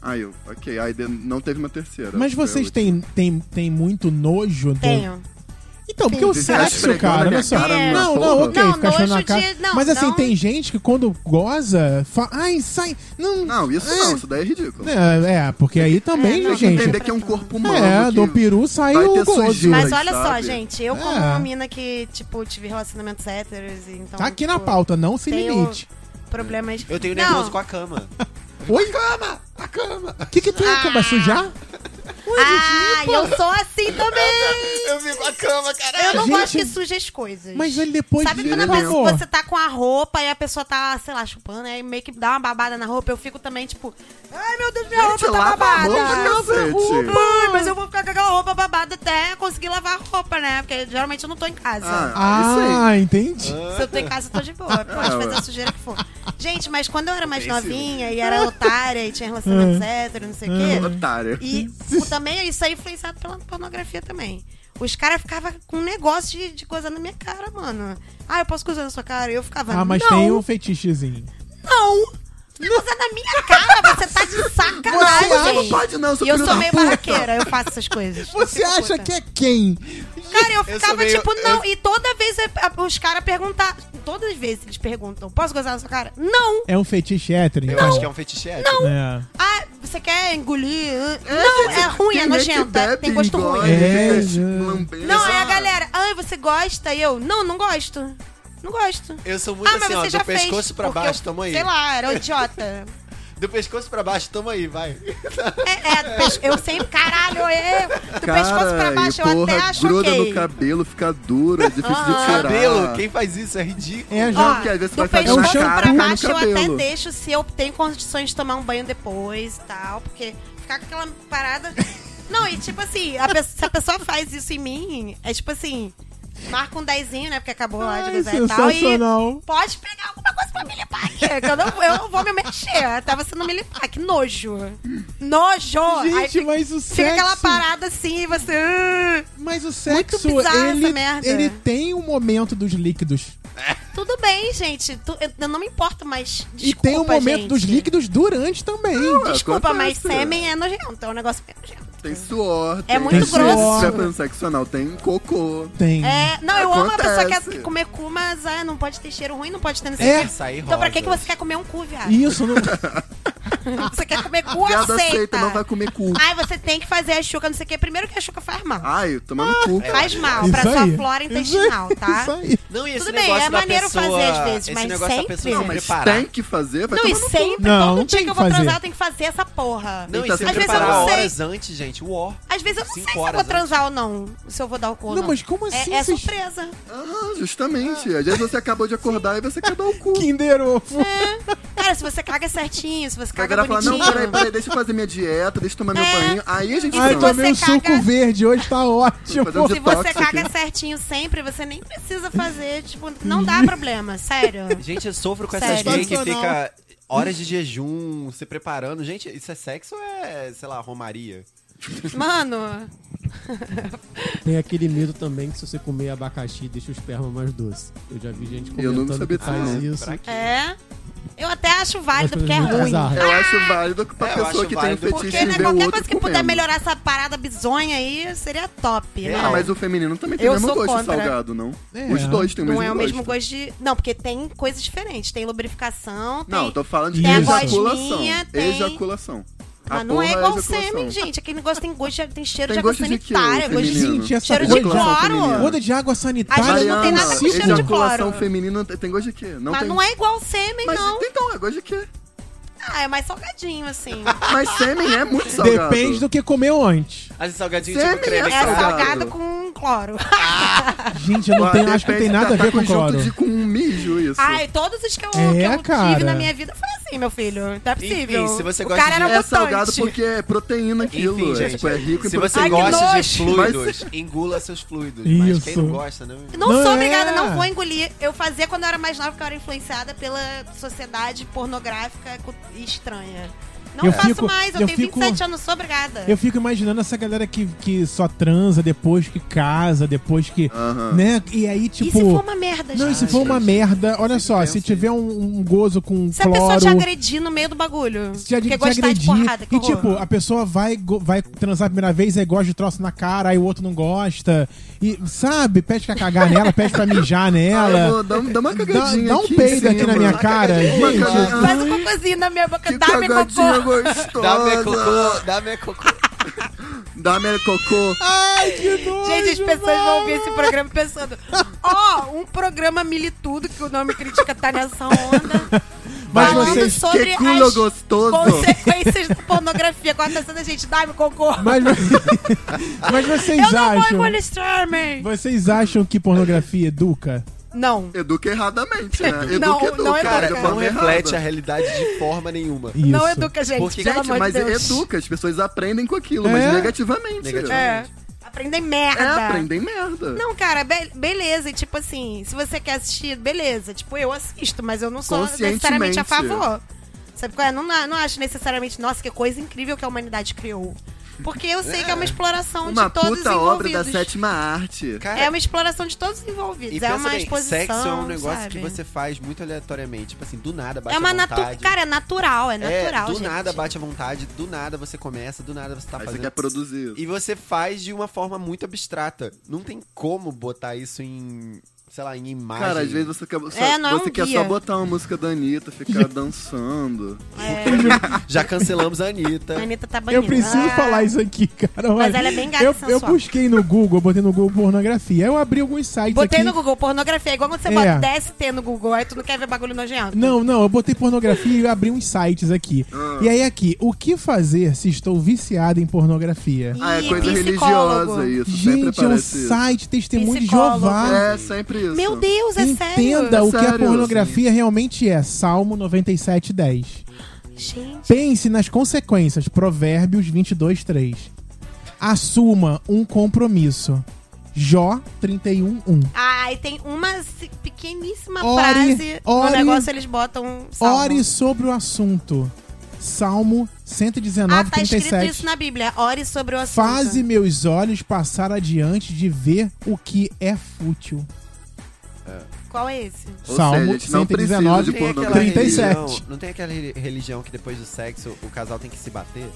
[SPEAKER 2] Aí eu, ok. Aí de- não teve uma terceira.
[SPEAKER 3] Mas
[SPEAKER 2] Foi a
[SPEAKER 3] vocês
[SPEAKER 2] última.
[SPEAKER 3] têm, têm, têm muito nojo do.
[SPEAKER 4] Tenho.
[SPEAKER 3] Então, porque o
[SPEAKER 2] De ficar
[SPEAKER 3] sexo,
[SPEAKER 2] esfregando a
[SPEAKER 3] cara,
[SPEAKER 2] minha
[SPEAKER 3] olha só.
[SPEAKER 2] cara
[SPEAKER 4] É.
[SPEAKER 2] na
[SPEAKER 3] Não,
[SPEAKER 2] porra.
[SPEAKER 3] não, ok,
[SPEAKER 4] Não,
[SPEAKER 3] ficar achando na
[SPEAKER 4] nojo
[SPEAKER 3] cara.
[SPEAKER 4] de- não,
[SPEAKER 3] mas assim,
[SPEAKER 4] não.
[SPEAKER 3] tem gente que quando goza, fala, ai, sai. Não,
[SPEAKER 2] Não, isso
[SPEAKER 3] ai,
[SPEAKER 2] não, isso daí é ridículo.
[SPEAKER 3] É, é, porque aí também,
[SPEAKER 2] Tem que
[SPEAKER 3] gente.
[SPEAKER 2] entender que é um corpo humano.
[SPEAKER 3] É,
[SPEAKER 2] que
[SPEAKER 3] do peru sai
[SPEAKER 2] vai
[SPEAKER 3] o
[SPEAKER 2] ter
[SPEAKER 3] gozo.
[SPEAKER 2] sujeira.
[SPEAKER 4] Mas
[SPEAKER 2] Sabe?
[SPEAKER 4] olha só, gente, eu como
[SPEAKER 3] É.
[SPEAKER 4] uma mina que, tipo, tive relacionamentos héteros, então...
[SPEAKER 3] Tá aqui
[SPEAKER 4] tipo,
[SPEAKER 3] na pauta, não se
[SPEAKER 4] tenho
[SPEAKER 3] limite.
[SPEAKER 4] Problemas...
[SPEAKER 1] Eu tenho
[SPEAKER 4] Não,
[SPEAKER 1] nervoso com a cama.
[SPEAKER 3] Oi?
[SPEAKER 1] Cama! A cama!
[SPEAKER 3] O que, que tu ia acabar sujar?
[SPEAKER 4] Ah, eu sou assim também!
[SPEAKER 1] Eu vi com a cama, caralho!
[SPEAKER 4] Eu não
[SPEAKER 3] Gente,
[SPEAKER 4] gosto que suje as coisas.
[SPEAKER 3] Mas ele depois
[SPEAKER 4] Sabe
[SPEAKER 2] é,
[SPEAKER 3] de.
[SPEAKER 2] né,
[SPEAKER 4] quando a
[SPEAKER 3] Por
[SPEAKER 4] pessoa,
[SPEAKER 3] favor.
[SPEAKER 4] você tá com a roupa e a pessoa tá, sei lá, chupando, aí meio que dá uma babada na roupa, eu fico também, tipo, ai meu Deus, minha
[SPEAKER 2] Gente,
[SPEAKER 4] roupa tá
[SPEAKER 2] lava a
[SPEAKER 4] babada.
[SPEAKER 2] roupa, cacete.
[SPEAKER 4] Ai, mas eu vou ficar com aquela roupa babada até conseguir lavar a roupa, né? Porque geralmente eu não tô em casa.
[SPEAKER 3] Ah, entendi.
[SPEAKER 4] Se eu tô em casa, eu tô de boa. Pode
[SPEAKER 2] Ah,
[SPEAKER 4] fazer
[SPEAKER 2] ué. assim.
[SPEAKER 4] a sujeira que for. Gente, mas quando eu era mais
[SPEAKER 1] Bem, sim.
[SPEAKER 4] novinha e era otária e tinha
[SPEAKER 2] Hum.
[SPEAKER 4] relacionamento hétero, não sei o
[SPEAKER 2] isso aí.
[SPEAKER 4] quê,
[SPEAKER 2] Otário.
[SPEAKER 4] e o- também isso aí foi influenciado pela pornografia também. Os caras ficavam com um negócio de, de coisa na minha cara, mano. Ah, eu posso coisar na sua cara? E Eu ficava,
[SPEAKER 3] Ah, mas
[SPEAKER 4] não,
[SPEAKER 3] tem um fetichezinho.
[SPEAKER 4] não. Coisa na minha cara, você tá de sacanagem.
[SPEAKER 2] Você Ah, não pode não, seu
[SPEAKER 4] E eu
[SPEAKER 2] filho
[SPEAKER 4] sou
[SPEAKER 2] da
[SPEAKER 4] meio
[SPEAKER 2] puta.
[SPEAKER 4] barraqueira, eu faço essas coisas.
[SPEAKER 3] [LAUGHS] Você
[SPEAKER 4] Eu fico
[SPEAKER 3] acha
[SPEAKER 4] puta.
[SPEAKER 3] que é quem?
[SPEAKER 4] Cara, eu
[SPEAKER 1] sou
[SPEAKER 4] ficava
[SPEAKER 1] meio-
[SPEAKER 4] tipo, não. E toda vez eu- a- os caras perguntavam. Todas as vezes eles perguntam: posso gozar na sua cara? Não!
[SPEAKER 3] É um fetiche hétero,
[SPEAKER 1] Eu
[SPEAKER 3] então.
[SPEAKER 1] acho que é um fetiche hétero.
[SPEAKER 3] É.
[SPEAKER 4] Ah, você quer engolir? Não, é ruim, é
[SPEAKER 2] Tem gente que
[SPEAKER 4] nojento, é-
[SPEAKER 2] bebe
[SPEAKER 4] tem gosto
[SPEAKER 2] e
[SPEAKER 4] ruim.
[SPEAKER 2] gosta,
[SPEAKER 3] É,
[SPEAKER 2] fica
[SPEAKER 3] é.
[SPEAKER 2] lambendo.
[SPEAKER 4] Não, é a galera. Ai, você gosta? E eu, não, não gosto. Não gosto.
[SPEAKER 1] Eu sou muito
[SPEAKER 4] ah, mas
[SPEAKER 1] assim, ó,
[SPEAKER 4] você já
[SPEAKER 1] do
[SPEAKER 4] fez.
[SPEAKER 1] pescoço pra
[SPEAKER 4] porque
[SPEAKER 1] baixo,
[SPEAKER 4] eu-
[SPEAKER 1] tamo aí.
[SPEAKER 4] Sei lá, era um
[SPEAKER 1] [LAUGHS]
[SPEAKER 4] idiota.
[SPEAKER 1] Do pescoço pra baixo, tamo aí, vai.
[SPEAKER 4] é, é, do pes- eu sempre, caralho, eu, do
[SPEAKER 2] Cara,
[SPEAKER 4] pescoço pra baixo,
[SPEAKER 2] e
[SPEAKER 4] eu
[SPEAKER 2] porra,
[SPEAKER 4] até acho
[SPEAKER 2] gruda
[SPEAKER 4] ok.
[SPEAKER 2] no cabelo, fica dura, é difícil de
[SPEAKER 4] Ah.
[SPEAKER 2] tirar.
[SPEAKER 1] Cabelo, quem faz isso é ridículo.
[SPEAKER 3] É a
[SPEAKER 4] Ó,
[SPEAKER 2] Não, porque às vezes
[SPEAKER 4] do
[SPEAKER 2] vai fazer
[SPEAKER 3] um
[SPEAKER 4] pescoço
[SPEAKER 3] shampoo
[SPEAKER 4] pra
[SPEAKER 2] no
[SPEAKER 4] baixo eu até
[SPEAKER 2] cabelo.
[SPEAKER 4] deixo se eu tenho condições de tomar um banho depois e tal, porque ficar com aquela parada. Não, e tipo assim, a pe- se a pessoa faz isso em mim, é tipo assim, marca um dezinho, né? Porque acabou lá de
[SPEAKER 3] Ai,
[SPEAKER 4] gozar e tal.
[SPEAKER 3] é sensacional.
[SPEAKER 4] E pode pegar alguma coisa pra me limpar aqui, é que eu não, eu não vou me mexer até você não me limpar. Que nojo. Nojo! Aí
[SPEAKER 3] Gente,
[SPEAKER 4] fica,
[SPEAKER 3] mas o sexo.
[SPEAKER 4] fica aquela parada assim e você. "Ah,
[SPEAKER 3] Mas o sexo,
[SPEAKER 4] bizarra essa
[SPEAKER 3] ele,
[SPEAKER 4] merda.
[SPEAKER 3] ele tem um momento dos líquidos.
[SPEAKER 4] Tudo bem, gente. tu- eu, eu não me importo, mas. Desculpa,
[SPEAKER 3] e tem um momento
[SPEAKER 4] gente.
[SPEAKER 3] dos líquidos durante também.
[SPEAKER 4] Desculpa, mas
[SPEAKER 2] Acontece.
[SPEAKER 4] sêmen é nojento. É um negócio meio nojento.
[SPEAKER 2] Tem suor.
[SPEAKER 4] É
[SPEAKER 2] tem-
[SPEAKER 4] muito
[SPEAKER 2] tem
[SPEAKER 3] grosso.
[SPEAKER 2] suor. Se é pensar que isso é anal, tem cocô.
[SPEAKER 3] Tem.
[SPEAKER 4] É, não, eu amo a pessoa que
[SPEAKER 2] Acontece.
[SPEAKER 4] quer comer cu, mas ah, não pode ter cheiro ruim, não pode ter não sei
[SPEAKER 3] É.
[SPEAKER 4] o quê.
[SPEAKER 1] Sair
[SPEAKER 4] Então pra que, que
[SPEAKER 1] rosas.
[SPEAKER 4] você quer comer um cu, viado?
[SPEAKER 3] Isso, não...
[SPEAKER 4] Você quer comer cu,
[SPEAKER 2] Viado
[SPEAKER 4] aceita.
[SPEAKER 2] aceita, não vai comer cu.
[SPEAKER 4] Ai, você tem que fazer a chuca, não sei o quê. Primeiro que a chuca faz mal.
[SPEAKER 2] Ai, tomando cu.
[SPEAKER 1] É,
[SPEAKER 4] faz mal pra
[SPEAKER 3] Isso
[SPEAKER 4] sua
[SPEAKER 3] aí.
[SPEAKER 4] flora
[SPEAKER 3] Isso
[SPEAKER 4] intestinal,
[SPEAKER 3] aí,
[SPEAKER 4] tá?
[SPEAKER 3] Isso aí.
[SPEAKER 1] Não, e esse
[SPEAKER 4] Tudo bem,
[SPEAKER 1] negócio
[SPEAKER 4] é
[SPEAKER 1] da
[SPEAKER 4] maneiro
[SPEAKER 1] pessoa,
[SPEAKER 4] fazer às vezes,
[SPEAKER 1] esse
[SPEAKER 4] mas
[SPEAKER 1] negócio
[SPEAKER 4] sempre.
[SPEAKER 1] da pessoa
[SPEAKER 4] Não,
[SPEAKER 1] se
[SPEAKER 2] Mas
[SPEAKER 1] preparar.
[SPEAKER 2] tem que fazer, vai
[SPEAKER 4] Não, e
[SPEAKER 2] tomar no cu.
[SPEAKER 4] sempre, é
[SPEAKER 3] Não,
[SPEAKER 4] todo
[SPEAKER 3] não
[SPEAKER 4] dia
[SPEAKER 3] tem
[SPEAKER 4] que eu
[SPEAKER 3] que
[SPEAKER 4] vou
[SPEAKER 3] fazer.
[SPEAKER 4] transar, eu tenho que fazer essa porra.
[SPEAKER 1] Não,
[SPEAKER 2] Tá
[SPEAKER 1] e se
[SPEAKER 2] sempre
[SPEAKER 1] preparar
[SPEAKER 4] parado.
[SPEAKER 1] horas antes, gente. Uó.
[SPEAKER 4] Às vezes eu não sei
[SPEAKER 1] Cinco
[SPEAKER 4] se eu
[SPEAKER 1] horas
[SPEAKER 4] vou
[SPEAKER 2] né?
[SPEAKER 1] antes.
[SPEAKER 4] transar ou não, se eu vou dar o cu ou
[SPEAKER 3] Não,
[SPEAKER 4] não.
[SPEAKER 3] mas como
[SPEAKER 4] É-
[SPEAKER 3] assim
[SPEAKER 4] É,
[SPEAKER 3] vocês-
[SPEAKER 4] surpresa.
[SPEAKER 2] Ah, justamente. Às vezes você acabou de acordar e você quer dar o cu.
[SPEAKER 3] [LAUGHS] Kinder Ovo.
[SPEAKER 4] É. Cara, Cara, se você caga certinho, se você
[SPEAKER 2] Aí a
[SPEAKER 4] caga
[SPEAKER 2] galera fala, não,
[SPEAKER 4] bonitinho.
[SPEAKER 2] peraí, peraí, deixa eu fazer minha dieta, deixa eu tomar meu
[SPEAKER 4] É.
[SPEAKER 2] banho. Aí a gente
[SPEAKER 4] E
[SPEAKER 3] Ai,
[SPEAKER 4] se
[SPEAKER 2] fala,
[SPEAKER 3] tomei um
[SPEAKER 4] você caga-
[SPEAKER 3] suco verde hoje, tá ótimo.
[SPEAKER 2] Fazer um
[SPEAKER 4] Se você
[SPEAKER 2] detox
[SPEAKER 4] caga
[SPEAKER 2] aqui.
[SPEAKER 4] certinho sempre, você nem precisa fazer, tipo, não
[SPEAKER 3] Uhum.
[SPEAKER 4] dá
[SPEAKER 3] [LAUGHS]
[SPEAKER 4] problema, sério.
[SPEAKER 1] Gente, eu sofro com
[SPEAKER 4] Sério.
[SPEAKER 1] essas gays que
[SPEAKER 3] Sensacional.
[SPEAKER 1] fica horas de jejum, se preparando. Gente, isso é sexo ou é, sei lá, romaria?
[SPEAKER 4] Mano,
[SPEAKER 9] Tem aquele medo também que se você comer abacaxi, deixa o esperma mais doce. Eu já vi gente comentando
[SPEAKER 2] Eu não sabia
[SPEAKER 9] que
[SPEAKER 2] disso,
[SPEAKER 9] faz
[SPEAKER 2] não.
[SPEAKER 9] isso.
[SPEAKER 1] Pra quê?
[SPEAKER 4] é. Eu até acho válido
[SPEAKER 9] Umas
[SPEAKER 4] porque é
[SPEAKER 9] coisas muito
[SPEAKER 4] ruim.
[SPEAKER 9] bizarras.
[SPEAKER 2] Eu acho válido pra
[SPEAKER 1] É, eu
[SPEAKER 2] pessoa
[SPEAKER 1] acho
[SPEAKER 2] que tem um
[SPEAKER 1] válido.
[SPEAKER 2] fetiche
[SPEAKER 4] Porque
[SPEAKER 2] de
[SPEAKER 4] né,
[SPEAKER 2] ver o
[SPEAKER 4] qualquer
[SPEAKER 2] outro
[SPEAKER 4] coisa que
[SPEAKER 2] comendo.
[SPEAKER 4] puder melhorar essa parada bizonha aí seria top, né?
[SPEAKER 2] Ah, mas o feminino também tem
[SPEAKER 4] Eu
[SPEAKER 2] o mesmo
[SPEAKER 4] sou
[SPEAKER 2] gosto
[SPEAKER 4] contra.
[SPEAKER 2] salgado, não?
[SPEAKER 3] É.
[SPEAKER 2] Os dois têm o mesmo
[SPEAKER 4] Não é o mesmo
[SPEAKER 2] gosto.
[SPEAKER 4] gosto de. Não, porque tem coisas diferentes. Tem lubrificação, tem.
[SPEAKER 2] Não, tô falando de
[SPEAKER 3] Tem a
[SPEAKER 2] ejaculação.
[SPEAKER 4] gosminha, tem-
[SPEAKER 2] Ejaculação. A
[SPEAKER 4] Mas não é
[SPEAKER 2] porra
[SPEAKER 4] igual o
[SPEAKER 2] ejaculação.
[SPEAKER 4] sêmen, gente. Aquele negócio tem gosto, de- tem
[SPEAKER 2] Tem
[SPEAKER 4] cheiro de água
[SPEAKER 2] gosto de quê,
[SPEAKER 4] sanitária, gosto de.
[SPEAKER 2] feminino?
[SPEAKER 3] Gente, essa
[SPEAKER 4] Cheiro de
[SPEAKER 3] coisa...
[SPEAKER 2] Ejaculação
[SPEAKER 4] cloro.
[SPEAKER 2] feminina.
[SPEAKER 3] Onda de água sanitária
[SPEAKER 4] Às vezes não tem
[SPEAKER 3] não
[SPEAKER 4] nada com cheiro de
[SPEAKER 2] ejaculação
[SPEAKER 4] cloro.
[SPEAKER 2] feminina te- tem gosto de quê? Não
[SPEAKER 4] mas
[SPEAKER 2] tem...
[SPEAKER 4] não é igual o sêmen,
[SPEAKER 2] Mas
[SPEAKER 4] não.
[SPEAKER 2] então, é gosto de quê?
[SPEAKER 4] Ah, é mais salgadinho, assim.
[SPEAKER 2] Mas sêmen é muito salgado.
[SPEAKER 3] Depende do que comeu antes.
[SPEAKER 7] As salgadinhas
[SPEAKER 2] Sêmen
[SPEAKER 7] tipo creme.
[SPEAKER 2] [LAUGHS]
[SPEAKER 4] É
[SPEAKER 2] É salgado.
[SPEAKER 4] salgado com cloro.
[SPEAKER 3] Gente, eu não
[SPEAKER 2] Ah,
[SPEAKER 3] tenho, acho que não tem
[SPEAKER 2] depende-
[SPEAKER 3] nada
[SPEAKER 2] tá-
[SPEAKER 3] a ver
[SPEAKER 2] tá
[SPEAKER 3] com cloro.
[SPEAKER 2] junto de com um mijo, isso.
[SPEAKER 4] Ai, todos os que eu, que
[SPEAKER 3] É,
[SPEAKER 4] eu
[SPEAKER 3] cara.
[SPEAKER 4] tive na minha vida foi assim, meu filho. Não é possível.
[SPEAKER 7] Enfim, se você
[SPEAKER 4] o
[SPEAKER 7] gosta
[SPEAKER 4] cara
[SPEAKER 7] de-
[SPEAKER 4] era
[SPEAKER 2] é
[SPEAKER 4] mutante.
[SPEAKER 2] salgado porque é proteína aquilo.
[SPEAKER 7] Enfim,
[SPEAKER 2] é,
[SPEAKER 7] gente,
[SPEAKER 2] tipo, é rico
[SPEAKER 7] se
[SPEAKER 2] em
[SPEAKER 7] você
[SPEAKER 4] Ai, que
[SPEAKER 2] proteína.
[SPEAKER 7] gosta de
[SPEAKER 4] nojo.
[SPEAKER 7] fluidos, engula seus fluidos.
[SPEAKER 1] Mas quem não
[SPEAKER 3] Isso.
[SPEAKER 1] gosta, né?
[SPEAKER 4] Não,
[SPEAKER 3] Não
[SPEAKER 4] sou
[SPEAKER 3] é.
[SPEAKER 4] obrigada, não vou engolir. Eu fazia quando eu era mais nova, porque eu era influenciada pela sociedade pornográfica cu- e estranha. Não
[SPEAKER 3] Eu
[SPEAKER 4] faço
[SPEAKER 3] fico-
[SPEAKER 4] mais, eu,
[SPEAKER 3] eu
[SPEAKER 4] tenho
[SPEAKER 3] fico-
[SPEAKER 4] 27 anos, sou obrigada.
[SPEAKER 3] É. Eu fico imaginando essa galera que, que só transa depois que casa, depois que.
[SPEAKER 2] Aham. Ah,
[SPEAKER 3] Né? E aí,
[SPEAKER 4] e se for
[SPEAKER 3] tipo.
[SPEAKER 4] uma merda,
[SPEAKER 3] Não, e
[SPEAKER 4] gente?
[SPEAKER 3] se for uma merda, olha só, se tiver um, um gozo com
[SPEAKER 4] Se a pessoa
[SPEAKER 3] cloro.
[SPEAKER 4] te agredir no meio do bagulho.
[SPEAKER 3] se te,
[SPEAKER 4] porque
[SPEAKER 3] te
[SPEAKER 4] gostar de
[SPEAKER 3] agredir.
[SPEAKER 4] porrada, que
[SPEAKER 3] e
[SPEAKER 4] horror.
[SPEAKER 3] tipo, a pessoa vai, go- vai transar a primeira vez, aí gosta de troço na cara, aí o outro não gosta. E, sabe, pede pra
[SPEAKER 4] [LAUGHS]
[SPEAKER 3] cagar nela, pede pra mijar
[SPEAKER 2] Ah, eu
[SPEAKER 3] nela.
[SPEAKER 2] vou- dá, um- dá uma
[SPEAKER 3] Dá,
[SPEAKER 2] cagadinha
[SPEAKER 3] dá um
[SPEAKER 2] aqui em
[SPEAKER 3] peido aqui
[SPEAKER 2] cima.
[SPEAKER 3] na minha
[SPEAKER 2] Uma
[SPEAKER 3] cara,
[SPEAKER 2] cagadinha,
[SPEAKER 3] gente.
[SPEAKER 2] uma cagadinha.
[SPEAKER 4] Faz um cocôzinho na minha boca,
[SPEAKER 2] Que
[SPEAKER 4] dá-me
[SPEAKER 2] cagadinha
[SPEAKER 4] cocô.
[SPEAKER 2] gostosa.
[SPEAKER 7] Dá-me cocô, dá-me cocô.
[SPEAKER 2] Dá-me cocô.
[SPEAKER 4] Gente, as pessoas vão ouvir esse programa pensando: ó, um programa militudo que o nome crítica tá nessa onda.
[SPEAKER 3] Mas
[SPEAKER 4] falando
[SPEAKER 3] vocês- que
[SPEAKER 4] sobre
[SPEAKER 2] culo
[SPEAKER 4] as
[SPEAKER 2] gostoso.
[SPEAKER 4] consequências da pornografia. Acontecendo, gente, dá-me cocô.
[SPEAKER 3] Mas, mas vocês [LAUGHS]
[SPEAKER 4] Eu não vou
[SPEAKER 3] acham.
[SPEAKER 4] engolir streaming.
[SPEAKER 3] Vocês acham que pornografia educa?
[SPEAKER 4] Não.
[SPEAKER 2] Educa erradamente, né? Educa,
[SPEAKER 4] Não,
[SPEAKER 2] educa.
[SPEAKER 4] não
[SPEAKER 2] cara,
[SPEAKER 4] educa.
[SPEAKER 2] de
[SPEAKER 1] Não
[SPEAKER 2] forma
[SPEAKER 1] reflete a
[SPEAKER 2] errada.
[SPEAKER 1] realidade de forma nenhuma.
[SPEAKER 3] Isso.
[SPEAKER 4] Não educa, gente.
[SPEAKER 7] Porque,
[SPEAKER 4] pelo
[SPEAKER 2] Gente,
[SPEAKER 4] amor
[SPEAKER 2] mas
[SPEAKER 4] de Deus.
[SPEAKER 2] educa. As pessoas aprendem com aquilo, mas
[SPEAKER 3] É.
[SPEAKER 2] negativamente.
[SPEAKER 4] É.
[SPEAKER 1] Negativamente.
[SPEAKER 4] Aprendem
[SPEAKER 2] É,
[SPEAKER 4] merda.
[SPEAKER 2] aprendem merda.
[SPEAKER 4] Não, cara, be- beleza. E, Tipo assim, se você quer assistir, beleza. Tipo, eu assisto, mas eu não sou necessariamente a
[SPEAKER 2] Conscientemente.
[SPEAKER 4] favor. Sabe qual é? Não, não acho necessariamente, nossa, que coisa incrível que a humanidade criou. Porque eu sei que é uma exploração
[SPEAKER 2] Uma
[SPEAKER 4] de todos os
[SPEAKER 2] puta obra da
[SPEAKER 4] envolvidos.
[SPEAKER 2] sétima arte.
[SPEAKER 1] Cara,
[SPEAKER 4] É uma exploração de todos os envolvidos.
[SPEAKER 1] e
[SPEAKER 4] é
[SPEAKER 1] pensa
[SPEAKER 4] uma
[SPEAKER 1] bem,
[SPEAKER 4] exposição.
[SPEAKER 1] sexo é um negócio
[SPEAKER 4] sabe?
[SPEAKER 1] que você faz muito aleatoriamente. Tipo assim, do nada bate
[SPEAKER 4] É uma
[SPEAKER 1] a
[SPEAKER 4] natural.
[SPEAKER 1] vontade.
[SPEAKER 4] Cara, é natural, é
[SPEAKER 1] É,
[SPEAKER 4] natural,
[SPEAKER 1] do
[SPEAKER 4] gente.
[SPEAKER 1] nada bate a vontade, do nada você começa, do nada você tá
[SPEAKER 2] Aí você
[SPEAKER 1] fazendo.
[SPEAKER 2] quer produzir.
[SPEAKER 1] E você faz de uma forma muito abstrata. Não tem como botar isso em, sei lá, em imagem.
[SPEAKER 2] Cara, às vezes você quer só,
[SPEAKER 4] É, não é
[SPEAKER 2] você
[SPEAKER 4] um
[SPEAKER 2] quer
[SPEAKER 4] guia.
[SPEAKER 2] só botar uma música da Anitta, ficar
[SPEAKER 3] [LAUGHS]
[SPEAKER 2] dançando.
[SPEAKER 1] já cancelamos a Anitta.
[SPEAKER 4] A [LAUGHS] Anitta tá banida.
[SPEAKER 3] Eu preciso
[SPEAKER 4] Ah,
[SPEAKER 3] falar isso aqui, cara.
[SPEAKER 4] Mas
[SPEAKER 3] olha.
[SPEAKER 4] ela é bem gata e
[SPEAKER 3] eu, eu
[SPEAKER 4] sensual.
[SPEAKER 3] busquei no Google, botei no Google pornografia. Eu abri alguns sites
[SPEAKER 4] Botei
[SPEAKER 3] aqui.
[SPEAKER 4] no Google pornografia, igual quando você
[SPEAKER 3] É.
[SPEAKER 4] bota DST no Google, aí tu não quer ver bagulho nojento.
[SPEAKER 3] Não, não, eu botei pornografia e eu abri uns sites aqui.
[SPEAKER 2] Ah.
[SPEAKER 3] E aí aqui, o que fazer se estou viciado em pornografia?
[SPEAKER 4] Ih,
[SPEAKER 2] Ah, é coisa
[SPEAKER 4] psicólogo.
[SPEAKER 2] religiosa isso. sempre
[SPEAKER 3] Gente, é um
[SPEAKER 2] aparece isso.
[SPEAKER 3] site testemunho de
[SPEAKER 4] Psicólogo.
[SPEAKER 3] Jeová.
[SPEAKER 2] É, sempre isso.
[SPEAKER 4] Meu Deus, é sério.
[SPEAKER 3] Entenda o que a
[SPEAKER 2] Sério, assim.
[SPEAKER 3] pornografia realmente é. Salmo 97:10.
[SPEAKER 4] Gente,
[SPEAKER 3] Pense nas consequências. Provérbios 22, 3. Assuma um compromisso. Jó 31, 1.
[SPEAKER 4] ai, Ah, tem uma se- pequeníssima
[SPEAKER 3] Ore,
[SPEAKER 4] frase
[SPEAKER 3] ore.
[SPEAKER 4] no negócio, eles botam um salmo.
[SPEAKER 3] Ore sobre o assunto. Salmo 119,
[SPEAKER 4] Ah, tá escrito
[SPEAKER 3] 37.
[SPEAKER 4] isso na Bíblia. Ore sobre o assunto.
[SPEAKER 3] Faze meus olhos passar adiante de ver o que é fútil.
[SPEAKER 4] Qual é esse?
[SPEAKER 2] Ou
[SPEAKER 3] Salmo
[SPEAKER 2] seja, a gente não precisa
[SPEAKER 3] 119,
[SPEAKER 2] de
[SPEAKER 1] Não tem aquela
[SPEAKER 2] pornografia.
[SPEAKER 3] 37.
[SPEAKER 1] religião- Não tem aquela re- religião que depois do sexo o casal tem que se bater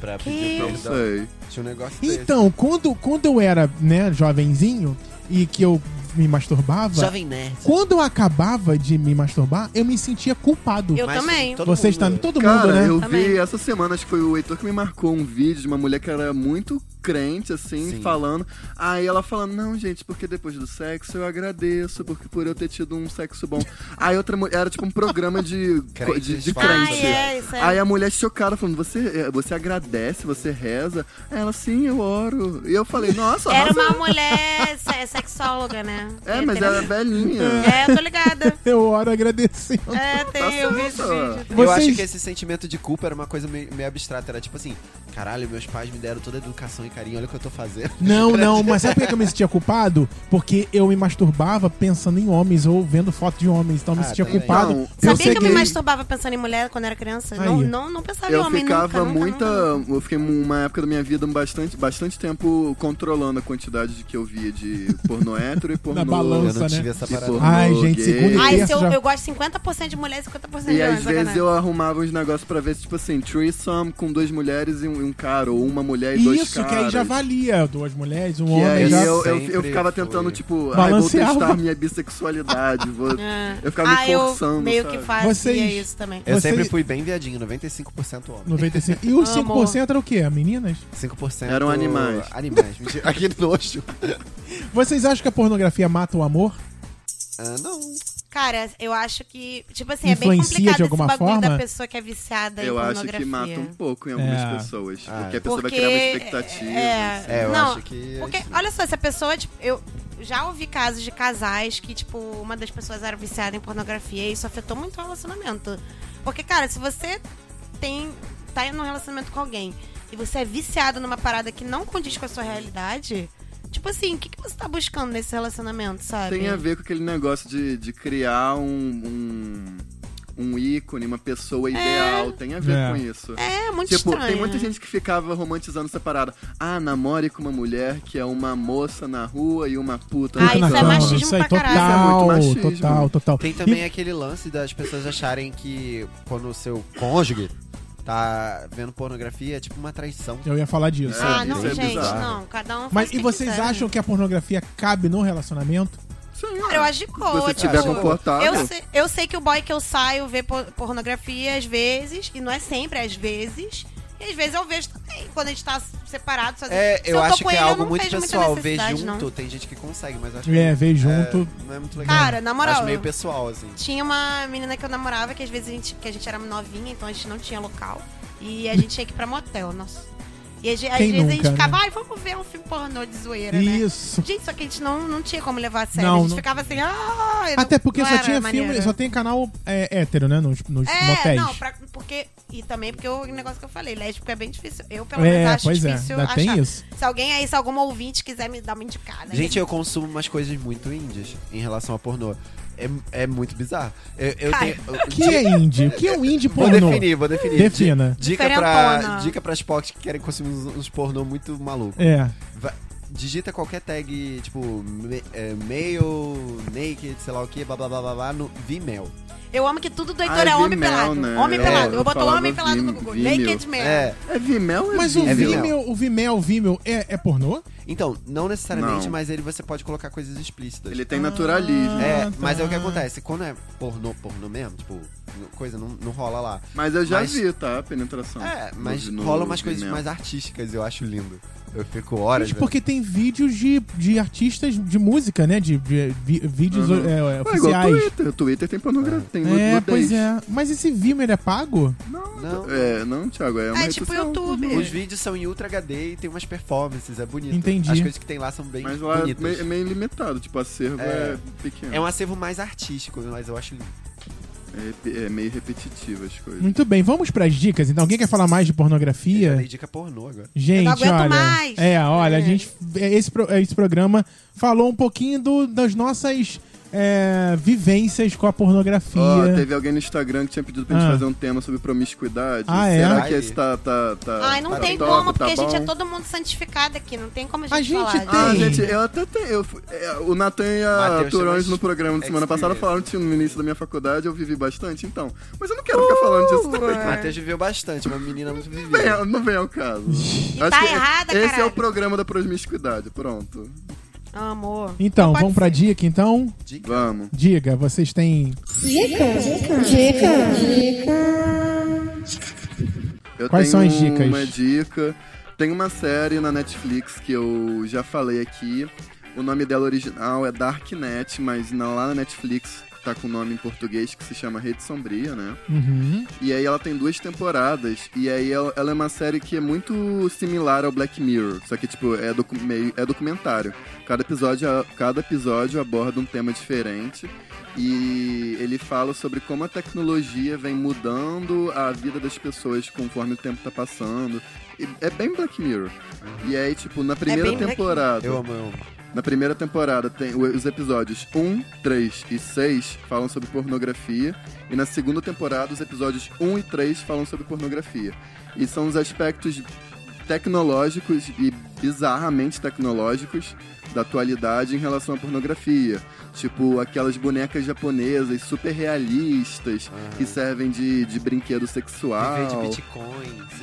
[SPEAKER 1] pra
[SPEAKER 4] Que
[SPEAKER 1] pedir
[SPEAKER 2] Não
[SPEAKER 1] perdão?
[SPEAKER 2] sei.
[SPEAKER 1] Tinha um negócio desse.
[SPEAKER 3] Então, quando, quando eu era, né, jovenzinho e que eu me masturbava,
[SPEAKER 1] Jovem Nerd.
[SPEAKER 3] quando eu acabava de me masturbar, eu me sentia culpado.
[SPEAKER 4] Eu também.
[SPEAKER 1] todo
[SPEAKER 3] Vocês
[SPEAKER 1] mundo,
[SPEAKER 3] estão todo mundo,
[SPEAKER 2] Cara,
[SPEAKER 3] né?
[SPEAKER 2] eu
[SPEAKER 4] Também.
[SPEAKER 2] vi essa semana, acho que foi o Heitor que me marcou um vídeo de uma mulher que era muito crente, assim,
[SPEAKER 1] Sim.
[SPEAKER 2] falando. Aí ela falando, não, gente, porque depois do sexo eu agradeço, porque por eu ter tido um sexo bom. Aí outra mulher, era tipo um programa
[SPEAKER 3] [LAUGHS]
[SPEAKER 2] de,
[SPEAKER 1] Crentes
[SPEAKER 2] de, de
[SPEAKER 1] falando
[SPEAKER 2] crente.
[SPEAKER 4] Ai, é, isso é.
[SPEAKER 2] Aí a mulher chocada, falando, você, eh, você agradece, você reza? Ela, sim, eu oro. E eu falei, nossa,
[SPEAKER 4] Era
[SPEAKER 2] arrasou.
[SPEAKER 4] uma mulher se- sexóloga, né?
[SPEAKER 2] É, mas ela é velhinha.
[SPEAKER 4] É, eu
[SPEAKER 3] [LAUGHS]
[SPEAKER 4] tô ligada.
[SPEAKER 3] Eu oro
[SPEAKER 1] [LAUGHS]
[SPEAKER 3] agradecendo.
[SPEAKER 4] É,
[SPEAKER 2] Tá
[SPEAKER 4] tem, eu vi esse
[SPEAKER 2] certo.
[SPEAKER 4] vídeo.
[SPEAKER 1] Eu
[SPEAKER 3] Vocês-
[SPEAKER 1] acho que esse sentimento de culpa era uma coisa meio, meio abstrata. Era tipo assim, caralho, meus pais me deram toda a educação e carinho, olha o que eu tô fazendo.
[SPEAKER 3] Não, não, mas sabe por que eu me sentia culpado? Porque eu me masturbava pensando em homens ou vendo foto de homens, então eu me
[SPEAKER 1] Ah,
[SPEAKER 3] sentia
[SPEAKER 1] também.
[SPEAKER 3] culpado.
[SPEAKER 2] Não,
[SPEAKER 3] eu
[SPEAKER 4] Sabia
[SPEAKER 3] ser
[SPEAKER 4] que eu me
[SPEAKER 3] gay.
[SPEAKER 4] masturbava pensando em mulher quando era criança? Não,
[SPEAKER 3] Aí.
[SPEAKER 4] não, não pensava em
[SPEAKER 2] Eu
[SPEAKER 4] um homem
[SPEAKER 2] ficava
[SPEAKER 4] nunca, nunca,
[SPEAKER 2] muita.
[SPEAKER 4] nunca.
[SPEAKER 2] Eu fiquei uma época da minha vida bastante, bastante tempo controlando a quantidade de que eu via de pornô hétero e pornô.
[SPEAKER 3] [LAUGHS] Na balança.
[SPEAKER 1] Eu não
[SPEAKER 3] Nossa, né?
[SPEAKER 1] tive essa
[SPEAKER 2] De
[SPEAKER 1] parada.
[SPEAKER 2] pornô
[SPEAKER 3] Ai, gente,
[SPEAKER 2] gay.
[SPEAKER 3] segunda e
[SPEAKER 4] Ai,
[SPEAKER 3] terça
[SPEAKER 4] se eu,
[SPEAKER 3] já-
[SPEAKER 4] eu gosto de 50% de mulher e 50% de
[SPEAKER 2] E
[SPEAKER 4] homem.
[SPEAKER 2] às vezes
[SPEAKER 4] sacanagem.
[SPEAKER 2] eu arrumava uns negócios pra ver, tipo assim, threesome com duas mulheres e um, e um cara, ou uma mulher e dois
[SPEAKER 3] Isso,
[SPEAKER 2] caras.
[SPEAKER 3] que aí já valia. Duas mulheres, um
[SPEAKER 2] Que
[SPEAKER 3] homem
[SPEAKER 2] aí
[SPEAKER 3] já.
[SPEAKER 2] eu, eu, eu
[SPEAKER 1] Sempre
[SPEAKER 2] ficava
[SPEAKER 1] foi.
[SPEAKER 2] tentando, tipo, ai, vou
[SPEAKER 3] Balanceava.
[SPEAKER 2] testar minha bissexualidade. Vou...
[SPEAKER 4] É.
[SPEAKER 2] Eu ficava me
[SPEAKER 4] [LAUGHS] ah,
[SPEAKER 2] forçando,
[SPEAKER 4] eu meio
[SPEAKER 2] sabe? é-
[SPEAKER 4] que fazia
[SPEAKER 3] Vocês-
[SPEAKER 4] isso também.
[SPEAKER 1] Eu
[SPEAKER 3] Você-
[SPEAKER 1] sempre fui bem viadinho, 95% homem.
[SPEAKER 3] 95. E os
[SPEAKER 4] Amor.
[SPEAKER 3] 5% era o quê? Meninas?
[SPEAKER 1] 5%
[SPEAKER 2] Eram animais. [LAUGHS]
[SPEAKER 1] Animais, mentira. Aqui nojo.
[SPEAKER 3] Vocês acham que a pornografia mata o amor?
[SPEAKER 1] Ah, não.
[SPEAKER 4] Cara, eu acho que, tipo assim, é bem
[SPEAKER 3] Influencia
[SPEAKER 4] complicado
[SPEAKER 3] de alguma
[SPEAKER 4] esse bagulho
[SPEAKER 3] forma?
[SPEAKER 4] da pessoa que é viciada em
[SPEAKER 2] Eu acho
[SPEAKER 4] pornografia.
[SPEAKER 2] que mata um pouco em algumas
[SPEAKER 3] É.
[SPEAKER 2] pessoas.
[SPEAKER 1] Ah,
[SPEAKER 2] porque
[SPEAKER 1] é.
[SPEAKER 2] a pessoa vai
[SPEAKER 4] Porque,
[SPEAKER 2] criar uma expectativa. assim.
[SPEAKER 4] é,
[SPEAKER 1] É, eu
[SPEAKER 4] não,
[SPEAKER 1] acho que é
[SPEAKER 4] Porque,
[SPEAKER 1] isso.
[SPEAKER 4] olha só, se a pessoa, tipo, eu já ouvi casos de casais que, tipo, uma das pessoas era viciada em pornografia e isso afetou muito o relacionamento. Porque, cara, se você tem. tá em um relacionamento com alguém e você é viciado numa parada que não condiz com a sua realidade, tipo assim, o que, que você tá buscando nesse relacionamento, é, sabe?
[SPEAKER 2] Tem a ver com aquele negócio de, de criar um, um, um ícone, uma pessoa ideal. Tem a ver
[SPEAKER 3] É.
[SPEAKER 2] com isso.
[SPEAKER 4] É muito
[SPEAKER 2] Tipo,
[SPEAKER 4] estranho.
[SPEAKER 2] tem muita gente que ficava romantizando essa parada. Ah, namore com uma mulher que é uma moça na rua e uma puta.
[SPEAKER 4] Ah,
[SPEAKER 2] na
[SPEAKER 4] isso é
[SPEAKER 2] cama.
[SPEAKER 4] machismo
[SPEAKER 3] Isso aí,
[SPEAKER 4] pra caralho.
[SPEAKER 2] Isso é muito
[SPEAKER 3] total,
[SPEAKER 2] machismo.
[SPEAKER 3] total, total.
[SPEAKER 1] Tem também aquele lance das pessoas acharem que quando o seu cônjuge tá vendo pornografia é tipo uma traição.
[SPEAKER 3] Eu ia falar disso.
[SPEAKER 4] Ah,
[SPEAKER 2] É,
[SPEAKER 4] não,
[SPEAKER 2] isso é
[SPEAKER 4] gente,
[SPEAKER 2] bizarro.
[SPEAKER 4] não. Cada um faz
[SPEAKER 3] Mas
[SPEAKER 4] o
[SPEAKER 3] e
[SPEAKER 4] que
[SPEAKER 3] vocês
[SPEAKER 4] quiser, né?
[SPEAKER 3] acham que a pornografia cabe no relacionamento?
[SPEAKER 2] Sim,
[SPEAKER 4] Cara, eu acho de boa.
[SPEAKER 2] Se você tiver
[SPEAKER 4] tipo,
[SPEAKER 3] Tá,
[SPEAKER 2] confortável.
[SPEAKER 4] Eu sei, eu sei que o boy que eu saio vê por- pornografia às vezes, e não é sempre, às vezes. E às vezes eu vejo também, quando a gente tá separado, sozinho.
[SPEAKER 1] É,
[SPEAKER 4] Se
[SPEAKER 1] eu
[SPEAKER 4] tô
[SPEAKER 1] acho
[SPEAKER 4] com
[SPEAKER 1] que é
[SPEAKER 4] ele, eu
[SPEAKER 1] algo
[SPEAKER 4] não
[SPEAKER 1] muito
[SPEAKER 4] vejo muita
[SPEAKER 1] pessoal. Ver
[SPEAKER 4] necessidade,
[SPEAKER 3] um
[SPEAKER 1] junto,
[SPEAKER 4] não.
[SPEAKER 1] tem gente que consegue, mas acho
[SPEAKER 3] É, ver
[SPEAKER 1] que é,
[SPEAKER 3] junto.
[SPEAKER 1] não é muito legal.
[SPEAKER 4] Cara, na moral.
[SPEAKER 1] Acho meio pessoal, assim.
[SPEAKER 4] Tinha uma menina que eu namorava, que às vezes a gente, que a gente era novinha, então a gente não tinha local. E a gente tinha que ir pra motel, nossa. E às, às
[SPEAKER 3] Quem
[SPEAKER 4] vezes a gente
[SPEAKER 3] nunca, né?
[SPEAKER 4] ficava, ai, vamos ver um filme pornô de zoeira, né?
[SPEAKER 3] Isso.
[SPEAKER 4] Gente, só que a gente não, não tinha como levar a sério. a
[SPEAKER 3] Não,
[SPEAKER 4] gente
[SPEAKER 3] não-
[SPEAKER 4] ficava assim, ah, eu não-
[SPEAKER 3] Até porque
[SPEAKER 4] não
[SPEAKER 3] só
[SPEAKER 4] era
[SPEAKER 3] tinha filme,
[SPEAKER 4] maneiro.
[SPEAKER 3] só tem canal é, hétero, né? Nos, nos
[SPEAKER 4] É,
[SPEAKER 3] motéis.
[SPEAKER 4] não, pra- porque. E também porque o negócio que eu falei, lésbico é bem difícil. Eu, pelo
[SPEAKER 3] É,
[SPEAKER 4] menos, acho
[SPEAKER 3] pois é,
[SPEAKER 4] difícil
[SPEAKER 3] ainda
[SPEAKER 4] achar.
[SPEAKER 3] tem isso.
[SPEAKER 4] Se alguém aí, se alguma ouvinte quiser me dar uma indicada.
[SPEAKER 1] Gente, eu consumo umas coisas muito índias em relação a pornô. É, é muito bizarro. Eu, eu
[SPEAKER 4] Cara,
[SPEAKER 1] tenho. eu-
[SPEAKER 3] O que é indie? O que é um indie
[SPEAKER 1] Vou
[SPEAKER 3] pornô?
[SPEAKER 1] definir, vou definir.
[SPEAKER 3] Defina.
[SPEAKER 1] Di- Dica, pra,
[SPEAKER 4] Diferentona.
[SPEAKER 1] dica pras pocs que querem consumir uns, uns pornô muito maluco.
[SPEAKER 3] É.
[SPEAKER 1] Va- digita qualquer tag, tipo, me, é, male, naked, sei lá o que, blá blá blá blá blá, no Vimeo.
[SPEAKER 4] Eu amo que tudo do Heitor é
[SPEAKER 2] Ah,
[SPEAKER 4] homem
[SPEAKER 2] Vimeo,
[SPEAKER 4] pelado.
[SPEAKER 2] né?
[SPEAKER 4] Homem
[SPEAKER 2] É,
[SPEAKER 4] pelado. Eu
[SPEAKER 2] eu
[SPEAKER 4] boto
[SPEAKER 2] falava
[SPEAKER 4] homem pelado no Google.
[SPEAKER 2] Vimeo.
[SPEAKER 4] Naked man.
[SPEAKER 1] É.
[SPEAKER 2] É Vimeo, é
[SPEAKER 3] Mas o
[SPEAKER 1] É Vimeo.
[SPEAKER 3] Vimeo, o Vimeo, o Vimeo é, é pornô?
[SPEAKER 1] Então, não necessariamente,
[SPEAKER 2] Não.
[SPEAKER 1] mas ele você pode colocar coisas explícitas.
[SPEAKER 2] Ele tem naturalismo.
[SPEAKER 1] É,
[SPEAKER 3] Ah,
[SPEAKER 1] mas é o que
[SPEAKER 3] tá.
[SPEAKER 1] acontece, quando é pornô, pornô mesmo, tipo, n- coisa não, não rola lá.
[SPEAKER 2] Mas eu já
[SPEAKER 1] Mas-
[SPEAKER 2] vi, tá? A penetração.
[SPEAKER 1] É, mas
[SPEAKER 2] No- no
[SPEAKER 1] rola umas coisas
[SPEAKER 2] Vimeo.
[SPEAKER 1] mais artísticas, eu acho lindo. Eu fico horas.
[SPEAKER 3] Gente,
[SPEAKER 1] vendo.
[SPEAKER 3] porque tem vídeos de, de artistas de música, né? De, de- vi- vídeos
[SPEAKER 2] Uhum.
[SPEAKER 3] é, é,
[SPEAKER 2] Ué, igual o
[SPEAKER 3] oficiais.
[SPEAKER 2] Twitter. né? O Twitter tem pornografia. Tem nu-
[SPEAKER 3] É,
[SPEAKER 2] nudez.
[SPEAKER 3] pois é. Mas esse Vimeo, ele é pago?
[SPEAKER 1] Não.
[SPEAKER 2] É, não, Thiago, é uma
[SPEAKER 4] É
[SPEAKER 2] rede
[SPEAKER 4] tipo
[SPEAKER 2] social.
[SPEAKER 4] YouTube.
[SPEAKER 3] [LAUGHS]
[SPEAKER 1] Os vídeos são em Ultra HD e tem umas performances, é bonito.
[SPEAKER 3] Entendi.
[SPEAKER 1] As coisas que tem lá são bem
[SPEAKER 2] Mas lá é
[SPEAKER 1] bonitas.
[SPEAKER 2] meio, é meio limitado, tipo, o acervo é,
[SPEAKER 1] É.
[SPEAKER 2] pequeno.
[SPEAKER 1] É um acervo mais artístico, mas eu acho lindo.
[SPEAKER 2] É rep- é meio repetitivo as coisas.
[SPEAKER 3] Muito bem, vamos pras dicas. Então, alguém quer falar mais de
[SPEAKER 1] Eu
[SPEAKER 3] pornografia?
[SPEAKER 1] dei dica pornô agora.
[SPEAKER 3] Gente,
[SPEAKER 4] não aguento
[SPEAKER 3] olha.
[SPEAKER 4] mais.
[SPEAKER 3] É, olha, a
[SPEAKER 4] É.
[SPEAKER 3] gente. Esse, pro- esse programa falou um pouquinho do- das nossas é, vivências com a pornografia.
[SPEAKER 2] Ó, teve alguém no Instagram que tinha pedido pra gente
[SPEAKER 3] é. Ah.
[SPEAKER 2] fazer um tema sobre promiscuidade.
[SPEAKER 3] Ah, é?
[SPEAKER 2] Será que
[SPEAKER 1] Aí.
[SPEAKER 2] esse tá. tá, tá
[SPEAKER 4] Ai, não
[SPEAKER 2] tá
[SPEAKER 4] tem
[SPEAKER 2] top,
[SPEAKER 4] como,
[SPEAKER 2] tá
[SPEAKER 4] porque a gente é
[SPEAKER 2] bom?
[SPEAKER 4] todo mundo santificado aqui. Não tem como a gente,
[SPEAKER 3] A gente
[SPEAKER 4] falar.
[SPEAKER 3] tem.
[SPEAKER 2] Ah,
[SPEAKER 4] disso.
[SPEAKER 2] gente, eu até tenho. eu fui- é, o Natan e a
[SPEAKER 1] Mateus,
[SPEAKER 2] Turões
[SPEAKER 1] chama
[SPEAKER 2] no programa de semana
[SPEAKER 1] experience.
[SPEAKER 2] passada falaram que tinha no início da minha faculdade, eu vivi bastante, então. Mas eu não quero ficar falando disso
[SPEAKER 3] É.
[SPEAKER 2] também. [LAUGHS]
[SPEAKER 1] Matheus viveu bastante, uma menina muito vivida.
[SPEAKER 2] Vem, não vem ao caso. Acho
[SPEAKER 4] tá
[SPEAKER 2] que
[SPEAKER 4] errada,
[SPEAKER 2] Esse é
[SPEAKER 4] caralho.
[SPEAKER 2] o programa da promiscuidade, pronto.
[SPEAKER 4] Amor.
[SPEAKER 3] Então,
[SPEAKER 4] Não pode
[SPEAKER 3] vamos pra
[SPEAKER 4] ser.
[SPEAKER 3] dica, então.
[SPEAKER 2] Vamos.
[SPEAKER 3] Diga, vocês têm.
[SPEAKER 2] Eu
[SPEAKER 3] Quais
[SPEAKER 2] tenho
[SPEAKER 3] são as dicas?
[SPEAKER 2] Uma dica. Tem uma série na Netflix que eu já falei aqui. O nome dela original é Darknet, mas na- lá na Netflix tá com o nome em português que se chama Rede Sombria, né?
[SPEAKER 3] Uhum.
[SPEAKER 2] E aí ela tem duas temporadas. E aí ela, ela é uma série que é muito similar ao Black Mirror. Só que, tipo, é, docu meio, é documentário. Cada episódio, cada episódio aborda um tema diferente. E ele fala sobre como a tecnologia vem mudando a vida das pessoas conforme o tempo tá passando. E é bem Black Mirror. E aí, tipo, na primeira
[SPEAKER 4] É bem Black
[SPEAKER 2] temporada.
[SPEAKER 1] Eu amo, eu amo.
[SPEAKER 2] Na primeira temporada, tem o- os episódios 1, 3 e 6 falam sobre pornografia. E na segunda temporada, os episódios 1 e 3 falam sobre pornografia. E são os aspectos tecnológicos e bizarramente tecnológicos da atualidade em relação à pornografia. Tipo, aquelas bonecas japonesas super realistas que servem de, de brinquedo sexual.
[SPEAKER 1] Ah. Viver de Bitcoin,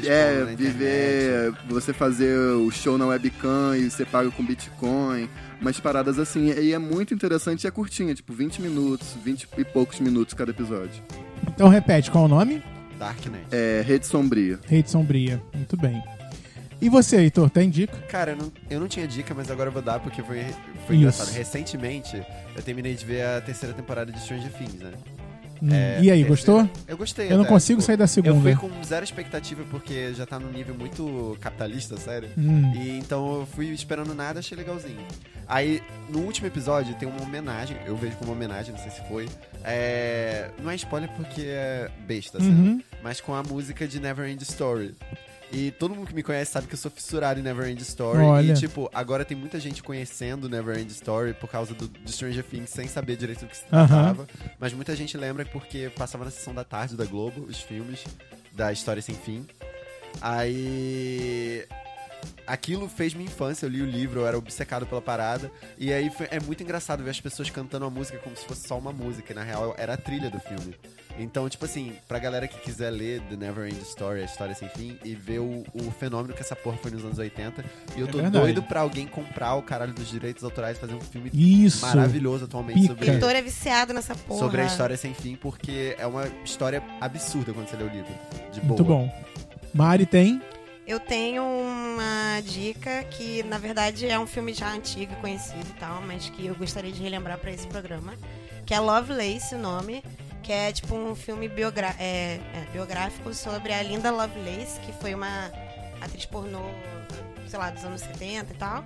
[SPEAKER 1] se
[SPEAKER 2] É,
[SPEAKER 1] expondo na internet.
[SPEAKER 2] viver, você fazer o show na webcam e você paga com Bitcoin, umas paradas assim. E é muito interessante e é curtinha, tipo 20 minutos, 20 e poucos minutos cada episódio.
[SPEAKER 3] Então repete, qual é o nome?
[SPEAKER 1] Darknet.
[SPEAKER 2] É, Rede Sombria.
[SPEAKER 3] Rede Sombria. Muito bem. E você, Heitor, tem dica?
[SPEAKER 1] Cara, eu não, eu não tinha dica, mas agora eu vou dar porque foi,
[SPEAKER 3] Isso.
[SPEAKER 1] foi engraçado. Recentemente, eu terminei de ver a terceira temporada de Stranger Things, né?
[SPEAKER 3] Hum,
[SPEAKER 1] É,
[SPEAKER 3] e aí,
[SPEAKER 1] terceira.
[SPEAKER 3] gostou?
[SPEAKER 1] Eu gostei.
[SPEAKER 3] Eu não
[SPEAKER 1] até,
[SPEAKER 3] consigo
[SPEAKER 1] tipo,
[SPEAKER 3] sair da
[SPEAKER 1] Eu fui
[SPEAKER 3] segunda.
[SPEAKER 1] com zero expectativa porque já tá num nível muito capitalista, sério.
[SPEAKER 3] Hum,
[SPEAKER 1] E então eu fui esperando nada, achei legalzinho. Aí, no último episódio, tem uma homenagem, eu vejo como homenagem, não sei se foi. É, Não é spoiler porque é besta, sabe?
[SPEAKER 3] Uhum.
[SPEAKER 1] Mas com a música de Never End Story. E todo mundo que me conhece sabe que eu sou fissurado em Never End Story.
[SPEAKER 3] Olha.
[SPEAKER 1] E, tipo, agora tem muita gente conhecendo Never End Story por causa do, de Stranger Things, sem saber direito do que se
[SPEAKER 3] Aham.
[SPEAKER 1] tratava. Mas muita gente lembra porque passava na sessão da tarde da Globo, os filmes da História Sem Fim. Aí. Aquilo fez minha infância, eu li o livro, eu era obcecado pela parada. E aí foi- é muito engraçado ver as pessoas cantando a música como se fosse só uma música. E na real, era a trilha do filme. Então, tipo assim, pra galera que quiser ler The Never End Story, a história sem fim, e ver o, o fenômeno que essa porra foi nos anos 80. E eu
[SPEAKER 3] É
[SPEAKER 1] tô
[SPEAKER 3] verdade.
[SPEAKER 1] doido pra alguém comprar o caralho dos direitos autorais e fazer um filme
[SPEAKER 3] Isso.
[SPEAKER 1] maravilhoso atualmente
[SPEAKER 3] Pica.
[SPEAKER 1] sobre
[SPEAKER 4] Pintor é viciado nessa porra.
[SPEAKER 1] sobre a história sem fim, porque é uma história absurda quando você lê o livro. De boa.
[SPEAKER 3] Muito bom. Mari tem?
[SPEAKER 4] Eu tenho uma dica que, na verdade, é um filme já antigo, e conhecido e tal, mas que eu gostaria de relembrar pra esse programa, que é Lovelace, o nome, que é tipo um filme biogra- é, é, biográfico sobre a Linda Lovelace, que foi uma atriz pornô, sei lá, dos anos 70 e tal,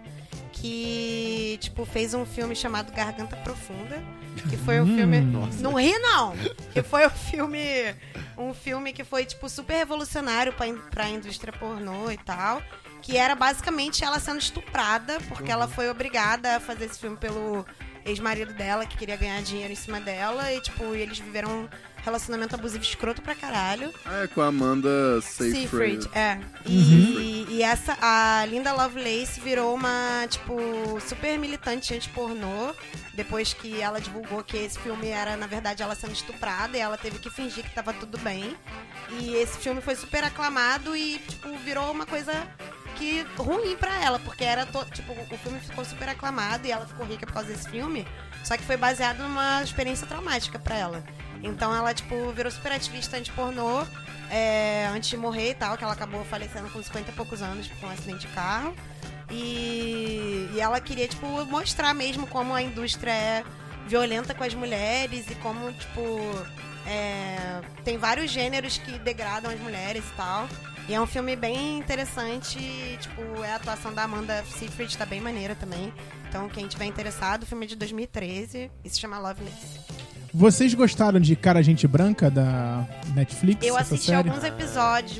[SPEAKER 4] que, tipo, fez um filme chamado Garganta Profunda, que foi um
[SPEAKER 3] Hum.
[SPEAKER 4] filme...
[SPEAKER 1] Nossa.
[SPEAKER 4] Não ri, não! Que foi um filme um filme que foi, tipo, super revolucionário pra, in- pra indústria pornô e tal. Que era basicamente ela sendo estuprada, porque ela foi obrigada a fazer esse filme pelo ex-marido dela, que queria ganhar dinheiro em cima dela. E, tipo, eles viveram um relacionamento abusivo escroto pra caralho.
[SPEAKER 2] Ah, é com a Amanda Seyfried.
[SPEAKER 4] é. E, e essa, a Linda Lovelace virou uma, tipo, super militante anti-pornô. Depois que ela divulgou que esse filme era, na verdade, ela sendo estuprada e ela teve que fingir que tava tudo bem. E esse filme foi super aclamado e, tipo, virou uma coisa que ruim pra ela, porque era to- tipo, o filme ficou super aclamado e ela ficou rica por causa desse filme, só que foi baseado numa experiência traumática pra ela. Então ela, tipo, virou super ativista anti-pornô, é, antes de morrer e tal, que ela acabou falecendo com 50 e poucos anos com um acidente de carro. E, e ela queria, tipo, mostrar mesmo como a indústria é violenta com as mulheres e como, tipo, é, tem vários gêneros que degradam as mulheres e tal. E é um filme bem interessante, tipo, é a atuação da Amanda Seyfried, tá bem maneira também. Então, quem tiver interessado, o filme é de 2013 e se chama
[SPEAKER 2] tá
[SPEAKER 4] Loveless.
[SPEAKER 3] Vocês gostaram de Cara Gente Branca da Netflix?
[SPEAKER 4] Eu
[SPEAKER 3] essa
[SPEAKER 4] assisti
[SPEAKER 3] série?
[SPEAKER 4] alguns episódios,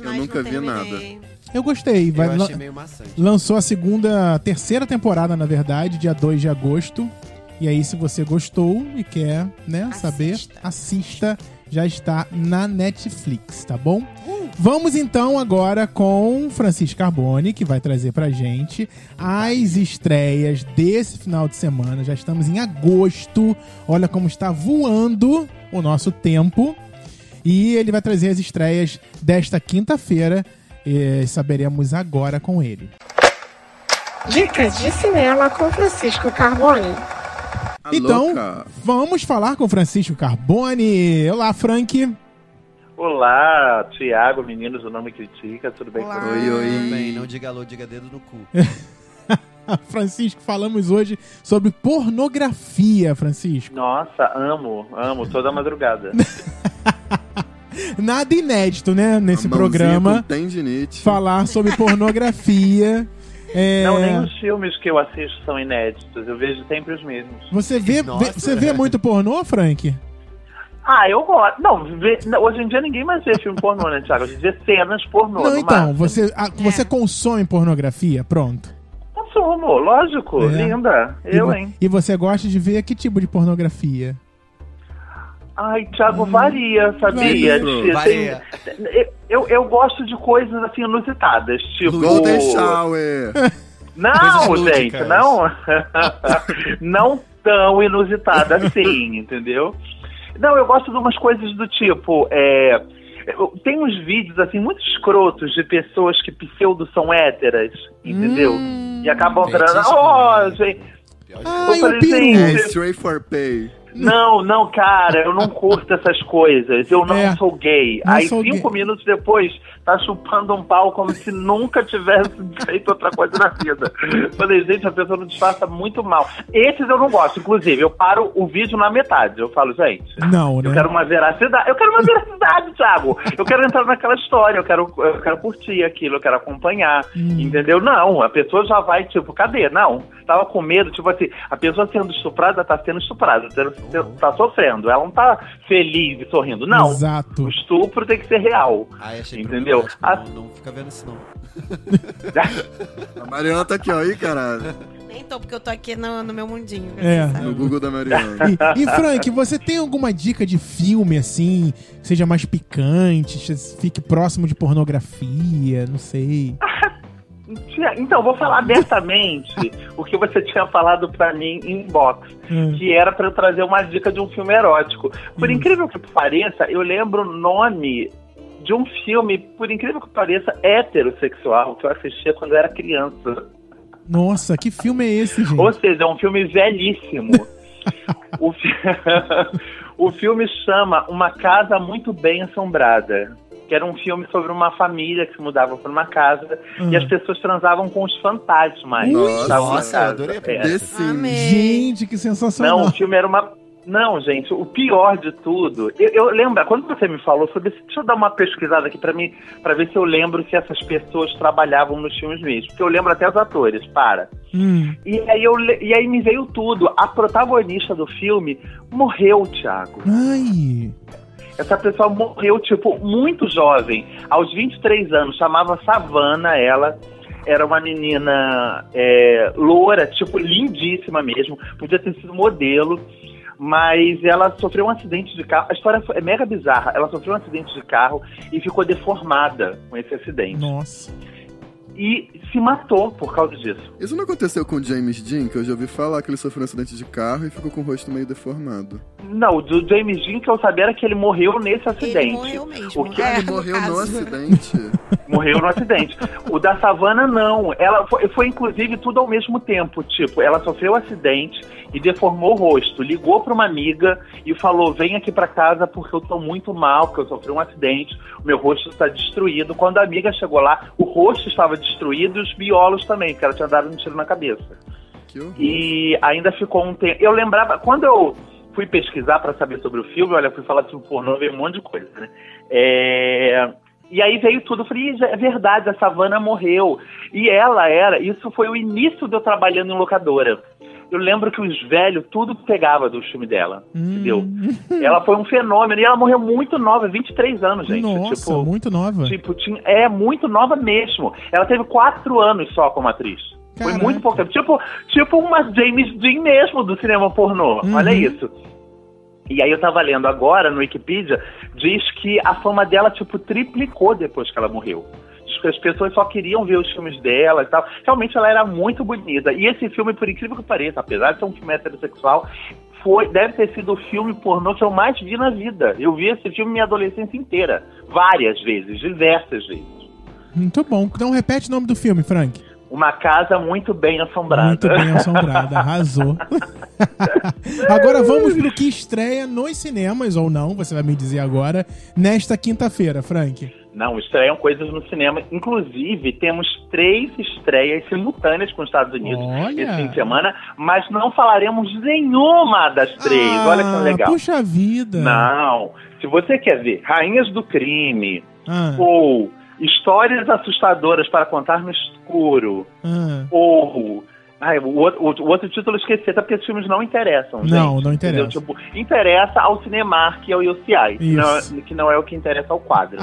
[SPEAKER 2] Ah, Eu
[SPEAKER 4] mas
[SPEAKER 2] nunca vi
[SPEAKER 4] não terminei.
[SPEAKER 3] Eu gostei. Vai,
[SPEAKER 1] Eu achei
[SPEAKER 3] lan-
[SPEAKER 1] meio maçante.
[SPEAKER 3] Lançou a segunda, terceira temporada, na verdade, dia 2 de agosto. E aí, se você gostou e quer né,
[SPEAKER 4] Assista.
[SPEAKER 3] saber, assista. Já está na Netflix, tá bom? Vamos então agora com Francisco Carbone, que vai trazer pra gente as estreias desse final de semana. Já estamos em agosto. Olha como está voando o nosso tempo. E ele vai trazer as estreias desta quinta-feira. E saberemos agora com ele.
[SPEAKER 6] Dicas de cinema é com Francisco Carboni.
[SPEAKER 2] A
[SPEAKER 3] Então-
[SPEAKER 2] louca.
[SPEAKER 3] Vamos falar com Francisco Carbone. Olá, Frank. [LAUGHS]
[SPEAKER 10] Olá, Tiago, meninos do Não Me Critica, tudo bem
[SPEAKER 4] Olá.
[SPEAKER 10] com
[SPEAKER 2] Oi,
[SPEAKER 1] Tudo
[SPEAKER 2] oi.
[SPEAKER 1] bem, não diga alô, diga dedo no cu.
[SPEAKER 3] Francisco, falamos hoje sobre pornografia, Francisco.
[SPEAKER 10] Nossa, amo, amo, toda madrugada.
[SPEAKER 3] Nada inédito, né, nesse
[SPEAKER 2] A mãozinha
[SPEAKER 3] programa.
[SPEAKER 2] com tendinite.
[SPEAKER 3] Falar
[SPEAKER 2] [LAUGHS]
[SPEAKER 3] sobre pornografia. É,
[SPEAKER 10] Não, nem os filmes que eu assisto são inéditos, eu vejo sempre os mesmos.
[SPEAKER 3] Você vê,
[SPEAKER 7] Nossa.
[SPEAKER 3] vê- você vê muito pornô, Frank?
[SPEAKER 10] Ah, eu gosto. Não, vê- não, hoje em dia ninguém mais vê filme pornô, né, Thiago? Hoje em dia cenas pornô. É.
[SPEAKER 3] Não,
[SPEAKER 10] no
[SPEAKER 3] então,
[SPEAKER 10] máximo.
[SPEAKER 3] você, a- você consome pornografia, pronto.
[SPEAKER 10] Consumo, lógico,
[SPEAKER 3] É.
[SPEAKER 10] linda.
[SPEAKER 3] E
[SPEAKER 10] Eu,
[SPEAKER 3] vo-
[SPEAKER 10] hein?
[SPEAKER 3] E você gosta de ver que tipo de pornografia?
[SPEAKER 10] Ai, Thiago,
[SPEAKER 3] Hum.
[SPEAKER 10] varia, sabia?
[SPEAKER 2] Varia.
[SPEAKER 10] Tem-
[SPEAKER 7] Varia.
[SPEAKER 10] Eu, eu gosto de coisas assim inusitadas, tipo.
[SPEAKER 2] Golden Shower.
[SPEAKER 10] Não,
[SPEAKER 7] Coisas
[SPEAKER 10] gente,
[SPEAKER 7] lúdicas.
[SPEAKER 10] não.
[SPEAKER 7] [LAUGHS]
[SPEAKER 10] não tão inusitada assim, entendeu? Não, eu gosto de umas coisas do tipo. É, eu- tem uns vídeos assim muito escrotos de pessoas que pseudo são héteras, entendeu?
[SPEAKER 7] Hum.
[SPEAKER 10] E acabam
[SPEAKER 7] Gente,
[SPEAKER 10] virando.
[SPEAKER 7] isso
[SPEAKER 10] Oh,
[SPEAKER 7] não é-
[SPEAKER 10] gente.
[SPEAKER 3] Ai,
[SPEAKER 10] Eu
[SPEAKER 3] o
[SPEAKER 10] falei,
[SPEAKER 2] É
[SPEAKER 10] gente.
[SPEAKER 3] peru.
[SPEAKER 2] Stray for Pay.
[SPEAKER 10] Não, não, cara, eu não curto essas coisas. Eu não
[SPEAKER 3] É.
[SPEAKER 10] sou gay.
[SPEAKER 3] Não
[SPEAKER 10] Aí
[SPEAKER 3] sou
[SPEAKER 10] cinco
[SPEAKER 3] gay.
[SPEAKER 10] minutos depois tá chupando um pau como se nunca tivesse [LAUGHS] feito outra coisa na vida. Falei, gente, a pessoa não disfarça muito mal. Esses eu não gosto, inclusive. Eu paro o vídeo na metade. Eu falo, gente.
[SPEAKER 3] Não,
[SPEAKER 10] Eu
[SPEAKER 3] né?
[SPEAKER 10] quero uma veracidade, eu quero uma veracidade, Thiago. Eu quero entrar naquela história, eu quero, eu quero curtir aquilo, eu quero acompanhar,
[SPEAKER 3] Hum.
[SPEAKER 10] entendeu? Não, a pessoa já vai, tipo, cadê? Não, tava com medo, tipo assim, a pessoa sendo estuprada tá sendo estuprada, tá, tá sofrendo, ela não tá feliz e sorrindo, não.
[SPEAKER 3] Oh. Exato. Ah.
[SPEAKER 10] O estupro tem que ser real.
[SPEAKER 7] Ai, achei
[SPEAKER 10] Entendeu?
[SPEAKER 7] problemático,
[SPEAKER 10] Ah.
[SPEAKER 7] Não, não fica vendo isso, não.
[SPEAKER 2] A Mariana tá aqui, ó. Ih, caralho.
[SPEAKER 4] Nem tô, porque eu tô aqui no, no meu mundinho.
[SPEAKER 3] É.
[SPEAKER 4] você sabe.
[SPEAKER 2] No Google da
[SPEAKER 3] [LAUGHS]
[SPEAKER 2] Mariana.
[SPEAKER 3] E, e, Frank, você tem alguma dica de filme assim, que seja mais picante, se- fique próximo de pornografia, não sei.
[SPEAKER 10] Tia- Então, vou falar
[SPEAKER 3] [LAUGHS]
[SPEAKER 10] abertamente o que você tinha falado pra mim em box.
[SPEAKER 3] Hum.
[SPEAKER 10] que era pra eu trazer uma dica de um filme erótico. Por incrível que pareça, eu lembro o nome de um filme, por incrível que pareça, heterossexual, que eu assistia quando eu era criança.
[SPEAKER 3] Nossa, que filme é esse, gente?
[SPEAKER 10] Ou seja, é um filme velhíssimo. o, fi- [LAUGHS] o filme chama Uma Casa Muito Bem Assombrada. Que era um filme sobre uma família que se mudava para uma casa
[SPEAKER 3] Hum.
[SPEAKER 10] e as pessoas transavam com os fantasmas. que
[SPEAKER 2] Nossa,
[SPEAKER 10] estavam na
[SPEAKER 7] nossa,
[SPEAKER 10] casa.
[SPEAKER 7] adorei a
[SPEAKER 10] É.
[SPEAKER 2] The Sims.
[SPEAKER 4] Amei.
[SPEAKER 3] Gente, que
[SPEAKER 10] Não,
[SPEAKER 3] sensacional.
[SPEAKER 10] o filme era uma. Não, gente, o pior de tudo. Eu, eu lembro, quando você me falou sobre isso, deixa eu dar uma pesquisada aqui pra mim, para ver se eu lembro se essas pessoas trabalhavam nos filmes mesmo. Porque eu lembro até os atores, para.
[SPEAKER 3] Hum.
[SPEAKER 10] E aí, eu, le- e aí me veio tudo. A protagonista do filme morreu, Thiago.
[SPEAKER 3] Ai.
[SPEAKER 10] Essa pessoa morreu, tipo, muito jovem, aos 23 anos. Chamava Savana ela. Era uma menina é, loura, tipo, lindíssima mesmo. Podia ter sido modelo. Mas ela sofreu um acidente de carro. A história é mega bizarra. Ela sofreu um acidente de carro e ficou deformada com esse acidente.
[SPEAKER 3] Nossa.
[SPEAKER 10] E se matou por causa disso.
[SPEAKER 2] Isso não aconteceu com o James Dean, que eu já ouvi falar que ele sofreu um acidente de carro e ficou com o rosto meio deformado.
[SPEAKER 10] Não, do James Dean que eu sabia era que ele morreu nesse acidente.
[SPEAKER 4] Ele morreu mesmo.
[SPEAKER 10] O que
[SPEAKER 4] é,
[SPEAKER 2] Ah, ele morreu no,
[SPEAKER 4] caso.
[SPEAKER 10] [LAUGHS]
[SPEAKER 2] acidente?
[SPEAKER 10] Morreu no acidente. O da Savana, não. Ela foi, foi, inclusive, tudo ao mesmo tempo. Tipo, ela sofreu um acidente e deformou o rosto. Ligou pra uma amiga e falou: vem aqui pra casa porque eu tô muito mal, porque eu sofri um acidente, o meu rosto está destruído. Quando a amiga chegou lá, o rosto estava destruído e os biolos também, porque ela tinha dado um tiro na cabeça.
[SPEAKER 2] Que horror.
[SPEAKER 10] E ainda ficou um tempo. Eu lembrava, quando eu fui pesquisar pra saber sobre o filme, olha, fui falar sobre pornô, veio um monte de coisa, né? É, E aí veio tudo, eu falei, "Ih, é verdade, a Savana morreu. E ela era, isso foi o início de eu trabalhando em locadora. Eu lembro que os velhos tudo pegava do filme dela,
[SPEAKER 3] Hum.
[SPEAKER 10] entendeu? Ela foi um fenômeno e ela morreu muito nova, 23 anos, gente.
[SPEAKER 3] Nossa,
[SPEAKER 10] tipo,
[SPEAKER 3] muito nova.
[SPEAKER 10] Tipo, tinha- é muito nova mesmo. Ela teve quatro anos só como atriz.
[SPEAKER 3] Caraca.
[SPEAKER 10] Foi muito pouco tempo. Tipo, tipo uma James Dean mesmo do cinema pornô.
[SPEAKER 3] Uhum.
[SPEAKER 10] Olha isso. E aí eu tava lendo agora no Wikipedia, diz que a fama dela, tipo, triplicou depois que ela morreu. Diz que as pessoas só queriam ver os filmes dela e tal. Realmente ela era muito bonita. E esse filme, por incrível que pareça, apesar de ser um filme heterossexual, foi, deve ter sido o filme pornô que eu mais vi na vida. Eu vi esse filme minha adolescência inteira. Várias vezes, diversas vezes.
[SPEAKER 3] Muito bom. Então repete o nome do filme, Frank.
[SPEAKER 10] Uma casa muito bem assombrada.
[SPEAKER 3] Muito bem assombrada,
[SPEAKER 10] [LAUGHS]
[SPEAKER 3] arrasou. agora vamos pro que estreia nos cinemas, ou não, você vai me dizer agora, nesta quinta-feira, Frank.
[SPEAKER 10] Não, estreiam coisas no cinema. Inclusive, temos três estreias simultâneas com os Estados Unidos
[SPEAKER 3] Olha!
[SPEAKER 10] esse fim de semana, mas não falaremos nenhuma das três. Olha que legal.
[SPEAKER 3] Puxa Ah, vida.
[SPEAKER 10] Não. Se você quer ver Rainhas do Crime
[SPEAKER 3] Ah,
[SPEAKER 10] ou Histórias Assustadoras para Contar no Escuro
[SPEAKER 3] ah.
[SPEAKER 10] ou. Ai, o, outro- o outro título eu esqueci, até porque esses filmes não interessam.
[SPEAKER 3] Não,
[SPEAKER 10] gente,
[SPEAKER 3] não interessa.
[SPEAKER 10] entendeu? Tipo, interessa ao Cinemark e ao UCI, que não, é-
[SPEAKER 3] Isso.
[SPEAKER 10] que não é o que interessa ao quadro.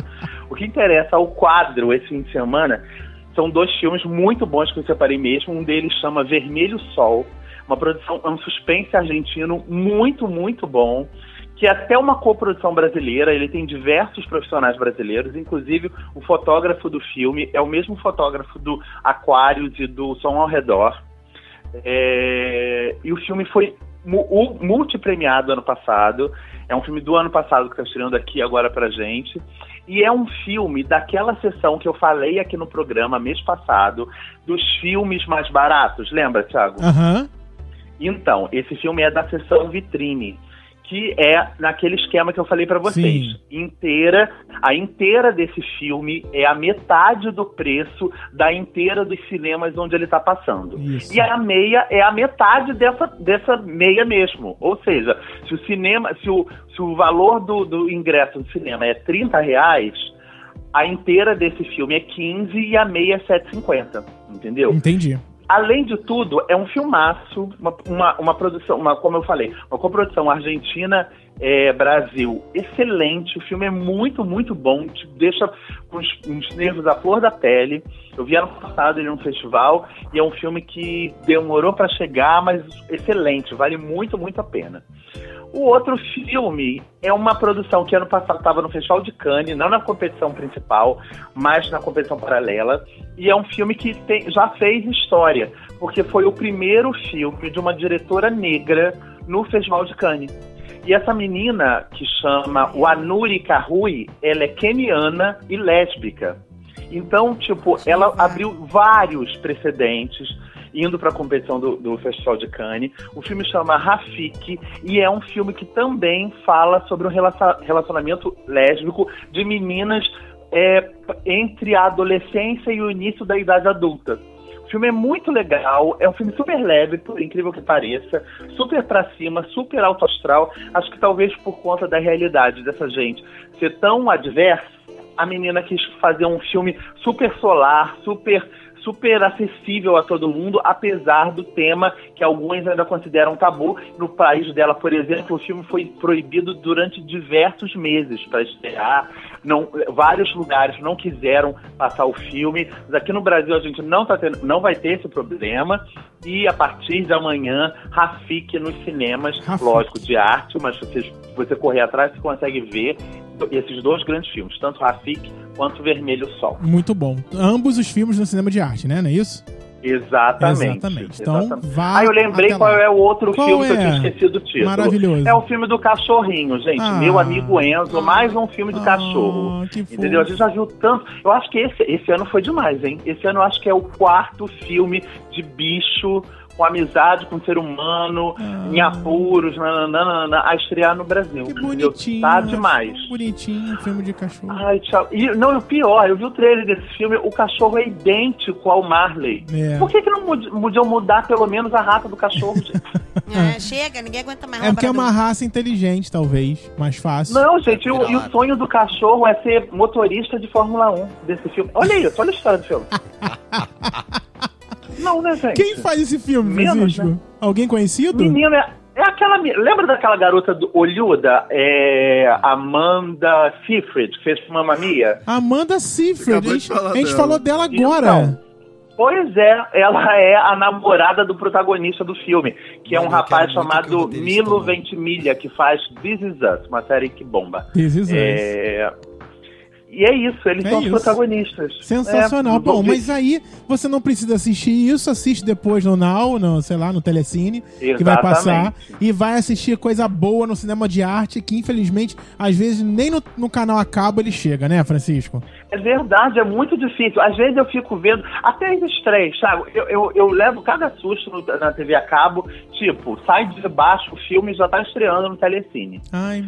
[SPEAKER 10] o que interessa ao quadro esse fim de semana são dois filmes muito bons que eu separei mesmo. Um deles chama Vermelho Sol, uma produção, é um suspense argentino muito, muito bom. Que é até uma coprodução brasileira, ele tem diversos profissionais brasileiros, inclusive o fotógrafo do filme é o mesmo fotógrafo do Aquários e do Som ao Redor. É, e o filme foi mu- u- multipremiado ano passado. É um filme do ano passado que está estreando aqui agora pra gente. E é um filme daquela sessão que eu falei aqui no programa mês passado, dos filmes mais baratos. Lembra, Thiago?
[SPEAKER 3] Aham.
[SPEAKER 10] Então, esse filme é da sessão vitrine, que é naquele esquema que eu falei pra vocês.
[SPEAKER 3] Sim.
[SPEAKER 10] Inteira, a inteira desse filme é a metade do preço da inteira dos cinemas onde ele tá passando.
[SPEAKER 3] Isso.
[SPEAKER 10] E a meia é a metade dessa, dessa meia mesmo. Ou seja, se o cinema, se o, se o valor do, do ingresso do cinema é 30 reais, a inteira desse filme é 15 e a meia é 7,50. Entendeu?
[SPEAKER 3] Entendi.
[SPEAKER 10] Além de tudo, é um filmaço, uma, uma, uma produção, uma, como eu falei, uma coprodução Argentina-Brasil. Excelente, o filme é muito, muito bom, te deixa com os, com os nervos à flor da pele. Eu vi ano passado ele num festival e é um filme que demorou para chegar, mas excelente, vale muito, muito a pena. O outro filme é uma produção que ano passado estava no Festival de Cannes, não na competição principal, mas na competição paralela. E é um filme que tem- já fez história, porque foi o primeiro filme de uma diretora negra no Festival de Cannes. E essa menina, que chama Wanuri Kahui, ela é keniana e lésbica. Então, tipo, ela abriu vários precedentes indo para a competição do, do Festival de Cannes. O filme chama Rafik e é um filme que também fala sobre o relacion- relacionamento lésbico de meninas é, p- entre a adolescência e o início da idade adulta. O filme é muito legal, é um filme super leve, por incrível que pareça, super pra cima, super alto astral. Acho que talvez por conta da realidade dessa gente ser tão adversa, a menina quis fazer um filme super solar, super super acessível a todo mundo, apesar do tema que alguns ainda consideram tabu. No país dela, por exemplo, o filme foi proibido durante diversos meses para estrear. Não, vários lugares não quiseram passar o filme. Mas aqui no Brasil a gente não, tá tendo, não vai ter esse problema. E a partir de amanhã, Rafik nos cinemas,
[SPEAKER 3] Rafiki.
[SPEAKER 10] lógico, de arte, mas se você, se você correr atrás, você consegue ver esses dois grandes filmes, tanto Rafik quanto Vermelho Sol.
[SPEAKER 3] Muito bom. Ambos os filmes no cinema de arte, né? Não é isso?
[SPEAKER 10] Exatamente.
[SPEAKER 3] Exatamente. Então,
[SPEAKER 10] Exatamente.
[SPEAKER 3] vá
[SPEAKER 10] Ah, eu lembrei
[SPEAKER 3] até
[SPEAKER 10] qual
[SPEAKER 3] lá.
[SPEAKER 10] é o outro
[SPEAKER 3] Qual
[SPEAKER 10] filme que eu
[SPEAKER 3] é?
[SPEAKER 10] tinha esquecido o título.
[SPEAKER 3] Maravilhoso.
[SPEAKER 10] É o filme do cachorrinho, gente.
[SPEAKER 3] Ah.
[SPEAKER 10] Meu amigo Enzo, mais um filme do
[SPEAKER 3] Ah,
[SPEAKER 10] cachorro.
[SPEAKER 3] que fofo.
[SPEAKER 10] Entendeu? A gente já viu tanto. Eu acho que esse, esse ano foi demais, hein? Esse ano eu acho que é o quarto filme de bicho com amizade com o ser humano,
[SPEAKER 3] Ah.
[SPEAKER 10] em apuros, nananana, a estrear no Brasil.
[SPEAKER 3] Que
[SPEAKER 10] entendeu?
[SPEAKER 3] bonitinho.
[SPEAKER 10] Tá
[SPEAKER 3] né?
[SPEAKER 10] demais. Ah,
[SPEAKER 3] Bonitinho, um filme de cachorro.
[SPEAKER 10] Ai, tchau. E, não, e o pior, eu vi o trailer desse filme, o cachorro é idêntico ao Marley.
[SPEAKER 3] É.
[SPEAKER 10] Por que, que não mud- podiam mudar pelo menos a rata do
[SPEAKER 3] [LAUGHS]
[SPEAKER 10] cachorro? gente?
[SPEAKER 4] É, chega, ninguém aguenta mais
[SPEAKER 3] É porque é uma
[SPEAKER 4] labrador.
[SPEAKER 3] raça inteligente, talvez. Mais fácil.
[SPEAKER 10] não, gente, e o, e o sonho do cachorro é ser motorista de Fórmula 1 desse filme. Olha isso, olha a história do filme. Não, né, gente?
[SPEAKER 3] Quem faz esse filme,
[SPEAKER 10] Menos, né?
[SPEAKER 3] Francisco? Alguém conhecido?
[SPEAKER 10] Menina, é aquela. me- Lembra daquela garota do, olhuda? É, Amanda Seyfried, que fez Mamma Mia?
[SPEAKER 3] Amanda Seyfried.
[SPEAKER 2] Acabou
[SPEAKER 3] A
[SPEAKER 2] de
[SPEAKER 3] gente,
[SPEAKER 2] falar
[SPEAKER 3] a gente
[SPEAKER 2] dela.
[SPEAKER 3] falou dela
[SPEAKER 10] Então,
[SPEAKER 3] agora.
[SPEAKER 10] Pois é, ela é a namorada do protagonista do filme, que é
[SPEAKER 7] Mano,
[SPEAKER 10] um
[SPEAKER 7] eu quero muito
[SPEAKER 10] rapaz
[SPEAKER 7] que o
[SPEAKER 10] chamado
[SPEAKER 7] roteirista
[SPEAKER 10] Milo
[SPEAKER 7] também.
[SPEAKER 10] Ventimiglia, que faz This Is Us, uma série que bomba.
[SPEAKER 3] This is Us.
[SPEAKER 10] É, E é isso, eles
[SPEAKER 3] É
[SPEAKER 10] são os
[SPEAKER 3] isso.
[SPEAKER 10] protagonistas.
[SPEAKER 3] Sensacional.
[SPEAKER 10] É,
[SPEAKER 3] Bom,
[SPEAKER 10] do-
[SPEAKER 3] mas aí você não precisa assistir isso, assiste depois no Now, no, sei lá, no Telecine, que vai passar. E vai assistir coisa boa no cinema de arte, que infelizmente, às vezes, nem no, no canal acaba ele chega, né, Francisco?
[SPEAKER 10] É verdade, é muito difícil. Às vezes eu fico vendo, até as estreias, sabe? Eu, eu, eu levo cada susto no- na TV a cabo, tipo, sai de baixo, o filme já tá estreando no Telecine.
[SPEAKER 3] Ai,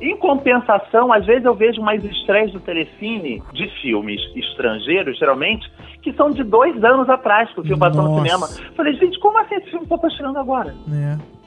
[SPEAKER 10] Em compensação, às vezes eu vejo mais estreias do Telecine de filmes estrangeiros, geralmente, que são de dois anos atrás, que o filme passou no
[SPEAKER 3] Nossa.
[SPEAKER 10] cinema. Falei, gente, como assim esse filme tá chegando agora?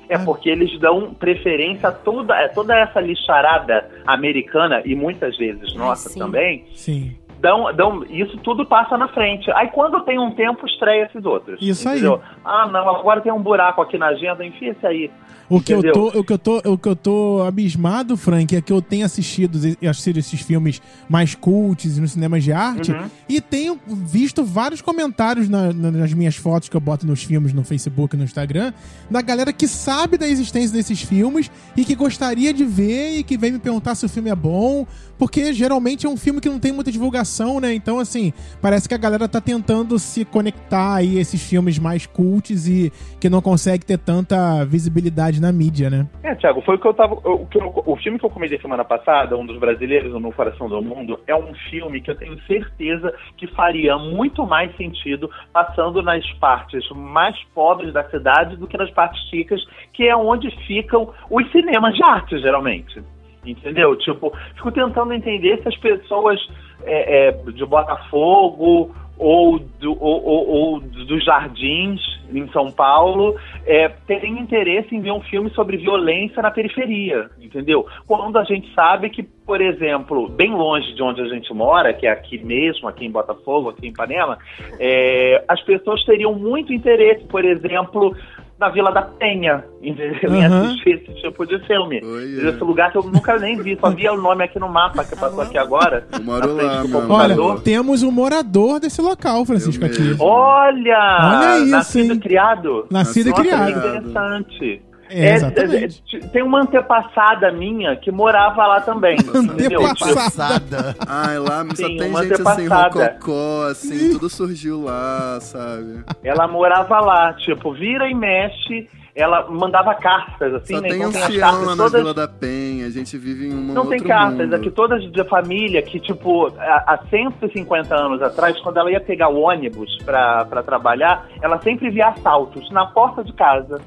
[SPEAKER 3] É.
[SPEAKER 10] É porque eles dão preferência a toda, a toda essa lixarada americana, e muitas vezes nossa
[SPEAKER 4] sim.
[SPEAKER 10] também,
[SPEAKER 3] Sim.
[SPEAKER 10] dão, dão, isso tudo passa na frente. Aí quando tem um tempo, estreia esses outros.
[SPEAKER 3] Isso aí.
[SPEAKER 10] aí. Ah, não, agora tem um buraco aqui na agenda, enfia esse aí.
[SPEAKER 3] O que, eu
[SPEAKER 10] Entendeu?
[SPEAKER 3] tô, o, que eu tô, o que eu tô abismado, Frank, é que eu tenho assistido, e- assistido esses filmes mais cults nos cinemas de arte e tenho visto vários comentários na- na- nas minhas fotos que eu boto nos filmes no Facebook e no Instagram da galera que sabe da existência desses filmes e que gostaria de ver e que vem me perguntar se o filme é bom, porque geralmente é um filme que não tem muita divulgação, né? Então, assim, parece que a galera tá tentando se conectar aí a esses filmes mais cults e que não consegue ter tanta visibilidade na mídia, né?
[SPEAKER 10] É, Thiago, foi o que eu tava. O, que eu- o filme que eu comentei semana passada, um dos brasileiros, o No Coração do Mundo, é um filme que eu tenho certeza que faria muito mais sentido passando nas partes mais pobres da cidade do que nas partes ricas, que é onde ficam os cinemas de arte, geralmente. Entendeu? Tipo, fico tentando entender se as pessoas é, é, de Botafogo ou, do, ou, ou- ou dos Jardins, em São Paulo, é, terem interesse em ver um filme sobre violência na periferia, entendeu? Quando a gente sabe que, por exemplo, bem longe de onde a gente mora, que é aqui mesmo, aqui em Botafogo, aqui em Ipanema, é, as pessoas teriam muito interesse, por exemplo, na Vila da Penha, entendeu? Em
[SPEAKER 3] Aham.
[SPEAKER 10] assistir esse tipo de filme.
[SPEAKER 2] Oi,
[SPEAKER 10] Esse lugar que eu nunca nem vi, só via o nome aqui no mapa que passou aqui agora.
[SPEAKER 2] é. Eu moro
[SPEAKER 10] Na frente
[SPEAKER 2] lá,
[SPEAKER 10] do
[SPEAKER 2] meu
[SPEAKER 3] Olha,
[SPEAKER 10] computador.
[SPEAKER 2] amor.
[SPEAKER 3] temos um morador desse local, Francisco,
[SPEAKER 2] Eu
[SPEAKER 3] aqui.
[SPEAKER 2] mesmo.
[SPEAKER 10] Olha!
[SPEAKER 3] Olha isso,
[SPEAKER 10] nascido
[SPEAKER 3] hein?
[SPEAKER 10] e criado.
[SPEAKER 2] Tá
[SPEAKER 3] Nascido e
[SPEAKER 10] Nossa, que
[SPEAKER 3] criado.
[SPEAKER 10] interessante.
[SPEAKER 3] É, exatamente.
[SPEAKER 10] é, é, tem uma antepassada minha que morava lá
[SPEAKER 3] [LAUGHS]
[SPEAKER 10] também. entendeu? Tipo,
[SPEAKER 3] Antepassada.
[SPEAKER 2] Ai, lá só
[SPEAKER 10] Sim,
[SPEAKER 2] tem
[SPEAKER 10] uma
[SPEAKER 2] gente assim,
[SPEAKER 10] antepassada.
[SPEAKER 2] rococó, assim, tudo surgiu lá, sabe?
[SPEAKER 10] ela morava lá, tipo, vira e mexe. Ela mandava cartas, assim,
[SPEAKER 2] Só
[SPEAKER 10] né?
[SPEAKER 2] tem
[SPEAKER 10] Então as
[SPEAKER 2] ancião
[SPEAKER 10] cartas
[SPEAKER 2] lá na
[SPEAKER 10] todas-
[SPEAKER 2] Vila da Penha, a gente vive em um
[SPEAKER 10] Não
[SPEAKER 2] outro
[SPEAKER 10] tem cartas,
[SPEAKER 2] mundo.
[SPEAKER 10] aqui todas de família que, tipo, há há 150 anos atrás, quando ela ia pegar o ônibus pra, pra trabalhar, ela sempre via assaltos na porta de casa.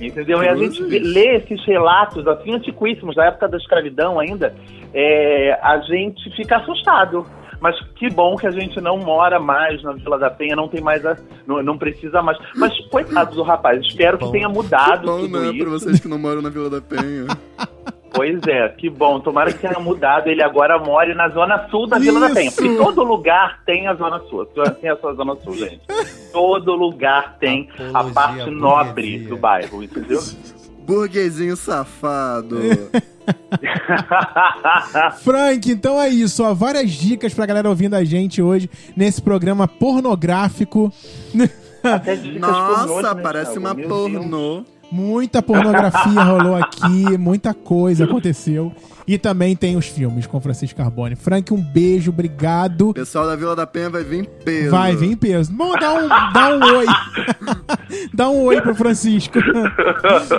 [SPEAKER 10] Entendeu? E a gente vê- lê esses relatos, assim, antiquíssimos, da época da escravidão ainda, é, a gente fica assustado. Mas que bom que a gente não mora mais na Vila da Penha, não tem mais, a- não, não precisa mais. Mas coitado do rapaz, espero que,
[SPEAKER 7] bom.
[SPEAKER 10] tenha mudado
[SPEAKER 2] Bom,
[SPEAKER 10] tudo
[SPEAKER 2] né?
[SPEAKER 10] isso.
[SPEAKER 2] Pra vocês que não moram na Vila da
[SPEAKER 10] [LAUGHS]
[SPEAKER 2] Penha.
[SPEAKER 10] Pois é, que bom. Tomara que tenha mudado. Ele agora mora na zona sul da Vila da Penha.
[SPEAKER 3] Isso.
[SPEAKER 10] Porque todo lugar tem a zona sul. Tem a sua zona sul, gente. Todo lugar tem a
[SPEAKER 7] Apologia,
[SPEAKER 10] parte nobre
[SPEAKER 7] burguesia.
[SPEAKER 10] do bairro, entendeu?
[SPEAKER 2] Burguesinho safado.
[SPEAKER 10] tá,
[SPEAKER 3] Frank, então é isso, ó. Várias dicas pra galera ouvindo a gente hoje nesse programa pornográfico.
[SPEAKER 10] [LAUGHS] Até dicas pornôs,
[SPEAKER 2] Nossa,
[SPEAKER 10] né,
[SPEAKER 2] parece
[SPEAKER 10] Thiago?
[SPEAKER 2] uma
[SPEAKER 10] Meu
[SPEAKER 2] pornô.
[SPEAKER 3] Muita pornografia rolou aqui, muita coisa aconteceu. E também tem os filmes com Francisco Carbone. Frank, um beijo, obrigado.
[SPEAKER 2] O pessoal da Vila da Penha vai vir em peso.
[SPEAKER 3] Vai vir em peso. Bom, dá um, dá um oi. dá um oi pro Francisco.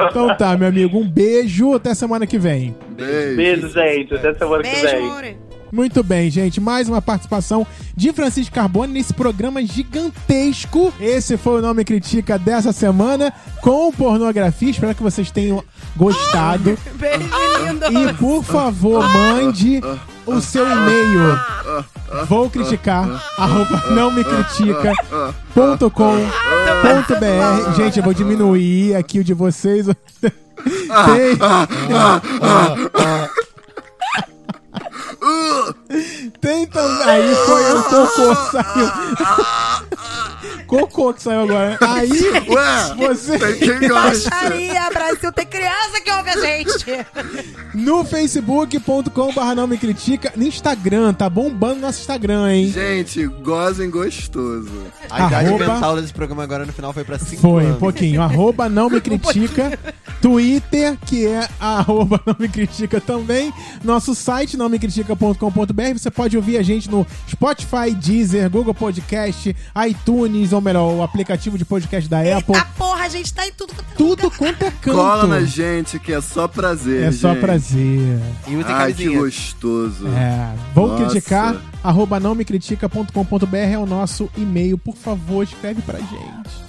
[SPEAKER 3] então tá, meu amigo. Um beijo. Até semana que vem.
[SPEAKER 2] Beijo.
[SPEAKER 10] Deus. Beijo, gente. Até semana que
[SPEAKER 4] Beijo,
[SPEAKER 10] vem.
[SPEAKER 4] Muri.
[SPEAKER 3] Muito bem, gente. Mais uma participação de Francisco Carbone nesse programa gigantesco. Esse foi o Nome Critica dessa semana com pornografia. Espero que vocês tenham gostado.
[SPEAKER 4] Beijo, lindo.
[SPEAKER 3] E por favor, mande o seu e-mail. Vou criticar, arroba não me critica, ponto com, ponto br. Gente, eu vou diminuir aqui o de vocês. Tem- Tem também. Aí foi o cocô que saiu. Cocô que saiu agora. Aí
[SPEAKER 2] Ué,
[SPEAKER 3] você. é
[SPEAKER 2] tem quem gosta.
[SPEAKER 4] Maria, Brasil, tem criança que ouve a gente.
[SPEAKER 3] No facebook.com.br não me critica. No Instagram, tá bombando nosso Instagram, hein?
[SPEAKER 2] Gente, gozem gostoso.
[SPEAKER 7] A idade
[SPEAKER 3] Arroba-
[SPEAKER 7] mental desse programa agora no final foi pra 5
[SPEAKER 3] Foi, um
[SPEAKER 7] anos.
[SPEAKER 2] [LAUGHS]
[SPEAKER 3] pouquinho. Arroba não me critica. Twitter, que é arroba não me critica também. Nosso site, não me critica.com.br. Você pode ouvir a gente no Spotify, Deezer, Google Podcast, iTunes, ou melhor, o aplicativo de podcast da Apple.
[SPEAKER 4] A porra, a gente tá em tudo quanto é
[SPEAKER 3] Tudo quanto é canto.
[SPEAKER 2] Cola na gente que é só prazer.
[SPEAKER 3] É só
[SPEAKER 2] gente.
[SPEAKER 3] prazer.
[SPEAKER 7] E usem
[SPEAKER 2] Ai, que
[SPEAKER 7] camisinha.
[SPEAKER 2] gostoso.
[SPEAKER 3] É. Vou
[SPEAKER 2] Nossa.
[SPEAKER 3] criticar, arroba não me critica.com.br é o nosso e-mail. Por favor, escreve pra gente.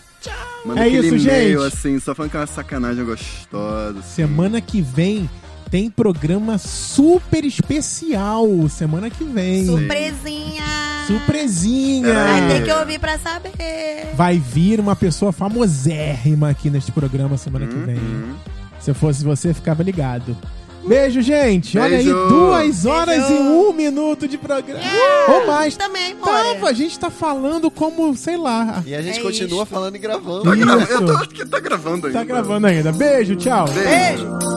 [SPEAKER 2] Manda
[SPEAKER 3] É
[SPEAKER 2] aquele
[SPEAKER 3] isso,
[SPEAKER 2] e-mail,
[SPEAKER 3] gente.
[SPEAKER 2] assim, só falando que é uma sacanagem gostosa. assim.
[SPEAKER 3] Semana que vem tem programa super especial semana que vem.
[SPEAKER 4] Surpresinha!
[SPEAKER 3] Surpresinha!
[SPEAKER 4] Vai ter que ouvir pra saber.
[SPEAKER 3] Vai vir uma pessoa famosérrima aqui neste programa semana
[SPEAKER 2] assim. Hum.
[SPEAKER 3] que vem. Se eu fosse você, ficava ligado. Beijo, gente! Olha aí,
[SPEAKER 2] Beijo!
[SPEAKER 3] duas horas
[SPEAKER 4] Beijo! Tá
[SPEAKER 3] e um minuto de programa. Ou mais.
[SPEAKER 4] Também, pô.
[SPEAKER 3] Tava, a gente tá falando como, sei lá.
[SPEAKER 7] E a gente
[SPEAKER 4] É
[SPEAKER 7] continua
[SPEAKER 4] isso.
[SPEAKER 7] falando e gravando.
[SPEAKER 2] Tá gravando,
[SPEAKER 3] Isso.
[SPEAKER 2] eu tô, acho que tá gravando ainda.
[SPEAKER 3] Tá gravando ainda. Beijo, tchau.
[SPEAKER 2] Beijo.
[SPEAKER 4] Beijo!